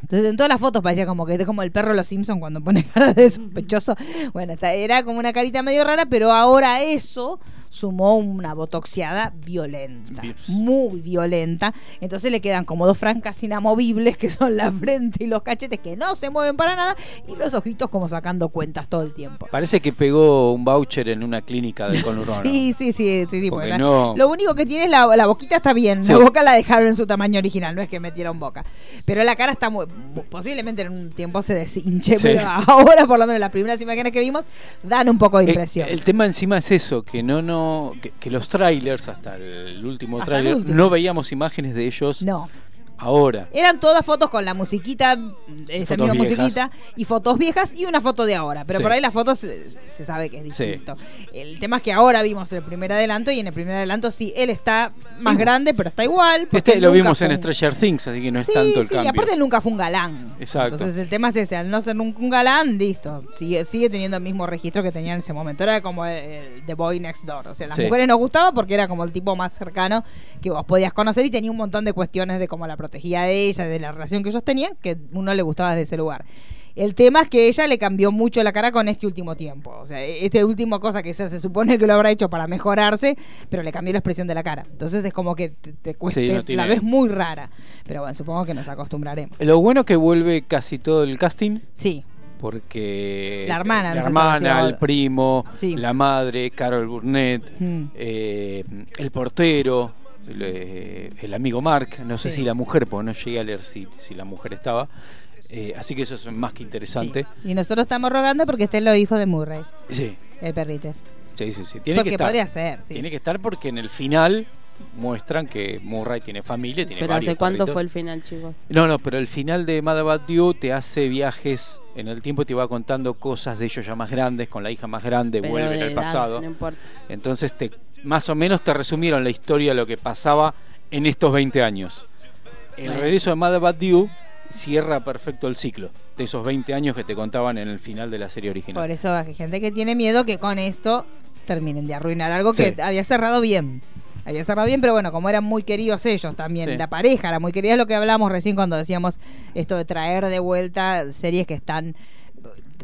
Speaker 5: Entonces en todas las fotos parecía como que es como el perro de los Simpson cuando pone cara de sospechoso. Bueno, esta- era como una carita medio rara, pero ahora eso sumó una botoxiada violenta, muy violenta. Entonces le quedan como dos francas inamovibles que son la frente y los cachetes que no se mueven para nada y los ojitos como sacando cuentas todo el tiempo.
Speaker 7: Parece que pegó un voucher en una clínica del conurbano.
Speaker 5: Sí, sí, sí, sí, sí.
Speaker 7: Porque
Speaker 5: porque la-
Speaker 7: no-
Speaker 5: Lo único que tiene es la, la boquita está bien.
Speaker 7: Sí.
Speaker 5: La boca la dejaron en su tamaño original, no es que metieron boca. Pero la cara está muy... Posiblemente en un tiempo se deshinche,
Speaker 7: Sí.
Speaker 5: pero ahora por lo menos las primeras imágenes que vimos dan un poco de
Speaker 7: Eh,
Speaker 5: impresión.
Speaker 7: El, tema encima es eso, que no no que, que los trailers hasta el último
Speaker 5: Hasta el
Speaker 7: tráiler
Speaker 5: último.
Speaker 7: no veíamos imágenes de ellos.
Speaker 5: No.
Speaker 7: Ahora.
Speaker 5: Eran todas fotos con la musiquita, esa
Speaker 7: Fotos
Speaker 5: misma
Speaker 7: viejas.
Speaker 5: musiquita, y fotos viejas y una foto de ahora. Pero
Speaker 7: Sí.
Speaker 5: por ahí las fotos se, se sabe que es
Speaker 7: Sí.
Speaker 5: distinto. El tema es que ahora vimos el primer adelanto y en el primer adelanto sí, él está más grande, pero está igual. porque
Speaker 7: Mm. Este
Speaker 5: él
Speaker 7: lo
Speaker 5: nunca
Speaker 7: vimos
Speaker 5: fue
Speaker 7: en
Speaker 5: un-
Speaker 7: Stranger Things, así que no es tanto el
Speaker 5: sí,
Speaker 7: cambio.
Speaker 5: aparte él nunca fue un galán.
Speaker 7: Exacto.
Speaker 5: Entonces el tema es ese, al no ser nunca un galán, listo, sigue, sigue teniendo el mismo registro que tenía en ese momento. Era como el, el The Boy Next Door. O sea, las
Speaker 7: Sí.
Speaker 5: mujeres nos gustaba porque era como el tipo más cercano que vos podías conocer y tenía un montón de cuestiones de cómo la protegía de ella, de la relación que ellos tenían, que uno le gustaba desde ese lugar. El tema es que ella le cambió mucho la cara con este último tiempo. O sea, este último cosa que ella se supone que lo habrá hecho para mejorarse, pero le cambió la expresión de la cara. Entonces es como que te, te cueste-
Speaker 7: Sí, no tiene-
Speaker 5: la ves muy rara. Pero bueno, supongo que nos acostumbraremos.
Speaker 7: Lo bueno que vuelve casi todo el casting.
Speaker 5: Sí.
Speaker 7: Porque
Speaker 5: La hermana,
Speaker 7: la
Speaker 5: no sé si
Speaker 7: hermana,
Speaker 5: ahora-
Speaker 7: el primo,
Speaker 5: Sí.
Speaker 7: la madre, Carol Burnett,
Speaker 5: Mm.
Speaker 7: eh, el portero, el, eh, el amigo Mark, no sé
Speaker 5: Sí.
Speaker 7: si la mujer, porque no llegué a leer si, si la mujer estaba. Eh, así que eso es más que interesante.
Speaker 5: Y nosotros estamos rogando porque este estén los hijos de Murray,
Speaker 7: Sí,
Speaker 5: el perrito.
Speaker 7: sí, sí. sí. Tiene
Speaker 5: Porque
Speaker 7: que estar.
Speaker 5: podría ser, sí.
Speaker 7: Tiene que estar porque en el final muestran que Murray tiene familia, tiene
Speaker 6: Pero
Speaker 7: varios
Speaker 6: ¿hace cuánto
Speaker 7: perritos.
Speaker 6: fue el final, chicos?
Speaker 7: No, no, pero el final de Mad About You te hace viajes en el tiempo y te va contando cosas de ellos ya más grandes, con la hija más grande,
Speaker 6: Pero
Speaker 7: vuelven
Speaker 6: de
Speaker 7: al
Speaker 6: edad,
Speaker 7: pasado.
Speaker 6: no importa.
Speaker 7: Entonces te más o menos te resumieron la historia de lo que pasaba en estos 20 años. El
Speaker 6: Bueno.
Speaker 7: regreso de Mad About You cierra perfecto el ciclo de esos 20 años que te contaban en el final de la serie original.
Speaker 5: Por eso hay gente que tiene miedo que con esto terminen de arruinar algo
Speaker 7: Sí.
Speaker 5: que había cerrado bien. Había cerrado bien, pero bueno, como eran muy queridos ellos también,
Speaker 6: Sí.
Speaker 5: la pareja era muy querida, es lo que hablamos recién cuando decíamos esto de traer de vuelta series que están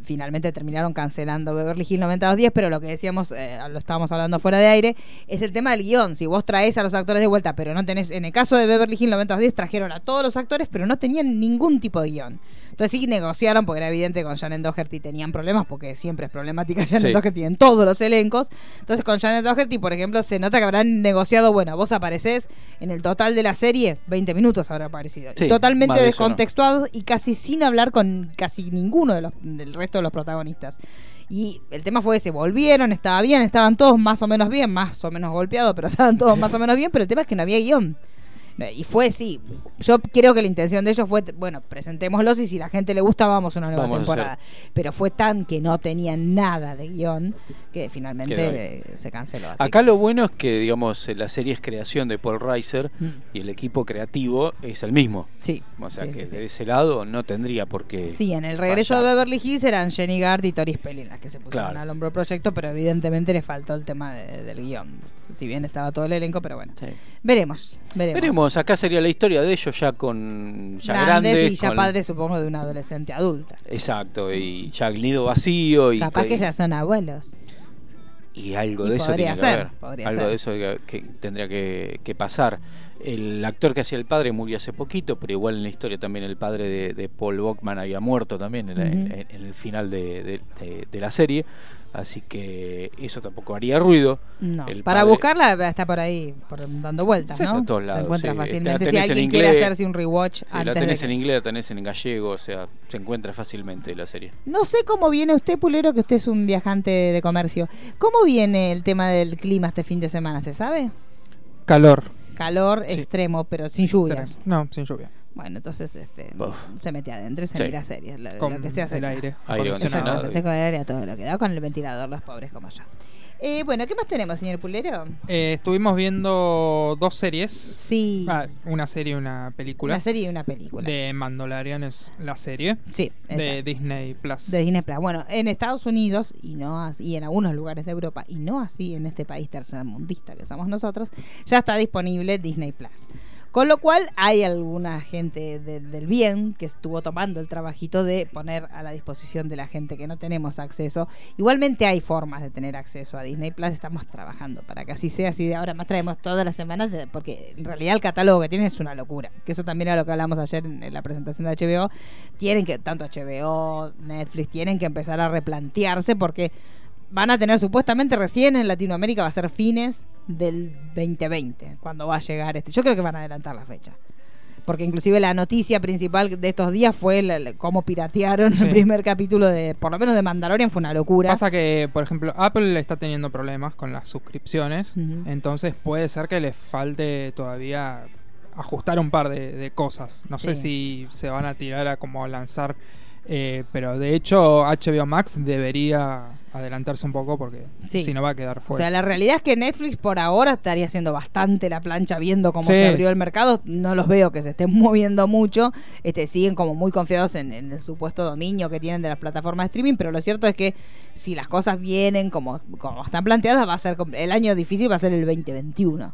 Speaker 5: finalmente terminaron cancelando Beverly Hills 90210, pero lo que decíamos, eh, lo estábamos hablando fuera de aire, es el tema del guión. Si vos traes a los actores de vuelta, pero no tenés, en el caso de Beverly Hills 90210, trajeron a todos los actores, pero no tenían ningún tipo de guión. Entonces sí negociaron, porque era evidente que con Janet Doherty tenían problemas, porque siempre es problemática Janet
Speaker 6: Sí.
Speaker 5: Doherty en todos los elencos. Entonces con Janet Doherty, por ejemplo, se nota que habrán negociado, bueno, vos apareces en el total de la serie, 20 minutos habrá aparecido.
Speaker 6: Sí, más
Speaker 5: Totalmente
Speaker 6: de eso no.
Speaker 5: descontextuados y casi sin hablar con casi ninguno de los- del resto de los protagonistas. Y el tema fue ese, volvieron, estaba bien, estaban todos más o menos bien, más o menos golpeados, pero estaban todos más o menos bien, pero el tema es que no había guión. No, Y fue, sí, yo creo que la intención de ellos fue, bueno, presentémoslos y si la gente le gusta, vamos a una nueva
Speaker 6: Vamos a
Speaker 5: temporada. Pero fue tan que no tenían nada de guión que
Speaker 7: Quedó
Speaker 5: finalmente
Speaker 7: ahí.
Speaker 5: eh, se canceló. Así
Speaker 7: Acá lo bueno es que, digamos, eh, la serie es creación de Paul Reiser
Speaker 5: Mm.
Speaker 7: y el equipo creativo es el mismo.
Speaker 5: Sí.
Speaker 7: O sea
Speaker 5: Sí,
Speaker 7: que
Speaker 5: sí, sí.
Speaker 7: de este ese lado no tendría por qué.
Speaker 5: Sí, en el regreso de Beverly Hills eran Jenny Gard y Tori Spelling las que se pusieron
Speaker 7: Claro.
Speaker 5: al hombro del proyecto, pero evidentemente le faltó el tema de- del guión. Si bien estaba todo el elenco, pero bueno. Veremos, veremos.
Speaker 7: Veremos, acá sería la historia de ellos ya con. Ya
Speaker 5: Grandes
Speaker 7: grandes,
Speaker 5: y ya
Speaker 7: con-
Speaker 5: padres, supongo, de una adolescente adulta.
Speaker 7: Exacto, y ya el nido vacío y.
Speaker 5: Capaz que
Speaker 7: y-
Speaker 5: ya son abuelos.
Speaker 7: Y algo
Speaker 5: Y
Speaker 7: de eso
Speaker 5: podría
Speaker 7: tiene que
Speaker 5: ser,
Speaker 7: haber.
Speaker 5: podría
Speaker 7: algo
Speaker 5: ser.
Speaker 7: de eso que, que tendría que, que pasar. El actor que hacía el padre murió hace poquito, pero igual en la historia también el padre de, de Paul Bachman había muerto también en, la- en-
Speaker 12: Ujú.
Speaker 7: en el final de, de- de- de la serie. Así que eso tampoco haría ruido.
Speaker 5: No,
Speaker 7: El
Speaker 5: para
Speaker 7: padre-
Speaker 5: buscarla está por ahí, por- dando vueltas,
Speaker 7: Sí,
Speaker 5: ¿no?
Speaker 7: está en todos
Speaker 5: se
Speaker 7: lados,
Speaker 5: encuentra
Speaker 7: sí.
Speaker 5: fácilmente.
Speaker 7: La
Speaker 5: Si
Speaker 7: tenés en
Speaker 5: alguien quiere
Speaker 7: inglés,
Speaker 5: hacerse un rewatch
Speaker 7: sí, la
Speaker 5: antes de
Speaker 7: tenés
Speaker 5: que-
Speaker 7: en inglés, la tenés en gallego, o sea, se encuentra fácilmente la serie.
Speaker 5: No sé cómo viene usted, Pulero, que usted es un viajante de comercio. ¿Cómo viene el tema del clima este fin de semana? ¿Se sabe?
Speaker 9: Calor.
Speaker 5: Calor extremo, pero sin lluvias.
Speaker 9: No, sin lluvia.
Speaker 5: Bueno, entonces este, se mete adentro y se
Speaker 9: Sí.
Speaker 5: mira series. Lo,
Speaker 9: Con
Speaker 5: Eh, lo que se hace.
Speaker 9: el aire
Speaker 5: Exactamente,
Speaker 7: Aire acondicionado.
Speaker 5: con el aire a todo lo que da, con el ventilador, los pobres como yo. Eh, bueno, ¿qué más tenemos, señor Pulero?
Speaker 9: Eh, estuvimos viendo dos series. Ah,
Speaker 5: Sí.
Speaker 9: una serie y una película.
Speaker 5: Una serie y una película.
Speaker 9: De Mandalorian es la serie.
Speaker 5: Sí.
Speaker 9: De
Speaker 5: exacto.
Speaker 9: Disney Plus.
Speaker 5: De Disney Plus. Bueno, en Estados Unidos y no as- y en algunos lugares de Europa y no así en este país tercermundista que somos nosotros, ya está disponible Disney Plus. Con lo cual hay alguna gente de- del bien que estuvo tomando el trabajito de poner a la disposición de la gente que no tenemos acceso. Igualmente hay formas de tener acceso a Disney Plus, estamos trabajando para que así sea, así de ahora más traemos todas las semanas, de- porque en realidad el catálogo que tiene es una locura, que eso también era lo que hablamos ayer en, en la presentación de HBO, tienen que, tanto HBO, Netflix, tienen que empezar a replantearse porque van a tener supuestamente recién en Latinoamérica va a ser fines del 2020 cuando va a llegar este. Yo creo que van a adelantar la fecha. Porque inclusive la noticia principal de estos días fue la- la- cómo piratearon
Speaker 9: Sí.
Speaker 5: el primer capítulo de, por lo menos de Mandalorian, fue una locura.
Speaker 9: Pasa que, por ejemplo, Apple está teniendo problemas con las suscripciones. Entonces puede ser que les falte todavía ajustar un par de, de cosas. No sé si se van a tirar a como lanzar. eh, pero de hecho, HBO Max debería adelantarse un poco porque
Speaker 5: Sí.
Speaker 9: si no va a quedar
Speaker 5: O
Speaker 9: fuera.
Speaker 5: sea, la realidad es que Netflix por ahora estaría haciendo bastante la plancha viendo cómo
Speaker 9: Sí.
Speaker 5: se abrió el mercado. No los veo que se estén moviendo mucho. Este, siguen como muy confiados en, en el supuesto dominio que tienen de las plataformas de streaming, pero lo cierto es que si las cosas vienen como, como están planteadas, va a ser com- el año difícil va a ser el 2021.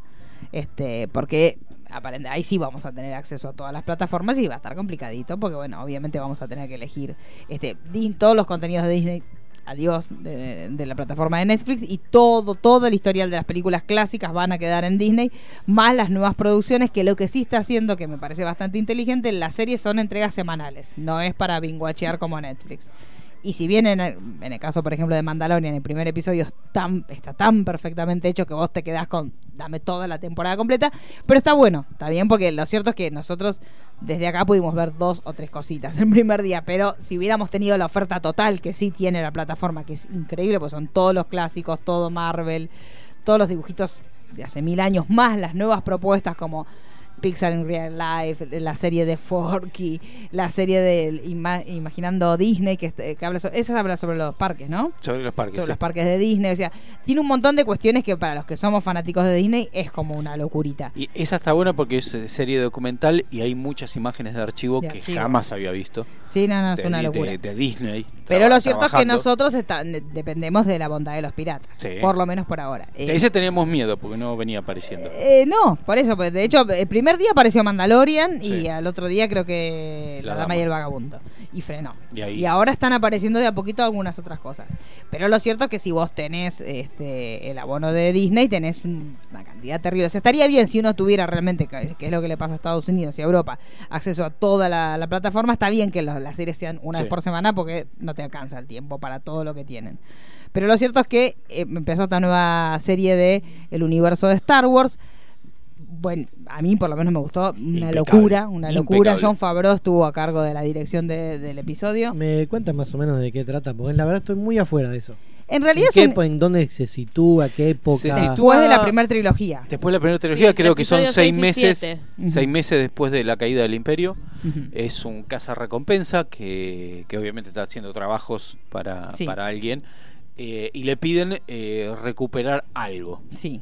Speaker 5: Este, porque aparente- ahí sí vamos a tener acceso a todas las plataformas y va a estar complicadito porque bueno, obviamente vamos a tener que elegir este Dis- todos los contenidos de Disney adiós de, de la plataforma de Netflix y todo, todo el historial de las películas clásicas van a quedar en Disney, más las nuevas producciones que lo que sí está haciendo, que me parece bastante inteligente, las series son entregas semanales, no es para binguachear como Netflix. Y si bien en el, en el caso, por ejemplo, de Mandalorian, el primer episodio es tan- está tan perfectamente hecho que vos te quedás con, dame toda la temporada completa, pero está bueno, está bien, porque lo cierto es que nosotros desde acá pudimos ver dos o tres cositas el primer día, pero si hubiéramos tenido la oferta total que sí tiene la plataforma, que es increíble, pues son todos los clásicos, todo Marvel, todos los dibujitos de hace mil años, más las nuevas propuestas como Pixar in Real Life, la serie de Forky, la serie de Ima- Imaginando Disney, que, este- que habla sobre, esa habla sobre los parques, ¿no?
Speaker 7: Sobre los parques.
Speaker 5: Sobre
Speaker 7: sí.
Speaker 5: los parques de Disney, o sea, tiene un montón de cuestiones que para los que somos fanáticos de Disney es como una locurita.
Speaker 7: Y esa está buena porque es eh, serie documental y hay muchas imágenes de archivo
Speaker 5: De
Speaker 7: que
Speaker 5: archivo.
Speaker 7: jamás había visto.
Speaker 5: Sí, no, no, es
Speaker 7: de,
Speaker 5: una
Speaker 7: de-
Speaker 5: locura.
Speaker 7: De, Disney.
Speaker 5: Pero
Speaker 7: traba-
Speaker 5: lo cierto es que
Speaker 7: trabajando.
Speaker 5: nosotros está- dependemos de la bondad de los piratas,
Speaker 7: Sí.
Speaker 5: por lo menos por ahora.
Speaker 7: De
Speaker 5: Eh,
Speaker 7: ese teníamos miedo porque no venía apareciendo.
Speaker 5: eh, no, por eso, pues, de hecho, el primer día apareció Mandalorian y
Speaker 7: Sí.
Speaker 5: al otro día creo que La,
Speaker 7: La
Speaker 5: Dama
Speaker 7: Dama.
Speaker 5: y el Vagabundo. y frenó.
Speaker 7: Y ahí-
Speaker 5: ahora están apareciendo de a poquito algunas otras cosas. Pero lo cierto es que si vos tenés este, el abono de Disney, tenés un- una cantidad terrible. O sea, estaría bien si uno tuviera realmente, que que es lo que le pasa a Estados Unidos y a Europa, acceso a toda la, la plataforma. Está bien que los- las series sean una
Speaker 12: Sí.
Speaker 5: vez por semana porque no te alcanza el tiempo para todo lo que tienen. Pero lo cierto es que eh, empezó esta nueva serie de el universo de Star Wars. Bueno, a mí por lo menos me gustó. Una
Speaker 8: Impecable.
Speaker 5: locura, una locura.
Speaker 8: Impecable.
Speaker 5: John Favreau estuvo a cargo de la dirección de- del episodio.
Speaker 8: ¿Me cuentas más o menos de qué trata? Porque la verdad estoy muy afuera de eso.
Speaker 5: En realidad
Speaker 8: ¿En, qué
Speaker 5: es un-
Speaker 8: epo- en dónde se sitúa? ¿Qué época?
Speaker 7: Se sitúa-
Speaker 5: después de la primera trilogía.
Speaker 7: Después de la primera trilogía,
Speaker 5: Sí,
Speaker 7: creo que son
Speaker 5: episodio
Speaker 7: seis
Speaker 5: seis y
Speaker 7: meses,
Speaker 5: siete. Ujú.
Speaker 7: seis meses después de la caída del imperio.
Speaker 5: Ujú.
Speaker 7: Es un caza recompensa que, que obviamente está haciendo trabajos para,
Speaker 5: Sí.
Speaker 7: para alguien eh, y le piden eh, recuperar algo.
Speaker 5: Sí.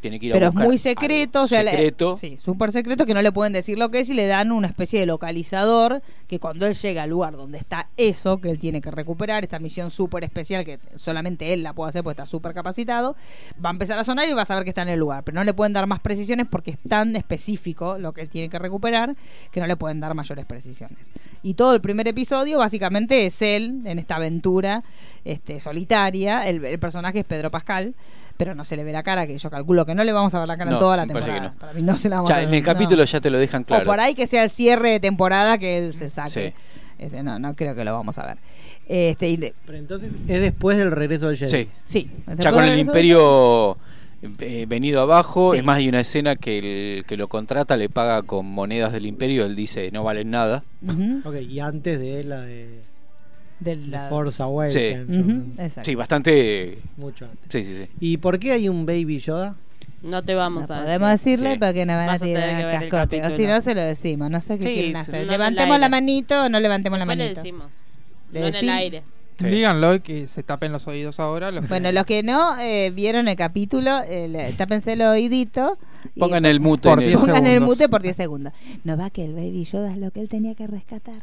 Speaker 7: Tiene que ir
Speaker 5: Pero
Speaker 7: a
Speaker 5: es
Speaker 7: buscar
Speaker 5: muy secreto,
Speaker 7: algo.
Speaker 5: o sea, la-
Speaker 7: secreto.
Speaker 5: sí, súper secreto que no le pueden decir lo que es y le dan una especie de localizador que cuando él llega al lugar donde está eso que él tiene que recuperar, esta misión súper especial que solamente él la puede hacer porque está súper capacitado, va a empezar a sonar y va a saber que está en el lugar, pero no le pueden dar más precisiones porque es tan específico lo que él tiene que recuperar que no le pueden dar mayores precisiones. Y todo el primer episodio básicamente es él en esta aventura este, solitaria, el, el personaje es Pedro Pascal. Pero no se le ve la cara, que yo calculo que no le vamos a ver la cara en
Speaker 7: No,
Speaker 5: toda la
Speaker 7: me parece que
Speaker 5: temporada.
Speaker 7: no.
Speaker 5: Para mí no se la vamos
Speaker 7: Ya,
Speaker 5: a ver,
Speaker 7: en el
Speaker 5: no.
Speaker 7: capítulo ya te lo dejan claro.
Speaker 5: O por ahí que sea el cierre de temporada que él se saque.
Speaker 7: Sí.
Speaker 5: Este, no, no creo que lo vamos a ver. Este, y de-
Speaker 8: Es después del regreso del Jedi.
Speaker 7: Sí.
Speaker 5: Sí.
Speaker 7: Ya con el imperio eh, venido abajo,
Speaker 5: Sí.
Speaker 7: es más, hay una escena que el que lo contrata le paga con monedas del imperio, él dice no valen nada.
Speaker 5: Ujú.
Speaker 8: Ok, y antes de la de
Speaker 5: De la-
Speaker 8: de Force
Speaker 7: Sí.
Speaker 8: Awakens.
Speaker 5: Ujú, Eh. exacto.
Speaker 7: Sí, bastante...
Speaker 8: Mucho antes.
Speaker 7: Sí, sí, sí.
Speaker 8: ¿Y por qué hay un Baby Yoda?
Speaker 6: No te vamos
Speaker 5: No
Speaker 6: a
Speaker 5: podemos
Speaker 6: decir.
Speaker 5: decirle porque nos van
Speaker 6: Vas
Speaker 5: a
Speaker 6: a tener que
Speaker 5: tirar
Speaker 6: ver el
Speaker 5: cascote. O si
Speaker 6: capítulo.
Speaker 5: no, se lo decimos. No sé qué
Speaker 6: Sí,
Speaker 5: quieren
Speaker 6: se- no
Speaker 5: hacer.
Speaker 6: en el
Speaker 5: ¿Levantemos la
Speaker 6: aire.
Speaker 5: manito o no levantemos la
Speaker 6: Después le
Speaker 5: manito?
Speaker 6: decimos.
Speaker 5: ¿Le
Speaker 6: no en el
Speaker 5: decimos?
Speaker 6: aire.
Speaker 9: Díganlo y que se tapen los oídos ahora. Los
Speaker 5: Bueno, los que no eh, vieron el capítulo, eh, le- tápense el oídito. y-
Speaker 7: Pongan el mute
Speaker 9: Por
Speaker 7: en el-
Speaker 9: diez
Speaker 5: Pongan el
Speaker 9: segundos.
Speaker 5: mute por 10 segundos. No va que el Baby Yoda es lo que él tenía que rescatar.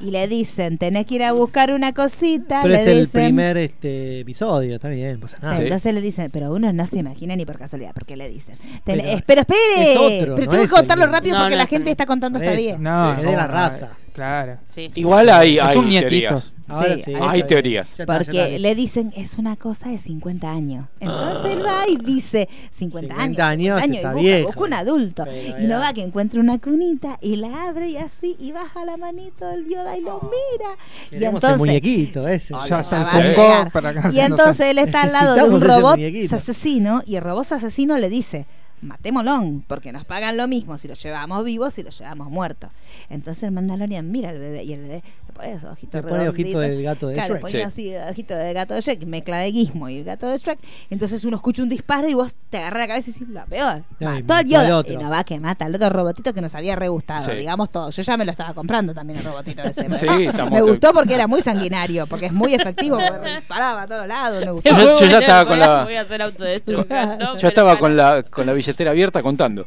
Speaker 5: Y le dicen, tenés que ir a buscar una cosita.
Speaker 8: Pero
Speaker 5: le
Speaker 8: es el
Speaker 5: dicen- Ah.
Speaker 8: primer este, episodio, está bien, no pasa nada.
Speaker 5: Entonces le dicen, pero uno no se imagina ni por casualidad, porque le dicen. Ten-
Speaker 8: Pero
Speaker 5: es- Pero, espere,
Speaker 8: es otro,
Speaker 5: pero
Speaker 8: no
Speaker 5: tengo
Speaker 8: es
Speaker 5: que contarlo
Speaker 8: el-
Speaker 5: rápido
Speaker 8: No,
Speaker 5: porque
Speaker 8: no
Speaker 5: la
Speaker 8: es el-
Speaker 5: gente está contando
Speaker 8: Por
Speaker 5: hasta
Speaker 8: eso.
Speaker 5: 10.
Speaker 9: No,
Speaker 8: Es de la
Speaker 9: no,
Speaker 8: raza.
Speaker 9: Claro.
Speaker 7: Igual hay,
Speaker 9: Es
Speaker 7: hay
Speaker 9: un nietito.
Speaker 7: teorías.
Speaker 8: Ahora sí.
Speaker 5: ahí
Speaker 7: Hay
Speaker 5: está.
Speaker 7: teorías.
Speaker 5: Porque le dicen, es una cosa de 50 años. Entonces él va y dice, 50,
Speaker 8: 50 Ah. años,
Speaker 5: años,
Speaker 8: está
Speaker 5: y busca,
Speaker 8: viejo.
Speaker 5: busca un adulto.
Speaker 8: Pero
Speaker 5: y no
Speaker 8: ya.
Speaker 5: va que encuentra una cunita y la abre y así, y baja la manito del Yoda y lo mira. Y
Speaker 8: Ah. Queremos el
Speaker 5: entonces,
Speaker 8: muñequito ese.
Speaker 9: Ya es un
Speaker 5: va a llegar.
Speaker 9: Funko para acá.
Speaker 5: Y entonces él está al lado de un
Speaker 8: Necesitamos ese
Speaker 5: robot
Speaker 8: muñequito.
Speaker 5: asesino y el robot asesino le dice, matémoslo, porque nos pagan lo mismo si lo llevamos vivo, si lo llevamos muerto. Entonces el mandalorian mira al bebé y el bebé le pone esos ojitos
Speaker 8: Le pone ojito
Speaker 5: redonditos.
Speaker 8: del gato de
Speaker 5: Claro, le
Speaker 8: Shrek.
Speaker 5: ponía así ojito del gato de Shrek, mezcla de guismo y el gato de Shrek. Entonces uno escucha un disparo y vos te agarras la cabeza y decís, lo peor.
Speaker 8: No, y
Speaker 5: mató al
Speaker 8: mató al
Speaker 5: Yoda.
Speaker 8: otro.
Speaker 5: Y no va que mata al otro robotito que nos había re gustado,
Speaker 7: Sí.
Speaker 5: digamos todo. Yo ya me lo estaba comprando también el robotito ese.
Speaker 7: Sí, estamos
Speaker 5: me
Speaker 7: to-
Speaker 5: gustó porque era muy sanguinario, porque es muy efectivo, porque disparaba a todos lados, me gustó.
Speaker 7: Yo- yo ya estaba con
Speaker 6: Voy a-
Speaker 7: la-
Speaker 6: Voy a hacer autodestrucción. No,
Speaker 7: Yo estaba con la, con la billetera abierta contando.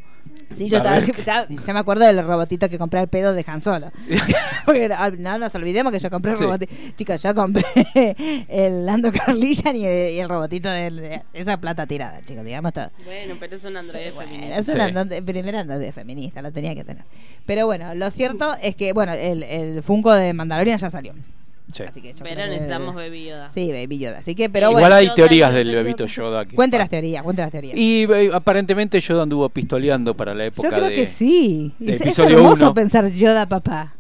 Speaker 5: Sí, yo
Speaker 7: A
Speaker 5: estaba
Speaker 7: ver.
Speaker 5: así, ya, ya me acuerdo del robotito que compré al pedo de Han Solo. Porque no, no nos olvidemos que yo compré el
Speaker 7: Sí.
Speaker 5: robotito. Chicos, yo compré el Lando Carlillan y, el- y el robotito de, de esa plata tirada, chicos, digamos todo.
Speaker 6: Bueno, pero es un androide femenino.
Speaker 5: Bueno, es una andante- primera andante feminista, lo tenía que tener. Pero bueno, lo cierto es que, bueno, el, el Funko de Mandalorian ya salió.
Speaker 7: Sí.
Speaker 5: Así que yo
Speaker 6: Pero
Speaker 5: creo que-
Speaker 6: necesitamos bebidas.
Speaker 5: Sí, Baby Yoda. Así que, pero
Speaker 7: Igual
Speaker 5: bueno.
Speaker 7: hay teorías del bebito Yoda. que- Ah.
Speaker 5: Cuente las teorías, cuente las teorías.
Speaker 7: Y eh, aparentemente Yoda anduvo pistoleando para la época
Speaker 5: Yo creo
Speaker 7: de-
Speaker 5: que sí.
Speaker 7: de
Speaker 5: Es, es
Speaker 7: episodio
Speaker 5: hermoso
Speaker 7: uno.
Speaker 5: pensar Yoda, papá.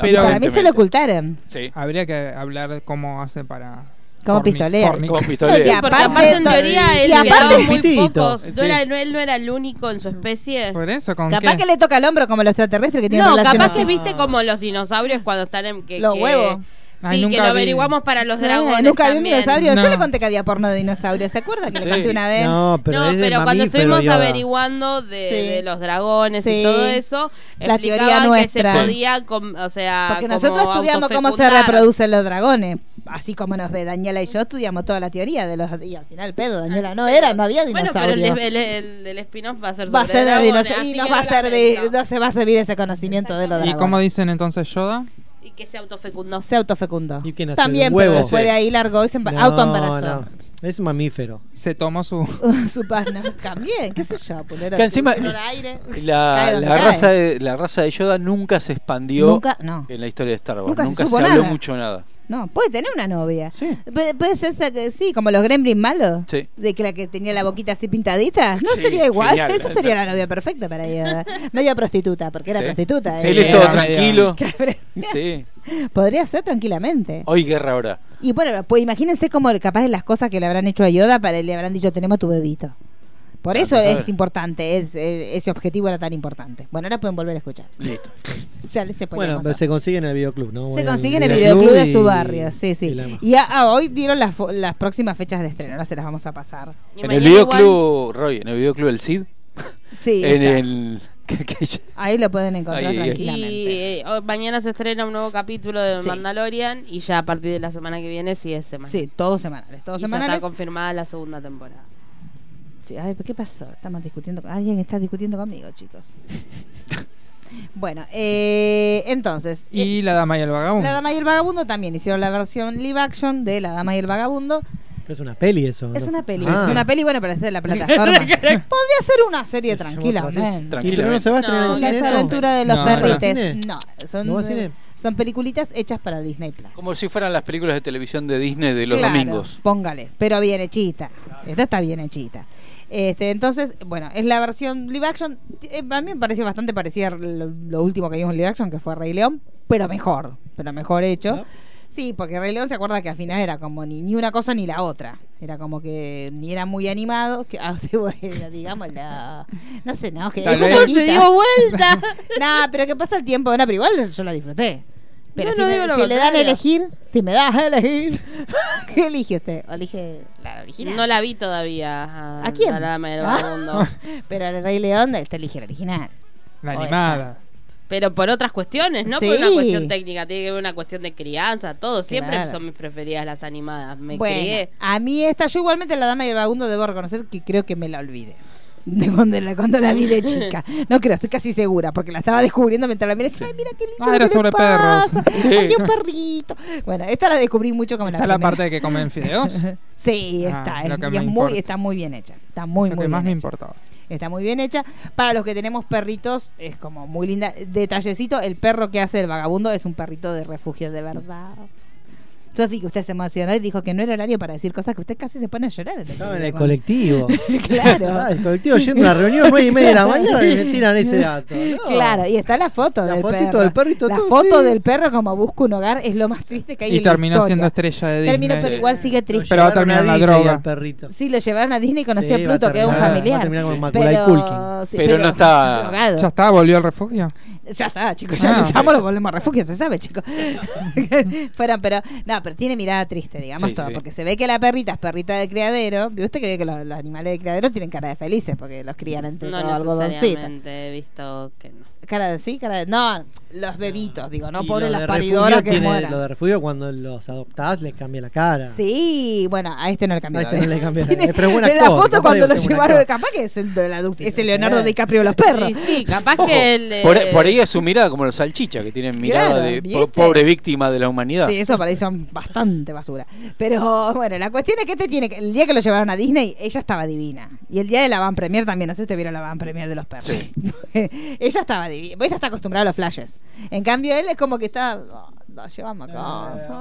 Speaker 7: Pero-
Speaker 5: para mí se lo ocultaron.
Speaker 7: Sí.
Speaker 9: Habría que hablar cómo hace para.
Speaker 5: Como
Speaker 9: forni-
Speaker 5: pistolea.
Speaker 9: forni-
Speaker 7: Como pistolea.
Speaker 5: No, y
Speaker 6: Porque
Speaker 5: aparte
Speaker 6: aparte, en
Speaker 5: todo-
Speaker 6: teoría,
Speaker 5: y
Speaker 6: él
Speaker 5: aparte-
Speaker 6: quedaba muy
Speaker 8: Pitito.
Speaker 6: pocos. No
Speaker 8: Sí.
Speaker 6: era, no- él no era el único en su especie.
Speaker 9: Por eso, ¿con
Speaker 5: Capaz
Speaker 9: qué?
Speaker 5: que le toca el hombro como los extraterrestres que tienen
Speaker 6: No,
Speaker 5: relación
Speaker 6: capaz
Speaker 5: así.
Speaker 6: que viste como los dinosaurios cuando están en. Que,
Speaker 5: Los
Speaker 6: que-
Speaker 5: huevos.
Speaker 9: Ay,
Speaker 6: Sí, que
Speaker 9: nunca
Speaker 6: lo
Speaker 9: vi.
Speaker 6: averiguamos para los
Speaker 5: Sí,
Speaker 6: dragones.
Speaker 5: Nunca vi un
Speaker 6: también.
Speaker 5: dinosaurio. Yo
Speaker 9: No.
Speaker 5: le conté que había porno de dinosaurios. ¿Se acuerda que
Speaker 7: Sí.
Speaker 5: le conté una vez?
Speaker 8: No, pero,
Speaker 6: no,
Speaker 8: es de
Speaker 6: pero cuando
Speaker 8: mamífero
Speaker 6: estuvimos
Speaker 8: Yoda.
Speaker 6: averiguando de,
Speaker 5: Sí.
Speaker 6: de los dragones
Speaker 5: Sí.
Speaker 6: y todo eso,
Speaker 5: La teoría
Speaker 6: explicaban
Speaker 5: nuestra.
Speaker 6: que
Speaker 5: Sí.
Speaker 6: se podía, com- o sea,
Speaker 5: Porque
Speaker 6: Ah, como
Speaker 5: nosotros estudiamos cómo se
Speaker 6: autofecundar.
Speaker 5: reproducen los dragones. Así como nos ve Daniela y yo, estudiamos toda la teoría de los. Y al final, pedo, Daniela no era, no había
Speaker 6: Bueno,
Speaker 5: dinosaurios.
Speaker 6: pero el, el, el- el spin-off va a ser sobre
Speaker 5: va a ser de
Speaker 6: dragones,
Speaker 5: dinosaurios.
Speaker 6: así
Speaker 5: Y
Speaker 6: que
Speaker 5: nos va a
Speaker 6: no la
Speaker 5: ser de-
Speaker 6: pensamos.
Speaker 5: no se va a servir ese conocimiento de los
Speaker 9: ¿Y
Speaker 5: dragones.
Speaker 9: cómo dicen entonces Yoda?
Speaker 6: Y que se autofecundó.
Speaker 5: Se autofecundó.
Speaker 8: ¿Y qué nació de
Speaker 5: También,
Speaker 8: un huevo?
Speaker 5: pero después de ahí largó y se emba-
Speaker 8: No,
Speaker 5: autoembarazó.
Speaker 8: no, Es un mamífero.
Speaker 9: Se tomó su.
Speaker 5: Su pana también, qué sé yo, pulero.
Speaker 7: Que encima-
Speaker 5: olor a aire. Cae
Speaker 7: La,
Speaker 5: donde
Speaker 7: la
Speaker 5: cae.
Speaker 7: raza de, la raza de Yoda nunca se expandió
Speaker 5: Nunca, no.
Speaker 7: en la historia de Star Wars.
Speaker 5: Nunca
Speaker 7: Nunca,
Speaker 5: se
Speaker 7: se,
Speaker 5: supo
Speaker 7: habló
Speaker 5: nada.
Speaker 7: mucho nada.
Speaker 5: No, puede tener una novia. Sí. puede ser esa que sí, como los gremlins malos.
Speaker 7: Sí.
Speaker 5: De que la que tenía la boquita así pintadita. No sería igual.
Speaker 7: genial.
Speaker 5: Esa sería la novia perfecta para ella. Media prostituta, porque era
Speaker 7: Sí.
Speaker 5: prostituta.
Speaker 7: Sí,
Speaker 5: ¿eh?
Speaker 7: él es todo
Speaker 9: Era
Speaker 7: tranquilo.
Speaker 9: medio-
Speaker 7: Sí.
Speaker 5: Podría ser tranquilamente.
Speaker 7: Hoy guerra ahora.
Speaker 5: Y bueno, pues imagínense como capaz de las cosas que le habrán hecho a Yoda para le habrán dicho tenemos tu bebito. Por
Speaker 7: Claro,
Speaker 5: eso
Speaker 7: tú sabes.
Speaker 5: es importante, es- eh, ese objetivo era tan importante. Bueno, ahora pueden volver a escuchar.
Speaker 7: Listo.
Speaker 5: Ya les se
Speaker 8: Bueno, pero se consigue en el videoclub, ¿no?
Speaker 5: Se
Speaker 8: Bueno,
Speaker 5: consigue en el
Speaker 8: videoclub
Speaker 5: videoclub de su
Speaker 8: y-
Speaker 5: barrio, sí,
Speaker 8: y
Speaker 5: sí.
Speaker 8: la-
Speaker 5: Y a- a hoy dieron las, fo- las próximas fechas de estreno, ahora se las vamos a pasar.
Speaker 6: Y
Speaker 7: En el
Speaker 6: mañana
Speaker 7: videoclub, Roy, en el videoclub El Cid.
Speaker 5: Sí,
Speaker 7: en
Speaker 5: está.
Speaker 7: el. que- que ya-
Speaker 5: ahí lo pueden encontrar
Speaker 7: Ahí, ahí.
Speaker 6: igual-
Speaker 5: tranquilamente.
Speaker 6: Y eh, hoy- mañana se estrena un nuevo capítulo de
Speaker 5: Sí.
Speaker 6: Mandalorian y ya a partir de la semana que viene sí es semana.
Speaker 5: Sí, todos semanales, todos
Speaker 6: Y ya
Speaker 5: semanales.
Speaker 6: está confirmada la segunda temporada.
Speaker 5: Sí, ay, ¿qué pasó? Estamos discutiendo, alguien está discutiendo conmigo, chicos. bueno, eh, entonces... eh,
Speaker 9: Y la dama y el vagabundo.
Speaker 5: la Dama y el Vagabundo también hicieron la versión live action de La Dama y el Vagabundo.
Speaker 8: Es una peli eso. ¿no?
Speaker 5: Es una peli,
Speaker 8: Ah.
Speaker 5: es una peli, bueno, pero es de la plataforma. Podría ser una serie tranquilamente.
Speaker 8: Y pero no se va a estrenar
Speaker 6: No,
Speaker 8: en
Speaker 5: Las
Speaker 8: cine eso.
Speaker 5: aventuras de los
Speaker 9: No,
Speaker 5: perrites.
Speaker 8: ¿no va a cine?
Speaker 5: No, son,
Speaker 8: ¿No va a cine?
Speaker 5: son peliculitas hechas para Disney Plus.
Speaker 7: Como si fueran las películas de televisión de Disney de los
Speaker 5: Claro,
Speaker 7: domingos.
Speaker 5: Póngale, pero bien hechita. Esta está bien hechita. Este, entonces, bueno, es la versión live action. Eh, A mí me pareció bastante parecida a lo, lo último que vimos en live action, que fue Rey León, pero mejor, pero mejor hecho.
Speaker 10: ¿No?
Speaker 5: Sí, porque Rey León se acuerda que al final era como ni, ni una cosa ni la otra. Era como que ni era muy animado, que ah, bueno, digamos la no sé, no, que
Speaker 9: Tal
Speaker 5: eso
Speaker 9: vez.
Speaker 5: no
Speaker 6: Se dio
Speaker 5: vuelta. Nada, pero que pasa el tiempo, no, pero igual yo la disfruté. Pero
Speaker 6: Yo
Speaker 5: si,
Speaker 6: no
Speaker 5: me-
Speaker 6: digo lo
Speaker 5: si le dan a
Speaker 6: contrario.
Speaker 5: elegir, si me das a elegir, ¿qué elige usted? ¿O elige la original?
Speaker 6: No la vi todavía. a-
Speaker 5: ¿A quién?
Speaker 6: A la dama y el
Speaker 5: Ah.
Speaker 6: vagabundo.
Speaker 5: Pero el Rey León, usted elige la original.
Speaker 9: La
Speaker 5: Ahí
Speaker 9: animada.
Speaker 6: Pero por otras cuestiones, no por
Speaker 5: Sí.
Speaker 6: una cuestión técnica, tiene que ver una cuestión de crianza, todo. Siempre
Speaker 5: Claro.
Speaker 6: son mis preferidas las animadas. Me
Speaker 5: bueno,
Speaker 6: crié.
Speaker 5: a mí esta, yo igualmente la dama y el vagabundo debo reconocer que creo que me la olvidé. De cuando la, cuando la vi de chica. No creo, estoy casi segura, porque la estaba descubriendo mientras la miré. decía, Ay, mira qué lindo.
Speaker 9: Ah, era
Speaker 5: ¿qué le
Speaker 9: sobre
Speaker 5: pasa?
Speaker 9: perros.
Speaker 5: Hay un perrito. Bueno, esta la descubrí mucho como
Speaker 9: Está
Speaker 5: la
Speaker 9: la
Speaker 5: primera.
Speaker 9: parte de que comen fideos.
Speaker 5: Sí,
Speaker 9: Ah,
Speaker 5: está.
Speaker 9: lo
Speaker 5: es-
Speaker 9: que
Speaker 5: y
Speaker 9: me
Speaker 5: es muy,
Speaker 9: importa.
Speaker 5: está muy bien hecha. Está muy,
Speaker 9: lo
Speaker 5: muy
Speaker 9: que más
Speaker 5: bien
Speaker 9: me
Speaker 5: hecha.
Speaker 9: importaba.
Speaker 5: Está muy bien hecha. Para los que tenemos perritos, es como muy linda. Detallecito, el perro que hace el vagabundo es un perrito de refugio de verdad. Yo sí que usted se emocionó y dijo que no era horario para decir cosas que usted casi se pone a llorar. en el
Speaker 8: Estaba en el
Speaker 5: programa.
Speaker 8: colectivo.
Speaker 5: Claro.
Speaker 8: Estaba en el colectivo yendo a una reunión nueve y media de la mañana y me tiran ese dato. No.
Speaker 5: Claro, y está la foto
Speaker 8: La
Speaker 5: del
Speaker 8: fotito
Speaker 5: perro.
Speaker 8: del perrito,
Speaker 5: la
Speaker 8: todo,
Speaker 5: foto
Speaker 8: sí.
Speaker 5: del perro como busca un hogar es lo más triste que hay
Speaker 9: Y
Speaker 5: en la
Speaker 9: terminó siendo
Speaker 5: historia.
Speaker 9: estrella de Disney.
Speaker 5: Terminó, pero
Speaker 7: Sí.
Speaker 5: igual sigue
Speaker 8: Lo
Speaker 5: triste.
Speaker 9: Pero va a
Speaker 8: llevaron
Speaker 9: terminar la
Speaker 8: Disney
Speaker 9: droga.
Speaker 8: al perrito.
Speaker 5: Sí, lo llevaron a Disney y conoció
Speaker 8: Sí,
Speaker 5: a
Speaker 8: va a
Speaker 5: Pluto, que es un
Speaker 8: terminar-
Speaker 5: familiar.
Speaker 8: Va a terminar con Macaulay Culkin.
Speaker 5: pero, sí,
Speaker 7: Pero no está-
Speaker 5: drogado.
Speaker 9: Ya está, volvió al refugio.
Speaker 5: Ya está, chicos, ya
Speaker 9: Ah.
Speaker 5: lo usamos, lo volvemos a refugio, se sabe, chicos. Fueron, pero, no, pero tiene mirada triste, digamos
Speaker 7: Sí,
Speaker 5: todo,
Speaker 7: sí.
Speaker 5: porque se ve que la perrita es perrita de criadero. ¿Viste que ve que los, los animales de criadero tienen cara de felices porque los crían entre
Speaker 6: No
Speaker 5: todo algodoncito?
Speaker 6: necesariamente he visto que no.
Speaker 5: Cara de sí, cara de. No, los bebitos, digo, no
Speaker 8: Y
Speaker 5: pobre
Speaker 8: lo
Speaker 5: las
Speaker 8: de
Speaker 5: paridoras
Speaker 8: refugio
Speaker 5: que
Speaker 8: tiene- Lo
Speaker 5: mueran.
Speaker 8: de refugio cuando los adoptás les cambia la cara.
Speaker 5: Sí, bueno, a este no le cambió.
Speaker 8: A este no le cambió.
Speaker 5: Tiene-
Speaker 8: Pero es buen
Speaker 5: de la
Speaker 8: actor, capaz
Speaker 5: foto cuando
Speaker 8: de-
Speaker 5: lo
Speaker 8: es buen
Speaker 5: llevaron,
Speaker 8: actor.
Speaker 5: capaz que es el, de la duct-
Speaker 8: Sí,
Speaker 5: es el Leonardo
Speaker 8: eh.
Speaker 5: DiCaprio de los perros.
Speaker 6: Y sí, capaz
Speaker 7: Ojo,
Speaker 6: que el, eh,
Speaker 7: por, por ahí es su mirada como los salchichas que tienen mirada
Speaker 5: Claro,
Speaker 7: de po-
Speaker 5: ¿viste?
Speaker 7: pobre víctima de la humanidad.
Speaker 5: Sí, eso para ahí son bastante basura. Pero bueno, la cuestión es que este tiene que- el día que lo llevaron a Disney, ella estaba divina. Y el día de la van premier también, no sé si usted vieron la van premier de los perros.
Speaker 7: Sí.
Speaker 5: ella estaba divina, pues ella está acostumbrada a los flashes. En cambio él es como que está "Oh, no, llevamos acá,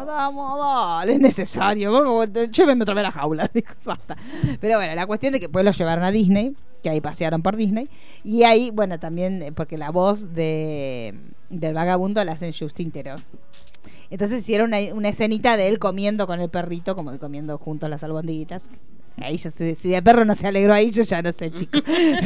Speaker 5: vamos, dale, es necesario, vamos, eh, llévenme otra vez a la jaula, dijo, basta. Pero bueno, la cuestión de que pues lo llevaron a Disney, que ahí pasearon por Disney, y ahí, bueno, también, eh, porque la voz de del vagabundo la hacen Justin Theroux. Entonces hicieron una, una escenita de él comiendo con el perrito, como que comiendo juntos las albondiguitas. Ahí yo sé, si el perro no se alegró ahí, yo ya no sé, chico.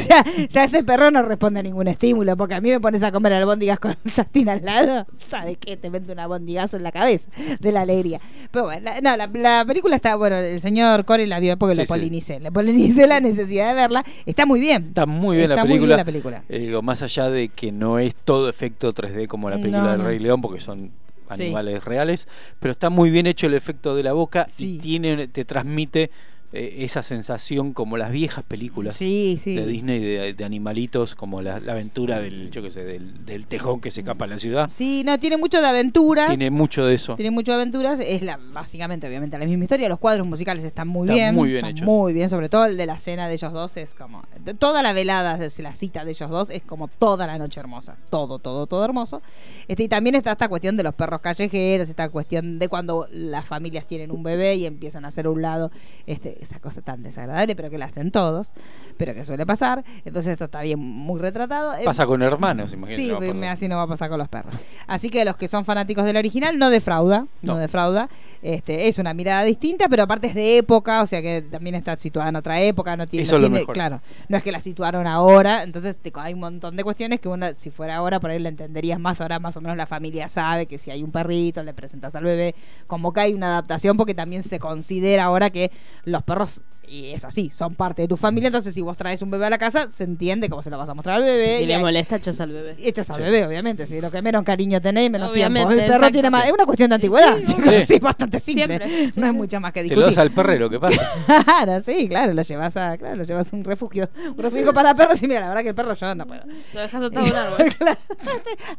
Speaker 5: ya, ya ese perro no responde a ningún estímulo, porque a mí me pones a comer albóndigas con Justin al lado, ¿sabes qué? Te mete un albondigazo en la cabeza de la alegría. Pero bueno, la, no, la, la película está, bueno, el señor Corey la vio porque
Speaker 7: Sí,
Speaker 5: lo
Speaker 7: sí.
Speaker 5: polinicé. Le polinicé la necesidad de verla. Está muy bien.
Speaker 7: Está muy bien
Speaker 5: Está
Speaker 7: la
Speaker 5: muy
Speaker 7: película.
Speaker 5: bien la película.
Speaker 7: Eh, digo, más allá de que no es todo efecto 3D como la película
Speaker 5: No,
Speaker 7: del
Speaker 5: no.
Speaker 7: Rey León, porque son animales reales, pero está muy bien hecho el efecto de la boca
Speaker 5: Sí.
Speaker 7: y tiene, te transmite eh, esa sensación como las viejas películas
Speaker 5: Sí, sí.
Speaker 7: de Disney de, de animalitos, como la, la aventura del, yo qué sé, del, del tejón que se escapa a la ciudad.
Speaker 5: Sí, no, tiene mucho de aventuras.
Speaker 7: Tiene mucho de eso.
Speaker 5: Tiene mucho de aventuras, es la, básicamente, obviamente, la misma historia. Los cuadros musicales están muy
Speaker 7: Están
Speaker 5: bien.
Speaker 7: muy bien
Speaker 5: están
Speaker 7: hechos.
Speaker 5: Muy bien, sobre todo el de la cena de ellos dos es como. de- Toda la velada, es la cita de ellos dos es como toda la noche hermosa. Todo, todo, todo hermoso. Este, y también está esta cuestión de los perros callejeros, esta cuestión de cuando las familias tienen un bebé y empiezan a hacer un lado, este, esa cosa tan desagradable, pero que la hacen todos, pero que suele pasar. Entonces, esto está bien, muy retratado. Eh,
Speaker 7: Pasa con hermanos, imagínate.
Speaker 5: Sí,
Speaker 7: no va a
Speaker 5: me-
Speaker 7: pasar.
Speaker 5: así no va a pasar con los perros. Así que los que son fanáticos del original no defrauda, no,
Speaker 7: No.
Speaker 5: defrauda. Este, es una mirada distinta, pero aparte es de época, o sea que también está situada en otra época, no tiene,
Speaker 7: Eso
Speaker 5: no
Speaker 7: es lo
Speaker 5: tiene-
Speaker 7: mejor.
Speaker 5: claro, no es que la situaron ahora, entonces te- hay un montón de cuestiones que una si fuera ahora por ahí la entenderías más, ahora más o menos la familia sabe que si hay un perrito le presentas al bebé, como que hay una adaptación porque también se considera ahora que los perros y es así, son parte de tu familia, entonces si vos traes un bebé a la casa, se entiende cómo se lo vas a mostrar al bebé.
Speaker 6: Si le
Speaker 5: Eh, hay-
Speaker 6: molesta, echas al bebé.
Speaker 5: echas al
Speaker 6: Sí.
Speaker 5: bebé, obviamente. Si lo que menos cariño tenéis, menos
Speaker 6: Obviamente,
Speaker 5: tiempo. El perro
Speaker 6: exacto,
Speaker 5: tiene más.
Speaker 6: sí.
Speaker 5: Es una cuestión de antigüedad, chicos.
Speaker 7: Sí.
Speaker 5: Sí, es bastante simple.
Speaker 6: Siempre,
Speaker 5: no hay mucho más que
Speaker 7: Te lo das
Speaker 5: discutir.
Speaker 7: al perrero, ¿qué pasa?
Speaker 5: Claro, sí, claro, lo llevas a, claro, lo llevas a un refugio, un refugio para perros y mira, la verdad que el perro yo no puedo.
Speaker 6: Lo dejas atado a un árbol.
Speaker 5: Claro.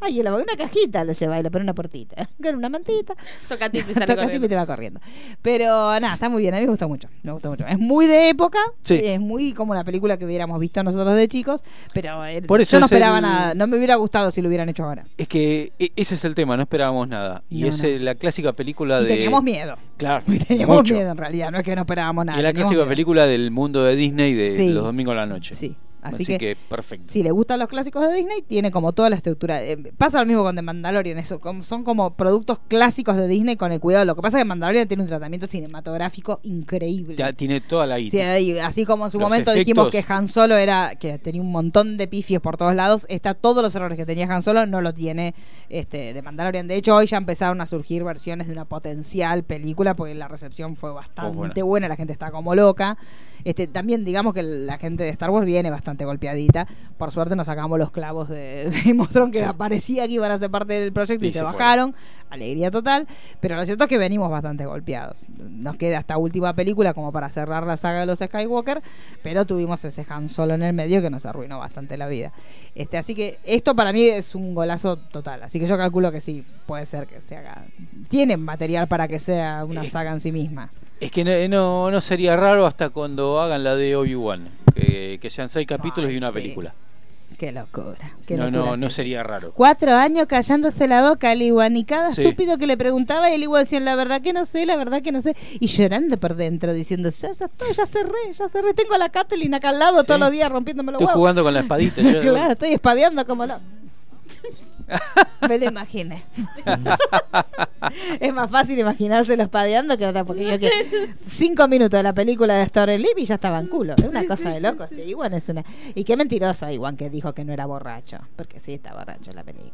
Speaker 5: Ay, y la- una cajita lo lleva y le pone una puertita, con una mantita.
Speaker 6: Toca a ti y sale
Speaker 5: Toca timbre y te
Speaker 6: corriendo.
Speaker 5: va corriendo. Pero nada, está muy bien. A mí me gusta mucho. Me gusta mucho. Es muy de época.
Speaker 7: Sí.
Speaker 5: Es muy como la película que hubiéramos visto nosotros de chicos. Pero eh,
Speaker 7: Por eso
Speaker 5: yo no
Speaker 7: es el-
Speaker 5: esperaba nada. No me hubiera gustado si lo hubieran hecho ahora.
Speaker 7: Es que e- ese es el tema, no esperábamos nada. Y
Speaker 5: No,
Speaker 7: es
Speaker 5: no.
Speaker 7: eh, la clásica película
Speaker 5: Y
Speaker 7: de.
Speaker 5: teníamos miedo.
Speaker 7: Claro,
Speaker 5: Teníamos
Speaker 7: mucho.
Speaker 5: miedo en realidad. No es que no esperábamos nada.
Speaker 7: y es la
Speaker 5: teníamos
Speaker 7: clásica
Speaker 5: miedo.
Speaker 7: película del mundo de Disney de
Speaker 5: Sí.
Speaker 7: los domingos a la noche.
Speaker 5: Sí. Así,
Speaker 7: Así,
Speaker 5: que,
Speaker 7: que, perfecto.
Speaker 5: si le gustan los clásicos de Disney, tiene como toda la estructura. eh, pasa lo mismo con The Mandalorian. Eso, como- son como productos clásicos de Disney con el cuidado. Lo que pasa es que Mandalorian tiene un tratamiento cinematográfico increíble.
Speaker 7: Ya tiene toda la
Speaker 5: Sí, eh.
Speaker 7: guita.
Speaker 5: ahí, así como en su
Speaker 7: Los
Speaker 5: momento dijimos que
Speaker 7: efectos.
Speaker 5: Han Solo era que tenía un montón de pifios por todos lados, está todos los errores que tenía Han Solo no lo tiene este de Mandalorian. De hecho, hoy ya empezaron a surgir versiones de una potencial película porque la recepción fue bastante
Speaker 7: buena.
Speaker 5: buena. la gente está como loca. Este también digamos que la gente de Star Wars viene bastante golpeadita. Por suerte nos sacamos los clavos de, de Game of Thrones, que
Speaker 7: Sí.
Speaker 5: parecía que iban a ser parte del proyecto y,
Speaker 7: Y
Speaker 5: se,
Speaker 7: se fueron.
Speaker 5: bajaron. Alegría total. Pero lo cierto es que venimos bastante golpeados. Nos queda esta última película como para cerrar la saga de los Skywalker, pero tuvimos ese Han Solo en el medio que nos arruinó bastante la vida. Este, así que esto para mí es un golazo total. Así que yo calculo que sí, puede ser que se haga. Tienen material para que sea una saga en sí misma.
Speaker 7: Es que no, eh, no, no sería raro hasta cuando hagan la de Obi-Wan. Que, que sean seis capítulos
Speaker 5: Ay,
Speaker 7: y una
Speaker 5: sí.
Speaker 7: película.
Speaker 5: Qué locura. Qué
Speaker 7: No,
Speaker 5: locura,
Speaker 7: no,
Speaker 5: sí.
Speaker 7: no sería raro.
Speaker 5: Cuatro años callándose la boca el Iguan y cada
Speaker 7: Sí.
Speaker 5: estúpido que le preguntaba y el Iguan decía, la verdad que no sé, la verdad que no sé. Y llorando por dentro, diciendo, ya, ya estoy, ya cerré, ya cerré. Tengo a la Kathleen acá al lado
Speaker 7: Sí.
Speaker 5: todos los días rompiéndome los
Speaker 7: Estoy
Speaker 5: huevos.
Speaker 7: jugando con la espadita. yo-
Speaker 5: claro, estoy espadeando como lo... Me lo imaginé. es más fácil imaginárselo espadeando que otra, porque yo que cinco minutos de la película de Story Live y ya estaba en culo. Es una cosa de locos. Este Iwan es una. Y qué mentiroso Iwan que dijo que no era borracho, porque sí está borracho en la película.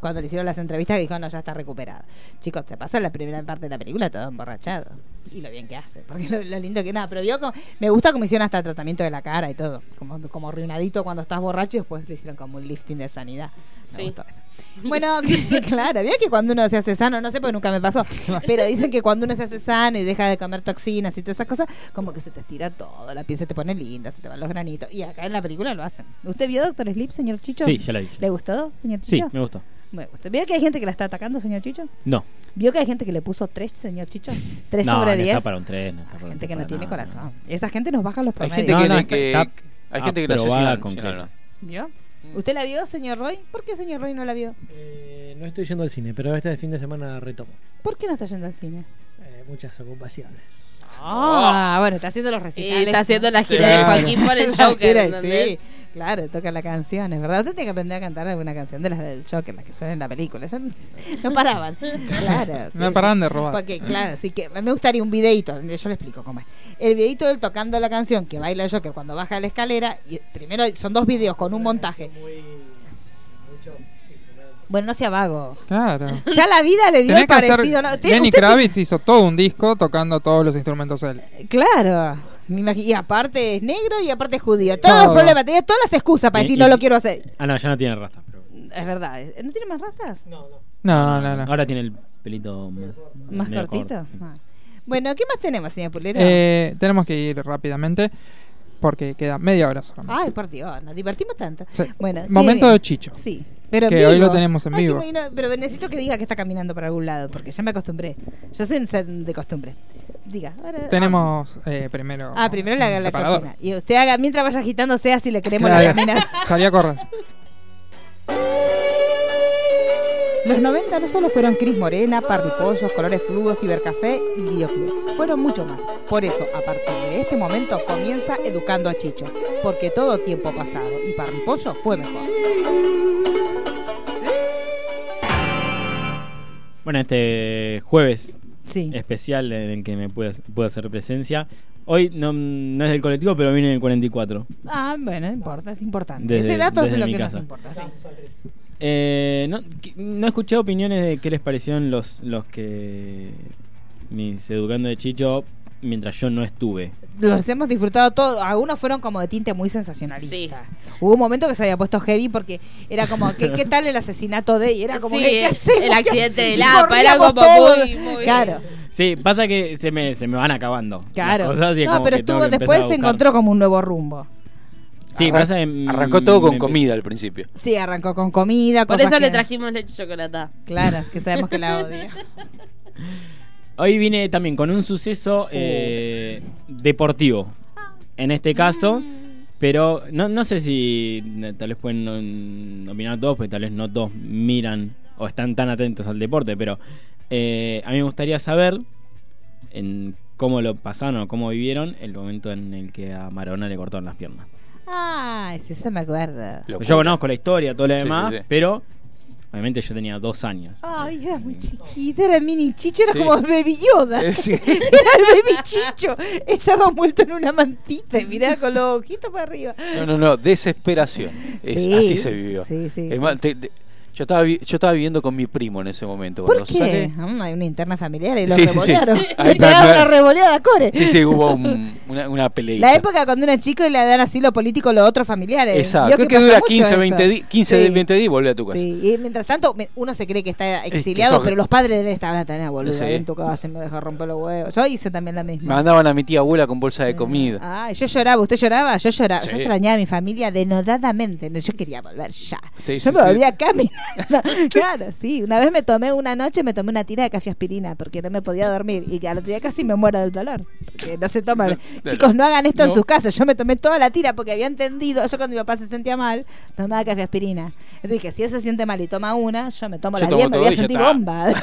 Speaker 5: Cuando le hicieron las entrevistas dijo, no, ya está recuperado. Chicos, te pasa la primera parte de la película todo emborrachado. Y lo bien que hace, porque lo, lo lindo que nada, pero vio como- me gusta como hicieron hasta el tratamiento de la cara y todo, como, como arruinadito cuando estás borracho y después le hicieron como un lifting de sanidad. Me
Speaker 6: Sí.
Speaker 5: gustó eso. Bueno, claro, vio que cuando uno se hace sano, no sé, porque nunca me pasó, pero dicen que cuando uno se hace sano y deja de comer toxinas y todas esas cosas, como que se te estira todo, la piel se te pone linda, se te van los granitos. Y acá en la película lo hacen. ¿Usted vio Doctor Sleep, señor Chicho?
Speaker 10: Sí, ya la vi. ya.
Speaker 5: ¿Le gustó, señor
Speaker 10: Sí,
Speaker 5: Chicho?
Speaker 10: me gustó.
Speaker 5: Me gusta. ¿Vio que hay gente que la está atacando, señor Chicho?
Speaker 10: No.
Speaker 5: ¿Vio que hay gente que le puso 3, señor Chicho? 3
Speaker 10: no,
Speaker 5: sobre
Speaker 10: no
Speaker 5: 10.
Speaker 10: Está para un tren. No está para un
Speaker 5: gente
Speaker 10: tren,
Speaker 5: que no
Speaker 10: para
Speaker 5: tiene
Speaker 10: nada,
Speaker 5: corazón. Esa gente nos baja los
Speaker 7: Hay
Speaker 5: promedios.
Speaker 7: gente
Speaker 10: No,
Speaker 7: que,
Speaker 10: no,
Speaker 7: que-
Speaker 10: está-
Speaker 7: que-
Speaker 10: está
Speaker 7: hay gente que la
Speaker 10: aprobada
Speaker 7: asesinan,
Speaker 10: con
Speaker 7: sí, no,
Speaker 10: creces.
Speaker 7: no.
Speaker 5: ¿Vio? ¿Usted la vio, señor Roy? ¿Por qué señor Roy no la vio?
Speaker 8: Eh, no estoy yendo al cine, pero este fin de semana retomo.
Speaker 5: ¿Por qué no está yendo al cine?
Speaker 8: Eh, muchas ocupaciones.
Speaker 5: Ah, bueno, está haciendo los
Speaker 6: Y
Speaker 5: recitales.
Speaker 6: está haciendo la gira de
Speaker 9: Claro.
Speaker 6: Joaquín por el
Speaker 5: La
Speaker 6: Joker.
Speaker 5: gira,
Speaker 6: ¿entendés?
Speaker 5: sí. Claro, toca la canción, es verdad. Usted tiene que aprender a cantar alguna canción de las del Joker, las que suenan en la película. Yo no, no paraban. Claro.
Speaker 9: No
Speaker 5: sí,
Speaker 9: paraban
Speaker 5: sí.
Speaker 9: de robar.
Speaker 5: Porque, claro, así que me gustaría un videito, yo le explico cómo es. El videito de él tocando la canción que baila el Joker cuando baja la escalera. Y primero son dos videos con un montaje. Bueno, no sea vago.
Speaker 9: Claro.
Speaker 5: Ya la vida le dio
Speaker 9: Tenés
Speaker 5: el
Speaker 9: que
Speaker 5: parecido. ¿no?
Speaker 9: hacer.
Speaker 5: Usted-
Speaker 9: Lenny
Speaker 5: usted-
Speaker 9: Kravitz hizo todo un disco tocando todos los instrumentos él.
Speaker 5: Claro. Me imagi- Y aparte es negro y aparte es judío. Todos los
Speaker 9: Todo.
Speaker 5: problemas, tenía todas las excusas para
Speaker 10: Y-
Speaker 5: decir
Speaker 10: y-
Speaker 5: no lo quiero hacer.
Speaker 10: Ah, no, ya no tiene rasta. pero-
Speaker 5: Es verdad. es- ¿No tiene más rastas?
Speaker 9: No, no, no.
Speaker 10: Ahora tiene el pelito más,
Speaker 5: ¿Más
Speaker 10: medio
Speaker 5: cortito?
Speaker 10: corto, sí.
Speaker 5: Ah. Bueno, ¿qué más tenemos, señor Pulero?
Speaker 9: Eh, tenemos que ir rápidamente porque queda media hora solamente.
Speaker 5: Ay, por Dios, nos divertimos tanto.
Speaker 9: Sí.
Speaker 5: Ah, Bueno,
Speaker 9: Momento
Speaker 5: tiene-
Speaker 9: de Chicho.
Speaker 5: Sí, pero en
Speaker 9: que hoy
Speaker 5: vivo.
Speaker 9: lo tenemos en
Speaker 5: Ay,
Speaker 9: vivo.
Speaker 5: qué bueno, pero necesito que diga que está caminando para algún lado, porque ya me acostumbré. Yo soy un ser de costumbre. Diga. ahora-
Speaker 9: Tenemos eh, primero.
Speaker 5: Ah, primero la,
Speaker 9: el
Speaker 5: la
Speaker 9: separador.
Speaker 5: cortina. Y usted haga, mientras vaya agitando, sea si le creemos la
Speaker 9: Claro.
Speaker 5: lámina.
Speaker 9: Salí a correr.
Speaker 5: Los 90 no solo fueron Cris Morena, parripollos, colores fluos, cibercafé y videoclub. Fueron mucho más. Por eso, a partir de este momento, comienza Educando a Chicho. Porque todo tiempo pasado y parripollo fue mejor.
Speaker 10: Bueno, este jueves
Speaker 5: Sí.
Speaker 9: Eh.
Speaker 10: especial en el que me pude, pude hacer presencia. Hoy no, no es del colectivo, pero viene del 44.
Speaker 5: Ah, bueno, no importa, es importante.
Speaker 10: Desde-
Speaker 5: Ese dato es
Speaker 10: desde
Speaker 5: lo
Speaker 10: mi
Speaker 5: que
Speaker 10: casa.
Speaker 5: nos importa. sí.
Speaker 10: Eh, no, que- no escuché opiniones de qué les parecieron los, los que. mis educando de Chicho mientras yo no estuve.
Speaker 5: Los hemos disfrutado todos. Algunos fueron como de tinte muy sensacionalista. Hubo un momento que se había puesto heavy porque era como, ¿qué, qué tal el asesinato de? Y era como,
Speaker 6: Sí,
Speaker 5: ¿qué, qué
Speaker 6: el
Speaker 5: hacemos? ¿Qué
Speaker 6: accidente
Speaker 5: hacemos?
Speaker 6: del APA, era
Speaker 5: Corríamos
Speaker 6: como
Speaker 5: todos.
Speaker 6: muy, muy-
Speaker 5: Claro,
Speaker 10: Sí, pasa que se me, se me van acabando. las
Speaker 5: claro.
Speaker 10: cosas y es
Speaker 5: no,
Speaker 10: como
Speaker 5: pero
Speaker 10: que tengo
Speaker 5: estuvo,
Speaker 10: que empezar
Speaker 5: después
Speaker 10: a
Speaker 5: se
Speaker 10: buscar.
Speaker 5: encontró como un nuevo rumbo.
Speaker 10: Sí,
Speaker 7: Arran-
Speaker 10: pasa que, mm,
Speaker 7: arrancó todo con
Speaker 10: me-
Speaker 7: comida al principio.
Speaker 5: Sí, arrancó con comida.
Speaker 6: Por
Speaker 5: cosas
Speaker 6: eso le
Speaker 5: que-
Speaker 6: trajimos leche chocolatada.
Speaker 5: Claro, que sabemos que la odia.
Speaker 10: Hoy vine también con un suceso eh, deportivo. En este caso. Pero no, no sé si eh, tal vez pueden mm, opinar todos, porque tal vez no todos miran o están tan atentos al deporte. Pero eh, a mí me gustaría saber en cómo lo pasaron o cómo vivieron el momento en el que a Maradona le cortaron las piernas.
Speaker 5: Ah, sí, se me acuerda.
Speaker 10: Pues Yo conozco la historia, todo lo
Speaker 7: Sí,
Speaker 10: demás,
Speaker 7: sí, sí.
Speaker 10: pero obviamente yo tenía dos años.
Speaker 5: Ay, era muy chiquita, era mini chicho, era
Speaker 10: Sí.
Speaker 5: como el baby Yoda.
Speaker 10: Eh, sí.
Speaker 5: Era el baby chicho. Estaba envuelto en una mantita y miraba con los ojitos para arriba.
Speaker 7: No, no, no, desesperación. Es-
Speaker 5: Sí.
Speaker 7: así se vivió.
Speaker 5: Sí, sí,
Speaker 7: Es
Speaker 5: sí.
Speaker 7: más, te- te- yo, estaba vi- yo estaba viviendo con mi primo en ese momento.
Speaker 5: ¿Por
Speaker 7: cuando
Speaker 5: qué?
Speaker 7: sale-
Speaker 5: Mm, hay una interna familiar y lo
Speaker 7: Sí, sí, sí.
Speaker 5: revolearon.
Speaker 7: Ay,
Speaker 5: Le daban
Speaker 7: pero-
Speaker 5: una revoleada a Core.
Speaker 7: Sí, sí, hubo un- una, una peleita.
Speaker 5: La época cuando era chico y le dan asilo político a los otros familiares.
Speaker 7: Exacto.
Speaker 5: Vio
Speaker 7: Creo
Speaker 5: que
Speaker 7: que
Speaker 5: pasa
Speaker 7: dura
Speaker 5: mucho
Speaker 7: 15,
Speaker 5: eso.
Speaker 7: 20 días. 15,
Speaker 5: Sí.
Speaker 7: 20 días y volvé a tu casa.
Speaker 5: Sí, y mientras tanto, me- uno se cree que está exiliado,
Speaker 7: sos-
Speaker 5: pero los padres deben estar hablando tan boludo.
Speaker 7: Sí. Ah,
Speaker 5: En tu casa me deja romper los huevos. Yo hice también la misma.
Speaker 7: Me mandaban a mi tía abuela con bolsa
Speaker 5: Ah.
Speaker 7: de comida.
Speaker 5: Ay, yo lloraba, usted lloraba, yo lloraba,
Speaker 7: Sí.
Speaker 5: yo extrañaba a mi familia denodadamente, No, yo quería volver ya.
Speaker 7: Sí,
Speaker 5: yo
Speaker 7: sí,
Speaker 5: me
Speaker 7: sí.
Speaker 5: volvía caminando. claro, sí, una vez me tomé una noche, me tomé una tira de café aspirina porque no me podía dormir y al otro día casi me muero del dolor. Porque no se toma. Chicos, no hagan esto en
Speaker 6: No.
Speaker 5: sus casas. Yo me tomé toda la tira porque había entendido, yo cuando mi papá se sentía mal, tomaba café aspirina. Entonces dije, si él se siente mal y toma una, yo me tomo
Speaker 6: Yo
Speaker 5: la
Speaker 6: tomo
Speaker 5: 10, me
Speaker 6: todo
Speaker 5: voy a
Speaker 6: y ya
Speaker 5: sentir
Speaker 6: está.
Speaker 5: bomba.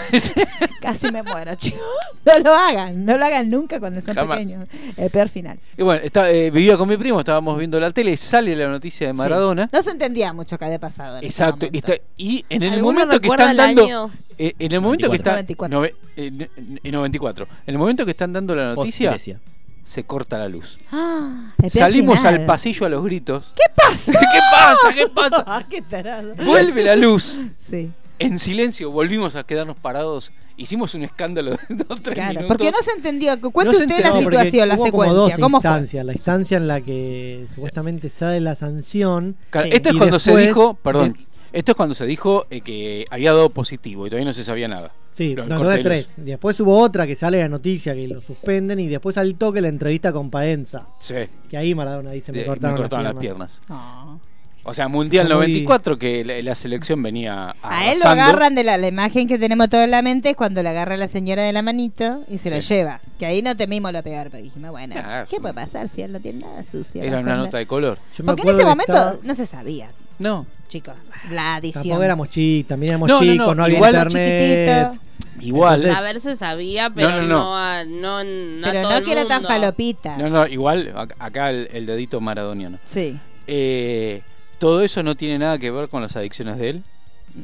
Speaker 5: casi me muero, chicos. No lo hagan, no lo hagan nunca cuando sean
Speaker 7: Jamás.
Speaker 5: pequeños. El peor final.
Speaker 7: Y bueno, está- eh, vivía con mi primo, estábamos viendo la tele, sale la noticia de
Speaker 5: Sí.
Speaker 7: Maradona.
Speaker 5: No se entendía mucho que había pasado.
Speaker 7: Exacto, y, está- y en el
Speaker 5: ¿Alguno
Speaker 7: momento que
Speaker 5: recuerda
Speaker 7: están
Speaker 5: el
Speaker 7: dando
Speaker 5: año?
Speaker 7: eh, en el momento
Speaker 5: 94.
Speaker 7: que está nove- eh, n- en 94, en el momento que están dando la noticia
Speaker 10: Post-Grecia.
Speaker 7: se corta la luz.
Speaker 5: Ah,
Speaker 7: Salimos al pasillo a los gritos.
Speaker 5: ¿Qué pasa?
Speaker 7: ¿Qué pasa? ¿Qué
Speaker 8: Ah,
Speaker 7: pasa?
Speaker 5: ¡Qué tarado!
Speaker 7: Vuelve la luz.
Speaker 5: Sí.
Speaker 7: En silencio volvimos a quedarnos parados. Hicimos un escándalo de dos tres
Speaker 5: Claro,
Speaker 7: minutos.
Speaker 5: porque no se entendió. Cuente
Speaker 7: No
Speaker 5: usted
Speaker 7: se entendió,
Speaker 5: la
Speaker 7: porque
Speaker 5: situación, la
Speaker 8: Hubo
Speaker 5: secuencia.
Speaker 8: Como dos
Speaker 5: ¿Cómo fue?
Speaker 8: instancias. La instancia en la que supuestamente sale la sanción.
Speaker 7: Claro,
Speaker 8: y
Speaker 7: Esto es cuando se
Speaker 8: después-
Speaker 7: dijo, perdón, esto es cuando se dijo eh, que había dado positivo y todavía no se sabía nada.
Speaker 8: Sí,
Speaker 7: Lo del
Speaker 8: no, no
Speaker 7: corte de
Speaker 8: de
Speaker 7: luz.
Speaker 8: tres. Después hubo otra que sale la noticia que lo suspenden y después al toque la entrevista con Paenza.
Speaker 7: Sí.
Speaker 8: Que ahí Maradona dice, me
Speaker 7: Eh,
Speaker 8: cortaron,
Speaker 7: me cortaron
Speaker 8: las,
Speaker 7: las
Speaker 8: piernas.
Speaker 7: Ah, O sea, Mundial
Speaker 8: Muy-
Speaker 7: 94 que la, la selección venía
Speaker 5: A él lo
Speaker 7: arrasando.
Speaker 5: agarran de la, la imagen que tenemos toda en la mente es cuando le agarra a la señora de la manito y se lo
Speaker 7: Sí.
Speaker 5: lleva. Que ahí no temimos lo peor, pero dijimos, bueno,
Speaker 7: Ah, es
Speaker 5: ¿qué
Speaker 7: un-
Speaker 5: puede pasar si él no tiene nada sucio?
Speaker 7: Era una nota de color.
Speaker 8: Yo me
Speaker 5: Porque en ese
Speaker 8: acuerdo que
Speaker 5: momento
Speaker 8: estaba-
Speaker 5: no se sabía.
Speaker 7: No.
Speaker 5: Chicos, la adición.
Speaker 8: Tampoco éramos chicos, también éramos
Speaker 7: No, no, no,
Speaker 8: chicos, no, había
Speaker 7: igual-
Speaker 8: internet.
Speaker 7: Igual.
Speaker 8: Entonces,
Speaker 6: A ver, se sabía, Pues pero
Speaker 7: No,
Speaker 6: no,
Speaker 7: no, no.
Speaker 6: a- no, no a
Speaker 5: Pero
Speaker 6: todo
Speaker 5: no
Speaker 6: el
Speaker 5: que era tan
Speaker 6: mundo.
Speaker 5: falopita.
Speaker 7: No, no, igual ac- acá el, el dedito maradoniano.
Speaker 5: Sí.
Speaker 7: Eh, todo eso no tiene nada que ver con las adicciones de él.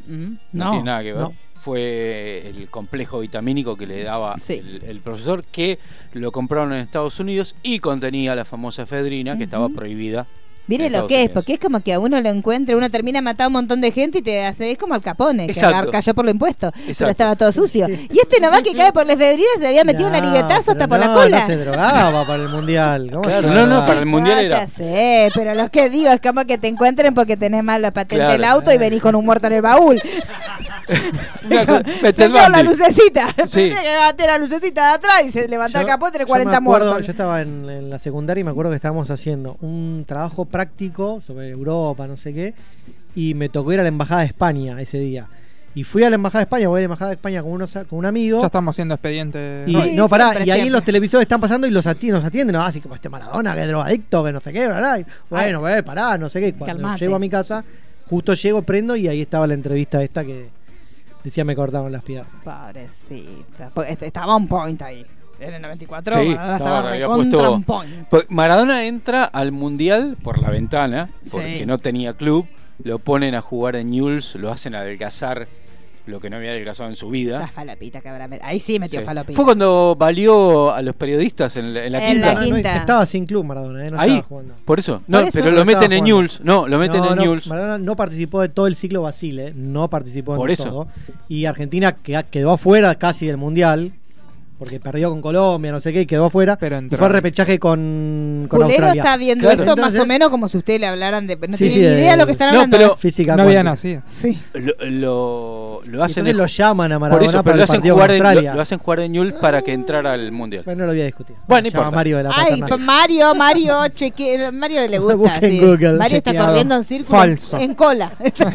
Speaker 5: Mm,
Speaker 7: No,
Speaker 5: no,
Speaker 7: tiene nada que ver.
Speaker 5: no.
Speaker 7: Fue el complejo vitamínico que le daba
Speaker 5: Sí.
Speaker 7: el, el profesor que lo compraron en Estados Unidos y contenía la famosa efedrina que estaba
Speaker 5: Ujú.
Speaker 7: prohibida
Speaker 5: Mire
Speaker 7: en
Speaker 5: lo
Speaker 7: Estados
Speaker 5: que es,
Speaker 7: Unidos.
Speaker 5: porque es como que a uno lo encuentra, uno termina matando a un montón de gente y te hace, es como al capone, que
Speaker 7: Exacto.
Speaker 5: agar- cayó por lo impuesto,
Speaker 7: Exacto.
Speaker 5: pero estaba todo sucio. Y este nomás que cae por la efedrina se había metido un ariguetazo hasta por la cola.
Speaker 8: No se drogaba para el mundial. ¿Cómo
Speaker 7: Claro, no,
Speaker 8: se
Speaker 7: no,
Speaker 8: drogaba?
Speaker 7: para el mundial
Speaker 5: No,
Speaker 7: era.
Speaker 5: ya sé, pero lo que digo es como que te encuentren porque tenés mal la patente
Speaker 7: Claro.
Speaker 5: del auto y venís con un muerto en el baúl.
Speaker 7: Una co- Vete al
Speaker 5: Señor, la
Speaker 7: Bambi.
Speaker 5: lucecita.
Speaker 7: Sí.
Speaker 5: Tenés que levantar la lucecita de atrás y se levanta el capó y tenés
Speaker 8: Yo me
Speaker 5: 40
Speaker 8: acuerdo-
Speaker 5: muertos.
Speaker 8: Yo estaba en, en la secundaria y me acuerdo que estábamos haciendo un trabajo práctico sobre Europa, no sé qué, y me tocó ir a la Embajada de España ese día. Y fui a la Embajada de España, voy a la Embajada de España con, unos, con un amigo.
Speaker 9: Ya estamos haciendo expediente.
Speaker 8: Y,
Speaker 5: Sí,
Speaker 8: no, pará,
Speaker 5: siempre,
Speaker 8: y ahí
Speaker 5: siempre.
Speaker 8: los televisores están pasando y los atienden, nos atienden, no, así que pues, este Maradona, que drogadicto, que no sé qué, bla, bla. Y, Bueno, eh, pará, no sé qué. Cuando
Speaker 5: Ah. Calmate.
Speaker 8: llego a mi casa, justo llego, prendo y ahí estaba la entrevista esta que decía me cortaron las piernas.
Speaker 5: Pobrecita. Porque est- Estaba un point ahí. En el 94
Speaker 7: Sí,
Speaker 5: Maradona estaba
Speaker 7: estaba, había
Speaker 5: recontra
Speaker 7: puesto-
Speaker 5: un point.
Speaker 7: Pues Maradona entra al mundial por la ventana, porque
Speaker 5: Sí.
Speaker 7: no tenía club. Lo ponen a jugar en Newell's, lo hacen adelgazar lo que no había adelgazado en su
Speaker 5: La
Speaker 7: vida.
Speaker 5: falopita que habrá met- Ahí sí metió
Speaker 7: Sí.
Speaker 5: falopita.
Speaker 7: Fue cuando valió a los periodistas en la, en la
Speaker 5: En la
Speaker 7: quinta.
Speaker 8: Ah, No, no,
Speaker 5: quinta.
Speaker 8: estaba sin club Maradona, eh, no
Speaker 7: Ahí,
Speaker 8: estaba jugando.
Speaker 7: por eso. No,
Speaker 5: Por eso.
Speaker 7: pero
Speaker 8: No
Speaker 7: lo
Speaker 8: estaba
Speaker 7: meten en
Speaker 8: jugando.
Speaker 7: Newell's. No, lo meten
Speaker 8: No,
Speaker 7: en
Speaker 8: no,
Speaker 7: Newell's.
Speaker 8: Maradona no participó de todo el ciclo Basile, eh, no participó
Speaker 7: Por
Speaker 8: en
Speaker 7: eso.
Speaker 8: todo. Y Argentina que- quedó afuera casi del Mundial, porque perdió con Colombia, no sé qué, y quedó afuera.
Speaker 9: Pero
Speaker 8: y
Speaker 9: entró.
Speaker 8: fue al repechaje con, con
Speaker 5: Culero
Speaker 8: Australia.
Speaker 5: está viendo
Speaker 7: Claro.
Speaker 5: esto
Speaker 8: Entonces-
Speaker 5: más o menos como si ustedes le hablaran de. No
Speaker 8: Sí,
Speaker 5: tienen ni
Speaker 8: sí,
Speaker 5: idea de
Speaker 8: de-
Speaker 5: lo que están
Speaker 7: No,
Speaker 5: hablando.
Speaker 7: pero-
Speaker 8: Física
Speaker 9: No había
Speaker 8: cuántica.
Speaker 9: nacido.
Speaker 5: Sí.
Speaker 7: Lo, lo, lo hacen
Speaker 8: Entonces
Speaker 7: de-
Speaker 8: lo llaman a Maradona
Speaker 7: por eso,
Speaker 8: para
Speaker 7: pero lo
Speaker 8: el
Speaker 7: hacen,
Speaker 8: partido con
Speaker 7: jugar en,
Speaker 8: Australia.
Speaker 7: lo- lo hacen jugar en Newell's para que entrara al mundial.
Speaker 8: Bueno, no lo voy a discutir.
Speaker 7: Bueno, no
Speaker 8: Llama
Speaker 7: importa.
Speaker 8: Mario de la
Speaker 5: Ay,
Speaker 8: Paternal.
Speaker 5: Mario, Mario, cheque, Mario le gusta.
Speaker 8: Busca en
Speaker 5: sí.
Speaker 8: Google,
Speaker 5: Mario está
Speaker 8: chequeado.
Speaker 5: corriendo en círculo.
Speaker 9: Falso.
Speaker 5: En cola.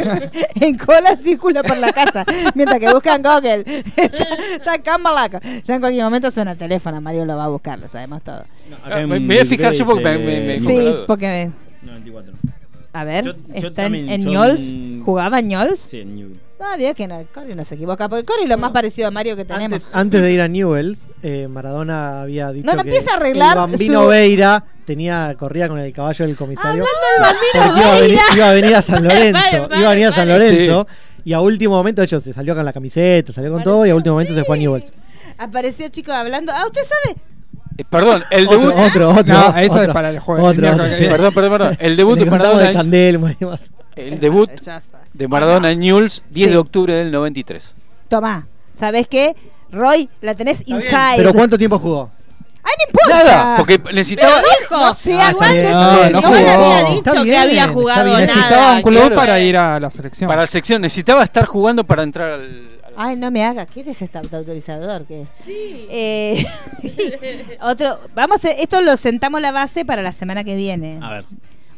Speaker 5: en cola, círculo por la casa. Mientras que busca en Google. está, está acá en Malaca. Ya en cualquier momento suena el teléfono. Mario lo va a buscar, lo sabemos todo.
Speaker 7: Ah, me- me voy a fijar yo porque me- me- me- Sí,
Speaker 5: Sí,
Speaker 7: claro.
Speaker 5: porque.
Speaker 10: 94.
Speaker 5: A ver,
Speaker 10: Yo- yo
Speaker 5: está
Speaker 10: también,
Speaker 5: en, en
Speaker 10: yo-
Speaker 5: Newell's. ¿Jugaba en Newell's?
Speaker 10: Sí, en Newell's.
Speaker 5: Ah, bien, que no, Cory no se equivoca. Porque Cory es lo más parecido a Mario que tenemos.
Speaker 8: Antes, antes de ir a Newell's, eh, Maradona había dicho
Speaker 5: No, no
Speaker 8: que
Speaker 5: empieza a arreglar
Speaker 8: el bambino
Speaker 5: su-
Speaker 8: Veira tenía, corría con el caballo del comisario.
Speaker 5: Hablando del
Speaker 8: porque
Speaker 5: bambino
Speaker 8: iba a, venir,
Speaker 5: Veira.
Speaker 8: iba a venir a San
Speaker 5: Vale,
Speaker 8: Lorenzo.
Speaker 5: vale,
Speaker 8: Iba a venir a San
Speaker 5: vale.
Speaker 8: Lorenzo. Y a último momento, de hecho, se salió con la camiseta, salió con todo y a último momento se fue a Newell's.
Speaker 5: Apareció chico hablando. Ah, usted sabe.
Speaker 7: Eh, perdón, el debut.
Speaker 8: Otro, otro, otro.
Speaker 9: No, eso
Speaker 8: otro,
Speaker 9: es para el jueves,
Speaker 8: Otro,
Speaker 9: el
Speaker 8: otro.
Speaker 9: miércoles.
Speaker 7: Perdón, perdón, perdón. El debut
Speaker 8: Le
Speaker 7: de
Speaker 8: contamos de
Speaker 7: Maradona,
Speaker 8: Candel, y demás.
Speaker 7: el debut
Speaker 5: Ya sabe.
Speaker 7: de Maradona en Newell's, 10
Speaker 5: Sí.
Speaker 7: de octubre del 93.
Speaker 5: Tomá, ¿sabes qué? Roy, la tenés inside.
Speaker 8: Pero ¿cuánto tiempo jugó?
Speaker 5: ¡Ay, no importa!
Speaker 7: Nada, porque
Speaker 6: Pero
Speaker 7: necesitaba.
Speaker 6: dijo,
Speaker 5: No sea
Speaker 8: Ah, está
Speaker 5: aguante,
Speaker 8: bien,
Speaker 9: no, no
Speaker 8: está bien.
Speaker 9: jugó.
Speaker 6: le había
Speaker 8: Está
Speaker 6: dicho que
Speaker 8: bien,
Speaker 6: había
Speaker 8: está
Speaker 6: jugado
Speaker 8: bien.
Speaker 9: Necesitaba
Speaker 6: nada,
Speaker 9: un club
Speaker 7: claro.
Speaker 9: para ir a la selección.
Speaker 7: Para la sección, necesitaba estar jugando para entrar al. al-
Speaker 5: Ay, no me haga. ¿Quién es este autorizador? ¿Qué es? Eh, otro, vamos, a- esto lo sentamos la base para la semana que viene.
Speaker 10: A ver.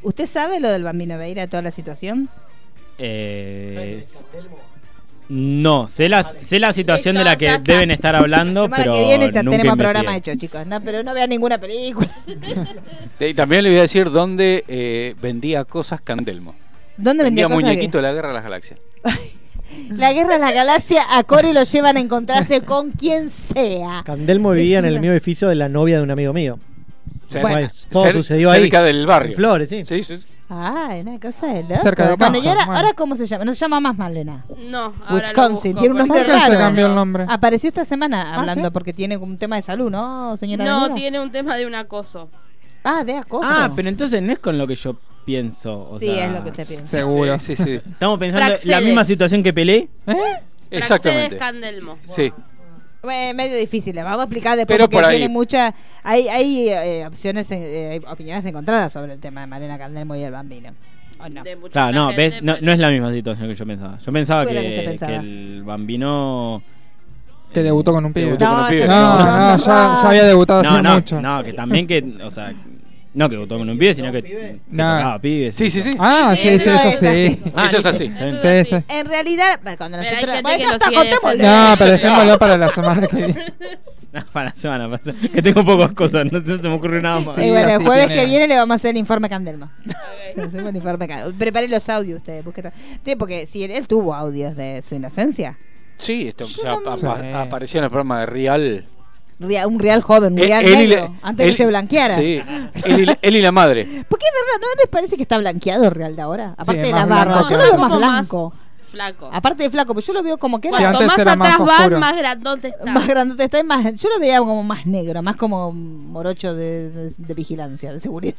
Speaker 5: ¿Usted sabe lo del Bambino Veira, toda la situación?
Speaker 10: Eh, s- no, sé la, sé la situación de la
Speaker 6: Listo, ya
Speaker 10: que
Speaker 6: está.
Speaker 10: deben estar
Speaker 5: La
Speaker 10: hablando,
Speaker 5: semana
Speaker 10: pero
Speaker 5: que viene ya tenemos
Speaker 10: nunca investigué.
Speaker 5: programa hecho, chicos. No, pero no vean ninguna película.
Speaker 7: Y también le voy a decir dónde eh, vendía cosas Candelmo.
Speaker 5: ¿Dónde vendía
Speaker 7: Vendía
Speaker 5: cosas
Speaker 7: muñequito de la guerra de las galaxias.
Speaker 5: que- La guerra de la galaxia a Corey lo llevan a encontrarse con quien sea.
Speaker 8: Candelmo vivía en el
Speaker 5: Decime.
Speaker 8: mismo edificio de la novia de un amigo mío.
Speaker 7: Cer-
Speaker 8: Bueno,
Speaker 7: cer-
Speaker 8: todo sucedió ahí.
Speaker 7: cerca del barrio.
Speaker 8: En Flores, sí.
Speaker 7: Sí, sí, sí.
Speaker 5: Ay, Ah, una cosa de loco.
Speaker 9: Cerca de
Speaker 5: bueno,
Speaker 9: casa,
Speaker 5: y ahora,
Speaker 9: bueno.
Speaker 5: ahora ¿cómo se llama? No se llama más Malena.
Speaker 6: No, ahora lo
Speaker 5: Wisconsin,
Speaker 6: busco
Speaker 5: tiene unos
Speaker 6: porque-
Speaker 9: ¿Por
Speaker 5: nombres
Speaker 9: qué se
Speaker 5: raros.
Speaker 9: cambió el nombre?
Speaker 5: Apareció esta semana
Speaker 8: ¿Ah,
Speaker 5: hablando
Speaker 8: sí?
Speaker 5: porque tiene un tema de salud, ¿no, señora?
Speaker 6: No,
Speaker 5: Daniela?
Speaker 6: tiene un tema de un acoso.
Speaker 5: Ah, de acoso.
Speaker 10: Ah, pero entonces no es con lo que yo pienso. o
Speaker 5: Sí,
Speaker 10: sea,
Speaker 5: es lo que te piensa.
Speaker 9: Seguro.
Speaker 7: Sí, sí, sí.
Speaker 10: Estamos pensando la
Speaker 6: Praxedes.
Speaker 10: misma situación que Pelé.
Speaker 7: Exactamente.
Speaker 6: Mercedes Candelmo.
Speaker 7: Sí.
Speaker 5: Eh, medio difícil, le vamos a explicar después
Speaker 7: Pero
Speaker 5: porque
Speaker 7: por ahí.
Speaker 5: tiene muchas. Hay, hay eh, opciones, eh, hay opiniones encontradas sobre el tema de Malena Candelmo y el bambino. ¿O no?
Speaker 6: De mucha
Speaker 10: Claro, no,
Speaker 6: gente,
Speaker 10: ves, no,
Speaker 6: pero-
Speaker 10: no es la misma situación que yo pensaba. Yo pensaba
Speaker 5: ¿Cuál
Speaker 10: que,
Speaker 5: era ¿eh? que usted pensaba?
Speaker 10: que el bambino.
Speaker 9: Que
Speaker 10: eh,
Speaker 9: debutó con un pibe.
Speaker 7: debutó con un
Speaker 5: No,
Speaker 7: pibe.
Speaker 5: ya
Speaker 9: No, no, ya, ya había debutado
Speaker 10: no,
Speaker 9: hace
Speaker 10: no,
Speaker 9: mucho.
Speaker 10: no, que también que. O sea, no que debutó con un pibe, sino que. que
Speaker 9: No.
Speaker 10: tocaba pibes.
Speaker 7: Sí, sí, sí.
Speaker 9: Ah, sí, sí,
Speaker 5: Eso
Speaker 9: eso
Speaker 5: es
Speaker 9: sí.
Speaker 10: Ah,
Speaker 7: Eso es
Speaker 10: listo.
Speaker 7: así.
Speaker 10: Está bien.
Speaker 6: Eso
Speaker 9: Sí,
Speaker 6: es
Speaker 9: sí.
Speaker 6: así.
Speaker 5: En realidad, bueno, cuando
Speaker 6: Pero hay
Speaker 5: nosotros.
Speaker 6: gente
Speaker 5: bueno,
Speaker 6: que
Speaker 5: ya
Speaker 6: lo
Speaker 5: está,
Speaker 6: sigue de
Speaker 5: contémosle.
Speaker 6: frente.
Speaker 9: No, pero dejémoslo para la semana que viene.
Speaker 10: No, para la semana pasada. Que tengo pocas cosas, no se- se me ocurrió nada más.
Speaker 9: Sí,
Speaker 5: Eh, bueno, el
Speaker 9: así
Speaker 5: jueves
Speaker 9: tiene-
Speaker 5: que viene le vamos a hacer el informe Candelmo. Hacemos el informe Candelmo. Prepare los audios ustedes. busquen- Sí, porque si él, él tuvo audios de su inocencia.
Speaker 7: Sí, esto
Speaker 5: Yo
Speaker 7: ya
Speaker 5: no-
Speaker 7: apa-
Speaker 9: Sí.
Speaker 7: aparecía en el programa de Real.
Speaker 5: Rea- un real joven, un
Speaker 7: Eh,
Speaker 5: real
Speaker 7: él y
Speaker 5: negro,
Speaker 7: la-
Speaker 5: antes
Speaker 7: él-
Speaker 5: que se blanqueara.
Speaker 7: Sí, él y, la- él y la madre.
Speaker 5: Porque es verdad, ¿no les parece que está blanqueado real de ahora? Aparte de
Speaker 9: más
Speaker 5: la barba,
Speaker 9: blanco
Speaker 5: yo
Speaker 9: que
Speaker 5: lo veo
Speaker 6: blanco.
Speaker 5: más
Speaker 6: Como más-
Speaker 5: blanco.
Speaker 6: flaco.
Speaker 5: Aparte de flaco, pero yo lo veo como que era-
Speaker 6: Cuanto más atrás van, más grandote está.
Speaker 5: Más grandote está y más. Yo lo veía como más negro, más como morocho de, de- de vigilancia, de seguridad.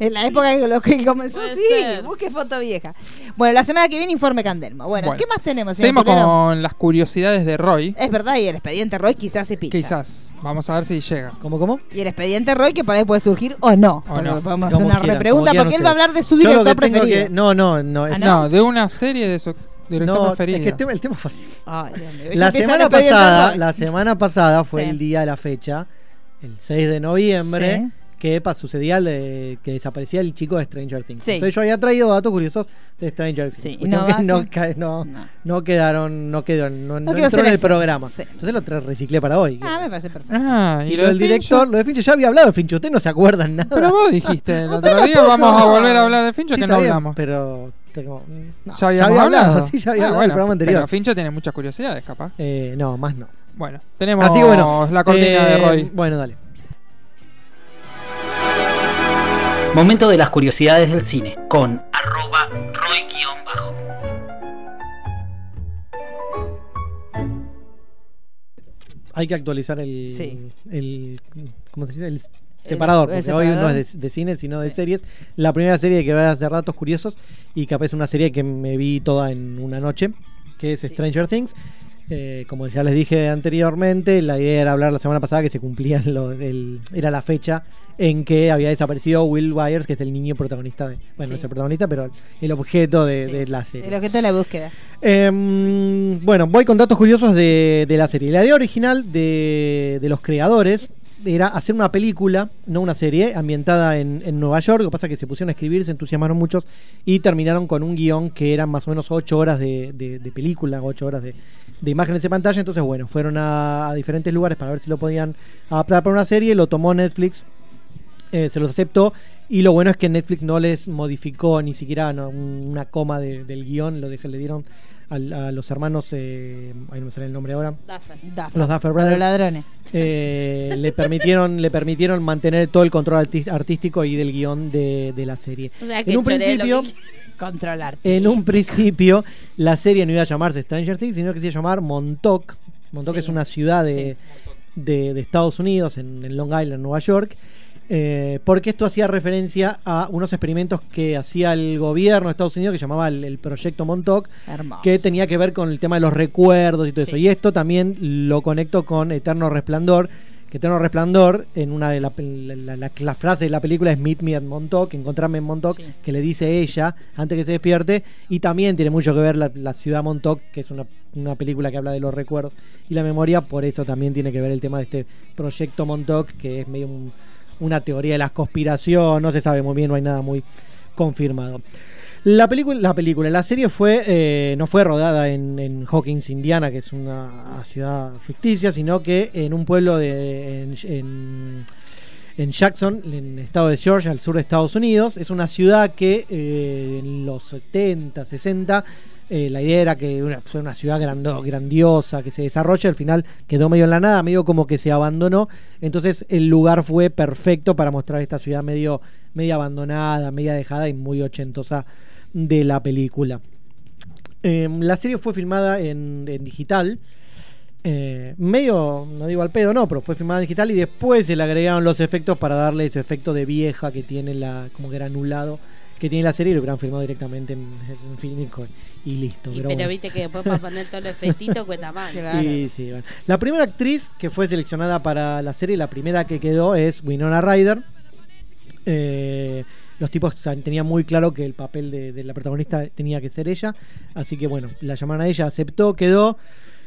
Speaker 5: en la época que, lo que comenzó,
Speaker 6: Puede
Speaker 5: sí,
Speaker 6: ser.
Speaker 5: busque foto vieja. Bueno, la semana que viene informe Candelmo. Bueno,
Speaker 9: Bueno.
Speaker 5: ¿qué más tenemos? señor
Speaker 9: Seguimos
Speaker 5: Pulero?
Speaker 9: con las curiosidades de Roy.
Speaker 5: Es verdad, y el expediente Roy quizás se pica.
Speaker 9: Quizás. Vamos a ver si llega.
Speaker 8: ¿Cómo, cómo?
Speaker 5: Y el expediente Roy que por ahí puede surgir o no.
Speaker 9: O no.
Speaker 5: Vamos a hacer una repregunta porque él va a hablar de su
Speaker 8: Yo lo
Speaker 5: director
Speaker 8: que tengo
Speaker 5: preferido. Ah,
Speaker 8: que- no, no, ¿Ah, no. Es,
Speaker 9: No, de una serie de su director
Speaker 8: no,
Speaker 9: preferido.
Speaker 8: es que este- el tema, el tema es fácil.
Speaker 5: Ay, Dios mío, ya empieza
Speaker 8: La
Speaker 5: el
Speaker 8: semana,
Speaker 5: expediente
Speaker 8: pasada,
Speaker 5: Roy.
Speaker 8: la semana pasada fue
Speaker 5: Sí.
Speaker 8: el día de la fecha, el 6 de noviembre,
Speaker 5: Sí.
Speaker 8: que pa- sucedía el, eh, que desaparecía el chico de Stranger Things.
Speaker 5: Sí.
Speaker 8: Entonces yo había traído datos curiosos de Stranger Things.
Speaker 5: Sí,
Speaker 8: Cuestión
Speaker 5: no
Speaker 8: que
Speaker 5: va-
Speaker 8: no, ca- no,
Speaker 5: No.
Speaker 8: no quedaron, no quedó, no, no
Speaker 5: quedó
Speaker 8: entró en el
Speaker 5: selección.
Speaker 8: programa.
Speaker 5: Sí.
Speaker 8: Entonces lo tra- reciclé para hoy.
Speaker 5: Ah, me parece perfecto.
Speaker 9: Ah,
Speaker 8: Y lo del director, lo de Fincher, ya había hablado de Fincher, ustedes no se acuerdan nada.
Speaker 9: Pero vos dijiste el
Speaker 5: Pero
Speaker 9: otro día,
Speaker 5: por
Speaker 9: vamos a
Speaker 5: favor.
Speaker 9: volver a hablar de Fincho
Speaker 8: Sí,
Speaker 9: que
Speaker 8: está
Speaker 9: no
Speaker 8: bien,
Speaker 9: hablamos.
Speaker 8: Pero tengo- mm, no,
Speaker 9: ya habíamos hablado.
Speaker 8: sí, ya había
Speaker 9: Ah,
Speaker 8: hablado en el
Speaker 9: bueno,
Speaker 8: programa anterior.
Speaker 9: Pero Fincho tiene muchas curiosidades, capaz.
Speaker 8: Eh, no, más no.
Speaker 9: Bueno, tenemos
Speaker 8: Así que bueno,
Speaker 9: la cortina de
Speaker 8: eh,
Speaker 9: Roy.
Speaker 8: Bueno, dale.
Speaker 12: Momento de las curiosidades del cine con arroba roy-bajo.
Speaker 8: Hay que actualizar el,
Speaker 5: Sí.
Speaker 8: el ¿cómo se dice? El separador,
Speaker 5: el
Speaker 8: porque hoy
Speaker 5: separador.
Speaker 8: no es de, de cine, sino de series. La primera serie que voy a hacer datos curiosos y capaz es una serie que me vi toda en una noche, que es Stranger Things. Eh, como ya les dije anteriormente, la idea era hablar la semana pasada que se cumplía lo del- era la fecha en que había desaparecido Will Byers, que es el niño protagonista de, bueno,
Speaker 5: Sí.
Speaker 8: no es el protagonista, pero el objeto de,
Speaker 5: Sí.
Speaker 8: de la serie.
Speaker 5: El objeto de la búsqueda.
Speaker 8: Em, bueno, voy con datos curiosos de, de la serie. La idea original de, de los creadores era hacer una película, no una serie, ambientada en, en Nueva York. Lo que pasa es que se pusieron a escribir, se entusiasmaron muchos y terminaron con un guión que eran más o menos 8 horas de, de- de película, 8 horas de, de imágenes de pantalla. Entonces, bueno, fueron a, a diferentes lugares para ver si lo podían adaptar para una serie. Lo tomó Netflix, eh, se los aceptó. Y lo bueno es que Netflix no les modificó ni siquiera no, un- una coma de- del guión, lo dejé- le dieron al- a los hermanos, eh, ahí no me sale el nombre ahora,
Speaker 6: Duffer.
Speaker 5: Duffer.
Speaker 8: los Duffer
Speaker 5: Los
Speaker 8: Brothers,
Speaker 5: ladrones.
Speaker 8: eh, le, permitieron, le permitieron mantener todo el control arti- artístico y del guión de, de la serie.
Speaker 6: O sea, que
Speaker 8: En un
Speaker 6: choré lo que
Speaker 8: principio,
Speaker 5: Controlarte.
Speaker 8: en un principio, la serie no iba a llamarse Stranger Things, sino que se iba a llamar Montauk. Montauk
Speaker 5: Sí.
Speaker 8: es una ciudad de, de- de Estados Unidos, en, en Long Island, Nueva York. eh, porque esto hacía referencia a unos experimentos que hacía el gobierno de Estados Unidos que llamaba el, el proyecto Montauk,
Speaker 5: Hermoso.
Speaker 8: que tenía que ver con el tema de los recuerdos y todo
Speaker 5: Sí.
Speaker 8: eso. Y esto también lo conecto con Eterno Resplandor. Que Eterno Resplandor, en una de la, la- la- la frase de la película es Meet me at Montauk, encontrarme en Montauk,
Speaker 5: Sí.
Speaker 8: que le dice ella antes que se despierte. Y también tiene mucho que ver la, la ciudad Montauk, que es una, una película que habla de los recuerdos y la memoria. Por eso también tiene que ver el tema de este proyecto Montauk, que es medio un- una teoría de la conspiración. No se sabe muy bien, no hay nada muy confirmado. La película, la película, la serie fue eh, no fue rodada en, en Hawkins, Indiana, que es una ciudad ficticia, sino que en un pueblo de en, en- en Jackson, en el estado de Georgia, al sur de Estados Unidos. Es una ciudad que eh, en los 70, 60 eh, la idea era que una, fue una ciudad grando- grandiosa, que se desarrolla, al final quedó medio en la nada, medio como que se abandonó. Entonces el lugar fue perfecto para mostrar esta ciudad medio, media abandonada, media dejada y muy ochentosa de la película. Eh, la serie fue filmada en, en digital. eh, medio, no digo al pedo, no, pero fue filmada en digital y después se le agregaron los efectos para darle ese efecto de vieja que tiene la, como granulado que tiene la serie y lo hubieran filmado directamente en, en film y, co- y listo.
Speaker 6: Y
Speaker 8: pero
Speaker 6: pero
Speaker 8: bueno.
Speaker 6: viste que después para poner todo el efectito cuesta más.
Speaker 5: Claro.
Speaker 8: Y sí, bueno. La primera actriz que fue seleccionada para la serie, la primera que quedó es Winona Ryder. Eh, los tipos tan- tenían muy claro que el papel de, de la protagonista tenía que ser ella. Así que bueno, la llamaron a ella, aceptó, quedó.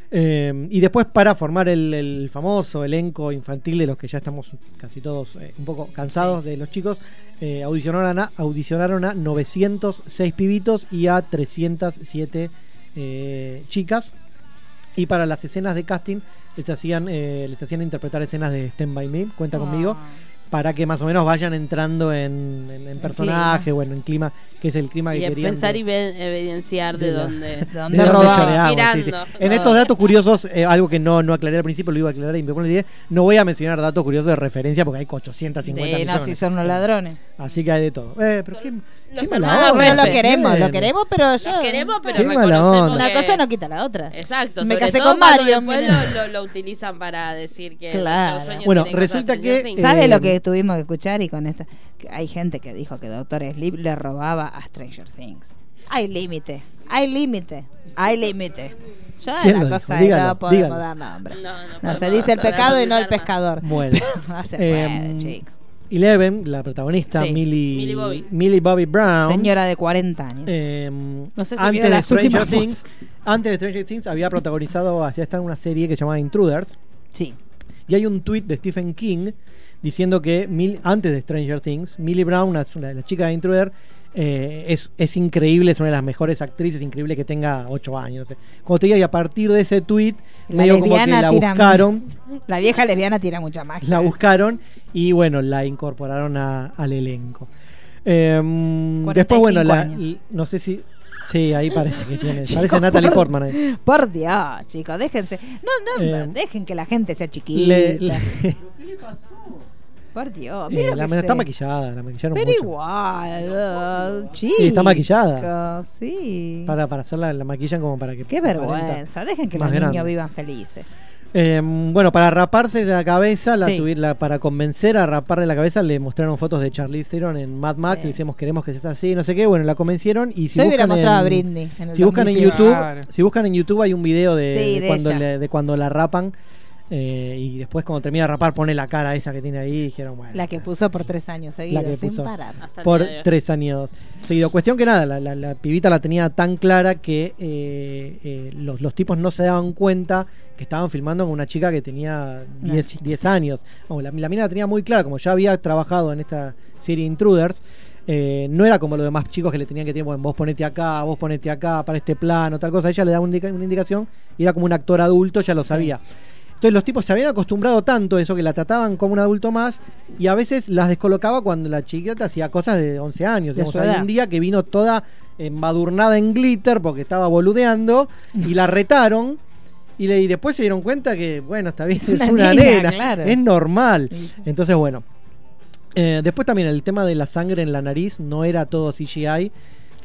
Speaker 8: Eh, y después para formar el, el famoso elenco infantil de los que ya estamos casi todos eh, un poco cansados de los chicos, eh, audicionaron, a, audicionaron a 906 pibitos y a 307 eh, chicas. Y para
Speaker 6: Ah.
Speaker 8: las escenas de casting les hacían, eh, les hacían interpretar escenas de Stand By Me, cuenta conmigo. para que más o menos vayan entrando en, en- en personaje, bueno, en clima, que es el clima que
Speaker 6: Y
Speaker 8: querían.
Speaker 6: pensar y ven- evidenciar de,
Speaker 8: la-
Speaker 6: dónde,
Speaker 8: ¿De dónde choreamos? Sí, sí.
Speaker 6: Tirando.
Speaker 8: En
Speaker 6: No.
Speaker 8: estos datos curiosos, eh, algo que no, no aclaré al principio, lo iba a aclarar y me pone 10. No voy a mencionar datos curiosos de referencia porque hay 850
Speaker 5: Sí, no,
Speaker 8: millones.
Speaker 5: si son los ladrones.
Speaker 8: Así que hay de todo. Eh, pero qué, qué mala
Speaker 5: hermanos
Speaker 8: onda,
Speaker 5: Rueff. Lo
Speaker 8: Bien.
Speaker 5: queremos, lo queremos, pero yo.
Speaker 6: Lo queremos, pero Eh,
Speaker 8: Qué mala
Speaker 6: reconocemos
Speaker 8: onda.
Speaker 5: Una
Speaker 6: que-
Speaker 5: cosa no quita la otra.
Speaker 6: Exacto,
Speaker 5: Me
Speaker 6: sobre
Speaker 5: casé
Speaker 6: todo
Speaker 5: con
Speaker 6: cuando
Speaker 5: Mario.
Speaker 6: Después
Speaker 5: mira.
Speaker 6: lo, lo- lo utilizan para decir que
Speaker 5: Claro.
Speaker 6: los sueños
Speaker 8: Bueno,
Speaker 6: tienen cosas
Speaker 8: resulta
Speaker 6: que
Speaker 8: que,
Speaker 6: tener fin.
Speaker 5: ¿Sabe
Speaker 8: Eh,
Speaker 5: lo que tuvimos que escuchar y con esta? que hay gente que dijo que Doctor Sleep le robaba a Stranger Things. Hay límite, hay límite, hay límite. Ya
Speaker 8: ¿Quién
Speaker 5: la
Speaker 8: lo
Speaker 5: cosa
Speaker 8: dijo?
Speaker 5: es,
Speaker 8: Dígalo,
Speaker 5: no podemos
Speaker 8: dígalo.
Speaker 5: dar nombre.
Speaker 6: No, no
Speaker 5: No, se
Speaker 6: podemos
Speaker 5: dice el
Speaker 6: dar
Speaker 5: pecado y no el
Speaker 6: nombre.
Speaker 5: pescador.
Speaker 8: Bueno.
Speaker 5: No se
Speaker 8: Eh,
Speaker 5: puede, chico.
Speaker 8: Eleven, la protagonista,
Speaker 5: Sí.
Speaker 8: Millie,
Speaker 5: Millie Bobby.
Speaker 8: Millie Bobby Brown.
Speaker 5: Señora de 40 años.
Speaker 8: eh,
Speaker 5: sé si
Speaker 8: antes
Speaker 5: vieron
Speaker 8: de
Speaker 5: las
Speaker 8: Stranger
Speaker 5: últimas
Speaker 8: Things, antes de Stranger Things había protagonizado, allá está en una serie que se llamaba Intruders.
Speaker 5: Sí.
Speaker 8: Y hay un tweet de Stephen King diciendo que Mil- antes de Stranger Things, Millie Brown, la, la- la chica de Intruder, eh, es, es increíble, es una de las mejores actrices, increíble que tenga 8 años. No sé. Como te diga, y a partir de ese tweet,
Speaker 5: La
Speaker 8: medio como que
Speaker 5: lesbiana
Speaker 8: la
Speaker 5: tira
Speaker 8: buscaron,
Speaker 5: mucho- La vieja lesbiana tira mucha magia.
Speaker 8: la buscaron y bueno, la incorporaron a- al elenco. Em,
Speaker 5: 45
Speaker 8: después, bueno, la-
Speaker 5: años.
Speaker 8: l- no sé si. Sí, ahí parece que tiene. parece Natalie Portman ahí.
Speaker 5: Por Dios, chicos, déjense. No, no,
Speaker 8: Eh,
Speaker 5: dejen que la gente sea chiquita.
Speaker 8: Le- le-
Speaker 5: Por Dios,
Speaker 8: eh,
Speaker 5: mira
Speaker 8: la-
Speaker 5: lo que
Speaker 8: está
Speaker 5: sé.
Speaker 8: maquillada, la maquillaron
Speaker 5: Pero
Speaker 8: mucho.
Speaker 5: igual, chicos.
Speaker 8: Y está maquillada.
Speaker 5: Sí.
Speaker 8: Para, para hacerla, la maquillan como para que.
Speaker 5: Qué
Speaker 8: aparenta
Speaker 5: vergüenza. Dejen que
Speaker 8: más
Speaker 5: los
Speaker 8: grande.
Speaker 5: niños vivan felices.
Speaker 8: Eh, bueno, para raparse la cabeza, la
Speaker 5: Sí.
Speaker 8: tuvi- la- para convencer a raparle la cabeza, le mostraron fotos de Charlize Theron en Mad Max.
Speaker 5: Sí.
Speaker 8: Le decíamos, queremos que seas así, no sé qué. Bueno, la convencieron y si
Speaker 5: Yo hubiera
Speaker 8: buscan
Speaker 5: mostrado
Speaker 8: en-
Speaker 5: a Britney. En el
Speaker 8: si buscan en
Speaker 5: 2005.
Speaker 8: YouTube,
Speaker 9: Claro.
Speaker 8: si buscan en YouTube hay un video de,
Speaker 5: Sí,
Speaker 8: de
Speaker 5: de
Speaker 8: cuando,
Speaker 5: ella.
Speaker 8: le- de cuando la rapan eh, y después cuando termina de rapar pone la cara esa que tiene ahí y dijeron, bueno,
Speaker 5: La que puso por tres años seguidos,
Speaker 8: que
Speaker 5: sin
Speaker 8: puso.
Speaker 5: parar.
Speaker 6: Hasta el
Speaker 8: por
Speaker 6: día de hoy.
Speaker 8: tres años seguido. Cuestión que nada, la, la- la pibita la tenía tan clara que eh, eh, los, los tipos no se daban cuenta que estaban filmando con una chica que tenía 10 10 años. Vamos, la, la mina la tenía muy clara, como ya había trabajado en esta serie Intruders. eh, no era como los demás chicos que le tenían que decir, bueno, vos ponete acá, vos ponete acá, para este plano, tal cosa. Ella le daba un indica- una indicación y era como un actor adulto, ya lo sabía. Entonces los tipos se habían acostumbrado tanto a eso que la trataban como un adulto más y a veces las descolocaba cuando la chiquita hacía cosas de 11 años.
Speaker 5: De
Speaker 8: Digamos,
Speaker 5: su
Speaker 8: hay
Speaker 5: edad.
Speaker 8: un día que vino toda embadurnada en glitter porque estaba boludeando y la retaron y, le- y después se dieron cuenta que, bueno, está bien, es, una, nena,
Speaker 5: claro.
Speaker 8: es normal.
Speaker 5: Sí, sí.
Speaker 8: Entonces, bueno. Eh, después también el tema de la sangre en la nariz no era todo CGI.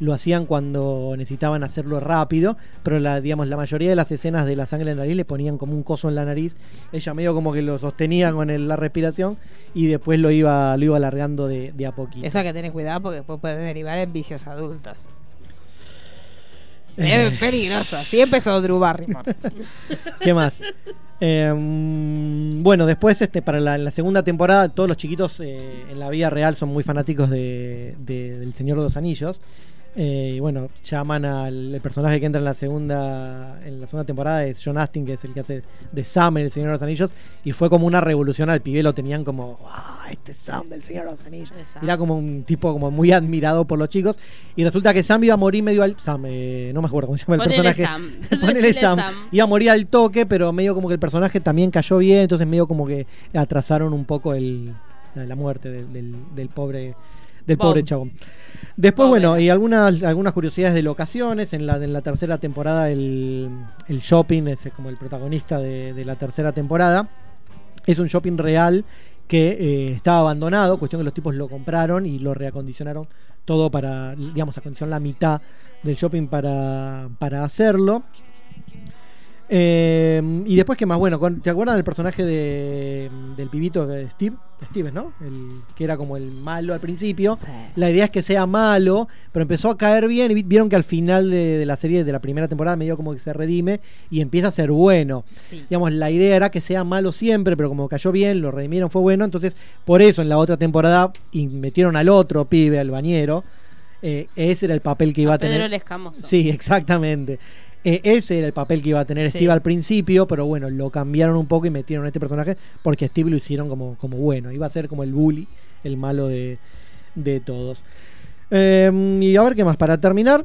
Speaker 8: Lo hacían cuando necesitaban hacerlo rápido, pero la, digamos, la mayoría de las escenas de la sangre en la nariz le ponían como un coso en la nariz. Ella medio como que lo sostenía con el- la respiración y después lo iba, lo iba alargando de, de a poquito.
Speaker 5: Eso hay que tener cuidado porque después puede derivar en vicios adultos.
Speaker 8: Eh.
Speaker 5: Es peligroso. Así empezó Drew Barrymore.
Speaker 8: ¿Qué más? Eh, bueno, después este para la, en la segunda temporada todos los chiquitos eh, en la vida real son muy fanáticos de, de- del Señor de los Anillos. Eh, y bueno, llaman al el personaje que entra en la segunda en la segunda temporada es John Astin, que es el que hace de Sam en El Señor de los Anillos y fue como una revolución al pibe, lo tenían como, "Ah, este es Sam del Señor de los Anillos."
Speaker 6: Exacto.
Speaker 8: Era como un tipo como muy admirado por los chicos y resulta que Sam iba a morir medio al Sam, eh, no me acuerdo cómo se llama el
Speaker 6: Ponele
Speaker 8: personaje.
Speaker 6: Sam.
Speaker 8: Ponele
Speaker 6: Decile
Speaker 8: Sam.
Speaker 6: Sam.
Speaker 8: Iba a morir al toque, pero medio como que el personaje también cayó bien, entonces medio como que atrasaron un poco el, la, la muerte del, del- del pobre del
Speaker 6: Bob.
Speaker 8: pobre chabón. Después,
Speaker 6: Pobre.
Speaker 8: bueno, y algunas, algunas curiosidades de locaciones. En la, en la tercera temporada, el, el shopping ese es como el protagonista de, de la tercera temporada. Es un shopping real que eh, estaba abandonado, cuestión que los tipos lo compraron y lo reacondicionaron todo para, digamos, acondicionaron la mitad del shopping para, para hacerlo. Eh, y después, ¿qué más? Bueno, con- ¿te acuerdan del personaje de, del pibito de Steve? Steve, ¿no? El, que era como el malo al principio. La idea es que sea malo, pero empezó a caer bien y vi- vieron que al final de, de la serie, de la primera temporada, medio como que se redime y empieza a ser bueno. Digamos, la idea era que sea malo siempre, pero como cayó bien, lo redimieron, fue bueno. Entonces, por eso en la otra temporada y metieron al otro pibe, al bañero. Eh, ese era el papel que iba a, tener.
Speaker 6: Pedro el Escamoso.
Speaker 8: Sí, exactamente. Eh, ese era el papel que iba a tener
Speaker 5: Sí.
Speaker 8: Steve al principio, pero bueno, lo cambiaron un poco y metieron a este personaje porque Steve lo hicieron como, como bueno. Iba a ser como el bully, el malo de, de todos. Eh, y a ver qué más. Para terminar,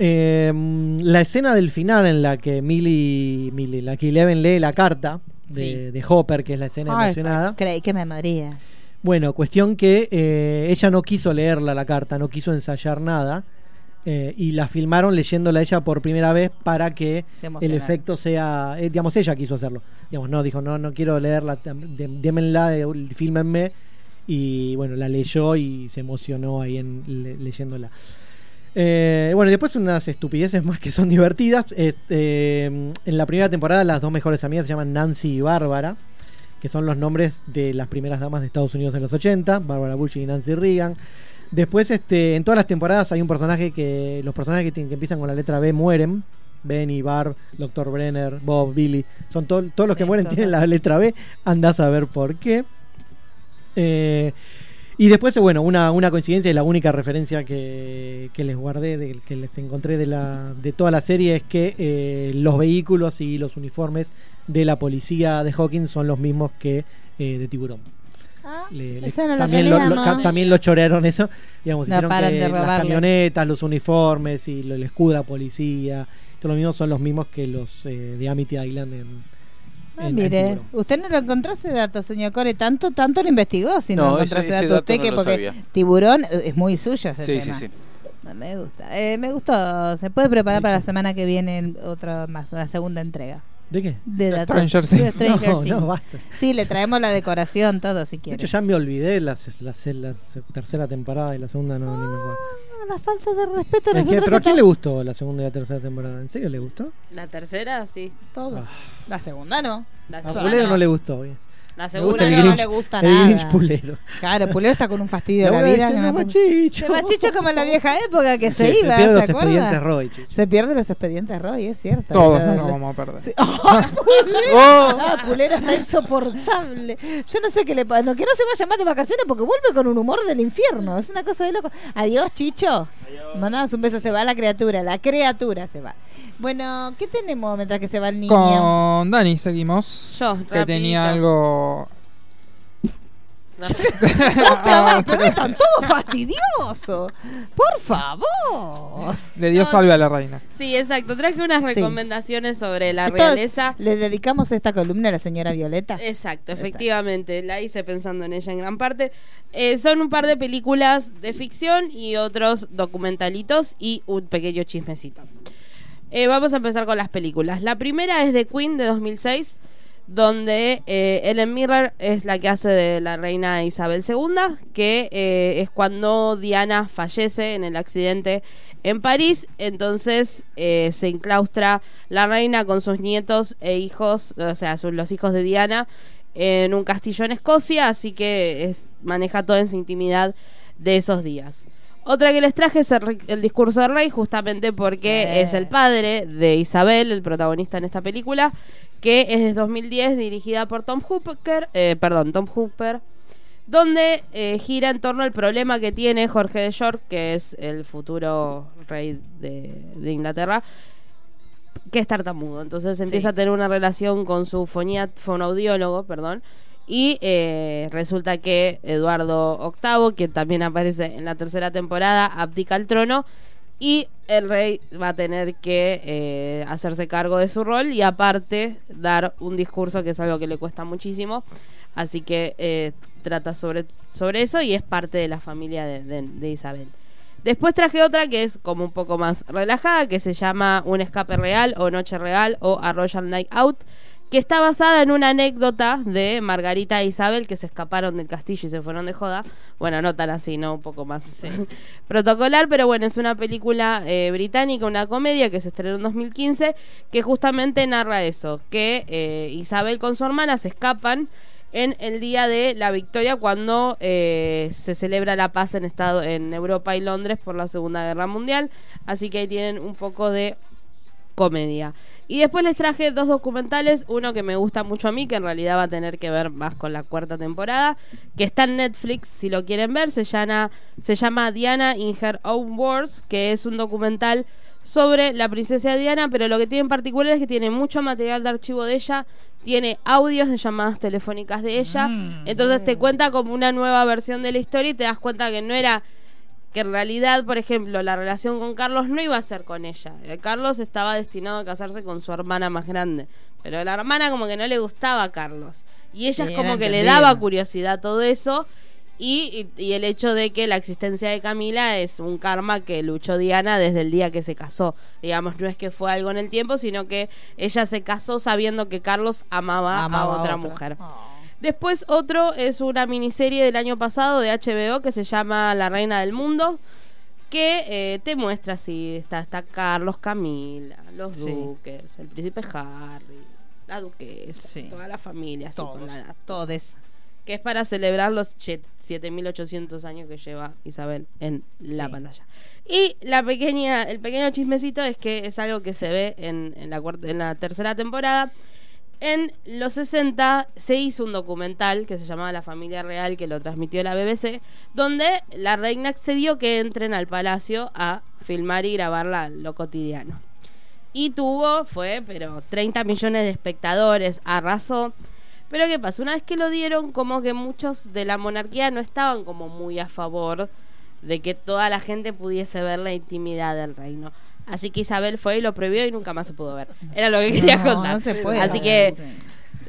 Speaker 8: eh, la escena del final en la que Millie, Millie la que Eleven lee la carta de,
Speaker 5: Sí.
Speaker 8: de Hopper, que es la escena
Speaker 5: Ay,
Speaker 8: emocionada.
Speaker 5: creí que me moría.
Speaker 8: Bueno, cuestión que eh, ella no quiso leerla la carta, no quiso ensayar nada. eh, y la filmaron leyéndola ella por primera vez para que
Speaker 5: Se
Speaker 8: el
Speaker 5: emocionaron.
Speaker 8: efecto sea. eh, digamos, ella quiso hacerlo. Digamos, no, dijo, no, no quiero leerla, tam- dé- démenla, eh, fílmenme. Y bueno, la leyó y se emocionó ahí en, le- leyéndola. Eh, bueno, y después unas estupideces más que son divertidas. Este, em, en la primera temporada las dos mejores amigas se llaman Nancy y Bárbara, que son los nombres de las primeras damas de Estados Unidos en los 80, Bárbara Bush y Nancy Reagan. Después, este, en todas las temporadas hay un personaje que los personajes que, tienen- que empiezan con la letra B mueren. Benny, Barb, Dr. Brenner, Bob, Billy. Son to- todos los que mueren tienen la letra B. Andás a ver por qué. Eh, y después, eh, bueno, una, una coincidencia y la única referencia que, que les guardé, de- que les encontré de, la, de toda la serie es que eh, los vehículos y los uniformes de la policía de Hawkins son los mismos que eh, de Tiburón.
Speaker 5: Ah.
Speaker 8: Le- le-
Speaker 5: esa no la
Speaker 8: también, lo,
Speaker 5: teníamos.
Speaker 8: lo- ca- también lo chorearon eso. Digamos,
Speaker 5: No
Speaker 8: hicieron
Speaker 5: paran
Speaker 8: que
Speaker 5: de
Speaker 8: las
Speaker 5: robarle.
Speaker 8: camionetas, los uniformes y lo- el escudo de la policía, todo lo mismo son los mismos que los eh, de Amity Island en,
Speaker 5: Ah,
Speaker 8: en- en
Speaker 5: mire,
Speaker 8: Tiburón.
Speaker 5: usted no lo encontró ese dato, señor Core, tanto tanto lo investigó, si no,
Speaker 8: No,
Speaker 5: encontró
Speaker 8: ese-
Speaker 5: ese
Speaker 8: ese
Speaker 5: dato usted
Speaker 8: dato no
Speaker 5: que
Speaker 8: lo
Speaker 5: porque
Speaker 8: sabía.
Speaker 5: tiburón eh, es muy suyo ese
Speaker 7: Sí, sí,
Speaker 5: tema.
Speaker 7: sí.
Speaker 5: No, Me gusta, Eh, me gustó, se puede preparar para la semana que viene el- otra más, la segunda entrega.
Speaker 8: ¿De qué?
Speaker 5: De datos.
Speaker 8: Stranger
Speaker 5: de
Speaker 8: Things.
Speaker 5: Stranger
Speaker 8: No, no,
Speaker 5: Things.
Speaker 8: basta.
Speaker 5: Sí, le traemos la decoración, todo si
Speaker 8: De
Speaker 5: quiere.
Speaker 8: hecho, ya me olvidé la, se- la se- la se- tercera temporada y la segunda no, ni me acuerdo.
Speaker 5: Ah, la falta de respeto
Speaker 8: Es que,
Speaker 5: nosotros
Speaker 8: ¿Pero a
Speaker 5: que
Speaker 8: quién
Speaker 5: to-
Speaker 8: le gustó la segunda y la tercera temporada? ¿En serio le gustó?
Speaker 6: La tercera, sí.
Speaker 8: Todos.
Speaker 5: La segunda no.
Speaker 6: La
Speaker 8: A
Speaker 6: segunda
Speaker 8: Pulero
Speaker 6: no.
Speaker 8: no le gustó. bien.
Speaker 6: La
Speaker 8: Me
Speaker 6: segunda
Speaker 8: gusta el
Speaker 6: no, no
Speaker 8: Grinch,
Speaker 6: le gusta
Speaker 8: el
Speaker 6: nada.
Speaker 8: Grinch Pulero.
Speaker 5: Claro, Pulero está con un fastidio de
Speaker 8: Le
Speaker 5: la
Speaker 8: voy a
Speaker 5: vida.
Speaker 8: decir,
Speaker 5: que no-
Speaker 8: "No, machicho".
Speaker 5: Se machicho como en la vieja época que se,
Speaker 8: Sí, se
Speaker 5: iba.
Speaker 8: pierden los
Speaker 5: ¿se acuerda?
Speaker 8: expedientes Roy, chicho.
Speaker 5: Se pierden los expedientes Roy, es cierto.
Speaker 9: Todos
Speaker 5: Pero-
Speaker 9: nos lo vamos a perder. Oh.
Speaker 5: Sí. ¡Ah, Pulero! Ah, Pulero está insoportable. Yo no sé qué le pasa. No, que no se vaya más de vacaciones porque vuelve con un humor del infierno. Es una cosa de loco. Adiós, Chicho. Mandamos un beso. Se va la criatura. La criatura se va. Bueno, ¿qué tenemos mientras que se va el niño?
Speaker 9: Con Dani seguimos.
Speaker 5: Yo,
Speaker 9: que
Speaker 5: rapidito.
Speaker 9: tenía algo.
Speaker 5: Otra
Speaker 9: Ah,
Speaker 5: basta, ¿no? Están todos fastidiosos. Por favor.
Speaker 9: De Dios salve a la reina.
Speaker 6: Sí, exacto. Traje unas recomendaciones sobre la
Speaker 5: Esto es-
Speaker 6: realeza. Eh,
Speaker 5: Le dedicamos esta columna a la señora Violeta.
Speaker 6: Exacto, efectivamente, la hice pensando en ella en gran parte. Eh, son un par de películas de ficción y otros documentalitos y un pequeño chismecito. Eh, vamos a empezar con las películas. La primera es de Queen de 2006, donde eh, Ellen Mirror es la que hace de la reina Isabel II, que eh, es cuando Diana fallece en el accidente en París. Entonces eh, se enclaustra la reina con sus nietos e hijos, o sea, son los hijos de Diana, en un castillo en Escocia, así que es- maneja toda esa intimidad de esos días. Otra que les traje es el, ri- el discurso del rey, justamente porque
Speaker 5: Sí.
Speaker 6: es el padre de Isabel, el protagonista en esta película, que es de 2010, dirigida por Tom Hooper, eh, perdón, Tom Hooper, donde eh, gira en torno al problema que tiene Jorge de York, que es el futuro rey de, de Inglaterra, que es tartamudo. Entonces
Speaker 5: Sí.
Speaker 6: empieza a tener una relación con su fonía, fonoaudiólogo, perdón. Y eh, resulta que Eduardo VIII, que también aparece en la tercera temporada, abdica el trono y el rey va a tener que eh, hacerse cargo de su rol y aparte dar un discurso que es algo que le cuesta muchísimo. Así que eh, trata sobre, sobre eso y es parte de la familia de, de- de Isabel. Después traje otra que es como un poco más relajada, que se llama Un escape real o Noche real o A Royal Night Out, que está basada en una anécdota de Margarita e Isabel que se escaparon del castillo y se fueron de joda. Bueno, no tan así, ¿no? Un poco más protocolar, pero bueno, es una película eh, británica, una comedia que se estrenó en 2015, que justamente narra eso, que eh, Isabel con su hermana se escapan en el día de la victoria cuando eh, se celebra la paz en estado en Europa y Londres por la Segunda Guerra Mundial, así que ahí tienen un poco de comedia. Y después les traje dos documentales, uno que me gusta mucho a mí, que en realidad va a tener que ver más con la cuarta temporada, que está en Netflix, si lo quieren ver, se llama, se llama Diana in Her Own Words, que es un documental sobre la princesa Diana, pero lo que tiene en particular es que tiene mucho material de archivo de ella, tiene audios de llamadas telefónicas de ella, entonces te cuenta como una nueva versión de la historia y te das cuenta que no era que en realidad, por ejemplo, la relación con Carlos no iba a ser con ella. Eh, Carlos estaba destinado a casarse con su hermana más grande, pero la hermana como que no le gustaba a Carlos. Y ella
Speaker 5: Sí,
Speaker 6: es como
Speaker 5: era
Speaker 6: que le
Speaker 5: entendible.
Speaker 6: daba curiosidad todo eso Y, y- y el hecho de que la existencia de Camila es un karma que luchó Diana desde el día que se casó. Digamos, no es que fue algo en el tiempo, sino que ella se casó sabiendo que Carlos amaba,
Speaker 5: Amaba
Speaker 6: a
Speaker 5: a otra.
Speaker 6: otra
Speaker 5: Ah,
Speaker 6: mujer. Después otro es una miniserie del año pasado de HBO que se llama La Reina del Mundo, que eh, te muestra así, está, está Carlos, Camila, los
Speaker 5: Sí.
Speaker 6: duques, el príncipe Harry, la duquesa, toda la familia, así, con la-
Speaker 5: todes.
Speaker 6: que es para celebrar los che- 7800 años que lleva Isabel en la
Speaker 5: Sí.
Speaker 6: pantalla. Y la pequeña, el pequeño chismecito es que es algo que se ve en, en la, cuarta- en la tercera temporada. En los 60 se hizo un documental que se llamaba La familia real, que lo transmitió la BBC, donde la reina accedió que entren al palacio a filmar y grabar la- lo cotidiano. Y tuvo, fue, pero 30 millones de espectadores, arrasó. Pero ¿qué pasa? Una vez que lo dieron, como que muchos de la monarquía no estaban como muy a favor de que toda la gente pudiese ver la intimidad del reino. Así que Isabel fue y lo prohibió y nunca más se pudo ver. Era lo que quería
Speaker 5: No,
Speaker 6: contar.
Speaker 5: no se puede.
Speaker 6: Así que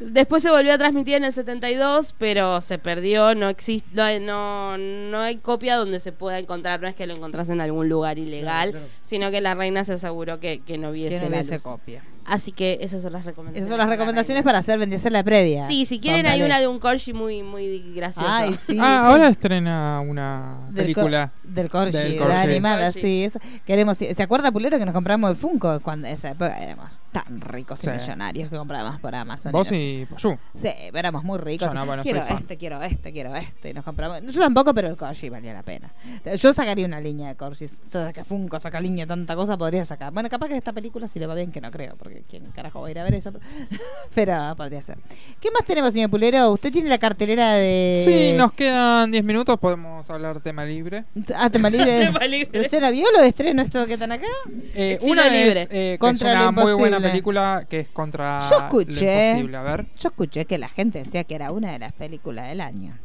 Speaker 6: después se volvió a transmitir en el 72, pero se perdió, no existe, no, hay- no, no hay copia donde se pueda encontrar, no es que lo encontrase en algún lugar ilegal,
Speaker 5: Claro, claro.
Speaker 6: sino que la reina se aseguró que, que no viese,
Speaker 5: Que no
Speaker 6: la
Speaker 5: hubiese
Speaker 6: luz.
Speaker 5: copia.
Speaker 6: Así que esas son las recomendaciones.
Speaker 5: Esas son las
Speaker 6: de la
Speaker 5: recomendaciones para hacer, vendría a ser la previa.
Speaker 6: reina. Sí, si quieren hay
Speaker 5: Vamos,
Speaker 6: una
Speaker 5: dale.
Speaker 6: de un Corgi muy, muy graciosa.
Speaker 5: Ay, sí.
Speaker 9: Ah, ahora estrena una
Speaker 5: Del
Speaker 9: película.
Speaker 5: co- del corgi,
Speaker 9: del
Speaker 5: de
Speaker 9: corgi.
Speaker 5: la animada,
Speaker 6: Corgi.
Speaker 5: sí. eso. Queremos, ¿Se acuerda, Pulero, que nos compramos el Funko? Cuando en esa época éramos tan ricos
Speaker 9: Sí.
Speaker 5: y millonarios que comprábamos por Amazon.
Speaker 9: Vos
Speaker 5: no
Speaker 9: y Poyu.
Speaker 5: Sí, pero éramos muy ricos.
Speaker 9: Yo no, bueno,
Speaker 5: quiero
Speaker 9: soy fan.
Speaker 5: este, quiero este, quiero este. Y nos compramos. Yo tampoco, pero el Corgi valía la pena. Yo sacaría una línea de Corgi. Saca Funko, saca línea, tanta cosa podría sacar. Bueno, capaz que esta película si le va bien, que no creo, porque quién carajo va a ir a ver eso. Pero, pero podría ser. ¿Qué más tenemos, señor Pulero? Usted tiene la cartelera de.
Speaker 9: Sí, nos quedan 10 minutos, podemos hablar tema libre.
Speaker 5: Ah, tema libre.
Speaker 9: Tema
Speaker 5: ¿Pero ¿Usted la vio lo de estreno esto que están acá?
Speaker 9: Eh,
Speaker 5: Estilo
Speaker 9: una
Speaker 5: libre.
Speaker 9: es, eh, que
Speaker 5: Contra
Speaker 9: es
Speaker 5: lo
Speaker 9: una muy buena
Speaker 5: imposible.
Speaker 9: película que es contra
Speaker 5: Yo escuché.
Speaker 9: lo imposible. A ver,
Speaker 5: Yo escuché que la gente decía que era una de las películas del año.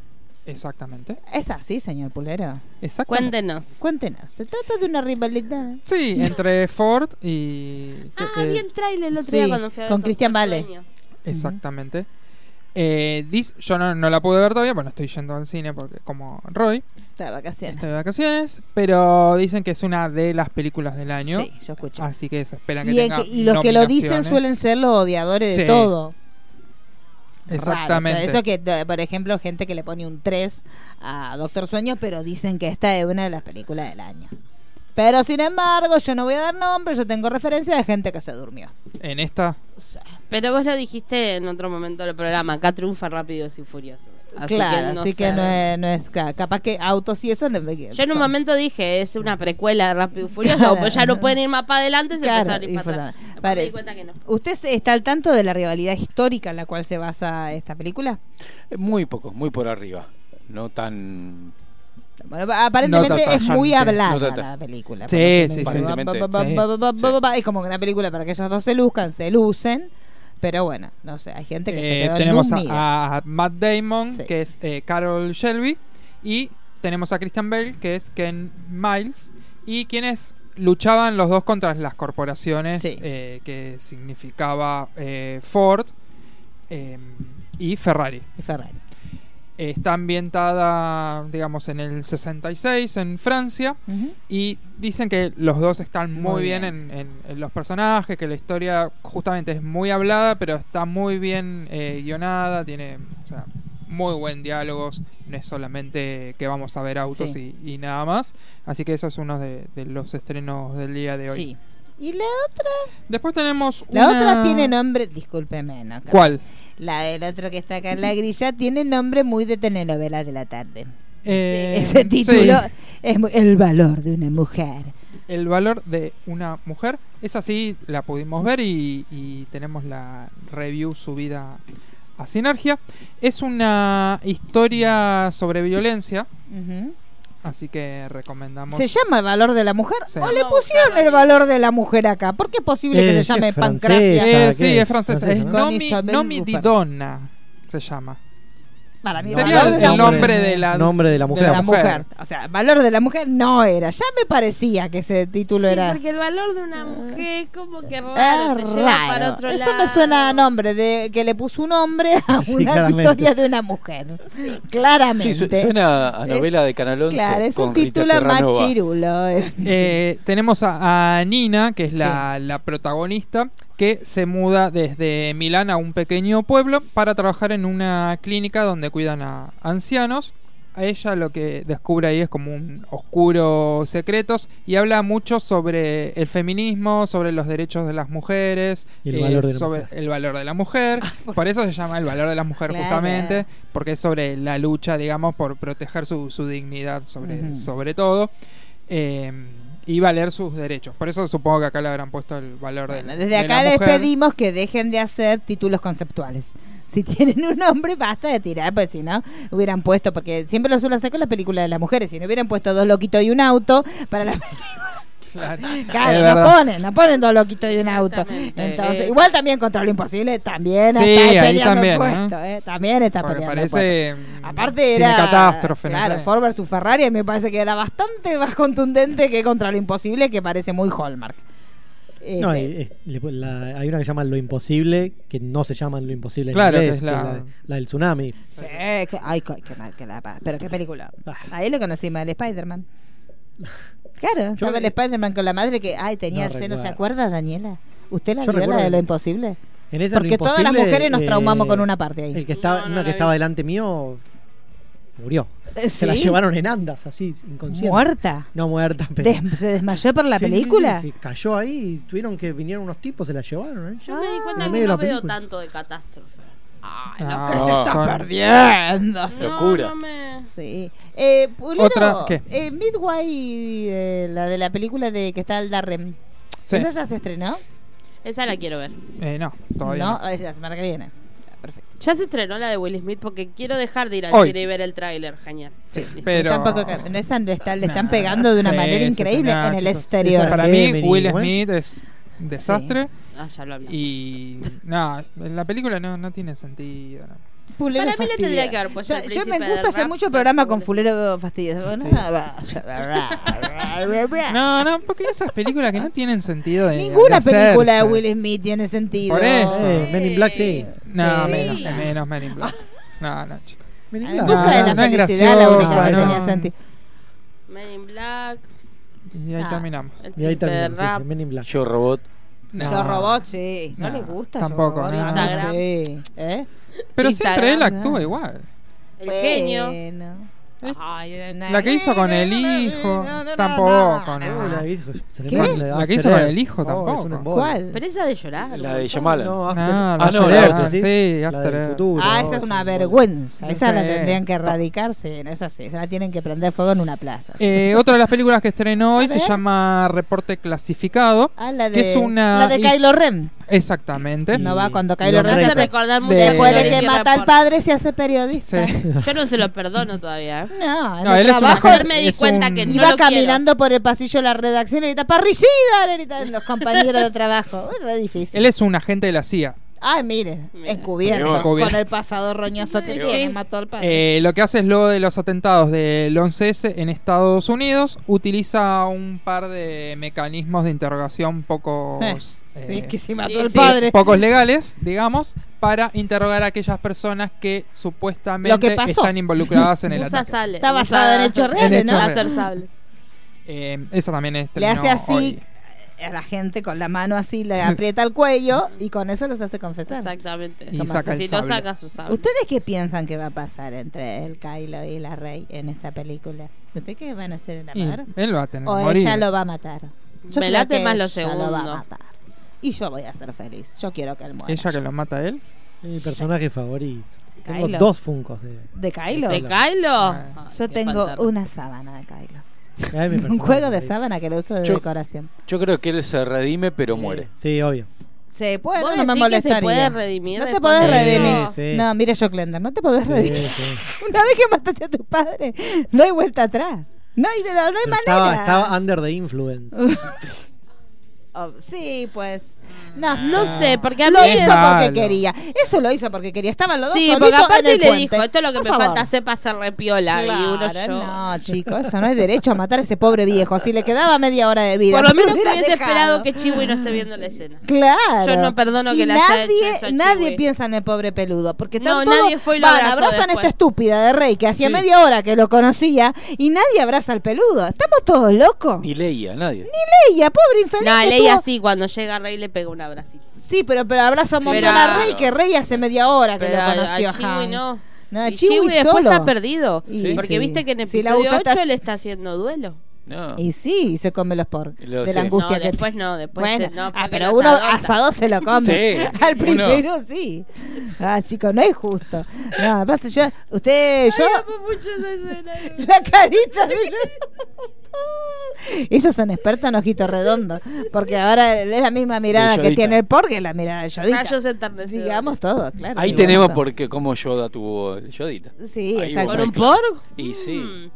Speaker 9: exactamente.
Speaker 5: ¿Es así, señor Pulero?
Speaker 9: Exactamente.
Speaker 6: Cuéntenos.
Speaker 5: Cuéntenos. Se trata de una rivalidad.
Speaker 9: Sí, entre Ford y. eh,
Speaker 6: Ah, vi el trailer el otro
Speaker 5: Sí,
Speaker 6: día cuando fui a ver
Speaker 5: con
Speaker 6: Doctor
Speaker 5: Christian Bale.
Speaker 6: Sueño.
Speaker 9: Exactamente. Eh, dis- yo no, no la pude ver todavía, bueno, estoy yendo al cine porque como Roy,
Speaker 5: Está de vacaciones.
Speaker 9: estoy de vacaciones, pero dicen que es una de las películas del año.
Speaker 5: Sí, yo escuché.
Speaker 9: Así que se espera que
Speaker 5: Y, en
Speaker 9: tenga
Speaker 5: que- y los que lo dicen
Speaker 9: nominaciones.
Speaker 5: suelen ser los odiadores de
Speaker 9: Sí.
Speaker 5: todo.
Speaker 9: Exactamente.
Speaker 5: Raro, o sea, eso que, por ejemplo, gente que le pone un 3 a Doctor Sueño, pero dicen que esta es una de las películas del año. Pero sin embargo, yo no voy a dar nombres, yo tengo referencia de gente que se durmió.
Speaker 9: En esta,
Speaker 6: Pero vos lo dijiste en otro momento del programa, acá triunfa Rápidos y Furiosos. Así
Speaker 5: claro,
Speaker 6: no
Speaker 5: así que
Speaker 6: sé.
Speaker 5: no es, no es ca- capaz que autos y eso. no-
Speaker 6: Yo en un
Speaker 5: son-
Speaker 6: momento dije, es una precuela de Rápido y Furioso,
Speaker 5: Claro.
Speaker 6: pues ya no pueden ir más para adelante, se
Speaker 5: Claro,
Speaker 6: empezaron a ir
Speaker 5: y
Speaker 6: para
Speaker 5: fue
Speaker 6: atrás.
Speaker 5: tan-
Speaker 6: Después me
Speaker 5: parece-
Speaker 6: di cuenta que no.
Speaker 5: ¿Usted se- está al tanto de la rivalidad histórica en la cual se basa esta película?
Speaker 7: Muy poco, muy por arriba. No tan.
Speaker 5: Bueno, aparentemente
Speaker 9: Nota
Speaker 5: es muy
Speaker 9: tajante.
Speaker 7: Nota
Speaker 5: hablada
Speaker 7: tajante.
Speaker 5: la película.
Speaker 9: Sí,
Speaker 5: por lo que me
Speaker 9: sí,
Speaker 5: dicen.
Speaker 7: sí.
Speaker 5: Va, va, va,
Speaker 7: Aparentemente,
Speaker 5: va, va,
Speaker 7: sí.
Speaker 5: va, va, va. Es como una película para que ellos no se luzcan, se lucen. Pero bueno, no sé, hay gente este que
Speaker 9: eh,
Speaker 5: se quedó
Speaker 9: tenemos
Speaker 5: en
Speaker 9: a,
Speaker 5: un mira.
Speaker 9: a Matt Damon,
Speaker 5: Sí.
Speaker 9: que es eh, Carol Shelby, y tenemos a Christian Bale, que es Ken Miles, y quienes luchaban los dos contra las corporaciones
Speaker 5: Sí.
Speaker 9: eh, que significaba eh, Ford eh, y Ferrari.
Speaker 5: Y Ferrari.
Speaker 9: Está ambientada, digamos, en el 66 en Francia.
Speaker 5: Ujú.
Speaker 9: Y dicen que los dos están muy,
Speaker 5: Muy
Speaker 9: bien,
Speaker 5: bien.
Speaker 9: En, en- en los personajes, que la historia justamente es muy hablada, pero está muy bien eh, guionada, tiene o sea, muy buen diálogos, no es solamente que vamos a ver autos
Speaker 5: Sí.
Speaker 9: y, y nada más. Así que eso es uno de, de los estrenos del día de hoy.
Speaker 5: Sí. Y la otra,
Speaker 9: Después tenemos...
Speaker 5: la
Speaker 9: una-
Speaker 5: otra tiene nombre, discúlpeme, no,
Speaker 9: ¿Cuál?
Speaker 5: La del otro que está acá en la grilla tiene nombre muy de telenovela de la tarde.
Speaker 9: Eh,
Speaker 5: Ese
Speaker 9: sí,
Speaker 5: título es muy- El valor de una mujer.
Speaker 9: el valor de una mujer. Esa sí la pudimos ver y, y tenemos la review subida a Sinergia. Es una historia sobre violencia,
Speaker 5: Ujú.
Speaker 9: así que recomendamos.
Speaker 5: ¿Se llama el valor de la mujer?
Speaker 9: Sí.
Speaker 5: ¿O le pusieron el valor de la mujer acá? ¿Por qué es posible que
Speaker 8: Eh,
Speaker 5: se
Speaker 8: es que
Speaker 5: llame
Speaker 8: es francés.
Speaker 5: Pancracia?
Speaker 9: Eh,
Speaker 8: ¿Qué
Speaker 9: sí, es
Speaker 8: es?
Speaker 9: francesa.
Speaker 8: Francesa,
Speaker 9: Es
Speaker 5: ¿no? Con
Speaker 9: Nomi,
Speaker 5: Isabel
Speaker 9: Nomi
Speaker 5: Huppert.
Speaker 9: Didona se llama.
Speaker 5: Para mí,
Speaker 9: Sería
Speaker 5: valor
Speaker 9: el
Speaker 5: de la
Speaker 9: nombre
Speaker 5: mujer.
Speaker 9: de la-
Speaker 8: Nombre de la mujer.
Speaker 5: De la mujer. O sea, valor de la mujer no era. Ya me parecía que ese título
Speaker 6: Sí,
Speaker 5: era.
Speaker 6: porque el valor de una mujer es como que raro, te
Speaker 5: Es
Speaker 6: lleva para
Speaker 5: raro.
Speaker 6: otro
Speaker 5: Eso
Speaker 6: lado.
Speaker 5: me suena a nombre de que le puso un hombre a
Speaker 7: Sí,
Speaker 5: una
Speaker 7: claramente.
Speaker 5: historia de una mujer. Claramente.
Speaker 7: Sí, su- suena a novela de Canal 11.
Speaker 5: Claro, es un
Speaker 7: con Rita
Speaker 5: título más
Speaker 7: Terranova.
Speaker 5: chirulo.
Speaker 9: Eh, tenemos a, a Nina, que es la, la protagonista, que se muda desde Milán a un pequeño pueblo para trabajar en una clínica donde cuidan a ancianos. A ella lo que descubre ahí es como un oscuro secretos y habla mucho sobre el feminismo, sobre los derechos de las mujeres, eh,
Speaker 8: Y el valor de la
Speaker 9: sobre el valor de la mujer. por eso se llama el valor de la mujer
Speaker 8: Ah, Claro.
Speaker 9: justamente, porque es sobre la lucha, digamos, por proteger su, su dignidad sobre,
Speaker 8: Ujú.
Speaker 9: sobre todo. eh, y valer sus derechos. Por eso supongo que acá le habrán puesto el valor de,
Speaker 5: Desde
Speaker 9: de
Speaker 5: acá
Speaker 9: la
Speaker 5: les
Speaker 9: mujer.
Speaker 5: pedimos que dejen de hacer títulos conceptuales. Si tienen un nombre, basta de tirar, pues si no, hubieran puesto, porque siempre lo suelen hacer con las películas de las mujeres, si no hubieran puesto dos loquitos y un auto, para la
Speaker 9: Claro. Es
Speaker 5: Claro, no
Speaker 9: verdad.
Speaker 5: ponen, no ponen dos loquitos y un auto. Entonces,
Speaker 9: Eh,
Speaker 5: igual también contra lo imposible, también
Speaker 9: Sí,
Speaker 5: está
Speaker 9: ahí
Speaker 5: peleando
Speaker 9: también,
Speaker 5: el puesto, eh, también está
Speaker 9: Porque
Speaker 5: peleando el
Speaker 9: parece,
Speaker 5: puesto.
Speaker 9: mm,
Speaker 5: Aparte
Speaker 9: cine
Speaker 5: era
Speaker 9: catástrofe, no
Speaker 5: claro,
Speaker 9: sé.
Speaker 5: Ford versus Ferrari a mí me parece que era bastante más contundente que contra lo imposible, que parece muy Hallmark. Este,
Speaker 8: No, y es- le pon- la- hay una que se llama Lo Imposible, que no se llama Lo Imposible en
Speaker 9: Claro, que
Speaker 8: inglés,
Speaker 9: es
Speaker 8: que
Speaker 9: la-
Speaker 8: es la, la del tsunami.
Speaker 5: sí, que- ay, co- qué mal que la pa- Pero qué película. Ahí lo conocí mal, Spider-Man. Claro, estaba el Spider-Man con la madre que, ay, tenía
Speaker 8: No
Speaker 5: el seno, ¿se
Speaker 8: recuerdo.
Speaker 5: acuerda, Daniela? ¿Usted la vio
Speaker 8: Yo
Speaker 5: la
Speaker 8: recuerdo
Speaker 5: de
Speaker 8: el-
Speaker 5: lo imposible?
Speaker 8: En esa Lo
Speaker 5: Porque todas las
Speaker 8: Imposible,
Speaker 5: mujeres nos
Speaker 8: eh,
Speaker 5: traumamos con una parte ahí.
Speaker 8: El que estaba, una que estaba delante mío murió.
Speaker 5: Eh,
Speaker 8: Se la
Speaker 5: ¿sí?
Speaker 8: llevaron en andas, así, inconsciente.
Speaker 5: ¿Muerta?
Speaker 8: No muerta, pero.
Speaker 5: Des- ¿Se desmayó por la
Speaker 8: Sí, sí,
Speaker 5: película?
Speaker 8: sí, sí, Cayó ahí y tuvieron que vinieron unos tipos, se la llevaron. ¿eh?
Speaker 6: Yo
Speaker 5: Ah,
Speaker 6: me di
Speaker 8: En
Speaker 6: cuenta
Speaker 8: medio
Speaker 6: que
Speaker 8: de
Speaker 6: no
Speaker 8: la
Speaker 6: veo
Speaker 8: película.
Speaker 6: tanto de catástrofe.
Speaker 9: Ah,
Speaker 5: que se está
Speaker 9: son-
Speaker 5: perdiendo.
Speaker 7: Locura.
Speaker 5: Sí. Eh, Pulero,
Speaker 9: Otra, ¿qué?
Speaker 5: eh, Midway, eh, la de la película de que está el Darren.
Speaker 9: Sí.
Speaker 5: ¿Esa ya se estrenó?
Speaker 6: Esa la quiero ver.
Speaker 9: Eh, no, todavía
Speaker 5: no,
Speaker 9: no.
Speaker 5: es la semana que viene. Perfecto.
Speaker 6: Ya se estrenó la de Will Smith porque quiero dejar de ir al
Speaker 9: Hoy.
Speaker 6: cine y ver el tráiler, genial.
Speaker 9: Sí,
Speaker 6: listo.
Speaker 9: pero-
Speaker 5: Tampoco, ca- no están, le están, le están pegando de una
Speaker 9: Sí,
Speaker 5: manera
Speaker 9: sí, sí,
Speaker 5: increíble
Speaker 9: nada,
Speaker 5: en el
Speaker 9: chicos.
Speaker 5: exterior.
Speaker 9: Para mí, Will Smith es un
Speaker 5: Sí.
Speaker 9: desastre.
Speaker 6: Ah, ya lo hablamos.
Speaker 9: Y. No, en la película no, no tiene sentido. no.
Speaker 5: Fulero
Speaker 6: Para mí le
Speaker 5: fastidioso.
Speaker 6: tendría que haber puesto el
Speaker 5: Yo, yo me
Speaker 6: príncipe
Speaker 5: gusta
Speaker 6: del
Speaker 5: hacer
Speaker 6: rap,
Speaker 5: mucho programa con Fulero fastidioso. Bueno,
Speaker 9: Sí.
Speaker 5: no, va.
Speaker 9: No, no, porque esas películas que no tienen sentido. de-
Speaker 5: Ninguna
Speaker 9: de hacerse.
Speaker 5: película de Will Smith tiene sentido.
Speaker 9: Por eso.
Speaker 8: Men in Black, sí.
Speaker 9: No,
Speaker 5: Sí. Ah.
Speaker 9: menos, menos Men in Black. No, no, chicos.
Speaker 8: Men in
Speaker 5: En
Speaker 8: Black.
Speaker 5: busca de
Speaker 9: No,
Speaker 5: la
Speaker 9: no es
Speaker 5: felicidad, la única que
Speaker 9: graciosa,
Speaker 5: tenía
Speaker 9: no.
Speaker 5: sentido.
Speaker 6: Men in Black,
Speaker 9: Y ahí
Speaker 5: Ah.
Speaker 9: terminamos.
Speaker 6: el
Speaker 8: Y ahí
Speaker 6: príncipe del
Speaker 8: terminó. sí,
Speaker 6: rap.
Speaker 8: sí, Men in Black.
Speaker 7: Yo robot.
Speaker 9: No.
Speaker 5: Yo Robot, sí. No,
Speaker 9: No,
Speaker 5: le gusta.
Speaker 9: tampoco,
Speaker 5: Yo Robot,
Speaker 9: no.
Speaker 5: Instagram. Sí. ¿Eh?
Speaker 9: Pero siempre él
Speaker 6: Instagram,
Speaker 9: actúa
Speaker 5: no.
Speaker 9: igual.
Speaker 6: El
Speaker 5: Bueno. Pues.
Speaker 6: genio.
Speaker 9: Es-
Speaker 5: Ay, na-
Speaker 9: La que hizo con el hijo. Tampoco,
Speaker 8: Oh, la
Speaker 9: no.
Speaker 8: que hizo es
Speaker 5: Ah, ¿Qué?
Speaker 8: tremenda,
Speaker 9: La
Speaker 8: After
Speaker 9: que hizo con
Speaker 8: Earth.
Speaker 9: el hijo
Speaker 8: Oh, es un
Speaker 9: tampoco.
Speaker 8: embole.
Speaker 5: ¿Cuál?
Speaker 6: Pero esa de llorar.
Speaker 7: La
Speaker 6: un
Speaker 7: de
Speaker 6: montón.
Speaker 7: Yamalan.
Speaker 8: No,
Speaker 9: No,
Speaker 8: After,
Speaker 9: la
Speaker 8: After
Speaker 7: lloró,
Speaker 8: Earth,
Speaker 9: ah,
Speaker 8: sí.
Speaker 9: sí,
Speaker 8: La
Speaker 9: After
Speaker 8: del
Speaker 9: Earth.
Speaker 8: futuro,
Speaker 5: Ah,
Speaker 8: oh,
Speaker 5: esa es una
Speaker 8: un
Speaker 5: vergüenza.
Speaker 9: No
Speaker 5: Esa la
Speaker 9: sé.
Speaker 5: tendrían que erradicarse. Esa sí, se la tienen que prender fuego en una plaza.
Speaker 9: Eh, otra de las películas que estrenó hoy se
Speaker 5: ver.
Speaker 9: llama Reporte Clasificado.
Speaker 5: ah, la de,
Speaker 9: que es una-
Speaker 5: la de
Speaker 9: y-
Speaker 5: Kylo Ren.
Speaker 9: Exactamente.
Speaker 5: No va cuando
Speaker 8: Y
Speaker 5: Kylo
Speaker 8: lo
Speaker 5: Ren
Speaker 6: Me hace
Speaker 5: se
Speaker 8: Correcto.
Speaker 6: recordar mucho
Speaker 9: De-
Speaker 5: Después
Speaker 6: la
Speaker 5: de que
Speaker 6: Tierra
Speaker 5: mata al
Speaker 6: por-
Speaker 5: padre, se hace
Speaker 9: Sí.
Speaker 5: periodista.
Speaker 6: Yo no se lo perdono todavía. ¿eh?
Speaker 5: No, en
Speaker 9: No,
Speaker 5: el
Speaker 9: él es una
Speaker 5: trabajo
Speaker 9: joya.
Speaker 6: Ayer me di
Speaker 9: es
Speaker 6: cuenta
Speaker 9: un-
Speaker 6: que no
Speaker 5: Iba
Speaker 6: lo
Speaker 5: caminando por el pasillo de la redacción y ahorita parricida, le gritaban los compañeros de trabajo. Es re difícil.
Speaker 9: Él es un agente de la CIA.
Speaker 5: Ay, mire,
Speaker 6: Mira.
Speaker 5: encubierto,
Speaker 9: Peor.
Speaker 5: con el
Speaker 9: Encubierto.
Speaker 5: pasado roñoso que
Speaker 6: Sí.
Speaker 5: tiene, mató al padre.
Speaker 9: Eh, lo que hace es lo de los atentados del 11S en Estados Unidos. Utiliza un par de mecanismos de interrogación pocos, eh,
Speaker 5: sí, que sí mató
Speaker 6: sí,
Speaker 5: al
Speaker 6: sí.
Speaker 5: padre.
Speaker 9: pocos legales, digamos, para interrogar a aquellas personas que
Speaker 5: Lo que
Speaker 9: supuestamente
Speaker 5: pasó.
Speaker 9: están involucradas en el
Speaker 6: quiero. Usa
Speaker 9: ataque.
Speaker 6: sale.
Speaker 5: Está basada en hechos reales,
Speaker 9: En
Speaker 5: ¿no?
Speaker 9: hechos
Speaker 6: Láser sable.
Speaker 9: Eh, esa también es
Speaker 5: Le hace así a la gente con la mano así, le aprieta el cuello y con eso los hace confesar.
Speaker 6: Exactamente.
Speaker 9: Y
Speaker 6: Tomás,
Speaker 9: saca el
Speaker 6: si no
Speaker 9: sable.
Speaker 6: saca su sable.
Speaker 5: ¿Ustedes qué piensan que va a pasar entre el Kylo y la Rey en esta película? ¿Ustedes qué van a hacer en la
Speaker 9: Y
Speaker 5: mar?
Speaker 9: él va a tener
Speaker 5: O
Speaker 9: que morir.
Speaker 5: ella lo va a matar.
Speaker 6: Me
Speaker 5: creo
Speaker 6: late
Speaker 5: que
Speaker 6: más lo
Speaker 5: ella
Speaker 6: segundo.
Speaker 5: va a matar. Y yo voy a ser feliz. Yo quiero que él muera.
Speaker 9: Ella que lo mata a él.
Speaker 8: Mi personaje favorito. Tengo
Speaker 5: Kylo.
Speaker 8: dos funcos de.
Speaker 5: ¿De Kylo?
Speaker 6: ¿De Kylo?
Speaker 9: Ah,
Speaker 5: Yo tengo una sábana de Kylo.
Speaker 8: Ay, mi
Speaker 5: Un
Speaker 8: personaje
Speaker 5: juego de
Speaker 8: favorito.
Speaker 5: sábana que lo uso de
Speaker 7: Yo-
Speaker 5: decoración.
Speaker 7: Yo creo que él se redime, pero muere.
Speaker 8: Sí, obvio.
Speaker 5: Se puede,
Speaker 6: ¿Vos
Speaker 5: no me
Speaker 6: decís que se
Speaker 5: molestaría.
Speaker 6: puede redimir
Speaker 5: No te
Speaker 6: después
Speaker 5: podés
Speaker 8: de eso?
Speaker 5: redimir.
Speaker 8: Sí, sí.
Speaker 5: No, mire yo, Clender, no te podés
Speaker 8: Sí,
Speaker 5: redimir.
Speaker 8: sí.
Speaker 5: Una vez que mataste a tu padre, no hay vuelta atrás. No hay, no hay
Speaker 8: Estaba,
Speaker 5: manera.
Speaker 8: estaba under the influence.
Speaker 5: Oh, sí, pues. No,
Speaker 6: No
Speaker 9: Ah.
Speaker 6: sé, porque a
Speaker 5: lo
Speaker 6: mí
Speaker 5: hizo
Speaker 6: Ah. es
Speaker 5: porque
Speaker 6: malo.
Speaker 5: quería. Eso lo hizo porque quería. Estaban los dos
Speaker 6: Sí,
Speaker 5: solitos
Speaker 6: porque aparte
Speaker 5: en el
Speaker 6: le
Speaker 5: puente.
Speaker 6: dijo, esto es lo que
Speaker 5: Por
Speaker 6: me
Speaker 5: favor.
Speaker 6: falta hacer pasa repiola. y uno
Speaker 5: Claro,
Speaker 6: yo.
Speaker 5: No, chico, eso no es derecho a matar a ese pobre viejo. Si le quedaba media hora de vida.
Speaker 6: Por lo menos
Speaker 5: hubiera
Speaker 6: hubiese
Speaker 5: dejado.
Speaker 6: esperado que Chiwi no esté viendo la escena.
Speaker 5: Claro.
Speaker 6: Yo no perdono
Speaker 5: Y
Speaker 6: que la haya hecho
Speaker 5: nadie,
Speaker 6: eso a
Speaker 5: nadie
Speaker 6: Chiwi.
Speaker 5: piensa en el pobre peludo. Porque
Speaker 6: No,
Speaker 5: están todos-
Speaker 6: nadie fue y lo
Speaker 5: van,
Speaker 6: abrazó
Speaker 5: abrazan a
Speaker 6: después.
Speaker 5: esta estúpida de Rey que hacía
Speaker 7: Sí.
Speaker 5: media hora que lo conocía y nadie abraza al peludo. Estamos todos locos.
Speaker 7: Ni leía, nadie.
Speaker 5: Ni Leia, pobre infeliz.
Speaker 6: No,
Speaker 5: que
Speaker 6: Leia
Speaker 5: estuvo-
Speaker 6: sí, cuando llega Rey le pega un abracito.
Speaker 5: Sí, pero, pero abraza un
Speaker 6: Sí,
Speaker 5: montón
Speaker 6: pero-
Speaker 5: a Rey que Rey hace media hora que
Speaker 6: Pero
Speaker 5: lo
Speaker 6: a- a
Speaker 5: conoció a,
Speaker 6: Chiwi
Speaker 5: Han.
Speaker 6: no.
Speaker 5: No,
Speaker 6: Y
Speaker 5: Chiwi
Speaker 6: Chiwi después
Speaker 5: solo.
Speaker 6: está perdido.
Speaker 5: Y
Speaker 6: Porque
Speaker 5: sí.
Speaker 6: viste que en
Speaker 5: Si la
Speaker 6: episodio
Speaker 5: usa
Speaker 6: 8
Speaker 5: está-
Speaker 6: él está haciendo duelo.
Speaker 5: Y sí, y se come los porcos.
Speaker 7: Lo-
Speaker 5: de la
Speaker 7: sí.
Speaker 5: angustia
Speaker 6: No,
Speaker 5: que
Speaker 6: después no, después
Speaker 5: Bueno,
Speaker 6: te- no,
Speaker 5: ah,
Speaker 6: porque
Speaker 5: pero
Speaker 6: los
Speaker 5: uno
Speaker 6: adopta.
Speaker 5: asado se lo come.
Speaker 7: Sí,
Speaker 5: Al
Speaker 7: uno.
Speaker 5: primero sí. Ah, chicos, no es justo. No, pasa, yo, usted, yo, la carita de Esos son expertos en ojitos redondos. Porque ahora es la misma mirada que
Speaker 7: Yodita.
Speaker 5: tiene el porco, es la mirada de Yodita.
Speaker 6: Rayos enternecedores.
Speaker 5: Digamos todos, claro.
Speaker 7: Ahí
Speaker 5: digamos
Speaker 7: tenemos
Speaker 5: todo.
Speaker 7: porque como Yoda tuvo el Yodita.
Speaker 5: Sí,
Speaker 7: Ahí
Speaker 5: exacto.
Speaker 7: vos
Speaker 5: ¿Con un
Speaker 7: mezclas.
Speaker 6: porco?
Speaker 7: Y
Speaker 6: Mm,
Speaker 7: sí.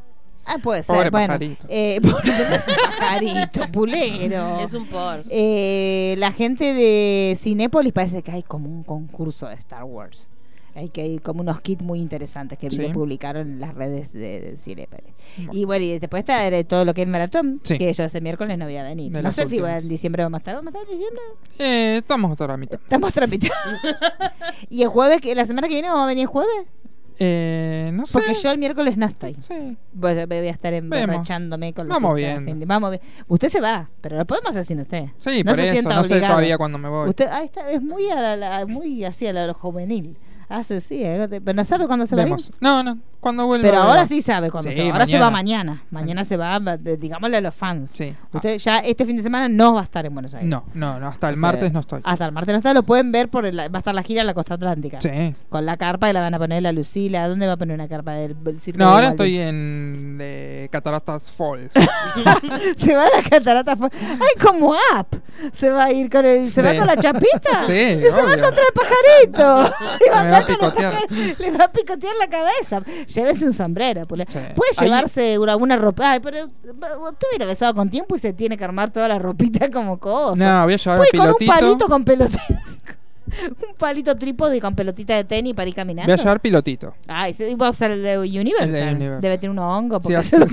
Speaker 5: Ah, puede ser.
Speaker 7: Pobre
Speaker 5: bueno,
Speaker 7: pajarito.
Speaker 5: eh, es un pajarito, pulero.
Speaker 6: Es un por.
Speaker 5: Eh, la gente de Cinépolis parece que hay como un concurso de Star Wars. Hay que hay como unos kits muy interesantes que vi
Speaker 6: Sí.
Speaker 5: que publicaron en las redes de, de Cinépolis. Y bueno, y después está eh, todo lo que es el maratón,
Speaker 9: Sí.
Speaker 5: que yo ese miércoles no voy a venir.
Speaker 9: De
Speaker 5: no
Speaker 9: las
Speaker 5: sé si voy
Speaker 9: últimas.
Speaker 5: en diciembre o más tarde. ¿Vamos a estar en diciembre?
Speaker 9: Eh, estamos hasta la mitad.
Speaker 5: Estamos tramitando. ¿Y el jueves, que la semana que viene vamos a venir el jueves?
Speaker 9: Eh, no sé.
Speaker 5: Porque yo el miércoles no estoy.
Speaker 9: Sí.
Speaker 5: Voy, a- voy a estar emborrachándome con los
Speaker 9: Vamos
Speaker 5: fiestas,
Speaker 9: viendo.
Speaker 5: Vamos bien. Usted se va, pero lo podemos hacer sin usted.
Speaker 9: Sí, por eso, no sé todavía cuándo me voy.
Speaker 5: Usted, ah, está, es muy, a la- la- muy así a lo juvenil. Hace sí, eh, pero no sabe cuándo se
Speaker 9: Vemos.
Speaker 5: va. a ir.
Speaker 9: No, no. Cuando vuelva.
Speaker 5: Pero ahora
Speaker 9: vuelva.
Speaker 5: sí sabe cuándo
Speaker 9: Sí,
Speaker 5: se va. Ahora se va
Speaker 9: mañana.
Speaker 5: mañana. Mañana se va, va, de- digámosle a los fans.
Speaker 9: Sí.
Speaker 5: Usted ya este fin de semana no va a estar en Buenos Aires.
Speaker 9: No, no, no. Hasta el
Speaker 5: O sea,
Speaker 9: martes no estoy.
Speaker 5: Hasta el martes no está, lo pueden ver por el- va a estar la gira en la costa atlántica.
Speaker 9: Sí.
Speaker 5: Con la carpa que la van a poner la Lucila, ¿dónde va a poner una carpa del, del circo?
Speaker 9: No,
Speaker 5: de
Speaker 9: ahora
Speaker 5: Balbi?
Speaker 9: estoy en de Cataratas Falls.
Speaker 5: se va a la catarata. fu- Ay, como app. Se va a ir con el, se va
Speaker 9: Sí.
Speaker 5: con la chapita.
Speaker 9: Sí,
Speaker 5: Y se va
Speaker 9: obvio.
Speaker 5: contra el pajarito.
Speaker 9: Me
Speaker 5: Y va
Speaker 9: va a
Speaker 5: andar con el
Speaker 9: picotear.
Speaker 5: pajar- Le va a picotear la cabeza. Llévese un sombrero. pule. Puede
Speaker 9: Ahí-
Speaker 5: llevarse una- alguna ropa. Ay, pero eh, usted hubiera besado con tiempo y se tiene que armar toda la ropita como cosa.
Speaker 9: No, voy a llevar
Speaker 5: Puede ir
Speaker 9: el
Speaker 5: con un
Speaker 9: pilotito.
Speaker 5: palito con pelotita. un palito trípode y con pelotita de tenis para ir caminando.
Speaker 9: Voy a llevar pilotito.
Speaker 5: Ay, sí, y va a usar el de Universal.
Speaker 9: El de Universal.
Speaker 5: Debe tener unos hongos.
Speaker 9: Si
Speaker 5: porque
Speaker 9: hace,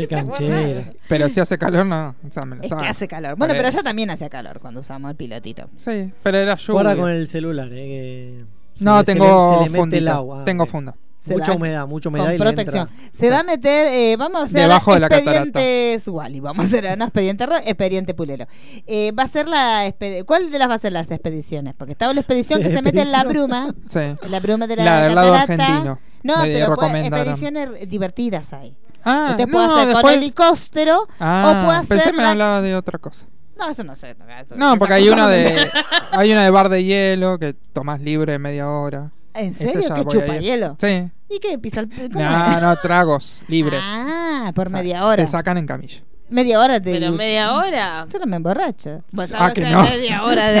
Speaker 9: sí.
Speaker 5: canchero.
Speaker 9: Pero si hace calor, no. O sea, me lo
Speaker 5: Es
Speaker 9: sabe.
Speaker 5: que hace calor. Bueno, pero
Speaker 9: Por
Speaker 5: ya
Speaker 9: eso.
Speaker 5: también hacía calor cuando usamos el pilotito.
Speaker 9: Sí, pero era lluvia.
Speaker 8: Guarda con el celular, eh. que se
Speaker 9: No,
Speaker 8: le- se
Speaker 9: tengo
Speaker 8: le- se le mete
Speaker 9: fundito.
Speaker 8: el agua.
Speaker 9: Tengo
Speaker 8: Ok.
Speaker 9: funda.
Speaker 5: Se
Speaker 8: mucha
Speaker 5: va-
Speaker 8: humedad, mucha humedad. y
Speaker 5: Con
Speaker 8: le
Speaker 5: protección.
Speaker 8: entra-
Speaker 5: Se va a meter, eh, vamos a hacer
Speaker 9: Debajo de la
Speaker 5: expedientes Wally, vamos a hacer un expediente, ro- expediente pulero. Eh, va a ser la expedi- ¿Cuál de las va a ser las expediciones? Porque estaba la expedición que se mete en la bruma,
Speaker 9: Sí.
Speaker 5: en la bruma de la,
Speaker 9: La del lado
Speaker 5: catarata.
Speaker 9: argentino.
Speaker 5: No,
Speaker 9: Me
Speaker 5: pero puede-
Speaker 9: recomendaron.
Speaker 5: expediciones divertidas hay.
Speaker 9: Ah,
Speaker 5: Usted
Speaker 9: no,
Speaker 5: puede hacer con
Speaker 9: después-
Speaker 5: helicóptero
Speaker 9: Ah,
Speaker 5: o puede hacer
Speaker 9: pensé me
Speaker 5: la-
Speaker 9: hablaba de otra cosa.
Speaker 5: No, eso no sé. eso-
Speaker 9: No,
Speaker 5: esas
Speaker 9: porque hay
Speaker 5: cosas
Speaker 9: una
Speaker 5: no me-
Speaker 9: de hay una de bar de hielo que tomás libre media hora.
Speaker 5: ¿En
Speaker 9: Ese
Speaker 5: serio?
Speaker 9: ya
Speaker 5: ¿Que
Speaker 9: voy a
Speaker 5: chupa
Speaker 9: ir.
Speaker 5: hielo?
Speaker 9: Sí.
Speaker 5: ¿Y qué? ¿Pisa el- cómo
Speaker 9: No,
Speaker 5: es?
Speaker 9: no, tragos libres.
Speaker 5: Ah, por
Speaker 9: O sea,
Speaker 5: media hora.
Speaker 9: Te sacan en camilla.
Speaker 5: Media hora te
Speaker 6: Pero
Speaker 5: digo-
Speaker 6: media hora.
Speaker 5: Yo no me emborracho. Vos
Speaker 9: Ah, que
Speaker 5: sabés,
Speaker 9: no.
Speaker 5: media hora de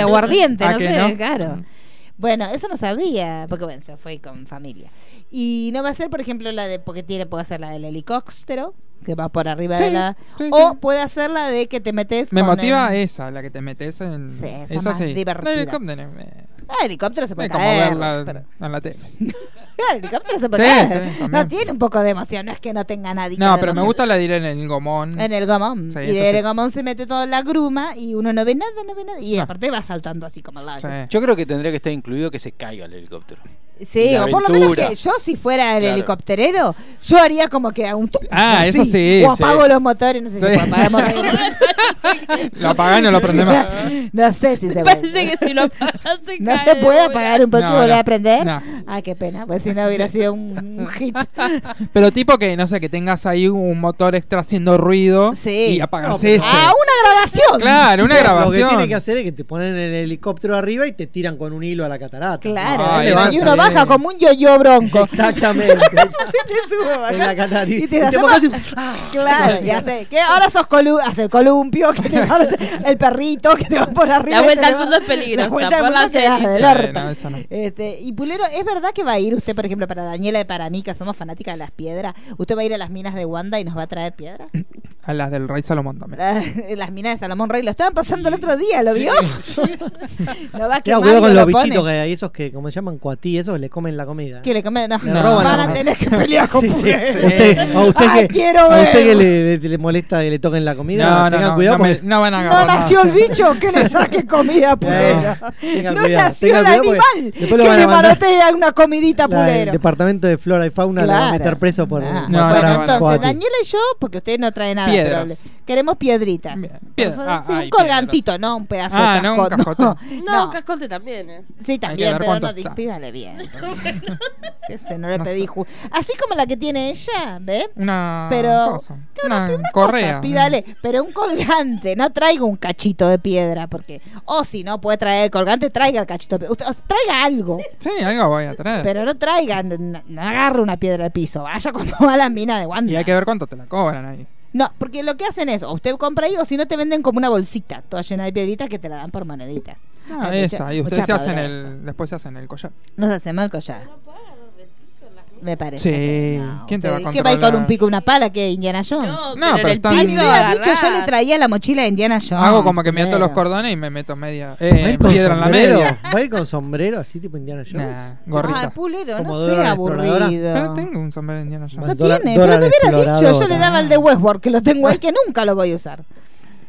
Speaker 5: aguardiente,
Speaker 9: Ah,
Speaker 5: no
Speaker 9: que
Speaker 5: sé,
Speaker 9: no.
Speaker 5: claro. Bueno, eso no sabía, porque bueno, yo fui con familia. Y no va a ser, por ejemplo, la de, porque tiene, puede ser la del helicóptero, que va por arriba de
Speaker 9: Sí,
Speaker 5: la...
Speaker 9: sí,
Speaker 5: o
Speaker 9: sí.
Speaker 5: puede ser la de que te metes
Speaker 9: Me
Speaker 5: con
Speaker 9: motiva eh.
Speaker 5: el-
Speaker 9: esa, la que te metes en
Speaker 5: Sí, esa más
Speaker 9: sí.
Speaker 5: divertida.
Speaker 9: No, el helicóptero, eh,
Speaker 5: Ah, el helicóptero se
Speaker 9: no
Speaker 5: puede
Speaker 9: es como
Speaker 5: caer.
Speaker 9: verla
Speaker 5: pero-
Speaker 9: en la tele.
Speaker 5: Ah, el helicóptero se puede
Speaker 9: Sí,
Speaker 5: caer.
Speaker 9: sí, también.
Speaker 5: no, tiene un poco de emoción, no es que no tenga nadie.
Speaker 9: No, pero me gusta la de ir en el gomón.
Speaker 5: En el gomón.
Speaker 9: Mm. Sí,
Speaker 5: y
Speaker 9: eso
Speaker 5: en el
Speaker 9: sí.
Speaker 5: gomón se mete toda la gruma y uno no ve nada, no ve nada. Y
Speaker 7: Ah.
Speaker 5: aparte va saltando así como al lado.
Speaker 9: Sí.
Speaker 7: Yo creo que tendría que estar incluido que se caiga el helicóptero.
Speaker 5: Eh, Sí,
Speaker 7: La
Speaker 5: o por lo menos
Speaker 7: aventura.
Speaker 5: que yo si fuera el
Speaker 7: Claro.
Speaker 5: helicópterero, yo haría como que a un tuc,
Speaker 9: Ah, eso sí,
Speaker 5: O
Speaker 9: sí.
Speaker 5: apago los motores, no sé
Speaker 9: Sí.
Speaker 5: si se puede apagar motores.
Speaker 9: Lo apagás y no lo prendés más.
Speaker 5: No sé si se puede.
Speaker 6: Parece que si lo apagas se
Speaker 5: No
Speaker 6: cae
Speaker 5: se
Speaker 6: de
Speaker 5: puede
Speaker 6: una.
Speaker 5: apagar un poco y
Speaker 9: No,
Speaker 5: volver
Speaker 9: no,
Speaker 5: a prender.
Speaker 9: no.
Speaker 5: Ah, qué pena, pues si no hubiera sido un, un hit.
Speaker 9: Pero tipo que, no sé, que tengas ahí un motor extra haciendo ruido
Speaker 5: Sí.
Speaker 9: y apagas
Speaker 8: No, pero-
Speaker 9: ese.
Speaker 5: ¡Ah, una grabación!
Speaker 9: Claro, una
Speaker 8: Lo que tiene
Speaker 9: grabación.
Speaker 8: que hacer es que te ponen el helicóptero arriba y te tiran con un hilo a la catarata.
Speaker 5: Claro,
Speaker 9: Ay,
Speaker 5: y
Speaker 9: vas
Speaker 5: uno
Speaker 9: a ver.
Speaker 8: eh.
Speaker 5: baja como un yo-yo bronco.
Speaker 8: Exactamente.
Speaker 5: Se te sube,
Speaker 8: en
Speaker 5: baja.
Speaker 8: la catarata.
Speaker 5: Y te hace Ah,
Speaker 8: bajas y-
Speaker 5: Claro, ya sé. Que ahora sos colu hace el columpio, que te va el perrito, que te va por arriba.
Speaker 6: La
Speaker 5: y
Speaker 6: vuelta
Speaker 5: se le
Speaker 6: al
Speaker 5: va-
Speaker 6: mundo es peligrosa,
Speaker 5: La vuelta al
Speaker 6: por la
Speaker 5: mundo quedás
Speaker 6: serie.
Speaker 5: del
Speaker 9: Sí,
Speaker 5: orto.
Speaker 9: no, esa no.
Speaker 5: Este, y Pulero, ¿es verdad que va a ir usted, por ejemplo, para Daniela y para mí, que somos fanáticas de las piedras? ¿Usted va a ir a las minas de Wanda y nos va a traer piedras?
Speaker 9: A las del Rey Salomón también.
Speaker 5: Las minas de Salomón Rey lo estaban pasando el otro día, ¿lo vio? lo va a quemar
Speaker 8: Cuidado, cuidado
Speaker 5: y lo
Speaker 8: con los
Speaker 5: pone.
Speaker 8: bichitos que hay, esos que, como se llaman, cuatí, esos le comen la comida.
Speaker 5: ¿Qué le come? No,
Speaker 8: Le
Speaker 5: van
Speaker 8: roban la
Speaker 5: a
Speaker 8: comida.
Speaker 5: tener que pelear con
Speaker 8: Sí, sí.
Speaker 5: Puré.
Speaker 8: Usted- a usted
Speaker 5: Ay,
Speaker 8: que,
Speaker 5: quiero
Speaker 8: a
Speaker 5: ver.
Speaker 8: usted que le, le- le molesta que le toquen la comida,
Speaker 9: No, no,
Speaker 8: tengan
Speaker 9: no,
Speaker 8: cuidado
Speaker 9: no me-
Speaker 8: porque-
Speaker 9: no van a
Speaker 5: No nació el bicho que le saque comida a Pulero.
Speaker 8: Tenga
Speaker 5: No,
Speaker 8: cuidado,
Speaker 5: nació
Speaker 8: tenga
Speaker 5: el
Speaker 8: cuidado porque
Speaker 5: animal que
Speaker 8: después lo van
Speaker 5: le
Speaker 8: a mandar
Speaker 5: manotea una comidita a
Speaker 8: la- el
Speaker 5: Pulero.
Speaker 8: departamento de flora y fauna lo va a
Speaker 5: Claro.
Speaker 8: meter preso por
Speaker 5: Ah,
Speaker 8: matar
Speaker 5: bueno,
Speaker 8: a
Speaker 5: entonces,
Speaker 8: Coati.
Speaker 5: Daniela y yo, porque ustedes no traen nada, pero
Speaker 8: Piedras.
Speaker 5: le- queremos piedritas.
Speaker 9: piedra-
Speaker 5: Por favor,
Speaker 9: ah,
Speaker 5: sí, un
Speaker 9: hay
Speaker 5: colgantito, no un pedazo
Speaker 9: Ah,
Speaker 5: de
Speaker 9: no, un
Speaker 5: casco,
Speaker 9: cascote.
Speaker 6: No,
Speaker 5: No.
Speaker 6: cascote también, ¿eh?
Speaker 5: Sí,
Speaker 6: Hay que
Speaker 5: también,
Speaker 6: ver
Speaker 5: pero
Speaker 6: cuánto
Speaker 5: no,
Speaker 6: está.
Speaker 5: pídale bien. Sí, este, no le
Speaker 6: No
Speaker 5: pedí
Speaker 6: sé.
Speaker 5: ju- Así como la que tiene ella, ¿ve?
Speaker 9: Una
Speaker 5: pero,
Speaker 9: cosa,
Speaker 5: Claro,
Speaker 9: una
Speaker 5: pero una cosa,
Speaker 9: Mm, correa.
Speaker 5: pídale, pero un colgante, no traiga un cachito de piedra, porque. O si no puede traer el colgante, traiga el cachito de piedra. Usted- o sea, traiga algo.
Speaker 9: Sí, algo voy a traer.
Speaker 5: Pero no traiga, no, no agarre una piedra al piso, vaya como va la mina de guante.
Speaker 9: Y hay que ver cuánto te la cobran ahí.
Speaker 5: No, porque lo que hacen es, o usted compra ahí, o si no te venden como una bolsita, toda llena de piedritas que te la dan por moneditas.
Speaker 9: Ah,
Speaker 5: Ay,
Speaker 9: esa. Y
Speaker 5: mucha-
Speaker 9: ustedes se
Speaker 5: mucha
Speaker 9: hacen
Speaker 5: padre.
Speaker 9: el, después se hacen el collar.
Speaker 5: Nos hacemos el collar. Me parece.
Speaker 9: Sí. ¿Quién te va a
Speaker 5: ¿Qué va a ir con un
Speaker 9: controlar?
Speaker 5: pico y una pala que Indiana Jones? No,
Speaker 9: pero pero en el está- piso
Speaker 5: dicho, yo le traía la mochila de Indiana Jones.
Speaker 9: Hago como que me ato
Speaker 5: primero.
Speaker 9: los cordones y me meto media
Speaker 8: ¿Va a
Speaker 9: eh,
Speaker 8: ir con
Speaker 9: piedra en la
Speaker 8: sombrero?
Speaker 9: media.
Speaker 8: ¿Va a ir con sombrero así tipo Indiana Jones?
Speaker 9: Nah, gorrita.
Speaker 5: Ay, Ah, Pulero,
Speaker 8: Como
Speaker 5: no
Speaker 8: Dora
Speaker 5: sea
Speaker 8: la exploradora.
Speaker 5: aburrido.
Speaker 9: Pero tengo un sombrero de Indiana Jones.
Speaker 5: Lo
Speaker 8: Dora-
Speaker 5: tiene,
Speaker 8: Dora
Speaker 5: pero me
Speaker 8: la
Speaker 5: hubiera dicho, yo le
Speaker 8: exploradora.
Speaker 5: daba el de Westworld, que lo tengo ahí, que nunca lo voy a usar.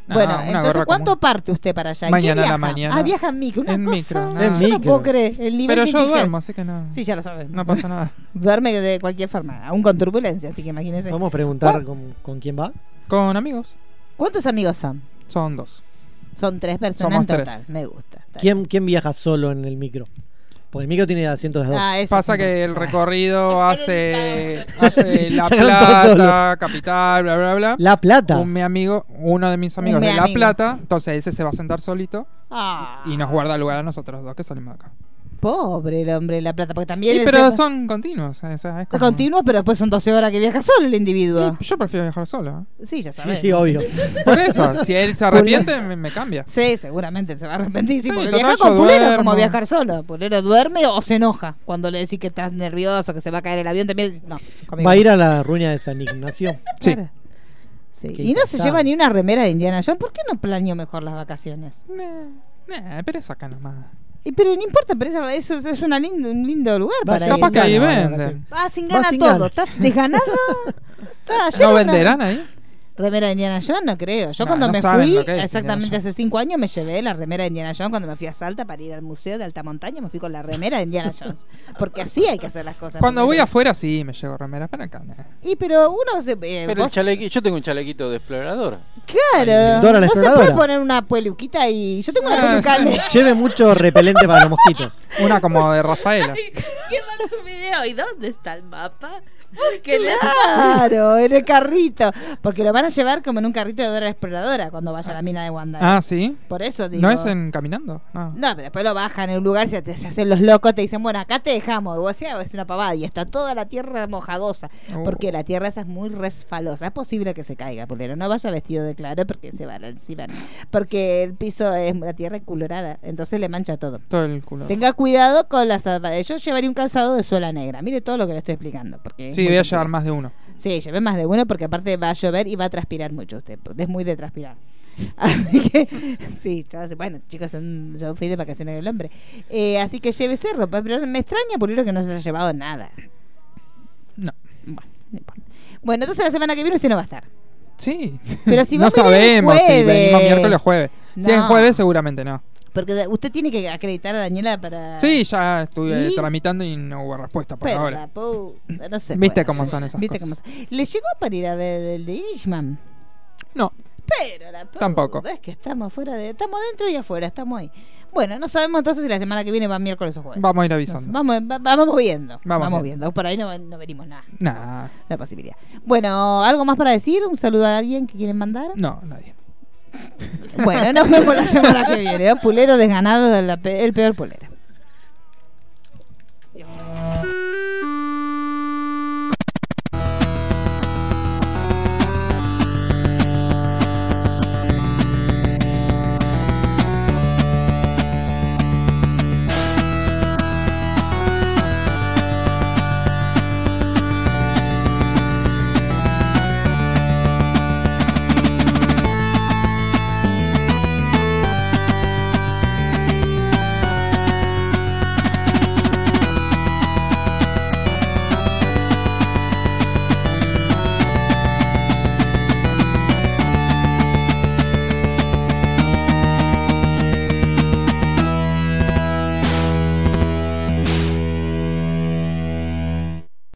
Speaker 9: No,
Speaker 5: bueno,
Speaker 9: una
Speaker 5: entonces,
Speaker 9: gorra
Speaker 5: ¿cuánto parte usted para allá? ¿En qué
Speaker 9: Mañana a la
Speaker 5: viaja?
Speaker 9: mañana.
Speaker 5: Ah, viaja en micro, una
Speaker 9: En
Speaker 5: cosa.
Speaker 9: micro, no.
Speaker 5: yo
Speaker 9: En
Speaker 5: no
Speaker 9: micro.
Speaker 5: puedo creer el nivel
Speaker 9: Pero yo
Speaker 5: de indigencia.
Speaker 9: duermo, así que no.
Speaker 5: Sí, ya lo sabemos.
Speaker 9: No pasa nada.
Speaker 5: Duerme de cualquier forma, aún con turbulencia, así que imagínese.
Speaker 8: Vamos a preguntar con, con quién va.
Speaker 9: Con amigos.
Speaker 5: ¿Cuántos amigos son?
Speaker 9: Son dos.
Speaker 5: Son tres personas
Speaker 8: Somos
Speaker 5: en total.
Speaker 8: tres.
Speaker 5: Me gusta.
Speaker 8: ¿Quién, ¿Quién viaja solo en el micro? Porque el micro tiene asientos de dos.
Speaker 5: Ah, eso
Speaker 9: Pasa
Speaker 5: sí.
Speaker 9: que el recorrido hace, hace
Speaker 8: Sí,
Speaker 9: La
Speaker 8: sacaron todos
Speaker 9: Plata,
Speaker 8: solos.
Speaker 9: Capital, bla, bla, bla.
Speaker 8: La Plata.
Speaker 9: Un mi amigo, uno de mis amigos
Speaker 5: Un mi
Speaker 9: de La
Speaker 5: amigo.
Speaker 9: Plata. Entonces ese se va a sentar solito
Speaker 5: Ah,
Speaker 9: y nos guarda lugar a nosotros dos que salimos de acá.
Speaker 5: pobre el hombre de la plata, porque también
Speaker 9: Y,
Speaker 5: es-
Speaker 9: pero son continuos. o sea, es
Speaker 5: es
Speaker 9: como-
Speaker 5: continuo, pero después son 12 horas que viaja solo el individuo.
Speaker 9: Yo prefiero viajar solo. ¿eh?
Speaker 5: Sí, ya
Speaker 8: Sí,
Speaker 5: sabes.
Speaker 8: sí, obvio.
Speaker 9: Por eso, si él se arrepiente, me, me cambia.
Speaker 5: Sí, seguramente se va a arrepentir. Sí,
Speaker 9: Sí,
Speaker 5: porque
Speaker 9: total,
Speaker 5: viajar
Speaker 9: yo
Speaker 5: con Pulero es
Speaker 9: duermo.
Speaker 5: como viajar solo. Pulero duerme o se enoja cuando le decís que estás nervioso, que se va a caer el avión. También dice, no, conmigo.
Speaker 8: Va a ir a la ruina de San Ignacio.
Speaker 9: Sí.
Speaker 5: Sí,
Speaker 8: Qué
Speaker 5: Y no se
Speaker 8: cansado.
Speaker 5: lleva ni una remera de Indiana Jones. ¿Por qué no planeó mejor las vacaciones?
Speaker 9: Nah, nah, pero es acá nomás.
Speaker 5: Y, pero no importa, pero esa- eso, eso es una lindo- un lindo lugar
Speaker 8: Va
Speaker 5: para
Speaker 8: sin
Speaker 9: Capaz
Speaker 5: ir.
Speaker 9: que ahí
Speaker 8: ganas, van a
Speaker 9: venden.
Speaker 5: Ah, sin
Speaker 8: Va
Speaker 5: gana
Speaker 8: sin
Speaker 5: todo.
Speaker 8: ganas.
Speaker 5: ¿Estás desganado? Estás- ayer
Speaker 9: ¿No
Speaker 5: una
Speaker 9: venderán ahí?
Speaker 5: ¿Remera de Indiana Jones? No creo. Yo
Speaker 9: No,
Speaker 5: cuando
Speaker 9: no
Speaker 5: me
Speaker 9: saben
Speaker 5: fui,
Speaker 9: lo que es
Speaker 5: exactamente
Speaker 9: Indiana Jones.
Speaker 5: hace cinco años, me llevé la remera de Indiana Jones. Cuando me fui a Salta para ir al Museo de Alta Montaña, me fui con la remera de Indiana Jones. Porque así hay que hacer las cosas.
Speaker 9: Cuando
Speaker 5: Porque
Speaker 9: voy
Speaker 5: yo-
Speaker 9: afuera, sí, me llevo remeras. Pero acá, nah.
Speaker 5: Y pero uno se... eh,
Speaker 7: Pero el
Speaker 5: vos-
Speaker 7: chalequi- yo tengo un chalequito de explorador.
Speaker 5: Claro.
Speaker 8: Dora la
Speaker 5: no se puede
Speaker 8: exploradora.
Speaker 5: poner una peluquita y... Yo tengo una
Speaker 9: Ah,
Speaker 5: peluca...
Speaker 9: sí.
Speaker 8: Lleve mucho repelente para los mosquitos.
Speaker 9: Una como de Rafaela.
Speaker 6: ¿Qué mal un video? ¿Y dónde está el mapa? Búsquenlo.
Speaker 5: Claro, en el carrito. Porque lo van a llevar como en un carrito de Dora la Exploradora cuando vaya a la mina de Wanda.
Speaker 9: Ah, sí.
Speaker 5: Por eso digo...
Speaker 9: ¿No es en caminando? No.
Speaker 5: No, pero después lo bajan en un lugar, se, te- se hacen los locos, te dicen, bueno, acá te dejamos. Y vos decís, "Ah, es una pavada. Y está toda la tierra mojadosa.
Speaker 9: Oh.
Speaker 5: Porque la tierra esa es muy resfalosa. Es posible que se caiga, pulero. No vaya vestido de claro porque se van encima. Porque el piso es la tierra es colorada. Entonces le mancha todo.
Speaker 9: Todo el culo.
Speaker 5: Tenga cuidado con las zapatillas. Yo llevaría un calzado de suela negra. Mire todo lo que le estoy explicando. Porque es
Speaker 9: Sí,
Speaker 5: muy
Speaker 9: voy a
Speaker 5: complicado.
Speaker 9: llevar más de uno.
Speaker 5: Sí, llevé más de uno porque aparte va a llover y va a transpirar mucho usted. porque Es muy de transpirar. Así que, sí, yo- bueno, chicos, son- yo fui de vacaciones del hombre. Eh, así que llévese ropa, pero me extraña, Pulero, que no se haya llevado nada.
Speaker 9: No.
Speaker 5: Bueno, no importa. Bueno, entonces la semana que viene usted no va a estar.
Speaker 9: Sí.
Speaker 5: Pero si
Speaker 9: no
Speaker 5: vos venís
Speaker 9: sabemos si
Speaker 5: jueves.
Speaker 9: venimos miércoles o jueves. Si es
Speaker 5: No.
Speaker 9: jueves, seguramente no.
Speaker 5: Porque usted tiene que acreditar a Daniela para.
Speaker 9: Sí, ya estuve
Speaker 5: Ah. ¿Y?
Speaker 9: tramitando y no hubo respuesta por
Speaker 5: Pero
Speaker 9: ahora.
Speaker 5: la pu- No sé.
Speaker 9: Viste
Speaker 5: bueno,
Speaker 9: cómo
Speaker 5: sí,
Speaker 9: son esas
Speaker 5: ¿Viste
Speaker 9: cosas.
Speaker 5: cómo son. ¿Le llegó para ir a ver el de Irishman?
Speaker 9: No,
Speaker 5: Pero la puta,
Speaker 9: Tampoco.
Speaker 5: Es que estamos fuera de, estamos dentro y afuera, estamos ahí. Bueno, no sabemos entonces si la semana que viene va miércoles o jueves.
Speaker 9: vamos a ir
Speaker 5: No sé,
Speaker 9: avisando.
Speaker 5: pues, vamos, va- vamos viendo. Vamos,
Speaker 9: Vamos
Speaker 5: viendo.
Speaker 9: viendo.
Speaker 5: Por ahí no, no venimos nada,
Speaker 9: Nah,
Speaker 5: la posibilidad. Bueno, ¿algo más para decir? ¿Un saludo a alguien que quieren mandar?
Speaker 9: no, nadie.
Speaker 5: Bueno, nos vemos la semana que viene. ¿eh? Pulero desganado, de la pe- el peor pulero.